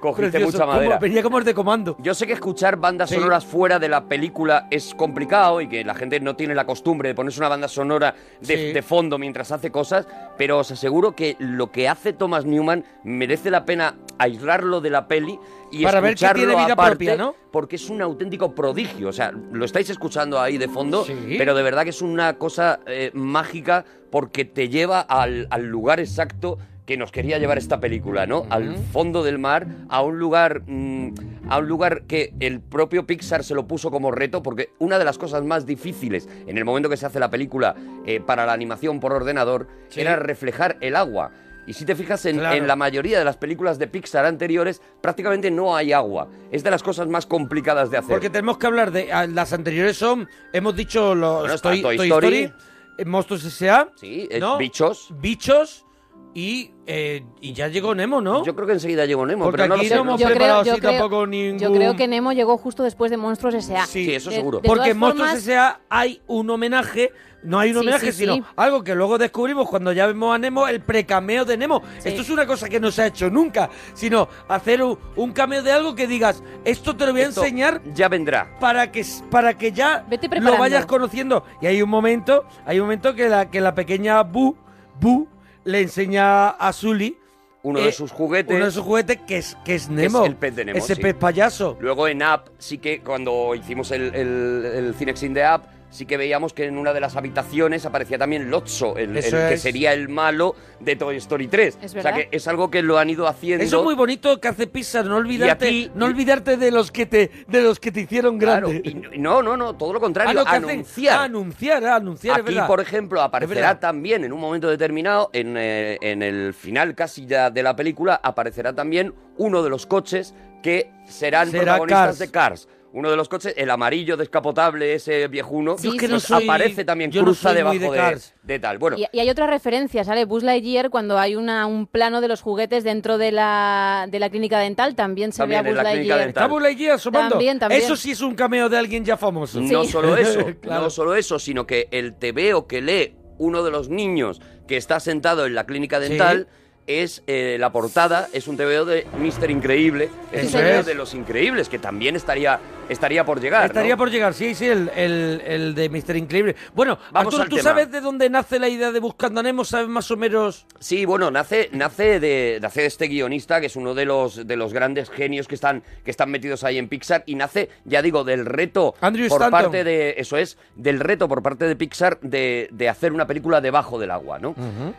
[SPEAKER 7] Cogiste
[SPEAKER 1] Precioso.
[SPEAKER 7] mucha
[SPEAKER 1] Como-
[SPEAKER 7] madera.
[SPEAKER 1] venía como el de comando.
[SPEAKER 7] Yo sé que escuchar bandas
[SPEAKER 1] Sí.
[SPEAKER 7] sonoras fuera de la película es complicado y que la gente no tiene la costumbre de ponerse una banda sonora de,
[SPEAKER 1] Sí.
[SPEAKER 7] de fondo mientras hace cosas, pero os aseguro que lo que hace Thomas Newman merece la pena aislarlo de la peli y
[SPEAKER 1] Para ver que
[SPEAKER 7] escucharlo
[SPEAKER 1] tiene vida
[SPEAKER 7] aparte,
[SPEAKER 1] propia, ¿no?
[SPEAKER 7] Porque es un auténtico prodigio. O sea, lo estáis escuchando ahí de fondo, pero de verdad que es una cosa eh, mágica porque te lleva al, al lugar exacto que nos quería llevar esta película, ¿no? Al fondo del mar, a un lugar, mm, a un lugar que el propio Pixar se lo puso como reto, porque una de las cosas más difíciles en el momento que se hace la película eh, para la animación por ordenador
[SPEAKER 1] Sí.
[SPEAKER 7] era reflejar el agua. Y si te fijas en,
[SPEAKER 1] Claro.
[SPEAKER 7] en la mayoría de las películas de Pixar anteriores, prácticamente no hay agua. Es de las cosas más complicadas de hacer.
[SPEAKER 1] Porque tenemos que hablar de a- las anteriores son, hemos dicho los
[SPEAKER 7] Bueno, está
[SPEAKER 1] Toy,
[SPEAKER 7] Toy
[SPEAKER 1] Toy
[SPEAKER 7] Story.
[SPEAKER 1] Story, eh, Monstruos S.A.
[SPEAKER 7] Sí, eh,
[SPEAKER 1] ¿no?
[SPEAKER 7] bichos.
[SPEAKER 1] Bichos y, eh, y ya llegó Nemo, ¿no? Yo
[SPEAKER 7] creo que enseguida llegó Nemo,
[SPEAKER 1] Porque
[SPEAKER 7] pero no lo
[SPEAKER 1] aquí
[SPEAKER 7] sé,
[SPEAKER 1] no
[SPEAKER 7] ¿no?
[SPEAKER 1] hemos
[SPEAKER 7] Yo creo-
[SPEAKER 1] preparado
[SPEAKER 6] yo
[SPEAKER 1] así
[SPEAKER 6] creo-
[SPEAKER 1] tampoco ningún...
[SPEAKER 6] Yo creo que Nemo llegó justo después de Monstruos S.A. De- de
[SPEAKER 1] Porque en
[SPEAKER 6] todas
[SPEAKER 1] Monstruos
[SPEAKER 6] formas,
[SPEAKER 1] S.A. hay un homenaje, no hay un
[SPEAKER 6] Sí,
[SPEAKER 1] homenaje,
[SPEAKER 6] sí,
[SPEAKER 1] sino
[SPEAKER 6] sí.
[SPEAKER 1] algo que luego descubrimos cuando ya vemos a Nemo, el precameo de Nemo. Esto es una cosa que no se ha hecho nunca, sino hacer un, un cameo de algo que digas, esto te lo voy a
[SPEAKER 7] Esto
[SPEAKER 1] enseñar
[SPEAKER 7] Ya vendrá.
[SPEAKER 1] para que para que ya lo
[SPEAKER 7] preparando.
[SPEAKER 1] vayas conociendo. Y hay un momento, hay un momento que la que la pequeña Bu Bu le enseña a Sully
[SPEAKER 7] Uno de sus juguetes.
[SPEAKER 1] uno de sus juguetes que es que es
[SPEAKER 7] Que
[SPEAKER 1] Nemo,
[SPEAKER 7] es el pez de Nemo,
[SPEAKER 1] ese
[SPEAKER 7] sí.
[SPEAKER 1] pez payaso.
[SPEAKER 7] Luego en App, sí que cuando hicimos el, el, el Cinexin de App, sí que veíamos que en una de las habitaciones aparecía también Lotso, el,
[SPEAKER 1] Eso
[SPEAKER 7] el que
[SPEAKER 1] es.
[SPEAKER 7] sería el malo de Toy Story 3.
[SPEAKER 1] Es
[SPEAKER 7] o sea
[SPEAKER 1] verdad.
[SPEAKER 7] que es algo que lo han ido haciendo.
[SPEAKER 1] Eso es muy bonito que hace Pixar, no olvidarte,
[SPEAKER 7] ti-
[SPEAKER 1] no olvidarte de los que te de los que te hicieron grande.
[SPEAKER 7] no, no, no, todo lo contrario,
[SPEAKER 1] Ah, no, que hacen-
[SPEAKER 7] anunciar.
[SPEAKER 1] ah, anunciar, ah, anunciar, es
[SPEAKER 7] Aquí,
[SPEAKER 1] verdad.
[SPEAKER 7] por ejemplo,
[SPEAKER 1] Es
[SPEAKER 7] aparecerá
[SPEAKER 1] verdad.
[SPEAKER 7] también en un momento determinado, en, eh, en el final casi ya de la película, aparecerá también uno de los coches que serán
[SPEAKER 1] Será
[SPEAKER 7] protagonistas
[SPEAKER 1] Cars.
[SPEAKER 7] de Cars. Uno de los coches, el amarillo descapotable, ese viejuno,
[SPEAKER 6] Sí, Yo es que
[SPEAKER 1] sí. no
[SPEAKER 7] pues
[SPEAKER 1] soy-
[SPEAKER 7] aparece también,
[SPEAKER 1] yo no
[SPEAKER 7] cruza
[SPEAKER 1] soy muy
[SPEAKER 7] debajo
[SPEAKER 1] de
[SPEAKER 7] de,
[SPEAKER 1] Cars.
[SPEAKER 7] de tal. Bueno,
[SPEAKER 6] Y, y hay otra referencia, ¿sale? Buzz Lightyear cuando hay una, un plano de los juguetes dentro de la, de la clínica dental también se ve a Buzz Lightyear.
[SPEAKER 1] Está Buzz Lightyear asomando.
[SPEAKER 6] También, también.
[SPEAKER 1] Eso sí es un cameo de alguien ya famoso.
[SPEAKER 7] No solo eso,
[SPEAKER 1] Claro.
[SPEAKER 7] no solo eso, sino que el tebeo que lee uno de los niños que está sentado en la clínica dental es eh, la portada, es un tebeo de Mister Increíble, es
[SPEAKER 1] Eso
[SPEAKER 7] un tebeo
[SPEAKER 1] es.
[SPEAKER 7] de los increíbles, que también estaría, estaría por llegar. ¿no?
[SPEAKER 1] Estaría por llegar, sí, sí, el, el- el de Mr. Increíble. Bueno,
[SPEAKER 7] Vamos
[SPEAKER 1] Arturo,
[SPEAKER 7] al
[SPEAKER 1] ¿tú
[SPEAKER 7] tema.
[SPEAKER 1] sabes de dónde nace la idea de Buscando a Nemo? ¿Sabes más o menos?
[SPEAKER 7] Sí, bueno, nace, nace de, nace de este guionista, que es uno de los, de los grandes genios que están, que están metidos ahí en Pixar, y nace, ya digo, del reto
[SPEAKER 1] Andrew
[SPEAKER 7] por
[SPEAKER 1] Stanton.
[SPEAKER 7] parte de. Eso es, del reto por parte de Pixar de, de hacer una película debajo del agua, ¿no?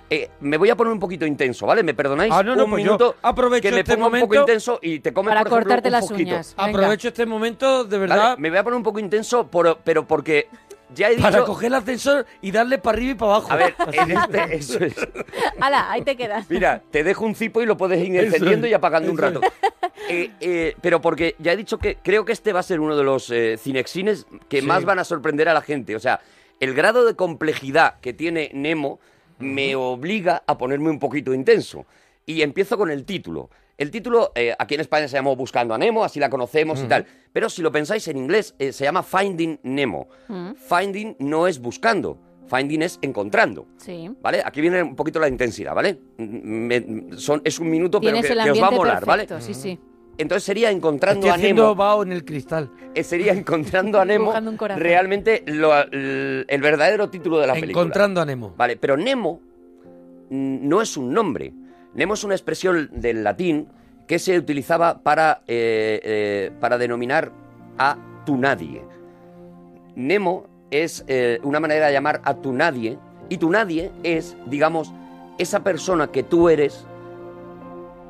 [SPEAKER 7] Eh, me voy a poner un poquito intenso, ¿vale? ¿Me perdonáis?
[SPEAKER 1] Ah, no, no,
[SPEAKER 7] un
[SPEAKER 1] pues yo
[SPEAKER 7] minuto
[SPEAKER 1] aprovecho
[SPEAKER 7] que me
[SPEAKER 1] este
[SPEAKER 7] pongo un poco
[SPEAKER 1] momento
[SPEAKER 7] intenso y te comes
[SPEAKER 1] para
[SPEAKER 7] por ejemplo,
[SPEAKER 1] cortarte
[SPEAKER 7] un
[SPEAKER 1] las
[SPEAKER 7] fosquito.
[SPEAKER 1] uñas. Venga. Aprovecho este momento, de
[SPEAKER 7] Vale,
[SPEAKER 1] verdad.
[SPEAKER 7] Me voy a poner un poco intenso, por- pero porque ya he dicho...
[SPEAKER 1] Para coger el ascensor y darle para arriba y para abajo.
[SPEAKER 7] A ver, en este, eso es.
[SPEAKER 6] ¡Hala! Ahí te quedas.
[SPEAKER 7] Mira, te dejo un cipo y lo puedes ir
[SPEAKER 1] Eso
[SPEAKER 7] encendiendo
[SPEAKER 1] es,
[SPEAKER 7] y apagando un
[SPEAKER 1] eso
[SPEAKER 7] rato. Eh, eh, pero porque ya he dicho que creo que este va a ser uno de los eh, cinexines que
[SPEAKER 1] Sí.
[SPEAKER 7] más van a sorprender a la gente. O sea, el grado de complejidad que tiene Nemo me obliga a ponerme un poquito intenso. Y empiezo con el título. El título eh, aquí en España se llamó Buscando a Nemo, así la conocemos y tal.
[SPEAKER 16] Mm.
[SPEAKER 7] Pero si lo pensáis en inglés, eh, se llama Finding Nemo. Finding no es buscando. Finding es encontrando.
[SPEAKER 6] Sí.
[SPEAKER 7] ¿Vale? Aquí viene un poquito la intensidad, ¿vale? M- me- son, es un minuto, pero que,
[SPEAKER 6] Tienes el
[SPEAKER 7] que os
[SPEAKER 6] ambiente
[SPEAKER 7] va a molar,
[SPEAKER 6] perfecto,
[SPEAKER 7] ¿vale?
[SPEAKER 6] sí, sí.
[SPEAKER 7] Entonces sería encontrando
[SPEAKER 13] Estoy
[SPEAKER 7] a Nemo.
[SPEAKER 13] haciendo vaho en el cristal.
[SPEAKER 7] eh, Sería encontrando a Nemo.
[SPEAKER 13] Dibujando un corazón.
[SPEAKER 7] Realmente lo- el, el verdadero título de la película.
[SPEAKER 13] Encontrando a Nemo.
[SPEAKER 7] Vale, pero Nemo mm, no es un nombre. Nemo es una expresión del latín que se utilizaba para, eh, eh, para denominar a tu nadie. Nemo es eh, una manera de llamar a tu nadie y tu nadie es, digamos, esa persona que tú eres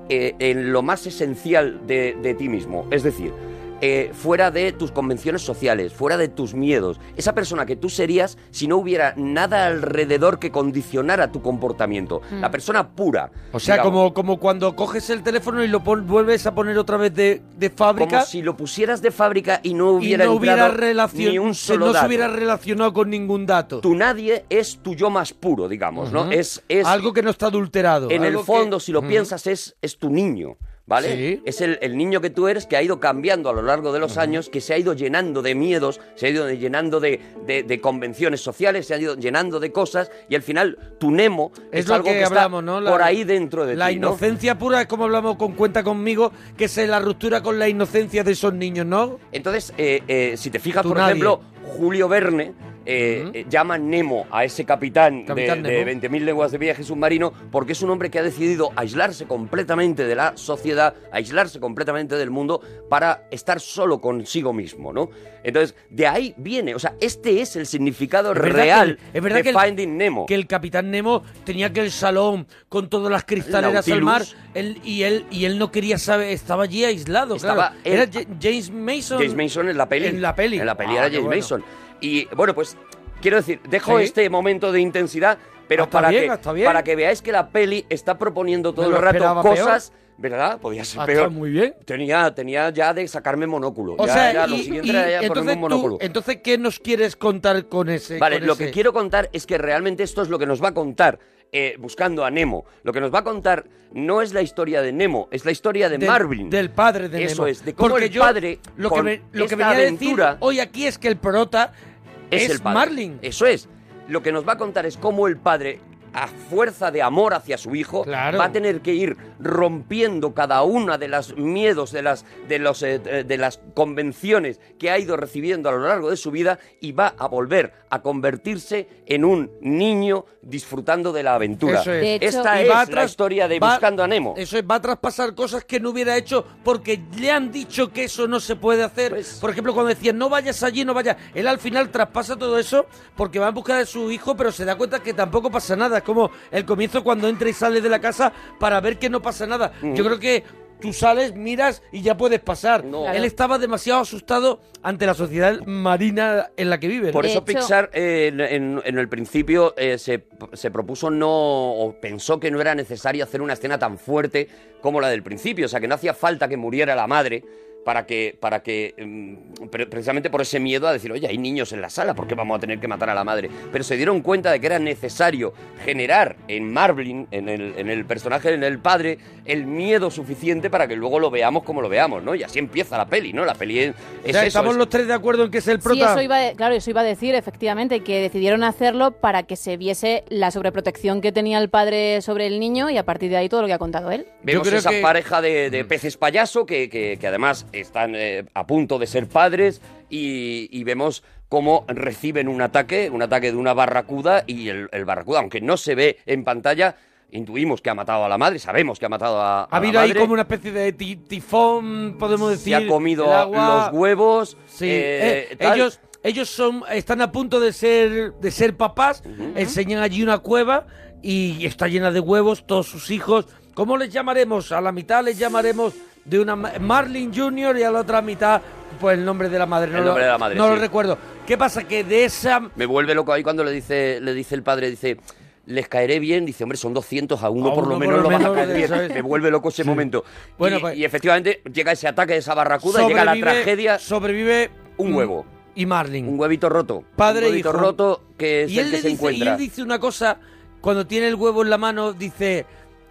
[SPEAKER 7] eh, en lo más esencial de, de ti mismo. Es decir, eh, fuera de tus convenciones sociales, fuera de tus miedos. Esa persona que tú serías si no hubiera nada alrededor que condicionara tu comportamiento.
[SPEAKER 13] Mm.
[SPEAKER 7] La persona pura.
[SPEAKER 1] O sea,
[SPEAKER 7] digamos.
[SPEAKER 1] como, como cuando coges el teléfono y lo pon- vuelves a poner otra vez de, de fábrica.
[SPEAKER 7] Como si lo pusieras de fábrica y no hubiera
[SPEAKER 1] y no hubiera
[SPEAKER 7] entrado
[SPEAKER 1] relacion-
[SPEAKER 7] ni un
[SPEAKER 1] se-
[SPEAKER 7] solo
[SPEAKER 1] no
[SPEAKER 7] dato.
[SPEAKER 1] se hubiera relacionado con ningún dato.
[SPEAKER 7] Tu nadie es tu yo más puro, digamos, ¿no?
[SPEAKER 1] Ujú.
[SPEAKER 7] Es, es
[SPEAKER 1] algo que no está adulterado.
[SPEAKER 7] en el
[SPEAKER 1] algo que-
[SPEAKER 7] fondo, si lo
[SPEAKER 1] Ujú.
[SPEAKER 7] piensas, es, es tu niño, ¿vale?
[SPEAKER 1] Sí.
[SPEAKER 7] Es el, el niño que tú eres que ha ido cambiando a lo largo de los años, que se ha ido llenando de miedos, se ha ido llenando de, de- de convenciones sociales, se ha ido llenando de cosas y al final tu Nemo es,
[SPEAKER 1] Es, lo
[SPEAKER 7] algo
[SPEAKER 1] que,
[SPEAKER 7] que, está
[SPEAKER 1] hablamos, ¿no? La-
[SPEAKER 7] por ahí dentro de
[SPEAKER 1] La
[SPEAKER 7] ti, ¿no?
[SPEAKER 1] inocencia pura es como hablamos con Cuenta Conmigo, que es la ruptura con la inocencia de esos niños, ¿no?
[SPEAKER 7] Entonces, eh, eh, si te fijas,
[SPEAKER 1] Tú
[SPEAKER 7] por
[SPEAKER 1] nadie.
[SPEAKER 7] ejemplo, Julio Verne eh, eh, llama Nemo a ese capitán, de-
[SPEAKER 1] Capitán
[SPEAKER 7] de,
[SPEAKER 1] Nemo.
[SPEAKER 7] 20.000 leguas de viaje submarino porque es un hombre que ha decidido aislarse completamente de la sociedad, aislarse completamente del mundo para estar solo consigo mismo, ¿no? Entonces, de ahí viene, o sea, este es el significado
[SPEAKER 1] Es verdad
[SPEAKER 7] real
[SPEAKER 1] que el- es verdad
[SPEAKER 7] de
[SPEAKER 1] que el-
[SPEAKER 7] Finding Nemo.
[SPEAKER 1] Que el capitán Nemo tenía que el salón con todas las cristaleras al
[SPEAKER 7] Nautilus.
[SPEAKER 1] mar él- y, él, y él no quería saber, estaba allí aislado,
[SPEAKER 7] Estaba
[SPEAKER 1] claro.
[SPEAKER 7] él-
[SPEAKER 1] Era Ja- James Mason.
[SPEAKER 7] James Mason en la peli.
[SPEAKER 1] En la peli.
[SPEAKER 7] En la peli era
[SPEAKER 1] Ah, qué
[SPEAKER 7] James
[SPEAKER 1] bueno.
[SPEAKER 7] Mason. Y bueno, pues quiero decir, dejo
[SPEAKER 1] Sí.
[SPEAKER 7] este momento de intensidad, pero
[SPEAKER 1] Está
[SPEAKER 7] para,
[SPEAKER 1] bien,
[SPEAKER 7] que,
[SPEAKER 1] está bien.
[SPEAKER 7] para que veáis que la peli está proponiendo todo
[SPEAKER 1] Me lo
[SPEAKER 7] el rato
[SPEAKER 1] esperaba
[SPEAKER 7] cosas. ¿Verdad? Podía ser
[SPEAKER 1] Ah,
[SPEAKER 7] peor.
[SPEAKER 1] está muy bien.
[SPEAKER 7] Tenía, tenía ya de sacarme monóculo.
[SPEAKER 1] O
[SPEAKER 7] ya,
[SPEAKER 1] sea,
[SPEAKER 7] ya
[SPEAKER 1] y-
[SPEAKER 7] lo siguiente
[SPEAKER 1] y
[SPEAKER 7] era ya ponerme
[SPEAKER 1] entonces,
[SPEAKER 7] un
[SPEAKER 1] tú-
[SPEAKER 7] monóculo.
[SPEAKER 1] entonces, ¿qué nos quieres contar con ese?
[SPEAKER 7] Vale,
[SPEAKER 1] con
[SPEAKER 7] lo
[SPEAKER 1] ese?
[SPEAKER 7] que quiero contar es que realmente esto es lo que nos va a contar eh, buscando a Nemo. Lo que nos va a contar no es la historia de Nemo, es la historia de,
[SPEAKER 1] Del-
[SPEAKER 7] Marvin.
[SPEAKER 1] Del padre de
[SPEAKER 7] Eso
[SPEAKER 1] Nemo.
[SPEAKER 7] es, de cómo
[SPEAKER 1] Porque
[SPEAKER 7] el
[SPEAKER 1] yo
[SPEAKER 7] padre
[SPEAKER 1] Lo que,
[SPEAKER 7] con
[SPEAKER 1] ve- lo que
[SPEAKER 7] esta
[SPEAKER 1] venía a decir
[SPEAKER 7] aventura-
[SPEAKER 1] hoy aquí es que el prota es,
[SPEAKER 7] el padre.
[SPEAKER 1] Marlin.
[SPEAKER 7] Eso es. Lo que nos va a contar es cómo el padre, a fuerza de amor hacia su hijo, va a tener que ir rompiendo cada una de las miedos, de las, de, los, eh, eh, de las convenciones que ha ido recibiendo a lo largo de su vida y va a volver a convertirse en un niño disfrutando de la aventura.
[SPEAKER 1] Eso es. De hecho-
[SPEAKER 7] Esta
[SPEAKER 1] Y
[SPEAKER 7] es
[SPEAKER 1] va a
[SPEAKER 7] la
[SPEAKER 1] tras-
[SPEAKER 7] historia de
[SPEAKER 1] va-
[SPEAKER 7] Buscando a Nemo.
[SPEAKER 1] Eso es, va a traspasar cosas que no hubiera hecho porque le han dicho que eso no se puede hacer.
[SPEAKER 7] Pues-
[SPEAKER 1] Por ejemplo, cuando decían no vayas allí, no vayas. Él al final traspasa todo eso porque va en busca de su hijo, pero se da cuenta que tampoco pasa nada. Es como el comienzo cuando entra y sale de la casa para ver que no pasa nada.
[SPEAKER 7] Ujú.
[SPEAKER 1] Yo creo que tú sales, miras y ya puedes pasar.
[SPEAKER 7] Claro.
[SPEAKER 1] Él estaba demasiado asustado ante la sociedad marina en la que vive. ¿no?
[SPEAKER 7] Por eso Pixar eh, en, en- en el principio eh, se, se propuso no, o pensó que no era necesario hacer una escena tan fuerte como la del principio, o sea que no hacía falta que muriera la madre para que, para que mm, pre- precisamente por ese miedo a decir, oye, hay niños en la sala, ¿por qué vamos a tener que matar a la madre? Pero se dieron cuenta de que era necesario generar en Marvin, en el, en el personaje, en el padre, el miedo suficiente para que luego lo veamos como lo veamos, ¿no? Y así empieza la peli, ¿no? La peli es,
[SPEAKER 1] O
[SPEAKER 7] es
[SPEAKER 1] sea,
[SPEAKER 7] eso,
[SPEAKER 1] estamos
[SPEAKER 7] es-
[SPEAKER 1] los tres de acuerdo en que es el
[SPEAKER 6] Sí,
[SPEAKER 1] prota.
[SPEAKER 6] eso iba a- claro, eso iba a decir, efectivamente, que decidieron hacerlo para que se viese la sobreprotección que tenía el padre sobre el niño y a partir de ahí todo lo que ha contado él.
[SPEAKER 7] Vemos esa pareja de,
[SPEAKER 1] Mm.
[SPEAKER 7] de peces payaso que, que- que además están eh, a punto de ser padres y, y vemos cómo reciben un ataque, un ataque de una barracuda y el, el barracuda, aunque no se ve en pantalla, intuimos que ha matado a la madre, sabemos que ha matado a, a
[SPEAKER 1] Ha habido
[SPEAKER 7] la
[SPEAKER 1] ahí
[SPEAKER 7] madre.
[SPEAKER 1] como una especie de ti- tifón, podemos decir.
[SPEAKER 7] se ha comido
[SPEAKER 1] el agua.
[SPEAKER 7] los huevos.
[SPEAKER 1] Sí,
[SPEAKER 7] eh,
[SPEAKER 1] eh,
[SPEAKER 7] tal.
[SPEAKER 1] ellos, ellos son, están a punto de ser, de ser papás. Enseñan allí una cueva y está llena de huevos, todos sus hijos. ¿Cómo les llamaremos? A la mitad les llamaremos de una ma- Marlin Jr. y a la otra mitad, pues el nombre de la madre. No,
[SPEAKER 7] El
[SPEAKER 1] lo-
[SPEAKER 7] nombre de la madre,
[SPEAKER 1] no lo
[SPEAKER 7] sí.
[SPEAKER 1] recuerdo. ¿Qué pasa? Que de esa
[SPEAKER 7] Me vuelve loco ahí cuando le dice, le dice el padre, dice, les caeré bien, dice, hombre, son 200 a uno,
[SPEAKER 1] A
[SPEAKER 7] por
[SPEAKER 1] uno
[SPEAKER 7] lo
[SPEAKER 1] por
[SPEAKER 7] menos
[SPEAKER 1] lo
[SPEAKER 7] lo van a
[SPEAKER 1] menos,
[SPEAKER 7] caer bien.
[SPEAKER 1] eso es.
[SPEAKER 7] Me vuelve loco ese momento.
[SPEAKER 1] Bueno,
[SPEAKER 7] y,
[SPEAKER 1] pues-
[SPEAKER 7] y efectivamente llega ese ataque de esa barracuda, llega la
[SPEAKER 1] Sobrevive-
[SPEAKER 7] tragedia.
[SPEAKER 1] Sobrevive
[SPEAKER 7] un huevo.
[SPEAKER 1] Y Marlin.
[SPEAKER 7] Un huevito roto.
[SPEAKER 1] Padre e
[SPEAKER 7] un huevito
[SPEAKER 1] hijo.
[SPEAKER 7] roto que es
[SPEAKER 1] y
[SPEAKER 7] el que
[SPEAKER 1] él le
[SPEAKER 7] se
[SPEAKER 1] dice, Y
[SPEAKER 7] encuentra.
[SPEAKER 1] él dice una cosa, cuando tiene el huevo en la mano, dice,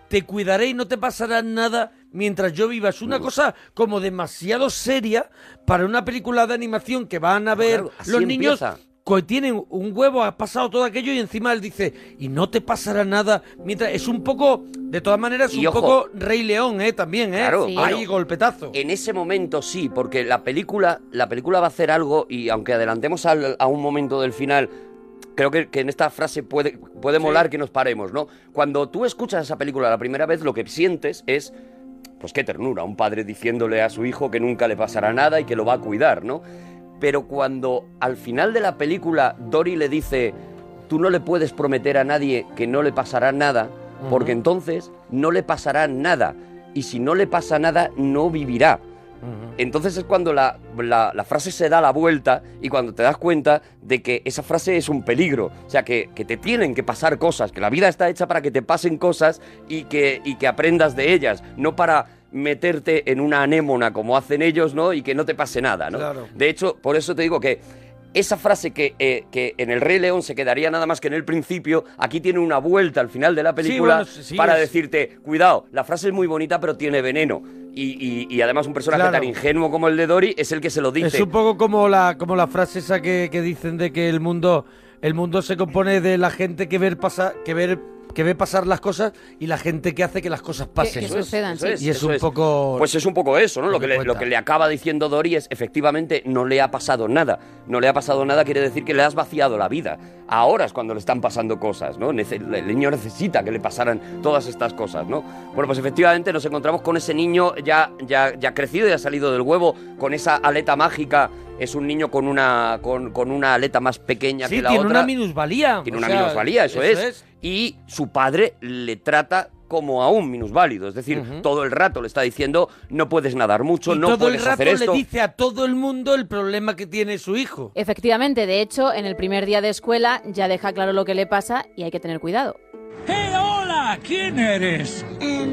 [SPEAKER 1] te cuidaré y no te pasará nada mientras yo viva. Es una cosa como demasiado seria para una película de animación que van a ver
[SPEAKER 7] Claro, así
[SPEAKER 1] los niños.
[SPEAKER 7] empieza.
[SPEAKER 1] co- tienen un huevo, ha pasado todo aquello y encima él dice, y no te pasará nada. Mientras, es un poco, de todas maneras, es
[SPEAKER 7] Y
[SPEAKER 1] un
[SPEAKER 7] ojo.
[SPEAKER 1] poco Rey León, ¿eh? También, ¿eh?
[SPEAKER 7] Claro,
[SPEAKER 1] Hay
[SPEAKER 7] bueno,
[SPEAKER 1] golpetazo.
[SPEAKER 7] En ese momento sí, porque la película, la película va a hacer algo y aunque adelantemos al- a un momento del final, creo que, que en esta frase puede, puede
[SPEAKER 1] Sí.
[SPEAKER 7] molar que nos paremos, ¿no? Cuando tú escuchas esa película la primera vez, lo que sientes es, pues qué ternura, un padre diciéndole a su hijo que nunca le pasará nada y que lo va a cuidar, ¿no? Pero cuando al final de la película Dory le dice, tú no le puedes prometer a nadie que no le pasará nada, porque
[SPEAKER 1] Ujú.
[SPEAKER 7] entonces no le pasará nada. Y si no le pasa nada, no vivirá. Entonces es cuando la, la- la frase se da la vuelta y cuando te das cuenta de que esa frase es un peligro. O sea, que, que te tienen que pasar cosas, que la vida está hecha para que te pasen cosas y que, y que aprendas de ellas, no para meterte en una anémona como hacen ellos, ¿no? Y que no te pase nada, ¿no?
[SPEAKER 1] Claro.
[SPEAKER 7] De hecho, por eso te digo que esa frase que, eh, que en el Rey León se quedaría nada más que en el principio, aquí tiene una vuelta al final de la película
[SPEAKER 1] bueno, sí,
[SPEAKER 7] para
[SPEAKER 1] es-
[SPEAKER 7] decirte, cuidado, la frase es muy bonita pero tiene veneno. Y, y- y además un personaje
[SPEAKER 1] Claro.
[SPEAKER 7] tan ingenuo como el de Dory es el que se lo dice.
[SPEAKER 1] Es un poco como la, como la frase esa que, que dicen de que el mundo, el mundo se compone de la gente que ver pasar, que ver que ve pasar las cosas y la gente que hace que las cosas pasen.
[SPEAKER 6] que Eso es, sucedan, eso sí. es,
[SPEAKER 1] y es
[SPEAKER 7] eso
[SPEAKER 1] un
[SPEAKER 7] es.
[SPEAKER 1] poco.
[SPEAKER 7] Pues es un poco eso, ¿no? Lo que, le, lo que le acaba diciendo Dory es, efectivamente, no le ha pasado nada. No le ha pasado nada quiere decir que le has vaciado la vida. Ahora es cuando le están pasando cosas, ¿no? Nece- el niño necesita que le pasaran todas estas cosas, ¿no? Bueno, pues efectivamente nos encontramos con ese niño ya, ya, ya crecido, ya salido del huevo, con esa aleta mágica. Es un niño con una, con, con una aleta más pequeña
[SPEAKER 1] Sí,
[SPEAKER 7] que la
[SPEAKER 1] tiene
[SPEAKER 7] otra.
[SPEAKER 1] una minusvalía.
[SPEAKER 7] Tiene
[SPEAKER 1] o
[SPEAKER 7] una
[SPEAKER 1] sea,
[SPEAKER 7] minusvalía, eso, es. Y su padre le trata como a un minusválido. Es decir,
[SPEAKER 1] Ujú.
[SPEAKER 7] todo el rato le está diciendo, no puedes nadar mucho,
[SPEAKER 1] Y
[SPEAKER 7] no
[SPEAKER 1] todo el
[SPEAKER 7] puedes
[SPEAKER 1] rato
[SPEAKER 7] hacer
[SPEAKER 1] le
[SPEAKER 7] esto.
[SPEAKER 1] dice a todo el mundo el problema que tiene su hijo.
[SPEAKER 6] Efectivamente, de hecho, en el primer día de escuela ya deja claro lo que le pasa y hay que tener cuidado.
[SPEAKER 8] ¡Eh, hola! ¿Quién eres?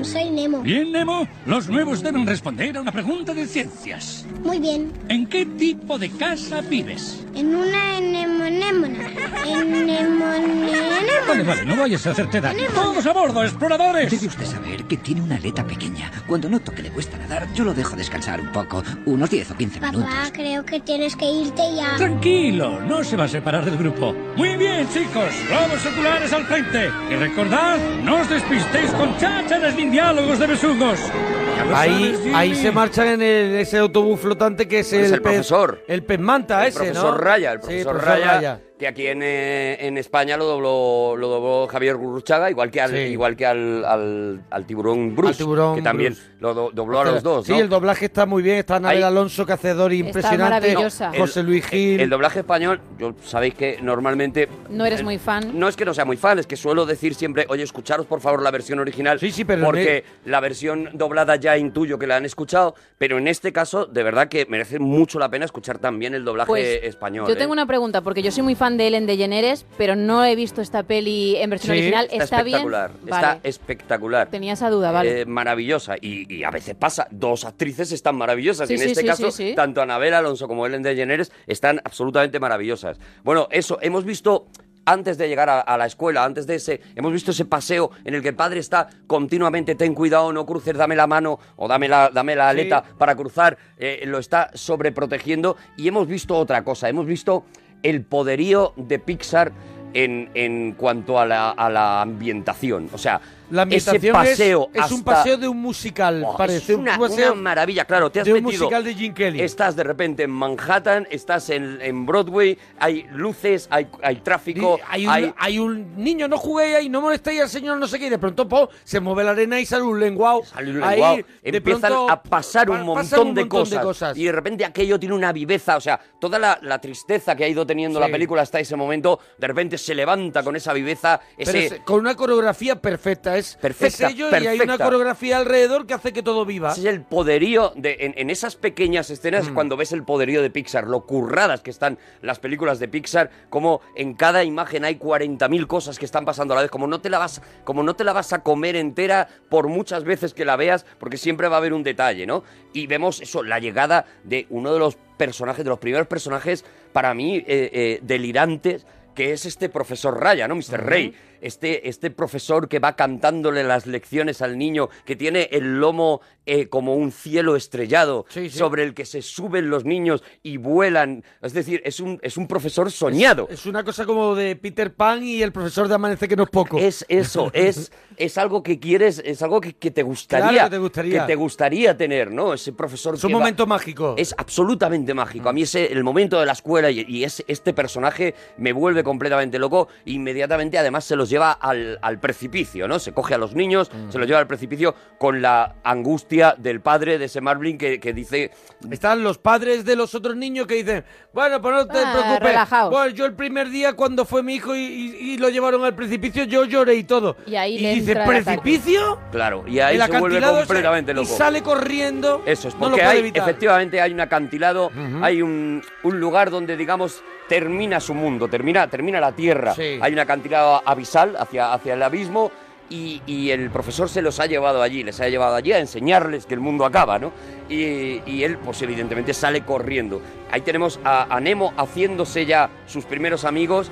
[SPEAKER 16] soy Nemo.
[SPEAKER 8] Bien, Nemo. Los nuevos deben responder a una pregunta de ciencias.
[SPEAKER 16] Muy bien.
[SPEAKER 8] ¿En qué tipo de casa vives?
[SPEAKER 16] En una anemona.
[SPEAKER 8] Vale,
[SPEAKER 16] Anemona.
[SPEAKER 8] vale, no vayas a hacerte daño.
[SPEAKER 16] ¡Todos
[SPEAKER 8] a bordo, exploradores!
[SPEAKER 14] Debe usted saber que tiene una aleta pequeña. Cuando noto que le cuesta nadar, yo lo dejo descansar un poco, unos 10 o 15 minutos.
[SPEAKER 16] Papá, creo que tienes que irte ya.
[SPEAKER 8] Tranquilo, no se va a separar del grupo. Muy bien, chicos, globos oculares al frente. Y recordad, no os despistéis con chácharas ni diálogos de besugos. Ya lo
[SPEAKER 1] Ahí,
[SPEAKER 8] sabes,
[SPEAKER 1] ahí
[SPEAKER 8] Jimmy.
[SPEAKER 1] se marchan en el- ese autobús flotante que es el,
[SPEAKER 7] Es Pues el
[SPEAKER 1] pez-
[SPEAKER 7] profesor.
[SPEAKER 1] El pez manta
[SPEAKER 7] El
[SPEAKER 1] ese,
[SPEAKER 7] profesor
[SPEAKER 1] ¿no?
[SPEAKER 7] Raya, el
[SPEAKER 1] Sí,
[SPEAKER 7] profesor, Raya, que aquí en, eh, en España lo dobló, lo dobló Javier Gurruchaga, igual que al,
[SPEAKER 1] Sí.
[SPEAKER 7] igual que al, al- al tiburón Bruce,
[SPEAKER 1] tiburón
[SPEAKER 7] que también
[SPEAKER 1] Bruce.
[SPEAKER 7] lo do- dobló a los dos,
[SPEAKER 1] Sí,
[SPEAKER 7] ¿no?
[SPEAKER 1] el doblaje está muy bien. Está Anabel
[SPEAKER 7] Ahí-
[SPEAKER 1] Alonso, cacedor impresionante.
[SPEAKER 6] maravillosa.
[SPEAKER 1] José Luis Gil.
[SPEAKER 7] El doblaje español, yo sabéis que normalmente
[SPEAKER 6] No eres
[SPEAKER 7] eh,
[SPEAKER 6] muy fan.
[SPEAKER 7] No es que no sea muy fan, es que suelo decir siempre, oye, escucharos por favor la versión original,
[SPEAKER 1] pero
[SPEAKER 7] porque la versión doblada ya intuyo que la han escuchado, pero en este caso de verdad que merece mucho la pena escuchar también el doblaje
[SPEAKER 6] Pues,
[SPEAKER 7] español.
[SPEAKER 6] Yo
[SPEAKER 7] ¿eh?
[SPEAKER 6] tengo una pregunta, porque yo soy muy fan de Ellen DeGeneres, pero no he visto esta peli en versión original. ¿Está, bien?
[SPEAKER 7] espectacular,
[SPEAKER 6] Vale.
[SPEAKER 7] está espectacular.
[SPEAKER 6] Tenía esa duda, vale.
[SPEAKER 7] Eh, maravillosa. Y, y a veces pasa, dos actrices están maravillosas. y
[SPEAKER 6] Sí,
[SPEAKER 7] en
[SPEAKER 6] sí,
[SPEAKER 7] este
[SPEAKER 6] sí,
[SPEAKER 7] caso,
[SPEAKER 6] sí, sí.
[SPEAKER 7] tanto Anabel Alonso como Ellen DeGeneres están absolutamente maravillosas. Bueno, eso, hemos visto. Antes de llegar a, a la escuela, antes de ese, hemos visto ese paseo en el que el padre está continuamente, ten cuidado, no cruces, dame la mano o dame la, dame la aleta para cruzar, eh, lo está sobreprotegiendo y hemos visto otra cosa, hemos visto el poderío de Pixar en, en cuanto a la, a la ambientación. O sea,
[SPEAKER 1] La
[SPEAKER 7] ese
[SPEAKER 1] ambientación es-
[SPEAKER 7] paseo
[SPEAKER 1] es, un
[SPEAKER 7] hasta-
[SPEAKER 1] paseo de un musical,
[SPEAKER 7] Buah,
[SPEAKER 1] parece.
[SPEAKER 7] es una,
[SPEAKER 1] un paseo
[SPEAKER 7] una maravilla, claro. Te has
[SPEAKER 1] de un
[SPEAKER 7] metido-
[SPEAKER 1] musical de Jim Kelly.
[SPEAKER 7] Estás de repente en Manhattan, estás en, en Broadway, hay luces, hay, hay tráfico,
[SPEAKER 1] hay un, hay un niño, no juguéis ahí, no molestéis al señor, no sé qué, y de pronto po, se mueve la arena y sale un lenguao. Sale
[SPEAKER 7] un lenguao. Empiezan a pasar un montón, de, cosas, Y
[SPEAKER 1] Y
[SPEAKER 7] de repente aquello tiene una viveza. O sea, toda la, la tristeza que ha ido teniendo
[SPEAKER 1] Sí.
[SPEAKER 7] la película hasta ese momento, de repente se levanta con esa viveza.
[SPEAKER 1] Pero
[SPEAKER 7] Ese,
[SPEAKER 1] es- con una coreografía perfecta, es
[SPEAKER 7] Perfecta,
[SPEAKER 1] es ello, Este y hay
[SPEAKER 7] perfecta.
[SPEAKER 1] una coreografía alrededor que hace que todo viva. Mm.
[SPEAKER 7] Ese es el poderío de, en, en esas pequeñas escenas cuando ves el poderío de Pixar, lo curradas que están las películas de Pixar, como en cada imagen hay 40.000 cosas que están pasando a la vez, como no te la vas como no te la vas a comer entera por muchas veces que la veas, porque siempre va a haber un detalle, ¿no? Y vemos eso, la llegada de uno de los personajes, de los primeros personajes para mí eh, eh, delirantes que es este profesor Raya, ¿no? Mr. Rey. este, este profesor que va cantándole las lecciones al niño, que tiene el lomo eh, como un cielo estrellado,
[SPEAKER 1] sí.
[SPEAKER 7] sobre el que se suben los niños y vuelan. Es decir, es un, es un profesor soñado.
[SPEAKER 1] Es una cosa como de Peter Pan y el profesor de Amanece que no es poco.
[SPEAKER 7] Es eso, es, es algo que quieres, es algo que, que te gustaría.
[SPEAKER 1] Claro que te gustaría.
[SPEAKER 7] que te gustaría tener, ¿no? Ese profesor.
[SPEAKER 1] Es un
[SPEAKER 7] que va-
[SPEAKER 1] momento mágico.
[SPEAKER 7] Es absolutamente mágico. A mí ese, el momento de la escuela y, y es, este personaje me vuelve completamente loco. Inmediatamente, además, se los lleva al, al precipicio, ¿no? Se coge a los niños, se los lleva al precipicio con la angustia del padre de ese Marvin que, que dice...
[SPEAKER 1] Están los padres de los otros niños que dicen, bueno, pues no te
[SPEAKER 6] Ah,
[SPEAKER 1] preocupes.
[SPEAKER 6] relajaos.
[SPEAKER 1] Bueno, yo el primer día cuando fue mi hijo y, y- y lo llevaron al precipicio, yo lloré y todo.
[SPEAKER 6] Y ahí
[SPEAKER 1] Y
[SPEAKER 6] le
[SPEAKER 1] dice,
[SPEAKER 6] entra el ataque.
[SPEAKER 1] ¿precipicio?
[SPEAKER 7] Claro, y ahí
[SPEAKER 1] El
[SPEAKER 7] se vuelve
[SPEAKER 1] acantilado ese,
[SPEAKER 7] completamente
[SPEAKER 1] Y
[SPEAKER 7] loco.
[SPEAKER 1] sale corriendo.
[SPEAKER 7] Eso es,
[SPEAKER 1] no lo
[SPEAKER 7] porque
[SPEAKER 1] puede
[SPEAKER 7] hay-
[SPEAKER 1] evitar.
[SPEAKER 7] efectivamente hay un acantilado, hay un, un lugar donde, digamos, termina su mundo, termina, termina la tierra.
[SPEAKER 1] Sí.
[SPEAKER 7] Hay un acantilado abisal hacia, hacia el abismo y, y el profesor se los ha llevado allí, les ha llevado allí a enseñarles que el mundo acaba, ¿no? Y, y él, pues evidentemente, sale corriendo. Ahí tenemos a, a Nemo haciéndose ya sus primeros amigos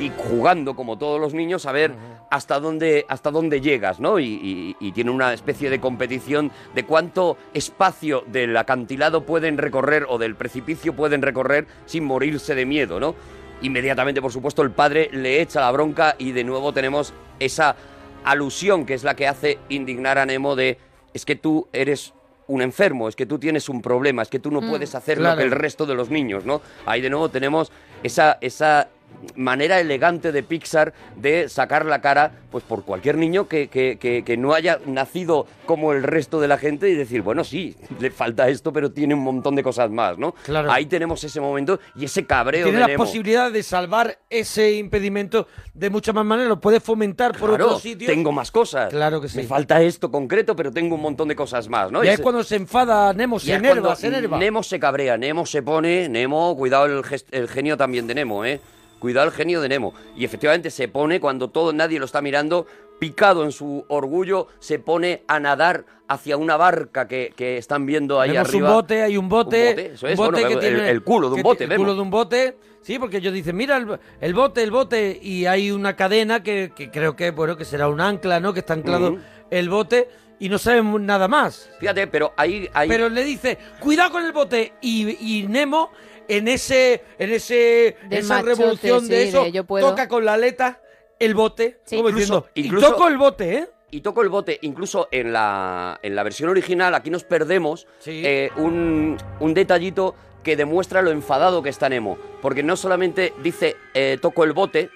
[SPEAKER 7] y jugando como todos los niños a ver hasta dónde hasta dónde llegas, ¿no? Y, y- y tiene una especie de competición de cuánto espacio del acantilado pueden recorrer o del precipicio pueden recorrer sin morirse de miedo, ¿no? Inmediatamente, por supuesto, el padre le echa la bronca y de nuevo tenemos esa alusión que es la que hace indignar a Nemo de es que tú eres un enfermo, es que tú tienes un problema, es que tú no
[SPEAKER 1] Mm,
[SPEAKER 7] puedes hacer lo
[SPEAKER 1] claro.
[SPEAKER 7] que el resto de los niños, ¿no? Ahí de nuevo tenemos esa, esa manera elegante de Pixar de sacar la cara pues por cualquier niño que, que- que- que no haya nacido como el resto de la gente y decir, bueno, sí, le falta esto, pero tiene un montón de cosas más, ¿no?
[SPEAKER 1] Claro.
[SPEAKER 7] Ahí tenemos ese momento y ese cabreo
[SPEAKER 1] Tiene
[SPEAKER 7] de
[SPEAKER 1] la
[SPEAKER 7] Nemo.
[SPEAKER 1] posibilidad de salvar ese impedimento de muchas más maneras. Lo puede fomentar por
[SPEAKER 7] Claro,
[SPEAKER 1] otros sitios.
[SPEAKER 7] tengo más cosas.
[SPEAKER 1] Claro que sí.
[SPEAKER 7] Me falta esto concreto, pero tengo un montón de cosas más, ¿no?
[SPEAKER 1] y
[SPEAKER 7] Y
[SPEAKER 1] ahí es
[SPEAKER 7] ese-
[SPEAKER 1] cuando se enfada Nemo,
[SPEAKER 7] Y
[SPEAKER 1] se
[SPEAKER 7] es
[SPEAKER 1] enerva,
[SPEAKER 7] cuando
[SPEAKER 1] se enerva.
[SPEAKER 7] Nemo se cabrea, Nemo se pone, Nemo, cuidado el, gest- el genio también de Nemo, ¿eh? Cuidado el genio de Nemo. Y efectivamente se pone cuando todo nadie lo está mirando, picado en su orgullo, se pone a nadar hacia una barca que, que están viendo ahí
[SPEAKER 1] Vemos
[SPEAKER 7] arriba.
[SPEAKER 1] un bote, hay un bote,
[SPEAKER 7] Un bote, eso es,
[SPEAKER 1] un
[SPEAKER 7] bueno, el- el culo de un
[SPEAKER 1] que ti-
[SPEAKER 7] bote,
[SPEAKER 1] el
[SPEAKER 7] vemos.
[SPEAKER 1] culo de un bote, sí, porque ellos dicen, mira, el, el bote, el bote, y hay una cadena que, que creo que, bueno, que será un ancla, ¿no? Que está anclado
[SPEAKER 7] Ujú.
[SPEAKER 1] el bote y no sabemos nada más.
[SPEAKER 7] Fíjate, pero ahí, ahí-
[SPEAKER 1] Pero le dice, cuidado con el bote, y, y Nemo, en ese, en ese,
[SPEAKER 6] Del
[SPEAKER 1] esa
[SPEAKER 6] machote,
[SPEAKER 1] revolución de
[SPEAKER 6] sí,
[SPEAKER 1] eso,
[SPEAKER 6] de yo puedo.
[SPEAKER 1] toca con la aleta el bote, como diciendo, "Y
[SPEAKER 7] incluso-
[SPEAKER 1] toco el bote, ¿eh?
[SPEAKER 7] Y toco el bote, incluso en la, en la versión original, aquí nos perdemos eh, un, un detallito que demuestra lo enfadado que está Nemo. Porque no solamente dice eh, toco el bote,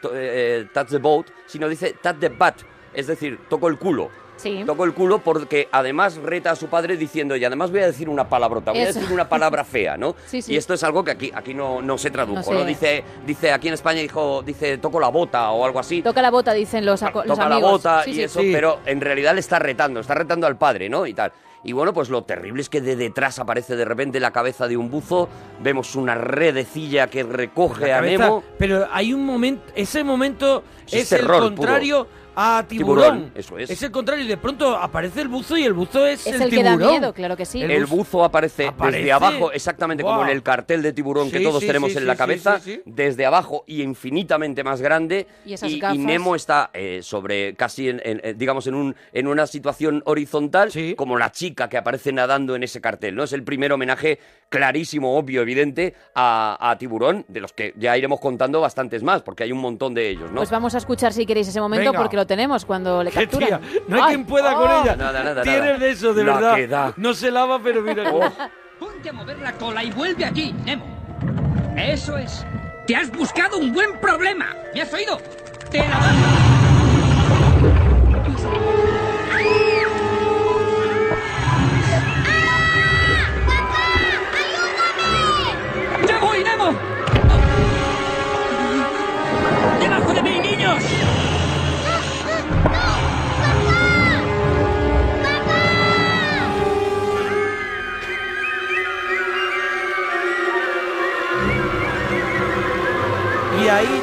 [SPEAKER 7] to- eh, touch the boat, sino dice touch the butt, es decir, toco el culo.
[SPEAKER 6] Sí.
[SPEAKER 7] Toco el culo porque además reta a su padre diciendo, y además voy a decir una palabrota, voy
[SPEAKER 6] Eso.
[SPEAKER 7] a decir una palabra fea, ¿no?
[SPEAKER 6] Sí, sí.
[SPEAKER 7] Y esto es algo que aquí, aquí no, no se tradujo,
[SPEAKER 6] No sé.
[SPEAKER 7] ¿no? Dice, dice, aquí en España dijo, dice, toco la bota o algo así
[SPEAKER 6] Toca la bota, dicen los, aco- los
[SPEAKER 7] toca la
[SPEAKER 6] amigos.
[SPEAKER 7] bota
[SPEAKER 6] Sí,
[SPEAKER 7] y
[SPEAKER 6] sí.
[SPEAKER 7] eso, pero en realidad le está retando, está retando al padre, ¿no? Y tal. Y bueno, pues lo terrible es que de detrás aparece de repente la cabeza de un buzo, vemos una redecilla que recoge
[SPEAKER 1] la
[SPEAKER 7] a
[SPEAKER 1] cabeza,
[SPEAKER 7] Nemo.
[SPEAKER 1] Pero hay un momento, ese momento
[SPEAKER 7] Es
[SPEAKER 1] es, el
[SPEAKER 7] terror puro.
[SPEAKER 1] contrario a tiburón.
[SPEAKER 7] Tiburón, eso es.
[SPEAKER 1] el contrario y de pronto aparece el buzo y el buzo es,
[SPEAKER 6] Es
[SPEAKER 1] el,
[SPEAKER 6] el, que da
[SPEAKER 1] tiburón.
[SPEAKER 6] miedo, claro que sí.
[SPEAKER 7] El buzo aparece,
[SPEAKER 1] Aparece.
[SPEAKER 7] desde abajo, exactamente como
[SPEAKER 1] Guau.
[SPEAKER 7] en el cartel de tiburón que
[SPEAKER 1] Sí,
[SPEAKER 7] todos
[SPEAKER 1] sí,
[SPEAKER 7] tenemos
[SPEAKER 1] sí,
[SPEAKER 7] en
[SPEAKER 1] sí,
[SPEAKER 7] la
[SPEAKER 1] sí,
[SPEAKER 7] cabeza,
[SPEAKER 1] sí, sí.
[SPEAKER 7] desde abajo y infinitamente más grande.
[SPEAKER 6] Y esas gafas.
[SPEAKER 7] Nemo está eh, sobre casi, en, en- eh, digamos, en, un, en una situación horizontal, como la chica que aparece nadando en ese cartel. ¿no? Es el primer homenaje clarísimo, obvio, evidente a, a tiburón, de los que ya iremos contando bastantes más, porque hay un montón de ellos. ¿no?
[SPEAKER 6] Pues vamos a escuchar si queréis ese momento
[SPEAKER 7] Venga.
[SPEAKER 6] porque lo tenemos cuando le
[SPEAKER 7] ¡Qué tía!
[SPEAKER 6] capturan.
[SPEAKER 7] No hay
[SPEAKER 6] Ay,
[SPEAKER 1] ¿Quién pueda con
[SPEAKER 6] oh.
[SPEAKER 1] ella?
[SPEAKER 7] Nada, nada,
[SPEAKER 1] Tienes
[SPEAKER 7] nada.
[SPEAKER 1] de eso, de
[SPEAKER 7] La
[SPEAKER 1] verdad.
[SPEAKER 7] que da. Oh.
[SPEAKER 1] No se lava, pero mira.
[SPEAKER 15] Ponte a mover la cola y vuelve aquí, Nemo. Eso es. Te has buscado un buen problema. ¿Me has oído? Te la
[SPEAKER 17] ¡Ah!
[SPEAKER 15] ¡Ya voy, Nemo! ¡Debajo de mí, niños!
[SPEAKER 1] Y ahí,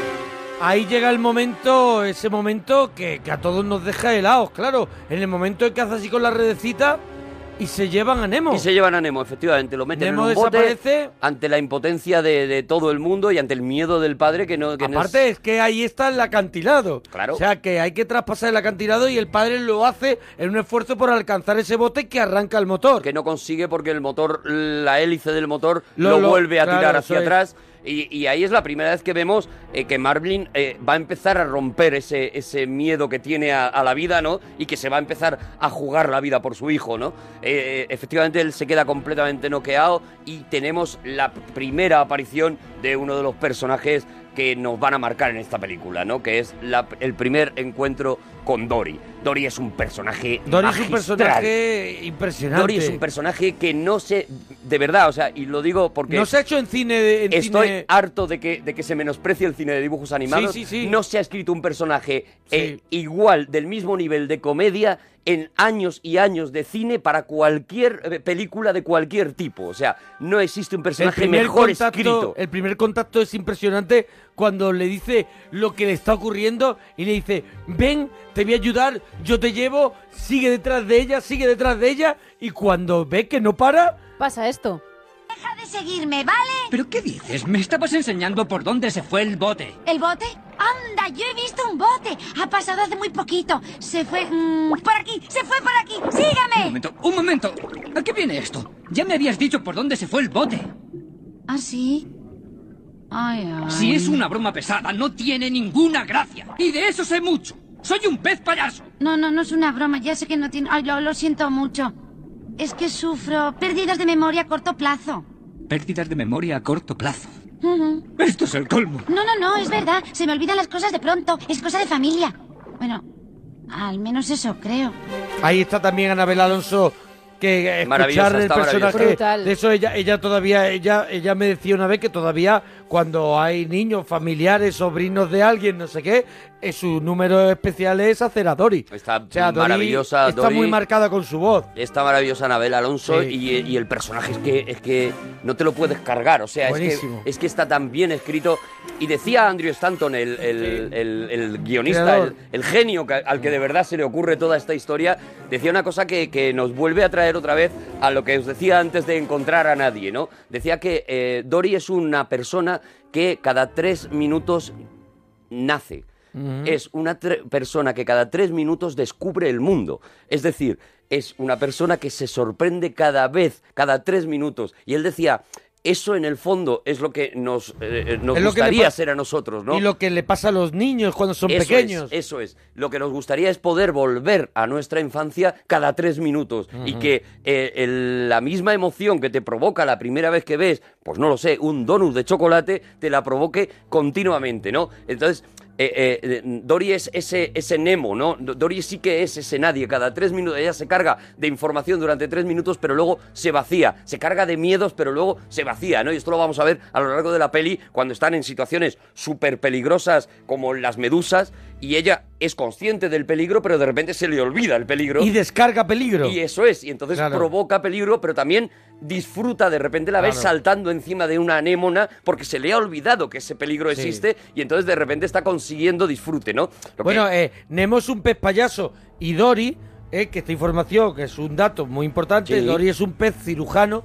[SPEAKER 1] ahí llega el momento, ese momento que, que a todos nos deja helados, claro. En el momento en que hace así con la redecita, Y se llevan a Nemo.
[SPEAKER 7] Y se llevan a Nemo, efectivamente. Lo meten
[SPEAKER 1] Nemo
[SPEAKER 7] en un bote
[SPEAKER 1] desaparece.
[SPEAKER 7] ante la impotencia de, de todo el mundo y ante el miedo del padre que no... Que no es-
[SPEAKER 1] Aparte es que ahí está el acantilado. Claro. O sea que hay que traspasar el acantilado y el padre lo hace en un esfuerzo por alcanzar ese bote que arranca el motor.
[SPEAKER 7] Que no consigue porque el motor, la hélice del motor
[SPEAKER 1] Lo-
[SPEAKER 7] lo,
[SPEAKER 1] lo-
[SPEAKER 7] vuelve a
[SPEAKER 1] claro,
[SPEAKER 7] tirar hacia
[SPEAKER 1] eso es.
[SPEAKER 7] atrás. Y, y ahí es la primera vez que vemos eh, que Marvin eh, va a empezar a romper ese, ese miedo que tiene a, a la vida, ¿no? Y que se va a empezar a jugar la vida por su hijo, ¿no? Eh, eh, efectivamente, él se queda completamente noqueado y tenemos la primera aparición de uno de los personajes que nos van a marcar en esta película, ¿no? Que es la- el primer encuentro con Dory. Dory es un personaje
[SPEAKER 1] Dory es un
[SPEAKER 7] magistral.
[SPEAKER 1] personaje impresionante.
[SPEAKER 7] Dory es un personaje que no se. De verdad, o sea, y lo digo porque.
[SPEAKER 1] No se ha hecho en cine. de- en
[SPEAKER 7] Estoy
[SPEAKER 1] cine-
[SPEAKER 7] harto de que, de que se menosprecie el cine de dibujos animados.
[SPEAKER 1] Sí, sí, sí.
[SPEAKER 7] No se ha escrito un personaje eh, igual, del mismo nivel de comedia, en años y años de cine para cualquier eh, película de cualquier tipo. O sea, no existe un personaje mejor
[SPEAKER 1] contacto,
[SPEAKER 7] escrito.
[SPEAKER 1] El primer contacto es impresionante cuando le dice lo que le está ocurriendo y le dice, ven, te voy a ayudar, yo te llevo, sigue detrás de ella, sigue detrás de ella y cuando ve que no para...
[SPEAKER 6] Pasa esto.
[SPEAKER 11] Deja de seguirme, ¿vale?
[SPEAKER 15] ¿Pero qué dices? Me estabas enseñando por dónde se fue el bote.
[SPEAKER 11] ¿El bote? Anda, yo he visto un bote. Ha pasado hace muy poquito. Se fue... mm, por aquí, se fue por aquí.
[SPEAKER 15] Un
[SPEAKER 11] Sígame.
[SPEAKER 15] momento, un momento. ¿A qué viene esto? Ya me habías dicho por dónde se fue el bote.
[SPEAKER 11] ¿Ah, sí? Ay, ay.
[SPEAKER 15] Si es una broma pesada, no tiene ninguna gracia. Y de eso sé mucho. Soy un pez payaso.
[SPEAKER 11] No, no, no es una broma. Ya sé que no tiene... Ay, lo, lo siento mucho. Es que sufro pérdidas de memoria a corto plazo.
[SPEAKER 15] Pérdidas de memoria a corto plazo.
[SPEAKER 11] Ujú.
[SPEAKER 15] Esto es el colmo.
[SPEAKER 11] No, no, no, es verdad. Se me olvidan las cosas de pronto. Es cosa de familia. Bueno, al menos eso creo.
[SPEAKER 1] Ahí está también Anabel Alonso que
[SPEAKER 7] Maravillosa,
[SPEAKER 1] escuchar el
[SPEAKER 7] está maravillosa.
[SPEAKER 1] personaje
[SPEAKER 7] Brutal.
[SPEAKER 1] de eso ella ella todavía ella ella me decía una vez que todavía cuando hay niños familiares sobrinos de alguien no sé qué eh, su número especial es hacer a Dory
[SPEAKER 7] Está
[SPEAKER 1] O sea, Dory
[SPEAKER 7] maravillosa.
[SPEAKER 1] está
[SPEAKER 7] Dory.
[SPEAKER 1] muy marcada con su voz
[SPEAKER 7] Esta maravillosa Anabel Alonso
[SPEAKER 1] Sí.
[SPEAKER 7] y, y el personaje es que, es que no te lo puedes cargar, o sea, es que,
[SPEAKER 1] Buenísimo.
[SPEAKER 7] es que está tan bien escrito. Y decía Andrew Stanton, el, el- el- el guionista,
[SPEAKER 1] Creador. Mm.
[SPEAKER 7] el, el genio que- al que de verdad se le ocurre toda esta historia, decía una cosa que, que nos vuelve a traer otra vez a lo que os decía antes de encontrar a nadie, ¿no? Decía que eh, Dory es una persona que cada tres minutos nace es una tre- persona que cada tres minutos descubre el mundo. Es decir, es una persona que se sorprende cada vez, cada tres minutos. Y él decía, eso en el fondo es lo que nos, eh, eh, nos
[SPEAKER 1] Es lo que le
[SPEAKER 7] gustaría
[SPEAKER 1] pa-
[SPEAKER 7] ser a nosotros, ¿no?
[SPEAKER 1] y lo que le pasa a los niños cuando son
[SPEAKER 7] eso
[SPEAKER 1] pequeños
[SPEAKER 7] Es, eso es. Lo que nos gustaría es poder volver a nuestra infancia cada tres minutos y
[SPEAKER 1] Ujú.
[SPEAKER 7] que eh, el- la misma emoción que te provoca la primera vez que ves, pues no lo sé, un donut de chocolate, te la provoque continuamente, ¿no? Entonces... eh, eh, eh, Dory es ese, ese Nemo, ¿no? Do- Dory sí que es ese nadie. Cada tres minutos ella se carga de información durante tres minutos, pero luego se vacía. Se carga de miedos, pero luego se vacía, ¿no? Y esto lo vamos a ver a lo largo de la peli cuando están en situaciones súper peligrosas como las medusas y ella es consciente del peligro, pero de repente se le olvida el peligro.
[SPEAKER 1] y descarga peligro
[SPEAKER 7] Y eso es, y entonces
[SPEAKER 1] Claro.
[SPEAKER 7] provoca peligro, pero también disfruta, de repente la ves
[SPEAKER 1] Claro.
[SPEAKER 7] saltando encima de una anémona porque se le ha olvidado que ese peligro
[SPEAKER 1] Sí.
[SPEAKER 7] existe y entonces de repente está consiguiendo disfrute, ¿no? Lo que-
[SPEAKER 1] Bueno, eh, Nemo es un pez payaso y Dory, eh, que esta información, que es un dato muy importante,
[SPEAKER 7] Sí.
[SPEAKER 1] Dory es un pez cirujano,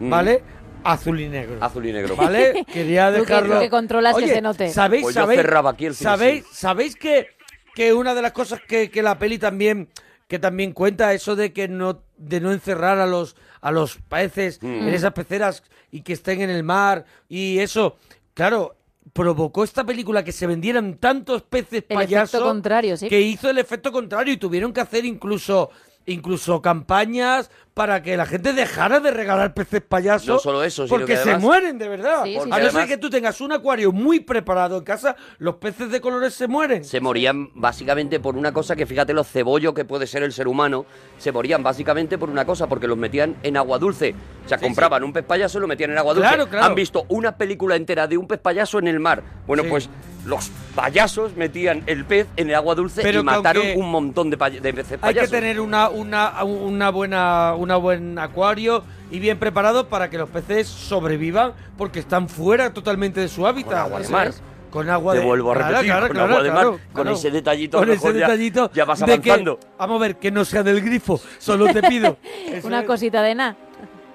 [SPEAKER 7] Mm.
[SPEAKER 1] ¿vale? Azul y negro.
[SPEAKER 7] Azul y negro.
[SPEAKER 1] ¿Vale? Quería
[SPEAKER 6] Tú que-
[SPEAKER 1] dejarlo.
[SPEAKER 6] tú que controlas que
[SPEAKER 1] Oye,
[SPEAKER 6] se note.
[SPEAKER 1] ¿Sabéis,
[SPEAKER 7] Pues yo
[SPEAKER 1] sabéis,
[SPEAKER 7] cerraba aquí el cine,
[SPEAKER 1] sabéis, sabéis que, que una de las cosas que, que la peli también que también cuenta eso de que no de no encerrar a los a los peces
[SPEAKER 7] Mm.
[SPEAKER 1] en esas peceras y que estén en el mar y eso claro provocó esta película que se vendieran tantos peces
[SPEAKER 6] El
[SPEAKER 1] payaso
[SPEAKER 6] efecto contrario, sí.
[SPEAKER 1] que hizo el efecto contrario y tuvieron que hacer incluso incluso campañas para que la gente dejara de regalar peces payasos
[SPEAKER 7] No solo eso, sino
[SPEAKER 1] porque
[SPEAKER 7] que
[SPEAKER 1] se
[SPEAKER 7] además-
[SPEAKER 1] mueren de verdad
[SPEAKER 7] Sí, sí,
[SPEAKER 1] a
[SPEAKER 7] sí.
[SPEAKER 1] no ser
[SPEAKER 7] Además-
[SPEAKER 1] que tú tengas un acuario muy preparado en casa los peces de colores se mueren
[SPEAKER 7] se morían básicamente por una cosa que fíjate lo cebollo que puede ser el ser humano, se morían básicamente por una cosa, porque los metían en agua dulce. O sea, compraban un pez payaso y lo metían en agua dulce.
[SPEAKER 1] Claro, claro.
[SPEAKER 7] Han visto una película entera de un pez payaso en el mar. Bueno,
[SPEAKER 1] Sí.
[SPEAKER 7] pues los payasos metían el pez en el agua dulce
[SPEAKER 1] Pero
[SPEAKER 7] y
[SPEAKER 1] que
[SPEAKER 7] mataron
[SPEAKER 1] aunque-
[SPEAKER 7] un montón de, pay- de peces
[SPEAKER 1] hay que
[SPEAKER 7] payasos.
[SPEAKER 1] tener una una una buena una buen acuario y bien preparado para que los peces sobrevivan porque están fuera totalmente de su hábitat
[SPEAKER 7] agua de
[SPEAKER 1] Eso
[SPEAKER 7] mar.
[SPEAKER 1] es. Con agua
[SPEAKER 7] Te
[SPEAKER 1] de
[SPEAKER 7] vuelvo a
[SPEAKER 1] Claro,
[SPEAKER 7] repetir,
[SPEAKER 1] claro,
[SPEAKER 7] con
[SPEAKER 1] claro,
[SPEAKER 7] agua de mar,
[SPEAKER 1] claro,
[SPEAKER 7] con
[SPEAKER 1] claro.
[SPEAKER 7] ese detallito, a
[SPEAKER 1] Con
[SPEAKER 7] lo
[SPEAKER 1] ese
[SPEAKER 7] mejor ya-
[SPEAKER 1] detallito.
[SPEAKER 7] ya vas
[SPEAKER 1] de que-
[SPEAKER 7] avanzando.
[SPEAKER 1] vamos a ver, que no sea del grifo. Solo te pido.
[SPEAKER 6] Una cosita de nada.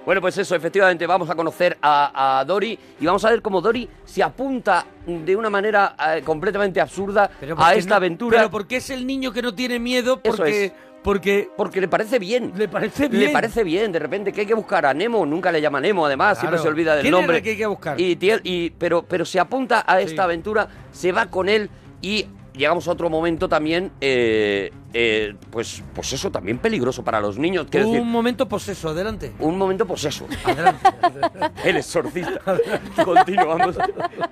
[SPEAKER 7] Bueno, pues eso, efectivamente, vamos a conocer a, a Dori y vamos a ver cómo Dori se apunta de una manera eh, completamente absurda
[SPEAKER 1] ¿por
[SPEAKER 7] a
[SPEAKER 1] qué
[SPEAKER 7] esta
[SPEAKER 1] no?
[SPEAKER 7] aventura.
[SPEAKER 1] Pero porque es el niño que no tiene miedo
[SPEAKER 7] Eso
[SPEAKER 1] porque...
[SPEAKER 7] es. Porque, le parece bien. Le parece
[SPEAKER 1] bien.
[SPEAKER 7] Le parece bien. De repente, que hay que buscar a Nemo. Nunca le llama Nemo, además. Siempre
[SPEAKER 1] Claro.
[SPEAKER 7] se olvida del
[SPEAKER 1] ¿Quién era
[SPEAKER 7] nombre.
[SPEAKER 1] el que hay que buscar?
[SPEAKER 7] Y, tie- y- pero, pero se apunta a esta
[SPEAKER 1] Sí.
[SPEAKER 7] aventura, se va con él y llegamos a otro momento también, eh, eh, pues, pues eso, también peligroso para los niños. Quiero
[SPEAKER 1] un
[SPEAKER 7] decir,
[SPEAKER 1] momento poseso, adelante.
[SPEAKER 7] un momento poseso. El exorcista. Continuamos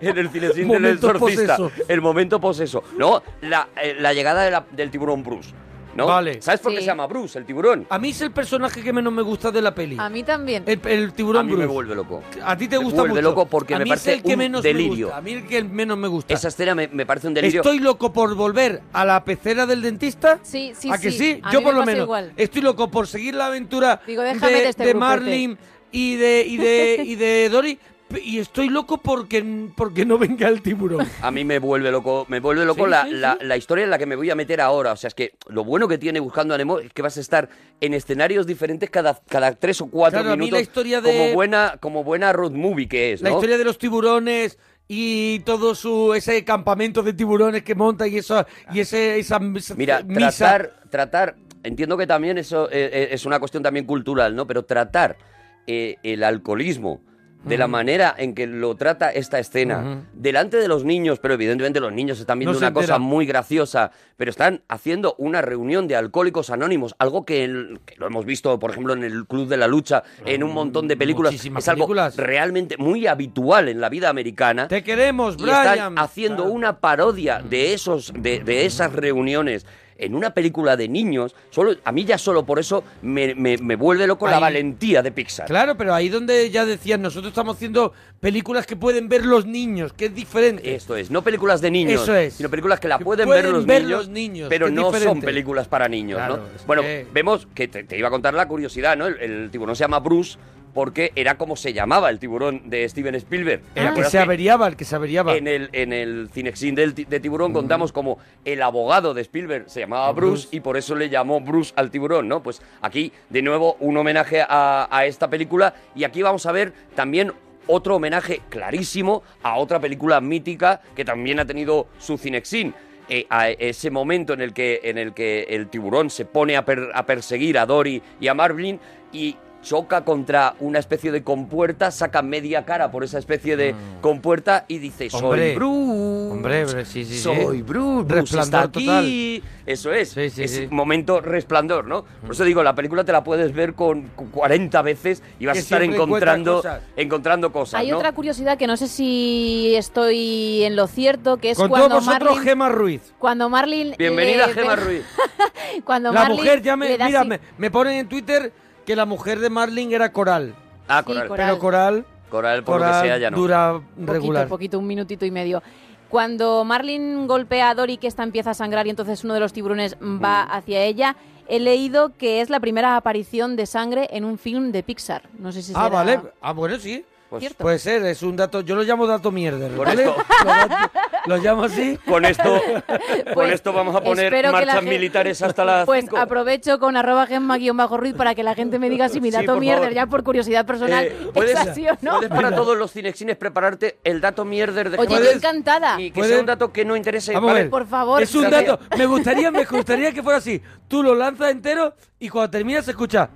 [SPEAKER 7] en el cinecín del
[SPEAKER 1] Momento
[SPEAKER 7] exorcista.
[SPEAKER 1] poseso.
[SPEAKER 7] El momento poseso. No, la, eh, la llegada de la- del tiburón Bruce. ¿no?
[SPEAKER 1] Vale.
[SPEAKER 7] ¿Sabes por qué
[SPEAKER 6] Sí.
[SPEAKER 7] se llama Bruce, el tiburón?
[SPEAKER 1] A mí es el personaje que menos me gusta de la peli.
[SPEAKER 6] A mí también.
[SPEAKER 1] El, el tiburón
[SPEAKER 7] A mí
[SPEAKER 1] Bruce.
[SPEAKER 7] me vuelve loco.
[SPEAKER 1] A ti te
[SPEAKER 7] Me
[SPEAKER 1] gusta
[SPEAKER 7] vuelve
[SPEAKER 1] mucho.
[SPEAKER 7] loco porque
[SPEAKER 1] A
[SPEAKER 7] me
[SPEAKER 1] mí
[SPEAKER 7] parece
[SPEAKER 1] es el que
[SPEAKER 7] un
[SPEAKER 1] menos me
[SPEAKER 7] delirio.
[SPEAKER 1] gusta. A mí el que menos me gusta.
[SPEAKER 7] Esa escena me, me parece un delirio.
[SPEAKER 1] Estoy loco por volver a la pecera del dentista.
[SPEAKER 6] Sí, sí,
[SPEAKER 1] ¿A que
[SPEAKER 6] sí?
[SPEAKER 1] sí?
[SPEAKER 6] A
[SPEAKER 1] Yo
[SPEAKER 6] mí
[SPEAKER 1] por
[SPEAKER 6] me
[SPEAKER 1] lo
[SPEAKER 6] pasa
[SPEAKER 1] menos.
[SPEAKER 6] igual.
[SPEAKER 1] Estoy loco por seguir la aventura
[SPEAKER 6] Digo,
[SPEAKER 1] de,
[SPEAKER 6] déjame de este
[SPEAKER 1] de
[SPEAKER 6] grupete.
[SPEAKER 1] Marlin y de, y de, y de Dory. Y estoy loco porque, porque no venga el tiburón.
[SPEAKER 7] A mí me vuelve loco, me vuelve loco
[SPEAKER 1] Sí,
[SPEAKER 7] la,
[SPEAKER 1] sí,
[SPEAKER 7] la- la historia en la que me voy a meter ahora. O sea, es que lo bueno que tiene Buscando a Nemo es que vas a estar en escenarios diferentes cada, cada tres o cuatro
[SPEAKER 1] Claro, a mí
[SPEAKER 7] minutos.
[SPEAKER 1] la historia de-
[SPEAKER 7] como, buena, como buena road movie que es,
[SPEAKER 1] La
[SPEAKER 7] Pues ¿no?
[SPEAKER 1] historia de los tiburones y todo su ese campamento de tiburones que monta y eso y ese esa misa-
[SPEAKER 7] Mira,
[SPEAKER 1] misa.
[SPEAKER 7] tratar, tratar, entiendo que también eso eh, eh, es una cuestión también cultural, ¿no? Pero tratar eh, el alcoholismo de la
[SPEAKER 1] Ujú.
[SPEAKER 7] manera en que lo trata esta escena,
[SPEAKER 1] Ujú.
[SPEAKER 7] delante de los niños, pero evidentemente los niños están viendo
[SPEAKER 1] No se
[SPEAKER 7] una cosa
[SPEAKER 1] enteran.
[SPEAKER 7] muy graciosa, pero están haciendo una reunión de alcohólicos anónimos, algo que, el- que lo hemos visto, por ejemplo, en el Club de la Lucha, en un montón de películas, es algo realmente muy habitual en la vida americana. Te
[SPEAKER 1] queremos,
[SPEAKER 7] Y
[SPEAKER 1] Brian.
[SPEAKER 7] están haciendo una parodia de esos, de, de esas reuniones en una película de niños. Solo, a mí ya solo por eso me, me- me vuelve loco la
[SPEAKER 1] Ahí-
[SPEAKER 7] valentía de Pixar.
[SPEAKER 1] Claro, pero ahí donde ya decían, nosotros estamos haciendo películas que pueden ver los niños, que es diferente.
[SPEAKER 7] Esto es, no películas de niños,
[SPEAKER 1] Eso es.
[SPEAKER 7] sino películas que la pueden,
[SPEAKER 1] pueden
[SPEAKER 7] ver, los,
[SPEAKER 1] ver
[SPEAKER 7] niños,
[SPEAKER 1] los niños,
[SPEAKER 7] pero
[SPEAKER 1] que es
[SPEAKER 7] no son
[SPEAKER 1] diferente.
[SPEAKER 7] películas para niños,
[SPEAKER 1] Claro,
[SPEAKER 7] ¿no?
[SPEAKER 1] es
[SPEAKER 7] Bueno,
[SPEAKER 1] que-
[SPEAKER 7] vemos que te, te iba a contar la curiosidad, ¿no? El, el tiburón se llama Bruce porque era como se llamaba el tiburón de Steven Spielberg. ¿Te
[SPEAKER 1] El Ah, que
[SPEAKER 7] acuerdas
[SPEAKER 1] se averiaba, el que se averiaba. Mm.
[SPEAKER 7] En el, en el Cinexin del ti- de Tiburón contamos como el abogado de Spielberg se llamaba Bruce, y por eso le llamó Bruce al tiburón, ¿no? Pues aquí, de nuevo, un homenaje a, a esta película y aquí vamos a ver también otro homenaje clarísimo a otra película mítica que también ha tenido su Cinexin. Eh, a ese momento en el que, en el, que el tiburón se pone a, per- a perseguir a Dory y a Marvin y choca contra una especie de compuerta, saca media cara por esa especie de compuerta y dice, soy
[SPEAKER 1] Mm. Hombre.
[SPEAKER 7] Bruce.
[SPEAKER 1] Hombre, hombre, sí, sí, sí.
[SPEAKER 7] Soy Bruce, Bruce está
[SPEAKER 1] Resplandor
[SPEAKER 7] aquí. Eso es, es un momento resplandor, ¿no? Por eso digo, la película te la puedes ver con cu- 40 veces y vas
[SPEAKER 1] Que
[SPEAKER 7] a estar
[SPEAKER 1] siempre
[SPEAKER 7] encontrando
[SPEAKER 1] encuentras
[SPEAKER 7] encontrando cosas,
[SPEAKER 6] Hay
[SPEAKER 7] ¿no?
[SPEAKER 6] otra curiosidad que no sé si estoy en lo cierto, que es
[SPEAKER 1] Con
[SPEAKER 6] cuando
[SPEAKER 1] todos vosotros,
[SPEAKER 6] Marlin...
[SPEAKER 1] Gemma Ruiz.
[SPEAKER 6] Cuando Marlin...
[SPEAKER 1] Bienvenida,
[SPEAKER 6] le-
[SPEAKER 1] Gemma Ruiz.
[SPEAKER 6] Cuando
[SPEAKER 1] la
[SPEAKER 6] Marlin
[SPEAKER 1] mujer ya me,
[SPEAKER 6] le da
[SPEAKER 1] mira,
[SPEAKER 6] así-
[SPEAKER 1] me, me ponen en Twitter que la mujer de Marlin era coral.
[SPEAKER 7] Ah,
[SPEAKER 6] Sí, Coral. Coral.
[SPEAKER 1] Pero coral,
[SPEAKER 7] Coral, por lo
[SPEAKER 1] coral
[SPEAKER 7] que sea, ya no.
[SPEAKER 1] dura
[SPEAKER 6] poquito,
[SPEAKER 1] regular.
[SPEAKER 6] poquito, un minutito y medio. Cuando Marlin golpea a Dory, que esta empieza a sangrar y entonces uno de los tiburones
[SPEAKER 1] Mm.
[SPEAKER 6] va hacia ella, he leído que es la primera aparición de sangre en un film de Pixar. No sé si
[SPEAKER 1] ah,
[SPEAKER 6] será-
[SPEAKER 1] vale. Ah, bueno, sí.
[SPEAKER 7] Pues- Cierto.
[SPEAKER 1] puede ser, es un dato. Yo lo llamo dato mierder.
[SPEAKER 7] Por
[SPEAKER 1] ¿vale?
[SPEAKER 7] eso-
[SPEAKER 1] Lo, dato- lo llamo así.
[SPEAKER 7] Con esto, con
[SPEAKER 6] Pues
[SPEAKER 7] esto vamos a poner
[SPEAKER 6] espero que la
[SPEAKER 7] marchas
[SPEAKER 6] gente-
[SPEAKER 7] militares hasta las
[SPEAKER 6] Pues
[SPEAKER 7] cinco.
[SPEAKER 6] aprovecho con arroba gemma-ruiz para que la gente me diga si mi
[SPEAKER 7] Sí,
[SPEAKER 6] dato
[SPEAKER 7] por
[SPEAKER 6] mierder,
[SPEAKER 7] favor.
[SPEAKER 6] ya por curiosidad personal,
[SPEAKER 7] Eh, ¿puedes,
[SPEAKER 6] es así o no.
[SPEAKER 7] puedes para todos los cinexines prepararte el dato mierder de
[SPEAKER 6] Oye, yo
[SPEAKER 7] Gemma.
[SPEAKER 6] encantada.
[SPEAKER 7] Y que sea un dato que no interese.
[SPEAKER 1] Vamos a
[SPEAKER 7] ¿vale?
[SPEAKER 1] ver.
[SPEAKER 6] Por favor.
[SPEAKER 1] Es un dato. Me gustaría, me gustaría que fuera así. Tú lo lanzas entero y cuando terminas se escucha.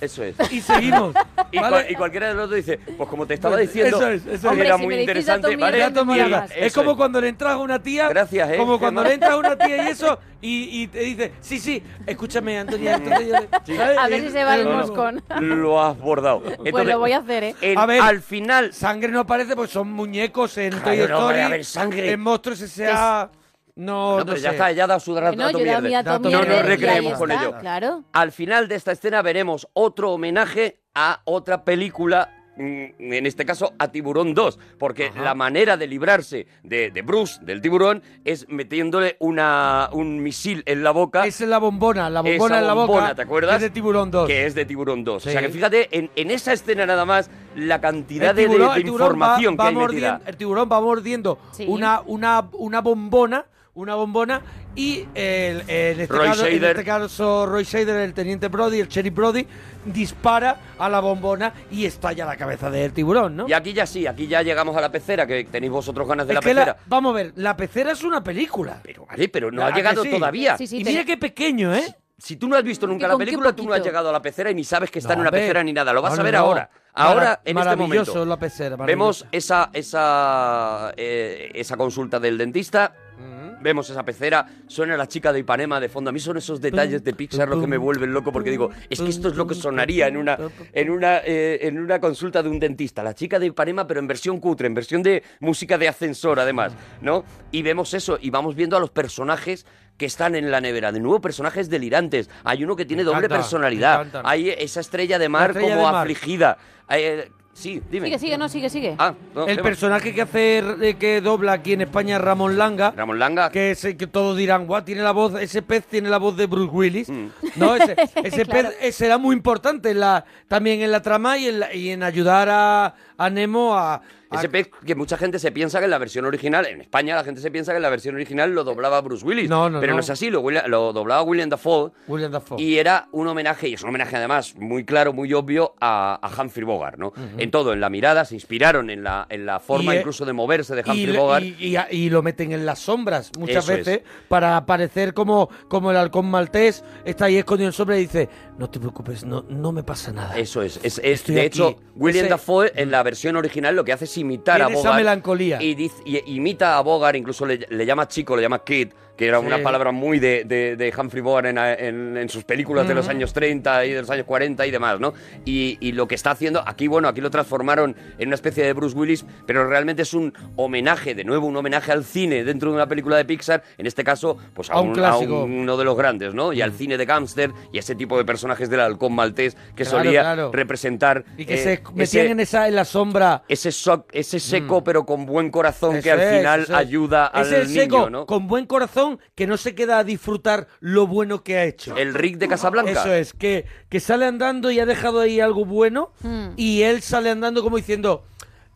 [SPEAKER 7] Eso es.
[SPEAKER 1] Y seguimos.
[SPEAKER 7] Y, cua-
[SPEAKER 1] ¿vale?
[SPEAKER 7] y cualquiera de los dos dice, pues como te estaba
[SPEAKER 1] Pues,
[SPEAKER 7] diciendo,
[SPEAKER 1] eso es, eso es.
[SPEAKER 7] que
[SPEAKER 1] Hombre,
[SPEAKER 7] era
[SPEAKER 1] si
[SPEAKER 7] muy
[SPEAKER 1] me decís
[SPEAKER 7] interesante,
[SPEAKER 1] dato
[SPEAKER 7] ¿vale?
[SPEAKER 1] mierda, dato
[SPEAKER 7] Y-
[SPEAKER 1] mierda.
[SPEAKER 7] eso
[SPEAKER 1] Es como cuando le entras a una tía.
[SPEAKER 7] Gracias, ¿eh,
[SPEAKER 1] Como cuando
[SPEAKER 7] Gemma?
[SPEAKER 1] le entras a una tía y eso, y, y te dice, sí, sí, escúchame, Antonia. entonces yo le-
[SPEAKER 7] Sí.
[SPEAKER 1] ¿sabes?
[SPEAKER 6] A ver si se va el
[SPEAKER 7] No, no.
[SPEAKER 6] moscón.
[SPEAKER 7] Lo has bordado.
[SPEAKER 6] Pues
[SPEAKER 7] Entonces,
[SPEAKER 6] lo voy a hacer, ¿eh?
[SPEAKER 7] en-
[SPEAKER 1] a ver,
[SPEAKER 7] al final.
[SPEAKER 1] Sangre no aparece porque son muñecos en
[SPEAKER 7] Claro,
[SPEAKER 1] Toy
[SPEAKER 7] no,
[SPEAKER 1] Story.
[SPEAKER 7] hombre, a ver, sangre.
[SPEAKER 1] En monstruos S.A. No,
[SPEAKER 7] No,
[SPEAKER 1] no
[SPEAKER 7] pero ya
[SPEAKER 1] sé.
[SPEAKER 7] está, ya da su dato,
[SPEAKER 6] No, yo he dado mi
[SPEAKER 7] mierder.
[SPEAKER 6] dato
[SPEAKER 7] No
[SPEAKER 6] mierder y
[SPEAKER 7] nos
[SPEAKER 6] ahí
[SPEAKER 7] recreemos con
[SPEAKER 6] está,
[SPEAKER 7] ello.
[SPEAKER 6] Claro.
[SPEAKER 7] Al final de esta escena veremos otro homenaje a otra película mm, en este caso, a Tiburón 2, porque la manera de librarse de, de Bruce, del tiburón, es metiéndole una, un misil en la boca.
[SPEAKER 1] Es la bombona, la bombona
[SPEAKER 7] Esa
[SPEAKER 1] en la boca.
[SPEAKER 7] bombona, ¿te acuerdas?
[SPEAKER 1] Es de tiburón 2.
[SPEAKER 7] Que es de Tiburón 2. O
[SPEAKER 1] Sí.
[SPEAKER 7] sea, que fíjate, en, en esa escena nada más, la cantidad
[SPEAKER 1] El
[SPEAKER 7] de- de-
[SPEAKER 1] tiburón-
[SPEAKER 7] de,
[SPEAKER 1] el tiburón va-
[SPEAKER 7] información
[SPEAKER 1] va
[SPEAKER 7] que hay metida.
[SPEAKER 1] mordiendo- El tiburón va mordiendo una, una, una bombona, una bombona, y el, en, este
[SPEAKER 7] Roy
[SPEAKER 1] caso, en
[SPEAKER 7] Shader.
[SPEAKER 1] este caso Roy Shader, el teniente Brody, el sheriff Brody, dispara a la bombona y estalla la cabeza del tiburón, ¿no?
[SPEAKER 7] Y aquí ya sí, aquí ya llegamos a la pecera, que tenéis vosotros ganas de
[SPEAKER 1] Es
[SPEAKER 7] la
[SPEAKER 1] que la-
[SPEAKER 7] pecera.
[SPEAKER 1] vamos a ver, la pecera es una película.
[SPEAKER 7] Pero, vale, pero no
[SPEAKER 1] ¿A
[SPEAKER 7] ha
[SPEAKER 1] que
[SPEAKER 7] llegado
[SPEAKER 1] sí?
[SPEAKER 7] todavía.
[SPEAKER 1] Sí, sí, Y te- mira qué pequeño, ¿eh?
[SPEAKER 7] Si tú no has visto nunca
[SPEAKER 1] que
[SPEAKER 7] la
[SPEAKER 1] con qué
[SPEAKER 7] película, tú no has
[SPEAKER 1] poquito.
[SPEAKER 7] llegado a la pecera y ni sabes que está en una
[SPEAKER 1] Hombre,
[SPEAKER 7] pecera ni nada. Lo vas
[SPEAKER 1] no,
[SPEAKER 7] a ver
[SPEAKER 1] no, no.
[SPEAKER 7] ahora. Ahora,
[SPEAKER 1] Mara-
[SPEAKER 7] en este
[SPEAKER 1] maravilloso
[SPEAKER 7] momento.
[SPEAKER 1] la pecera,
[SPEAKER 7] Vemos
[SPEAKER 1] maravilloso.
[SPEAKER 7] esa, esa, eh, esa consulta del dentista.
[SPEAKER 4] Mm-hmm.
[SPEAKER 7] Vemos esa pecera, suena la chica de Ipanema de fondo. A mí son esos detalles de Pixar los que me vuelven loco porque digo, es que esto es lo que sonaría en una, en una, eh, en una consulta de un dentista. La chica de Ipanema, pero en versión cutre, en versión de música de ascensor además, ¿no? Y vemos eso y vamos viendo a los personajes que están en la nevera. De nuevo, personajes delirantes. Hay uno que tiene doble
[SPEAKER 1] encanta, me
[SPEAKER 7] personalidad.
[SPEAKER 1] encantan.
[SPEAKER 7] Hay esa estrella de mar
[SPEAKER 1] estrella
[SPEAKER 7] como
[SPEAKER 1] de mar.
[SPEAKER 7] afligida. Eh, sí, dime.
[SPEAKER 6] Sigue, sigue, no, sigue, sigue.
[SPEAKER 7] Ah, no,
[SPEAKER 1] el
[SPEAKER 7] Gemma.
[SPEAKER 1] personaje que hace eh, que dobla aquí en España es Ramón Langa.
[SPEAKER 7] Ramón Langa.
[SPEAKER 1] Que, es, el que todos dirán, guau, tiene la voz, ese pez tiene la voz de Bruce Willis.
[SPEAKER 7] Mm.
[SPEAKER 1] No, ese, ese
[SPEAKER 13] Claro.
[SPEAKER 1] pez eh, será muy importante en la, también en la trama y en, la- y en ayudar a, a Nemo a...
[SPEAKER 7] Ese pez que mucha gente se piensa que en la versión original, en España la gente se piensa que en la versión original lo doblaba Bruce Willis.
[SPEAKER 1] No, no,
[SPEAKER 7] pero no.
[SPEAKER 1] no.
[SPEAKER 7] es así, lo, Willi- lo doblaba William Dafoe.
[SPEAKER 1] William Dafoe.
[SPEAKER 7] Y era un homenaje, y es un homenaje además muy claro, muy obvio, a, a Humphrey Bogart, ¿no? En todo, en la mirada, se inspiraron en la, en la forma
[SPEAKER 1] Y, eh,
[SPEAKER 7] incluso de moverse de
[SPEAKER 1] y,
[SPEAKER 7] Humphrey
[SPEAKER 1] le-
[SPEAKER 7] Bogart.
[SPEAKER 1] y- y a- y lo meten en las sombras muchas
[SPEAKER 7] Eso es.
[SPEAKER 1] veces para aparecer como, como el halcón maltés. Está ahí escondido en sombra y dice, no te preocupes, no, no me pasa nada.
[SPEAKER 7] Eso es. es, es-
[SPEAKER 1] Estoy
[SPEAKER 7] de
[SPEAKER 1] aquí.
[SPEAKER 7] hecho, William
[SPEAKER 1] Ese-
[SPEAKER 7] Dafoe en la versión original lo que hace es imitar a
[SPEAKER 1] Tiene
[SPEAKER 7] Bogart.
[SPEAKER 1] esa melancolía.
[SPEAKER 7] Y, dice- y- imita a Bogart, incluso le, le llama chico, le llama kid, que era una
[SPEAKER 1] Sí.
[SPEAKER 7] palabra muy de, de- de Humphrey Bogart en, en- en sus películas de los
[SPEAKER 1] Ujú.
[SPEAKER 7] años 30 y de los años 40 y demás, ¿no? Y, y lo que está haciendo, aquí, bueno, aquí lo transformaron en una especie de Bruce Willis, pero realmente es un homenaje, de nuevo, un homenaje al cine dentro de una película de Pixar, en este caso, pues a,
[SPEAKER 1] A un clásico.
[SPEAKER 7] uno de los grandes, ¿no?
[SPEAKER 1] Mm.
[SPEAKER 7] Y al cine de gángster y a ese tipo de personajes del halcón maltés que
[SPEAKER 1] Claro,
[SPEAKER 7] solía
[SPEAKER 1] claro.
[SPEAKER 7] representar
[SPEAKER 1] Y que
[SPEAKER 7] eh,
[SPEAKER 1] se metían
[SPEAKER 7] ese,
[SPEAKER 1] en, esa, en la sombra.
[SPEAKER 7] ese so- ese seco pero con buen corazón que al
[SPEAKER 1] Eso es,
[SPEAKER 7] final
[SPEAKER 1] eso es.
[SPEAKER 7] ayuda al
[SPEAKER 1] Es el
[SPEAKER 7] niño,
[SPEAKER 1] seco
[SPEAKER 7] ¿no?
[SPEAKER 1] con buen corazón que no se queda a disfrutar lo bueno que ha hecho.
[SPEAKER 7] El Rick de Casablanca.
[SPEAKER 1] Eso es, que, que sale andando y ha dejado ahí algo bueno y él sale andando como diciendo,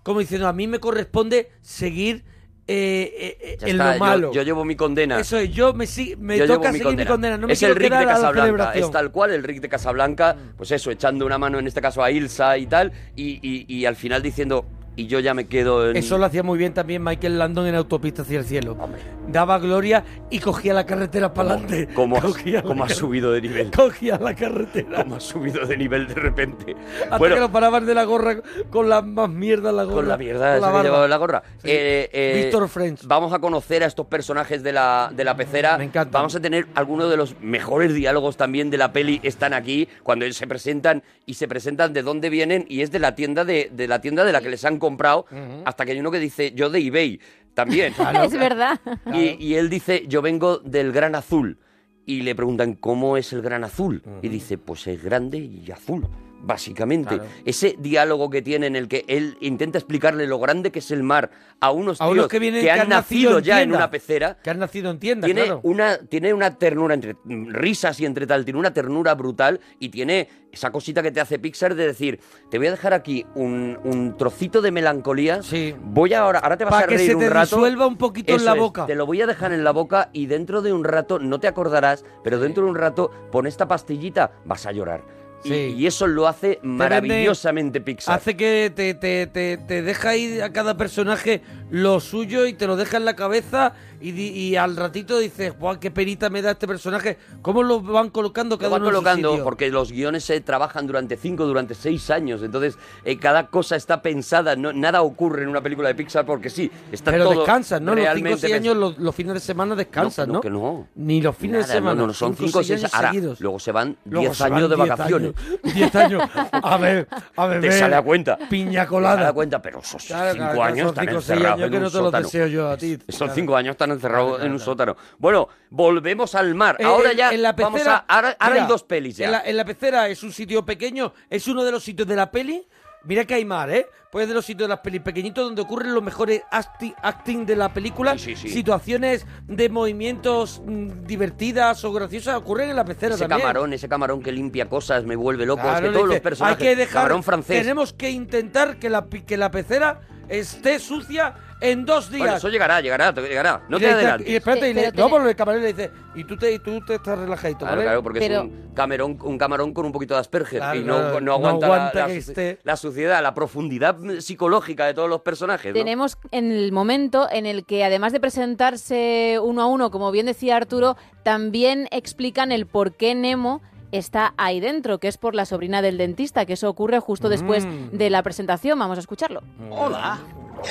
[SPEAKER 1] como diciendo, a mí me corresponde seguir eh, eh, eh,
[SPEAKER 7] Ya
[SPEAKER 1] en
[SPEAKER 7] está,
[SPEAKER 1] lo
[SPEAKER 7] yo-
[SPEAKER 1] malo.
[SPEAKER 7] Yo, llevo mi condena.
[SPEAKER 1] Eso es, yo me, si- me
[SPEAKER 7] Yo llevo
[SPEAKER 1] toca seguir mi condena, no me
[SPEAKER 7] es
[SPEAKER 1] quiero
[SPEAKER 7] el Rick de
[SPEAKER 1] quedar a la
[SPEAKER 7] Casablanca,
[SPEAKER 1] celebración. Mm.
[SPEAKER 7] es tal cual el Rick de Casablanca, pues eso, echando una mano en este caso a Ilsa y tal, y, y- y al final diciendo, y yo ya me quedo en...
[SPEAKER 1] Eso lo hacía muy bien también Michael Landon en Autopista hacia el cielo. Daba gloria y cogía la carretera para adelante.
[SPEAKER 7] ¿Cómo, has-
[SPEAKER 1] Cogía la
[SPEAKER 7] cómo ha
[SPEAKER 1] car-
[SPEAKER 7] subido de nivel?
[SPEAKER 1] Cogía la carretera.
[SPEAKER 7] ¿Cómo ha subido de nivel de repente?
[SPEAKER 1] Hasta
[SPEAKER 7] bueno,
[SPEAKER 1] que lo paraban de la gorra con la más mierda en la gorra.
[SPEAKER 7] Con la mierda
[SPEAKER 1] con la
[SPEAKER 7] esa que
[SPEAKER 1] barba.
[SPEAKER 7] llevaba en la gorra.
[SPEAKER 1] Sí.
[SPEAKER 7] Eh, eh,
[SPEAKER 1] Víctor French.
[SPEAKER 7] Vamos a conocer a estos personajes de la, de la pecera. Me encanta. Vamos a tener algunos de los mejores diálogos también de la peli. Están aquí cuando ellos se presentan y se presentan de dónde vienen y es de la tienda de, de la tienda de la que les han comprado. Hasta que hay uno que dice yo de eBay también.
[SPEAKER 6] es verdad.
[SPEAKER 7] Y, y él dice, yo vengo del Gran Azul. Y le preguntan, ¿cómo es el Gran Azul? Y dice, pues es grande y azul, básicamente.
[SPEAKER 1] Claro.
[SPEAKER 7] Ese diálogo que tiene en el que él intenta explicarle lo grande que es el mar a unos
[SPEAKER 1] A unos
[SPEAKER 7] tíos
[SPEAKER 1] que vienen- que
[SPEAKER 7] han
[SPEAKER 1] han nacido
[SPEAKER 7] nacido
[SPEAKER 1] en
[SPEAKER 7] ya en
[SPEAKER 1] tienda.
[SPEAKER 7] una pecera.
[SPEAKER 1] Que han nacido en tienda,
[SPEAKER 7] Tiene,
[SPEAKER 1] claro.
[SPEAKER 7] una, tiene una ternura entre mm, risas y entre tal, tiene una ternura brutal y tiene esa cosita que te hace Pixar de decir, te voy a dejar aquí un, un trocito de melancolía, voy ahora, ahora te vas
[SPEAKER 1] Para
[SPEAKER 7] a
[SPEAKER 1] que
[SPEAKER 7] reír
[SPEAKER 1] se te
[SPEAKER 7] un rato.
[SPEAKER 1] disuelva un poquito en
[SPEAKER 7] Eso
[SPEAKER 1] la
[SPEAKER 7] es,
[SPEAKER 1] boca.
[SPEAKER 7] te lo voy a dejar en la boca y dentro de un rato, no te acordarás, pero dentro de un rato, pon esta pastillita, vas a llorar. Y-
[SPEAKER 1] Sí.
[SPEAKER 7] Y, eso lo hace
[SPEAKER 1] vende-
[SPEAKER 7] maravillosamente Pixar.
[SPEAKER 1] Hace que te, te, te, te deja ahí a cada personaje lo suyo y te lo deja en la cabeza y, di- y al ratito dices, ¡guau, qué perita me da este personaje! ¿Cómo lo van colocando
[SPEAKER 7] Lo
[SPEAKER 1] cada
[SPEAKER 7] van
[SPEAKER 1] uno en su
[SPEAKER 7] colocando
[SPEAKER 1] sitio?
[SPEAKER 7] porque los guiones se trabajan durante cinco, durante seis años. Entonces, eh, cada cosa está pensada. No, nada ocurre en una película de Pixar porque sí. Está
[SPEAKER 1] Pero
[SPEAKER 7] todo
[SPEAKER 1] descansan, ¿no? Los 5 o
[SPEAKER 7] realmente
[SPEAKER 1] 6
[SPEAKER 7] pens-
[SPEAKER 1] años, los, los fines de semana descansan, ¿no?
[SPEAKER 7] que no.
[SPEAKER 1] Ni los fines
[SPEAKER 7] Nada,
[SPEAKER 1] de semana.
[SPEAKER 7] No, no, son
[SPEAKER 1] cinco
[SPEAKER 7] cinco,
[SPEAKER 1] o
[SPEAKER 7] seis
[SPEAKER 1] años
[SPEAKER 7] ahora,
[SPEAKER 1] seguidos.
[SPEAKER 7] Luego se van
[SPEAKER 1] Luego
[SPEAKER 7] 10
[SPEAKER 1] se van
[SPEAKER 7] años de
[SPEAKER 1] 10
[SPEAKER 7] vacaciones.
[SPEAKER 1] años. 10 años. A ver, a ver.
[SPEAKER 7] Te sale a cuenta.
[SPEAKER 1] Piña
[SPEAKER 7] Te sale
[SPEAKER 1] colada.
[SPEAKER 7] a cuenta, pero esos
[SPEAKER 1] Claro,
[SPEAKER 7] cinco
[SPEAKER 1] claro,
[SPEAKER 7] años
[SPEAKER 1] son
[SPEAKER 7] están
[SPEAKER 1] cinco o seis
[SPEAKER 7] encerrados
[SPEAKER 1] años
[SPEAKER 7] en
[SPEAKER 1] que
[SPEAKER 7] un
[SPEAKER 1] no te los
[SPEAKER 7] sótano.
[SPEAKER 1] deseo yo a ti.
[SPEAKER 7] Esos
[SPEAKER 1] Claro.
[SPEAKER 7] cinco años están encerrados en un sótano. Bueno, volvemos al mar.
[SPEAKER 1] Eh,
[SPEAKER 7] ahora
[SPEAKER 1] en-
[SPEAKER 7] ya
[SPEAKER 1] en la
[SPEAKER 7] vamos
[SPEAKER 1] pecera-
[SPEAKER 7] a... Ahora, ahora
[SPEAKER 1] mira,
[SPEAKER 7] hay dos pelis ya.
[SPEAKER 1] En la, en la pecera es un sitio pequeño, es uno de los sitios de la peli Mira que hay mar, ¿eh? Pues es de los sitios de las pelis pequeñitos donde ocurren los mejores acti- acting de la película.
[SPEAKER 7] sí.
[SPEAKER 1] Situaciones de movimientos mm, divertidas o graciosas ocurren en la pecera
[SPEAKER 7] Ese
[SPEAKER 1] también.
[SPEAKER 7] camarón, ese camarón que limpia cosas me vuelve loco.
[SPEAKER 1] Claro,
[SPEAKER 7] es que
[SPEAKER 1] le
[SPEAKER 7] todos los
[SPEAKER 1] dice,
[SPEAKER 7] personajes.
[SPEAKER 1] Hay que dejar,
[SPEAKER 7] Camarón francés.
[SPEAKER 1] Tenemos que intentar que la, pi- que la pecera esté sucia en dos días.
[SPEAKER 7] Bueno, eso llegará, llegará, llegará. No
[SPEAKER 1] Y
[SPEAKER 7] te
[SPEAKER 1] le dice-
[SPEAKER 7] adelantes.
[SPEAKER 1] Y espérate, y le,
[SPEAKER 7] Claro,
[SPEAKER 1] no, pero el camarero le dice, y tú te, y tú te estás relajadito, ¿vale?
[SPEAKER 7] claro, porque es un camarón, un camarón con un poquito de Asperger
[SPEAKER 1] Claro,
[SPEAKER 7] y no, no
[SPEAKER 1] claro, no
[SPEAKER 7] aguanta, la-
[SPEAKER 1] aguanta
[SPEAKER 7] la,
[SPEAKER 1] que
[SPEAKER 7] suci-
[SPEAKER 1] esté-
[SPEAKER 7] la suciedad, la profundidad psicológica de todos los personajes. ¿no?
[SPEAKER 6] Tenemos en el momento en el que, además de presentarse uno a uno, como bien decía Arturo, también explican el por qué Nemo está ahí dentro, que es por la sobrina del dentista, que eso ocurre justo después
[SPEAKER 10] Mm.
[SPEAKER 6] de la presentación. Vamos a escucharlo.
[SPEAKER 10] Hola.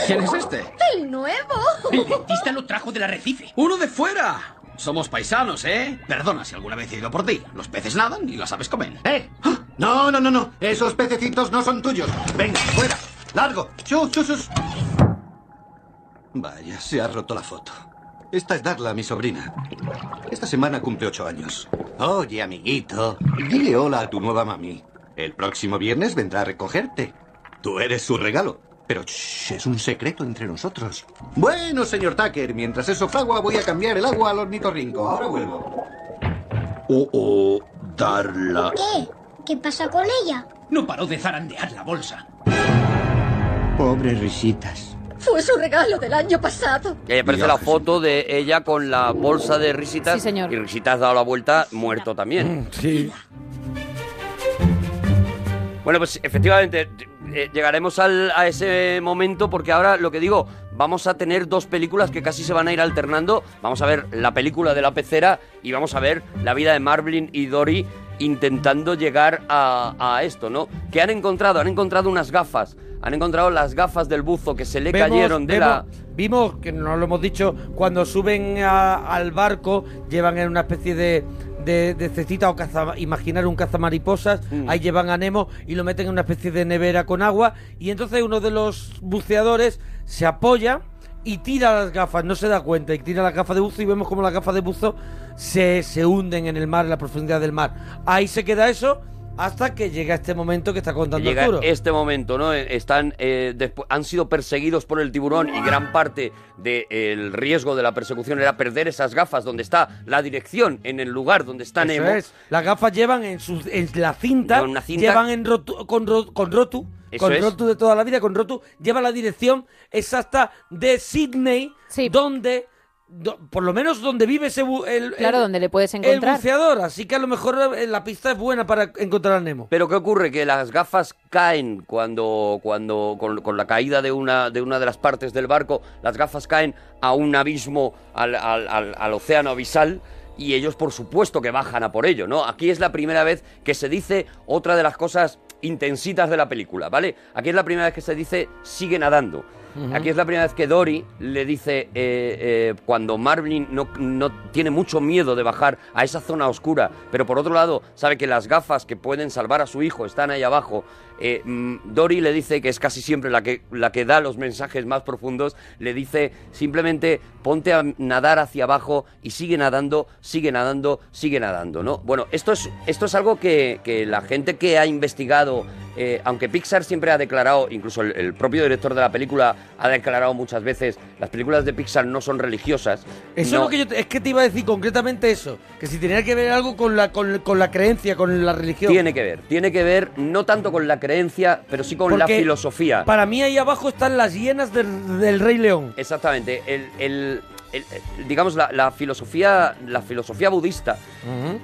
[SPEAKER 10] ¿Quién es este?
[SPEAKER 6] ¡El nuevo!
[SPEAKER 10] El dentista lo trajo del arrecife. ¡Uno de fuera! Somos paisanos, ¿eh? Perdona si alguna vez he ido por ti. Los peces nadan y las aves comen. ¡Eh! ¡Ah! No, no, no, no. Esos pececitos no son tuyos. Venga, fuera. Largo. Chus, chus, chus. Vaya, se ha roto la foto. Esta es Darla, mi sobrina. Esta semana cumple ocho años. Oye, amiguito, dile hola a tu nueva mami. El próximo viernes vendrá a recogerte. Tú eres su regalo. Pero shh, es un secreto entre nosotros. Bueno, señor Tucker, mientras eso fragua, voy a cambiar el agua al ornitorrinco. Ahora vuelvo. Oh, oh, Darla.
[SPEAKER 20] ¿Qué? ¿Qué pasa con ella?
[SPEAKER 10] No paró de zarandear la bolsa. Pobres risitas.
[SPEAKER 20] Fue su regalo del año pasado.
[SPEAKER 7] Y ahí aparece la foto de ella con la bolsa de risitas.
[SPEAKER 20] Sí, señor.
[SPEAKER 7] Y risitas dado la vuelta, muerto también.
[SPEAKER 1] Mm, Sí.
[SPEAKER 7] Bueno, pues efectivamente, eh, llegaremos al- a ese momento porque ahora lo que digo, vamos a tener dos películas que casi se van a ir alternando. Vamos a ver la película de la pecera y vamos a ver la vida de Marvin y Dory intentando llegar a, a esto, ¿no? ¿Qué han encontrado? Han encontrado unas gafas. Han encontrado las gafas del buzo que se le
[SPEAKER 1] Vemos-
[SPEAKER 7] cayeron de la...
[SPEAKER 1] vemos- Vimos, que no lo hemos dicho, cuando suben a- al barco, llevan en una especie de, de, de cestita o caza, imaginar un cazamariposas,
[SPEAKER 7] Mm.
[SPEAKER 1] ahí llevan a Nemo y lo meten en una especie de nevera con agua y entonces uno de los buceadores se apoya y tira las gafas, no se da cuenta, y tira las gafas de buzo y vemos como las gafas de buzo se, se hunden en el mar, en la profundidad del mar. Ahí se queda eso hasta que llega este momento que está contando
[SPEAKER 7] llega
[SPEAKER 1] Arturo.
[SPEAKER 7] este momento, ¿no? Eh, Están, eh, despu- han sido perseguidos por el tiburón y gran parte del riesgo de la persecución era perder esas gafas donde está la dirección en el lugar donde está
[SPEAKER 1] Eso
[SPEAKER 7] Nemo.
[SPEAKER 1] es. Las gafas llevan en, sus- en la cinta,
[SPEAKER 7] Llevan una cinta.
[SPEAKER 1] llevan en rotu- con, ro- con rotu,
[SPEAKER 7] Eso
[SPEAKER 1] con
[SPEAKER 7] es.
[SPEAKER 1] rotu de toda la vida, con rotu, lleva la dirección exacta de Sydney, donde, do- por lo menos donde vive ese bu- el, el-
[SPEAKER 6] Claro, donde le puedes
[SPEAKER 1] el
[SPEAKER 6] encontrar.
[SPEAKER 1] buceador, así que a lo mejor eh, la pista es buena para encontrar a Nemo.
[SPEAKER 7] Pero ¿qué ocurre? Que las gafas caen cuando, cuando con, con la caída de una, de una de las partes del barco, las gafas caen a un abismo, al, al- al- al océano abisal. Y ellos, por supuesto, que bajan a por ello, ¿no? Aquí es la primera vez que se dice otra de las cosas intensitas de la película, ¿vale? Aquí es la primera vez que se dice sigue nadando.
[SPEAKER 23] Ujú.
[SPEAKER 7] Aquí es la primera vez que Dory le dice, eh, eh, cuando Marvin no, no tiene mucho miedo de bajar a esa zona oscura, pero por otro lado sabe que las gafas que pueden salvar a su hijo están ahí abajo, eh, mm, Dory le dice, que es casi siempre la que, la que da los mensajes más profundos, le dice simplemente ponte a nadar hacia abajo y sigue nadando, sigue nadando, sigue nadando, ¿no? Bueno, esto es, esto es algo que, que la gente que ha investigado, eh, aunque Pixar siempre ha declarado, incluso el, el propio director de la película ha declarado muchas veces, las películas de Pixar no son religiosas.
[SPEAKER 1] Eso
[SPEAKER 7] no-
[SPEAKER 1] es lo que yo te- es que te iba a decir concretamente eso, que si tenía que ver algo con la con, con la creencia, con la religión.
[SPEAKER 7] Tiene que ver, tiene que ver no tanto con la creencia, pero sí con la
[SPEAKER 1] Porque
[SPEAKER 7] filosofía.
[SPEAKER 1] Para mí ahí abajo están las hienas del, del Rey León.
[SPEAKER 7] Exactamente. El, el- el- el- digamos, la, la filosofía, la filosofía budista,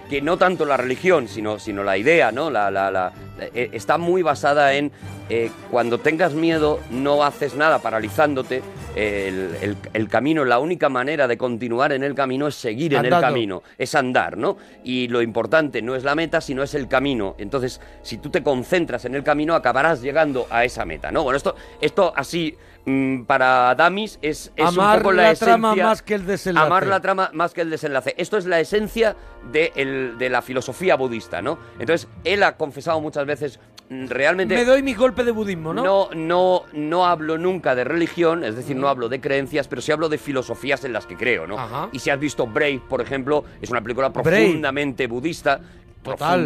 [SPEAKER 7] que no tanto la religión, sino, sino la idea, ¿no? La, la- la- eh, está muy basada en eh, cuando tengas miedo, no haces nada paralizándote. El, el- el camino, la única manera de continuar en el camino es seguir en el
[SPEAKER 1] Andando.
[SPEAKER 7] camino camino, es andar, ¿no? Y lo importante no es la meta, sino es el camino. Entonces, si tú te concentras en el camino, acabarás llegando a esa meta, ¿no? Bueno, esto, esto así mm, para Damis es, es
[SPEAKER 1] Amar
[SPEAKER 7] un poco la,
[SPEAKER 1] la trama
[SPEAKER 7] esencia-
[SPEAKER 1] más que el desenlace.
[SPEAKER 7] Amar la trama más que el desenlace. Esto es la esencia de, el- de la filosofía budista, ¿no? Entonces, él ha confesado muchas veces, mm, realmente...
[SPEAKER 1] Me doy mi golpe de budismo, ¿no?
[SPEAKER 7] No, no, no hablo nunca de religión, es decir, no hablo de creencias, pero sí hablo de filosofías en las que creo, ¿no? Y si has visto Brave, por ejemplo, es una película
[SPEAKER 1] Brave.
[SPEAKER 7] profundamente budista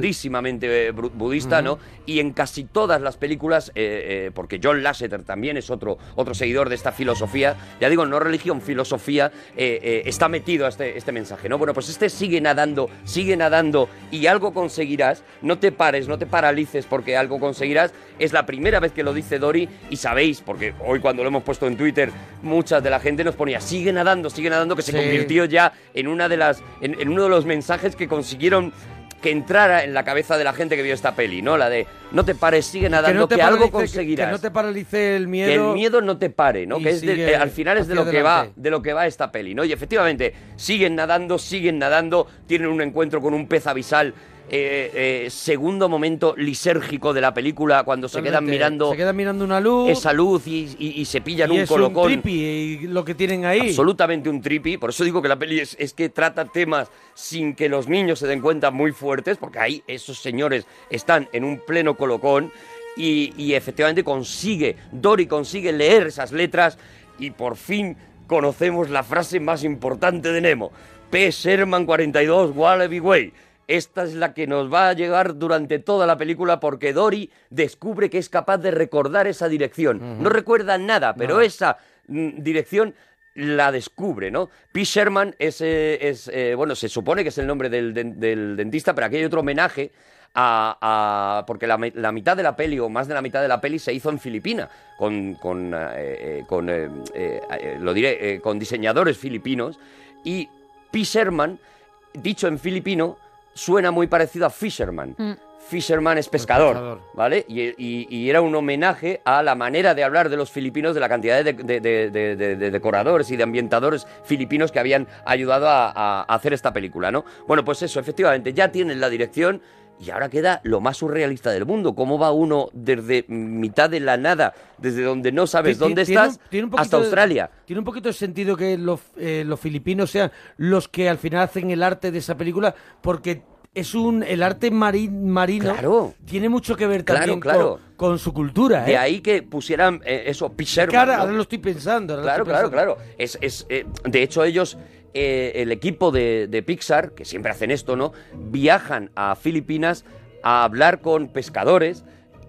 [SPEAKER 7] profundísimamente eh, bru- budista,
[SPEAKER 1] Ujú.
[SPEAKER 7] ¿no? Y en casi todas las películas, eh, eh, porque John Lasseter también es otro, otro seguidor de esta filosofía, ya digo, no religión, filosofía, eh, eh, está metido a este, este mensaje, ¿no? Bueno, pues este sigue nadando, sigue nadando y algo conseguirás, no te pares, no te paralices porque algo conseguirás, es la primera vez que lo dice Dory y sabéis, porque hoy cuando lo hemos puesto en Twitter, muchas de la gente nos ponía, sigue nadando, sigue nadando, que se
[SPEAKER 1] Sí.
[SPEAKER 7] convirtió ya en, una de las, en- en uno de los mensajes que consiguieron que entrara en la cabeza de la gente que vio esta peli, ¿no? La de no te pares, sigue nadando, que, algo
[SPEAKER 1] paralice- que-
[SPEAKER 7] conseguirás.
[SPEAKER 1] Que no te paralice el miedo.
[SPEAKER 7] Que el miedo no te pare, ¿no?
[SPEAKER 1] Y
[SPEAKER 7] Que es de-
[SPEAKER 1] sigue
[SPEAKER 7] eh, al final es de lo
[SPEAKER 1] hacia
[SPEAKER 7] que va,
[SPEAKER 1] adelante.
[SPEAKER 7] de lo que va esta peli, ¿no? Y efectivamente siguen nadando, siguen nadando, tienen un encuentro con un pez abisal. eh, eh, segundo momento lisérgico de la película cuando se quedan
[SPEAKER 1] Totalmente.
[SPEAKER 7] mirando
[SPEAKER 1] Se quedan mirando una luz.
[SPEAKER 7] esa luz y, y- y se pillan
[SPEAKER 1] y
[SPEAKER 7] un
[SPEAKER 1] es
[SPEAKER 7] colocón.
[SPEAKER 1] un tripi y lo que tienen ahí.
[SPEAKER 7] Absolutamente un tripi. Por eso digo que la peli es, es que trata temas sin que los niños se den cuenta muy fuertes, porque ahí esos señores están en un pleno colocón y, y efectivamente consigue, Dory consigue leer esas letras y por fin conocemos la frase más importante de Nemo. P. Sherman 42, Wallaby Way. Esta es la que nos va a llegar durante toda la película porque Dory descubre que es capaz de recordar esa dirección. No recuerda nada, pero
[SPEAKER 1] Nada.
[SPEAKER 7] esa mm, dirección la descubre, ¿no? P. Sherman es, eh, es, eh, bueno, se supone que es el nombre del, den- del dentista, pero aquí hay otro homenaje a, a- porque la, me- la mitad de la peli o más de la mitad de la peli se hizo en Filipina con, con, eh, eh, con, eh, eh, eh, lo diré, eh, con diseñadores filipinos y P. Sherman, dicho en filipino, suena muy parecido a Fisherman. Fisherman es pescador,
[SPEAKER 1] pescador.
[SPEAKER 7] ¿vale? Y, y- y era un homenaje a la manera de hablar de los filipinos, de la cantidad de, de- de- de- de- de decoradores y de ambientadores filipinos que habían ayudado a, a- a hacer esta película, ¿no? Bueno, pues eso, efectivamente, ya tienen la dirección y ahora queda lo más surrealista del mundo. ¿Cómo va uno desde mitad de la nada, desde donde no sabes
[SPEAKER 1] Ti-
[SPEAKER 7] dónde
[SPEAKER 1] tiene un-
[SPEAKER 7] estás,
[SPEAKER 1] tiene un poquito
[SPEAKER 7] hasta
[SPEAKER 1] de-
[SPEAKER 7] Australia?
[SPEAKER 1] tiene un poquito de sentido que los, eh, los filipinos sean los que al final hacen el arte de esa película porque es un el arte mari- marino tiene mucho que ver
[SPEAKER 7] Claro,
[SPEAKER 1] también
[SPEAKER 7] claro.
[SPEAKER 1] Con, con su cultura.
[SPEAKER 7] De
[SPEAKER 1] ¿eh?
[SPEAKER 7] ahí que pusieran eh, eso, Pichero.
[SPEAKER 1] Que ahora, ahora lo estoy pensando. ahora lo
[SPEAKER 7] Claro,
[SPEAKER 1] estoy
[SPEAKER 7] claro,
[SPEAKER 1] pensando.
[SPEAKER 7] claro. Es, es, eh, de hecho, ellos, eh, el equipo de, de Pixar, que siempre hacen esto, ¿no? Viajan a Filipinas a hablar con pescadores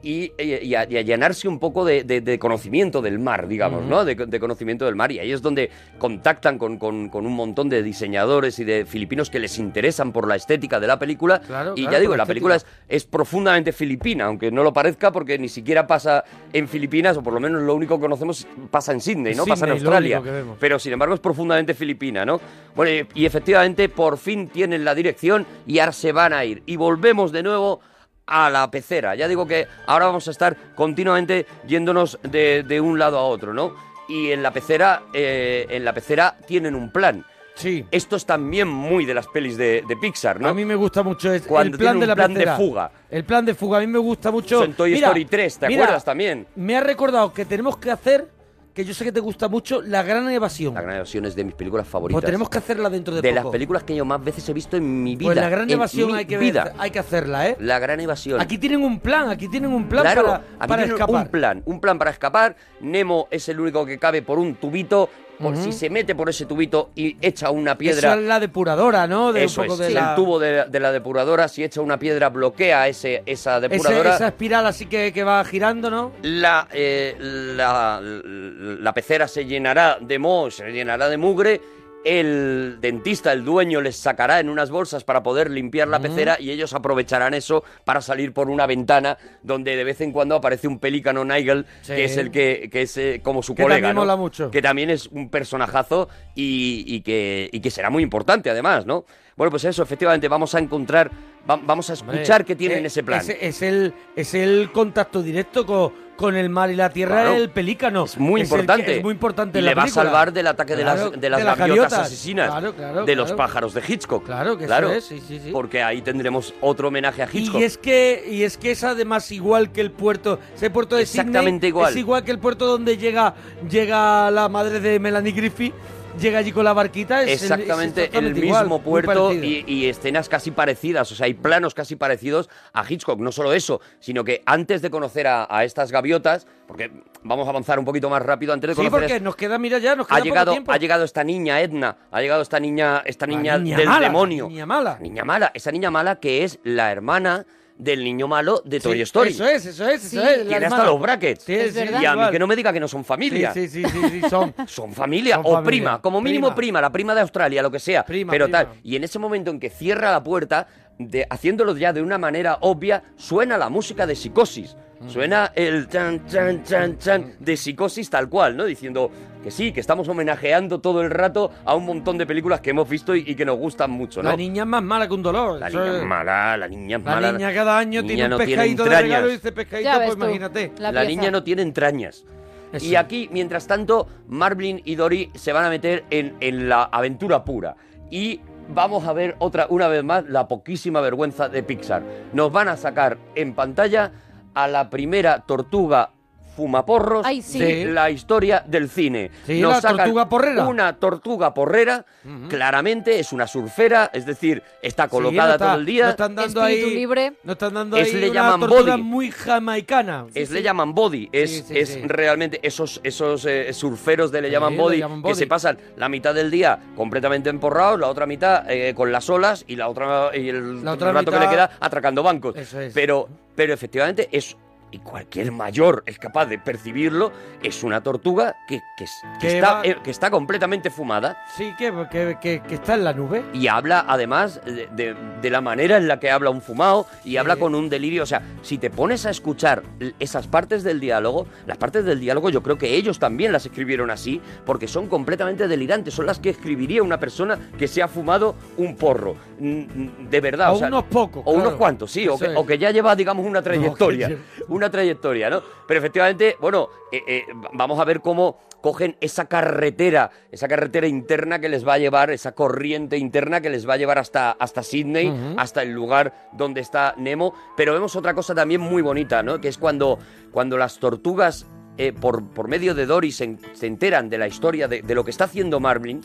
[SPEAKER 7] y, y- y a, y a llenarse un poco de, de- de conocimiento del mar, digamos,
[SPEAKER 1] Ujú.
[SPEAKER 7] ¿no? De, de conocimiento del mar. Y ahí es donde contactan con, con- con un montón de diseñadores y de filipinos que les interesan por la estética de la película. y
[SPEAKER 1] claro,
[SPEAKER 7] ya digo,
[SPEAKER 1] por la
[SPEAKER 7] la película es, es profundamente filipina, aunque no lo parezca, porque ni siquiera pasa en Filipinas, o por lo menos lo único que conocemos pasa en Sydney. Sydney, ¿no? Pasa en
[SPEAKER 1] Sydney, lo
[SPEAKER 7] Australia.
[SPEAKER 1] único que vemos.
[SPEAKER 7] Pero sin embargo es profundamente filipina, ¿no? Bueno, y, y efectivamente por fin tienen la dirección y ahora se van a ir. Y volvemos de nuevo a la pecera. Ya digo que ahora vamos a estar continuamente yéndonos de, de un lado a otro, ¿no? Y en la pecera, eh, en la pecera tienen un plan.
[SPEAKER 1] Sí.
[SPEAKER 7] Esto es también muy de las pelis de, de Pixar, ¿no?
[SPEAKER 1] A mí me gusta mucho es
[SPEAKER 7] Cuando
[SPEAKER 1] el plan
[SPEAKER 7] tiene un
[SPEAKER 1] de la
[SPEAKER 7] plan de
[SPEAKER 1] pecera.
[SPEAKER 7] fuga.
[SPEAKER 1] El plan de fuga a mí me gusta mucho.
[SPEAKER 7] Eso en Toy Story 3, ¿te acuerdas también?
[SPEAKER 1] Me ha recordado que tenemos que hacer que yo sé que te gusta mucho la gran evasión.
[SPEAKER 7] La Gran Evasión es de mis películas favoritas.
[SPEAKER 1] Pues tenemos que hacerla dentro de,
[SPEAKER 7] de
[SPEAKER 1] poco.
[SPEAKER 7] las películas que yo más veces he visto en mi vida.
[SPEAKER 1] Pues la gran
[SPEAKER 7] en
[SPEAKER 1] evasión
[SPEAKER 7] mi
[SPEAKER 1] hay que ver-
[SPEAKER 7] vida.
[SPEAKER 1] hay que hacerla, ¿eh?
[SPEAKER 7] La gran evasión.
[SPEAKER 1] Aquí tienen un plan, aquí tienen un plan
[SPEAKER 7] claro,
[SPEAKER 1] para,
[SPEAKER 7] aquí
[SPEAKER 1] para
[SPEAKER 7] tienen
[SPEAKER 1] escapar.
[SPEAKER 7] un plan, un plan para escapar. Nemo es el único que cabe por un tubito. Por
[SPEAKER 1] Ujú.
[SPEAKER 7] si se mete por ese tubito y echa una
[SPEAKER 1] Esa
[SPEAKER 7] piedra.
[SPEAKER 1] es la depuradora, ¿no? De
[SPEAKER 7] Eso
[SPEAKER 1] un poco
[SPEAKER 7] es,
[SPEAKER 1] de
[SPEAKER 7] el
[SPEAKER 1] la-
[SPEAKER 7] tubo de, de la depuradora, si echa una piedra, bloquea ese, esa
[SPEAKER 1] ese-
[SPEAKER 7] depuradora.
[SPEAKER 1] esa espiral así que, que va girando, ¿no?
[SPEAKER 7] La, eh, la, la pecera se llenará de moho, se llenará de mugre. El dentista, el dueño, les sacará en unas bolsas para poder limpiar la pecera y ellos aprovecharán eso para salir por una ventana donde de vez en cuando aparece un pelícano Nigel,
[SPEAKER 1] Sí.
[SPEAKER 7] que es el que, que es eh, como su
[SPEAKER 1] Que
[SPEAKER 7] colega.
[SPEAKER 1] también
[SPEAKER 7] ¿no?
[SPEAKER 1] mola mucho.
[SPEAKER 7] Que también es un personajazo y, y que, y que será muy importante además, ¿no? Bueno, pues eso, efectivamente, vamos a encontrar, va- vamos a escuchar que tienen
[SPEAKER 1] Eh,
[SPEAKER 7] ese plan.
[SPEAKER 1] es el, es el contacto directo co- con, el mar y la tierra
[SPEAKER 7] Claro.
[SPEAKER 1] el pelícano. Es
[SPEAKER 7] muy
[SPEAKER 1] el que-
[SPEAKER 7] importante.
[SPEAKER 1] es muy
[SPEAKER 7] Y
[SPEAKER 1] importante en la
[SPEAKER 7] le va a
[SPEAKER 1] película.
[SPEAKER 7] salvar del ataque de las-
[SPEAKER 1] Claro,
[SPEAKER 7] de las gaviotas asesinas,
[SPEAKER 1] Claro, claro,
[SPEAKER 7] de los
[SPEAKER 1] claro.
[SPEAKER 7] pájaros de Hitchcock.
[SPEAKER 1] Claro que eso
[SPEAKER 7] claro,
[SPEAKER 1] es, sí, sí, sí.
[SPEAKER 7] Porque ahí tendremos otro homenaje a Hitchcock.
[SPEAKER 1] Y es que y es que es además igual que el puerto, ese puerto de Sydney
[SPEAKER 7] Exactamente igual.
[SPEAKER 1] es igual que el puerto donde llega llega la madre de Melanie Griffith llega allí con la barquita. es el- es
[SPEAKER 7] exactamente el
[SPEAKER 1] exactamente
[SPEAKER 7] mismo
[SPEAKER 1] igual, muy
[SPEAKER 7] puerto
[SPEAKER 1] parecido.
[SPEAKER 7] y, y escenas casi parecidas, o sea, hay planos casi parecidos a Hitchcock. No solo eso, sino que antes de conocer a, a estas gaviotas, porque vamos a avanzar un poquito más rápido, antes de
[SPEAKER 1] Sí,
[SPEAKER 7] conocer...
[SPEAKER 1] porque nos queda, mira ya, nos queda
[SPEAKER 7] ha
[SPEAKER 1] poco
[SPEAKER 7] llegado,
[SPEAKER 1] tiempo.
[SPEAKER 7] ha llegado esta niña Edna, ha llegado esta niña, esta niña,
[SPEAKER 1] niña
[SPEAKER 7] del
[SPEAKER 1] mala, la
[SPEAKER 7] demonio.
[SPEAKER 1] niña mala.
[SPEAKER 7] Niña mala, esa niña mala que es la hermana del niño malo de Toy
[SPEAKER 1] Sí,
[SPEAKER 7] Story.
[SPEAKER 1] Eso es, eso es,
[SPEAKER 7] Sí.
[SPEAKER 1] eso es. la
[SPEAKER 7] Tiene hasta
[SPEAKER 1] hermana.
[SPEAKER 7] los brackets.
[SPEAKER 1] Sí, es
[SPEAKER 7] y a mí
[SPEAKER 1] igual.
[SPEAKER 7] que no me diga que no son familia.
[SPEAKER 1] Sí, sí, sí, sí, sí, son.
[SPEAKER 7] Son familia
[SPEAKER 1] Son
[SPEAKER 7] o
[SPEAKER 1] familia.
[SPEAKER 7] prima, como mínimo prima. la prima de Australia, lo que sea. pero tal. Y en ese momento en que cierra la puerta, de, haciéndolo ya de una manera obvia, suena la música de psicosis.
[SPEAKER 1] Mm.
[SPEAKER 7] Suena el chan, chan, chan, chan de psicosis tal cual, ¿no? Diciendo que sí, que estamos homenajeando todo el rato a un montón de películas que hemos visto y, y que nos gustan mucho, ¿no?
[SPEAKER 1] La niña es más mala que un dolor.
[SPEAKER 7] La
[SPEAKER 1] eso
[SPEAKER 7] niña
[SPEAKER 1] es-
[SPEAKER 7] es mala, la niña es
[SPEAKER 1] La
[SPEAKER 7] mala.
[SPEAKER 1] niña cada año tiene
[SPEAKER 7] niña
[SPEAKER 1] un
[SPEAKER 7] no
[SPEAKER 1] pescadito de
[SPEAKER 7] entrañas.
[SPEAKER 1] regalo y este pescadito,
[SPEAKER 6] Ya ves
[SPEAKER 1] pues
[SPEAKER 6] tú,
[SPEAKER 1] imagínate.
[SPEAKER 6] la
[SPEAKER 7] La
[SPEAKER 6] pieza.
[SPEAKER 7] niña no tiene entrañas. Y aquí, mientras tanto, Marvin y Dory se van a meter en, en la aventura pura. Y vamos a ver otra, una vez más, la poquísima vergüenza de Pixar. Nos van a sacar en pantalla a la primera tortuga fumaporros
[SPEAKER 1] Ay, sí.
[SPEAKER 7] de
[SPEAKER 1] Sí.
[SPEAKER 7] la historia del cine.
[SPEAKER 1] Sí,
[SPEAKER 7] Nos
[SPEAKER 1] la
[SPEAKER 7] sacan
[SPEAKER 1] tortuga porrera.
[SPEAKER 7] Una tortuga porrera, claramente es una surfera, es decir, está
[SPEAKER 1] Sí, no
[SPEAKER 7] colocada
[SPEAKER 1] está-
[SPEAKER 7] todo el día.
[SPEAKER 1] No están dando ahí, No están dando
[SPEAKER 7] Es
[SPEAKER 1] ahí
[SPEAKER 7] le
[SPEAKER 1] una
[SPEAKER 7] llaman
[SPEAKER 1] tortura
[SPEAKER 7] body.
[SPEAKER 1] muy jamaicana.
[SPEAKER 7] es le llaman body, es,
[SPEAKER 1] sí,
[SPEAKER 7] es
[SPEAKER 1] sí.
[SPEAKER 7] realmente esos, esos eh, surferos de le llaman,
[SPEAKER 1] le
[SPEAKER 7] body,
[SPEAKER 1] llaman
[SPEAKER 7] que
[SPEAKER 1] body.
[SPEAKER 7] se pasan la mitad del día completamente emporrados, la otra mitad eh, con las olas y la otra y el
[SPEAKER 1] La otra
[SPEAKER 7] rato que
[SPEAKER 1] mitad-
[SPEAKER 7] le queda atracando bancos.
[SPEAKER 1] Eso es.
[SPEAKER 7] Pero, pero efectivamente es y cualquier mayor es capaz de percibirlo, es una tortuga que, que, es- que
[SPEAKER 1] Que
[SPEAKER 7] está,
[SPEAKER 1] va-
[SPEAKER 7] eh, que está completamente fumada
[SPEAKER 1] Sí, que, que, que, que está en la nube.
[SPEAKER 7] y habla además de, de- de la manera en la que habla un fumado y habla con un delirio. O sea, si te pones a escuchar l- esas partes del diálogo, las partes del diálogo yo creo que ellos también las escribieron así porque son completamente delirantes, son las que escribiría una persona que se ha fumado un porro. Mm, mm, De verdad.
[SPEAKER 1] O
[SPEAKER 7] o sea,
[SPEAKER 1] unos pocos,
[SPEAKER 7] O unos
[SPEAKER 1] claro.
[SPEAKER 7] cuantos, sí. O
[SPEAKER 1] Eso
[SPEAKER 7] que,
[SPEAKER 1] es.
[SPEAKER 7] o que ya lleva, digamos, una trayectoria.
[SPEAKER 1] lleva-
[SPEAKER 7] una trayectoria, ¿no? Pero efectivamente, bueno, eh, eh, vamos a ver cómo cogen esa carretera, esa carretera interna que les va a llevar, esa corriente interna que les va a llevar hasta, hasta Sydney,
[SPEAKER 1] Ujú.
[SPEAKER 7] hasta el lugar donde está Nemo. Pero vemos otra cosa también muy bonita, ¿no? Que es cuando, cuando las tortugas, eh, por, por medio de Dory, se, en- se enteran de la historia, de, de lo que está haciendo Marlin.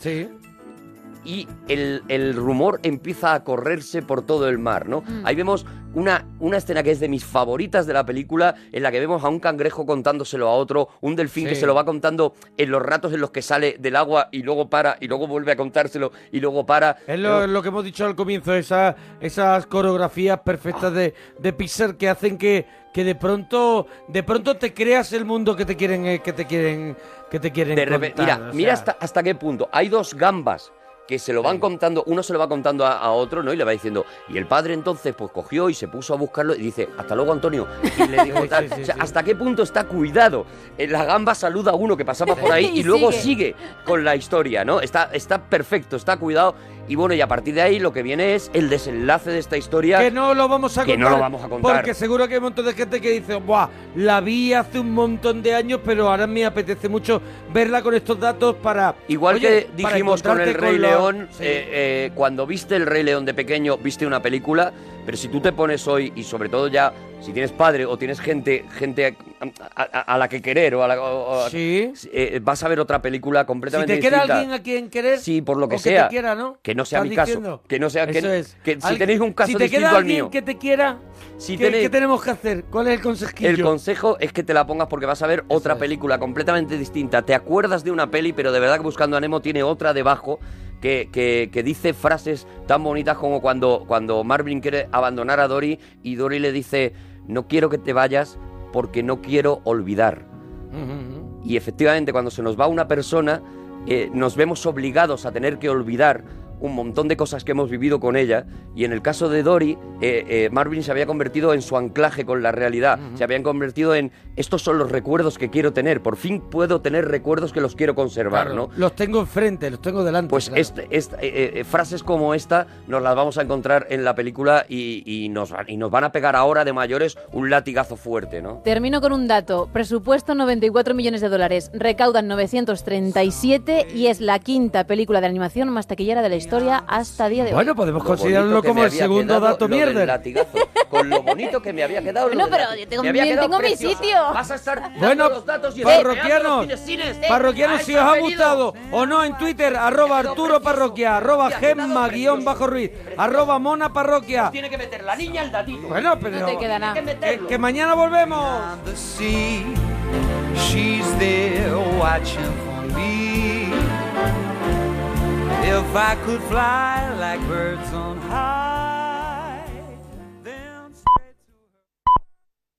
[SPEAKER 7] Y el, el rumor empieza a correrse por todo el mar, ¿no?
[SPEAKER 1] Mm.
[SPEAKER 7] Ahí vemos una, una escena que es de mis favoritas de la película, en la que vemos a un cangrejo contándoselo a otro, un delfín que
[SPEAKER 1] Sí.
[SPEAKER 7] se lo va contando en los ratos en los que sale del agua y luego para, y luego vuelve a contárselo y luego para.
[SPEAKER 1] Es lo, lo que hemos dicho al comienzo, esa- esas coreografías perfectas de, de Pixar que hacen que, que de pronto de pronto te creas el mundo que te quieren eh, que te quieren que te quieren
[SPEAKER 7] De repe-
[SPEAKER 1] contar,
[SPEAKER 7] mira,
[SPEAKER 1] o
[SPEAKER 7] mira
[SPEAKER 1] sea.
[SPEAKER 7] hasta, hasta qué punto. Hay dos gambas que se lo van contando, uno se lo va contando a, a otro, ¿no? Y le va diciendo, y el padre entonces pues cogió y se puso a buscarlo y dice, hasta luego Antonio, y le dijo
[SPEAKER 1] Sí,
[SPEAKER 7] tal.
[SPEAKER 1] sí, sí,
[SPEAKER 7] O sea,
[SPEAKER 1] sí.
[SPEAKER 7] hasta qué punto está cuidado. Eh, La gamba saluda a uno que pasaba por ahí y,
[SPEAKER 1] Y
[SPEAKER 7] luego
[SPEAKER 1] sigue.
[SPEAKER 7] sigue. con la historia, ¿no? Está, está perfecto, está cuidado. Y bueno, y a partir de ahí lo que viene es el desenlace de esta historia.
[SPEAKER 1] que no lo vamos a
[SPEAKER 7] que
[SPEAKER 1] contar.
[SPEAKER 7] no lo vamos a contar.
[SPEAKER 1] Porque seguro que hay un montón de gente que dice, ¡buah! La vi hace un montón de años, pero ahora me apetece mucho verla con estos datos para.
[SPEAKER 7] Igual
[SPEAKER 1] Oye,
[SPEAKER 7] que
[SPEAKER 1] para
[SPEAKER 7] dijimos con el
[SPEAKER 1] encontrarte
[SPEAKER 7] Rey
[SPEAKER 1] lo-
[SPEAKER 7] León,
[SPEAKER 1] Sí.
[SPEAKER 7] eh, eh, cuando viste el Rey León de pequeño, viste una película, pero si tú te pones hoy, y sobre todo ya, si tienes padre o tienes gente, gente a, a- a la que querer o a la o- o- eh, vas a ver otra película
[SPEAKER 1] si
[SPEAKER 7] completamente
[SPEAKER 1] te queda
[SPEAKER 7] distinta.
[SPEAKER 1] alguien a quien querer.
[SPEAKER 7] Sí, por lo que
[SPEAKER 1] o
[SPEAKER 7] sea.
[SPEAKER 1] te quiera, ¿no?
[SPEAKER 7] Que no sea
[SPEAKER 1] ¿Estás
[SPEAKER 7] mi caso.
[SPEAKER 1] diciendo?
[SPEAKER 7] Que no sea- que-
[SPEAKER 1] Eso es.
[SPEAKER 7] que si
[SPEAKER 1] Al-
[SPEAKER 7] tenéis un caso
[SPEAKER 1] si te
[SPEAKER 7] distinto
[SPEAKER 1] queda
[SPEAKER 7] al
[SPEAKER 1] alguien
[SPEAKER 7] mío.
[SPEAKER 1] que te quiera.
[SPEAKER 7] Si
[SPEAKER 1] ¿qué,
[SPEAKER 7] tenéis-
[SPEAKER 1] qué tenemos que hacer? ¿Cuál es el consejillo?
[SPEAKER 7] El consejo es que te la pongas porque vas a ver otra película completamente distinta. Te acuerdas de una peli, pero de verdad que Buscando a Nemo tiene otra debajo que, que- que dice frases tan bonitas como cuando, cuando Marvin quiere abandonar a Dory y Dory le dice, no quiero que te vayas porque no quiero olvidar. Y efectivamente, cuando se nos va una persona, eh, nos vemos obligados a tener que olvidar un montón de cosas que hemos vivido con ella. Y en el caso de Dory, eh, eh, Marvin se había convertido en su anclaje con la realidad. Se habían convertido en, estos son los recuerdos que quiero tener. Por fin puedo tener recuerdos que los quiero conservar,
[SPEAKER 1] Claro,
[SPEAKER 7] ¿no?
[SPEAKER 1] Los tengo enfrente, los tengo delante.
[SPEAKER 7] Pues
[SPEAKER 1] claro.
[SPEAKER 7] este- esta- eh, eh, frases como esta nos las vamos a encontrar en la película y, y nos, va- y nos van a pegar ahora de mayores un latigazo fuerte, ¿no?
[SPEAKER 6] Termino con un dato. Presupuesto 94 millones de dólares. Recaudan 937 y es la quinta película de animación más taquillera de la historia hasta día de hoy.
[SPEAKER 1] Bueno, podemos
[SPEAKER 7] Lo
[SPEAKER 1] considerarlo
[SPEAKER 7] bonito que
[SPEAKER 1] como
[SPEAKER 7] me
[SPEAKER 1] el
[SPEAKER 7] había
[SPEAKER 1] segundo
[SPEAKER 7] quedado
[SPEAKER 1] dato
[SPEAKER 7] lo del
[SPEAKER 1] mierder.
[SPEAKER 7] latigazo, con lo bonito que me había quedado. lo
[SPEAKER 6] Bueno,
[SPEAKER 7] del
[SPEAKER 6] pero
[SPEAKER 7] latigazo.
[SPEAKER 6] yo tengo-
[SPEAKER 7] Me había
[SPEAKER 6] bien
[SPEAKER 7] quedado
[SPEAKER 6] tengo mi
[SPEAKER 7] precioso.
[SPEAKER 6] sitio.
[SPEAKER 7] Vas a estar
[SPEAKER 1] Bueno,
[SPEAKER 7] dando los datos y enseñando
[SPEAKER 1] parroquianos,
[SPEAKER 7] los cines.
[SPEAKER 1] parroquianos,
[SPEAKER 7] Pues, eh, A
[SPEAKER 1] si
[SPEAKER 7] eso
[SPEAKER 1] os ha
[SPEAKER 7] has venido.
[SPEAKER 1] gustado o no, en Twitter, arroba Arturo Parroquia, arroba Gemma guión bajo Ruiz, arroba Mona Parroquia.
[SPEAKER 7] Tiene que meter la niña al datito.
[SPEAKER 1] Bueno, pero
[SPEAKER 7] No te queda nada.
[SPEAKER 1] que-
[SPEAKER 7] Hay que meterlo.
[SPEAKER 1] que mañana volvemos.
[SPEAKER 2] the sea. She's there watching for me. If I could fly like birds on high.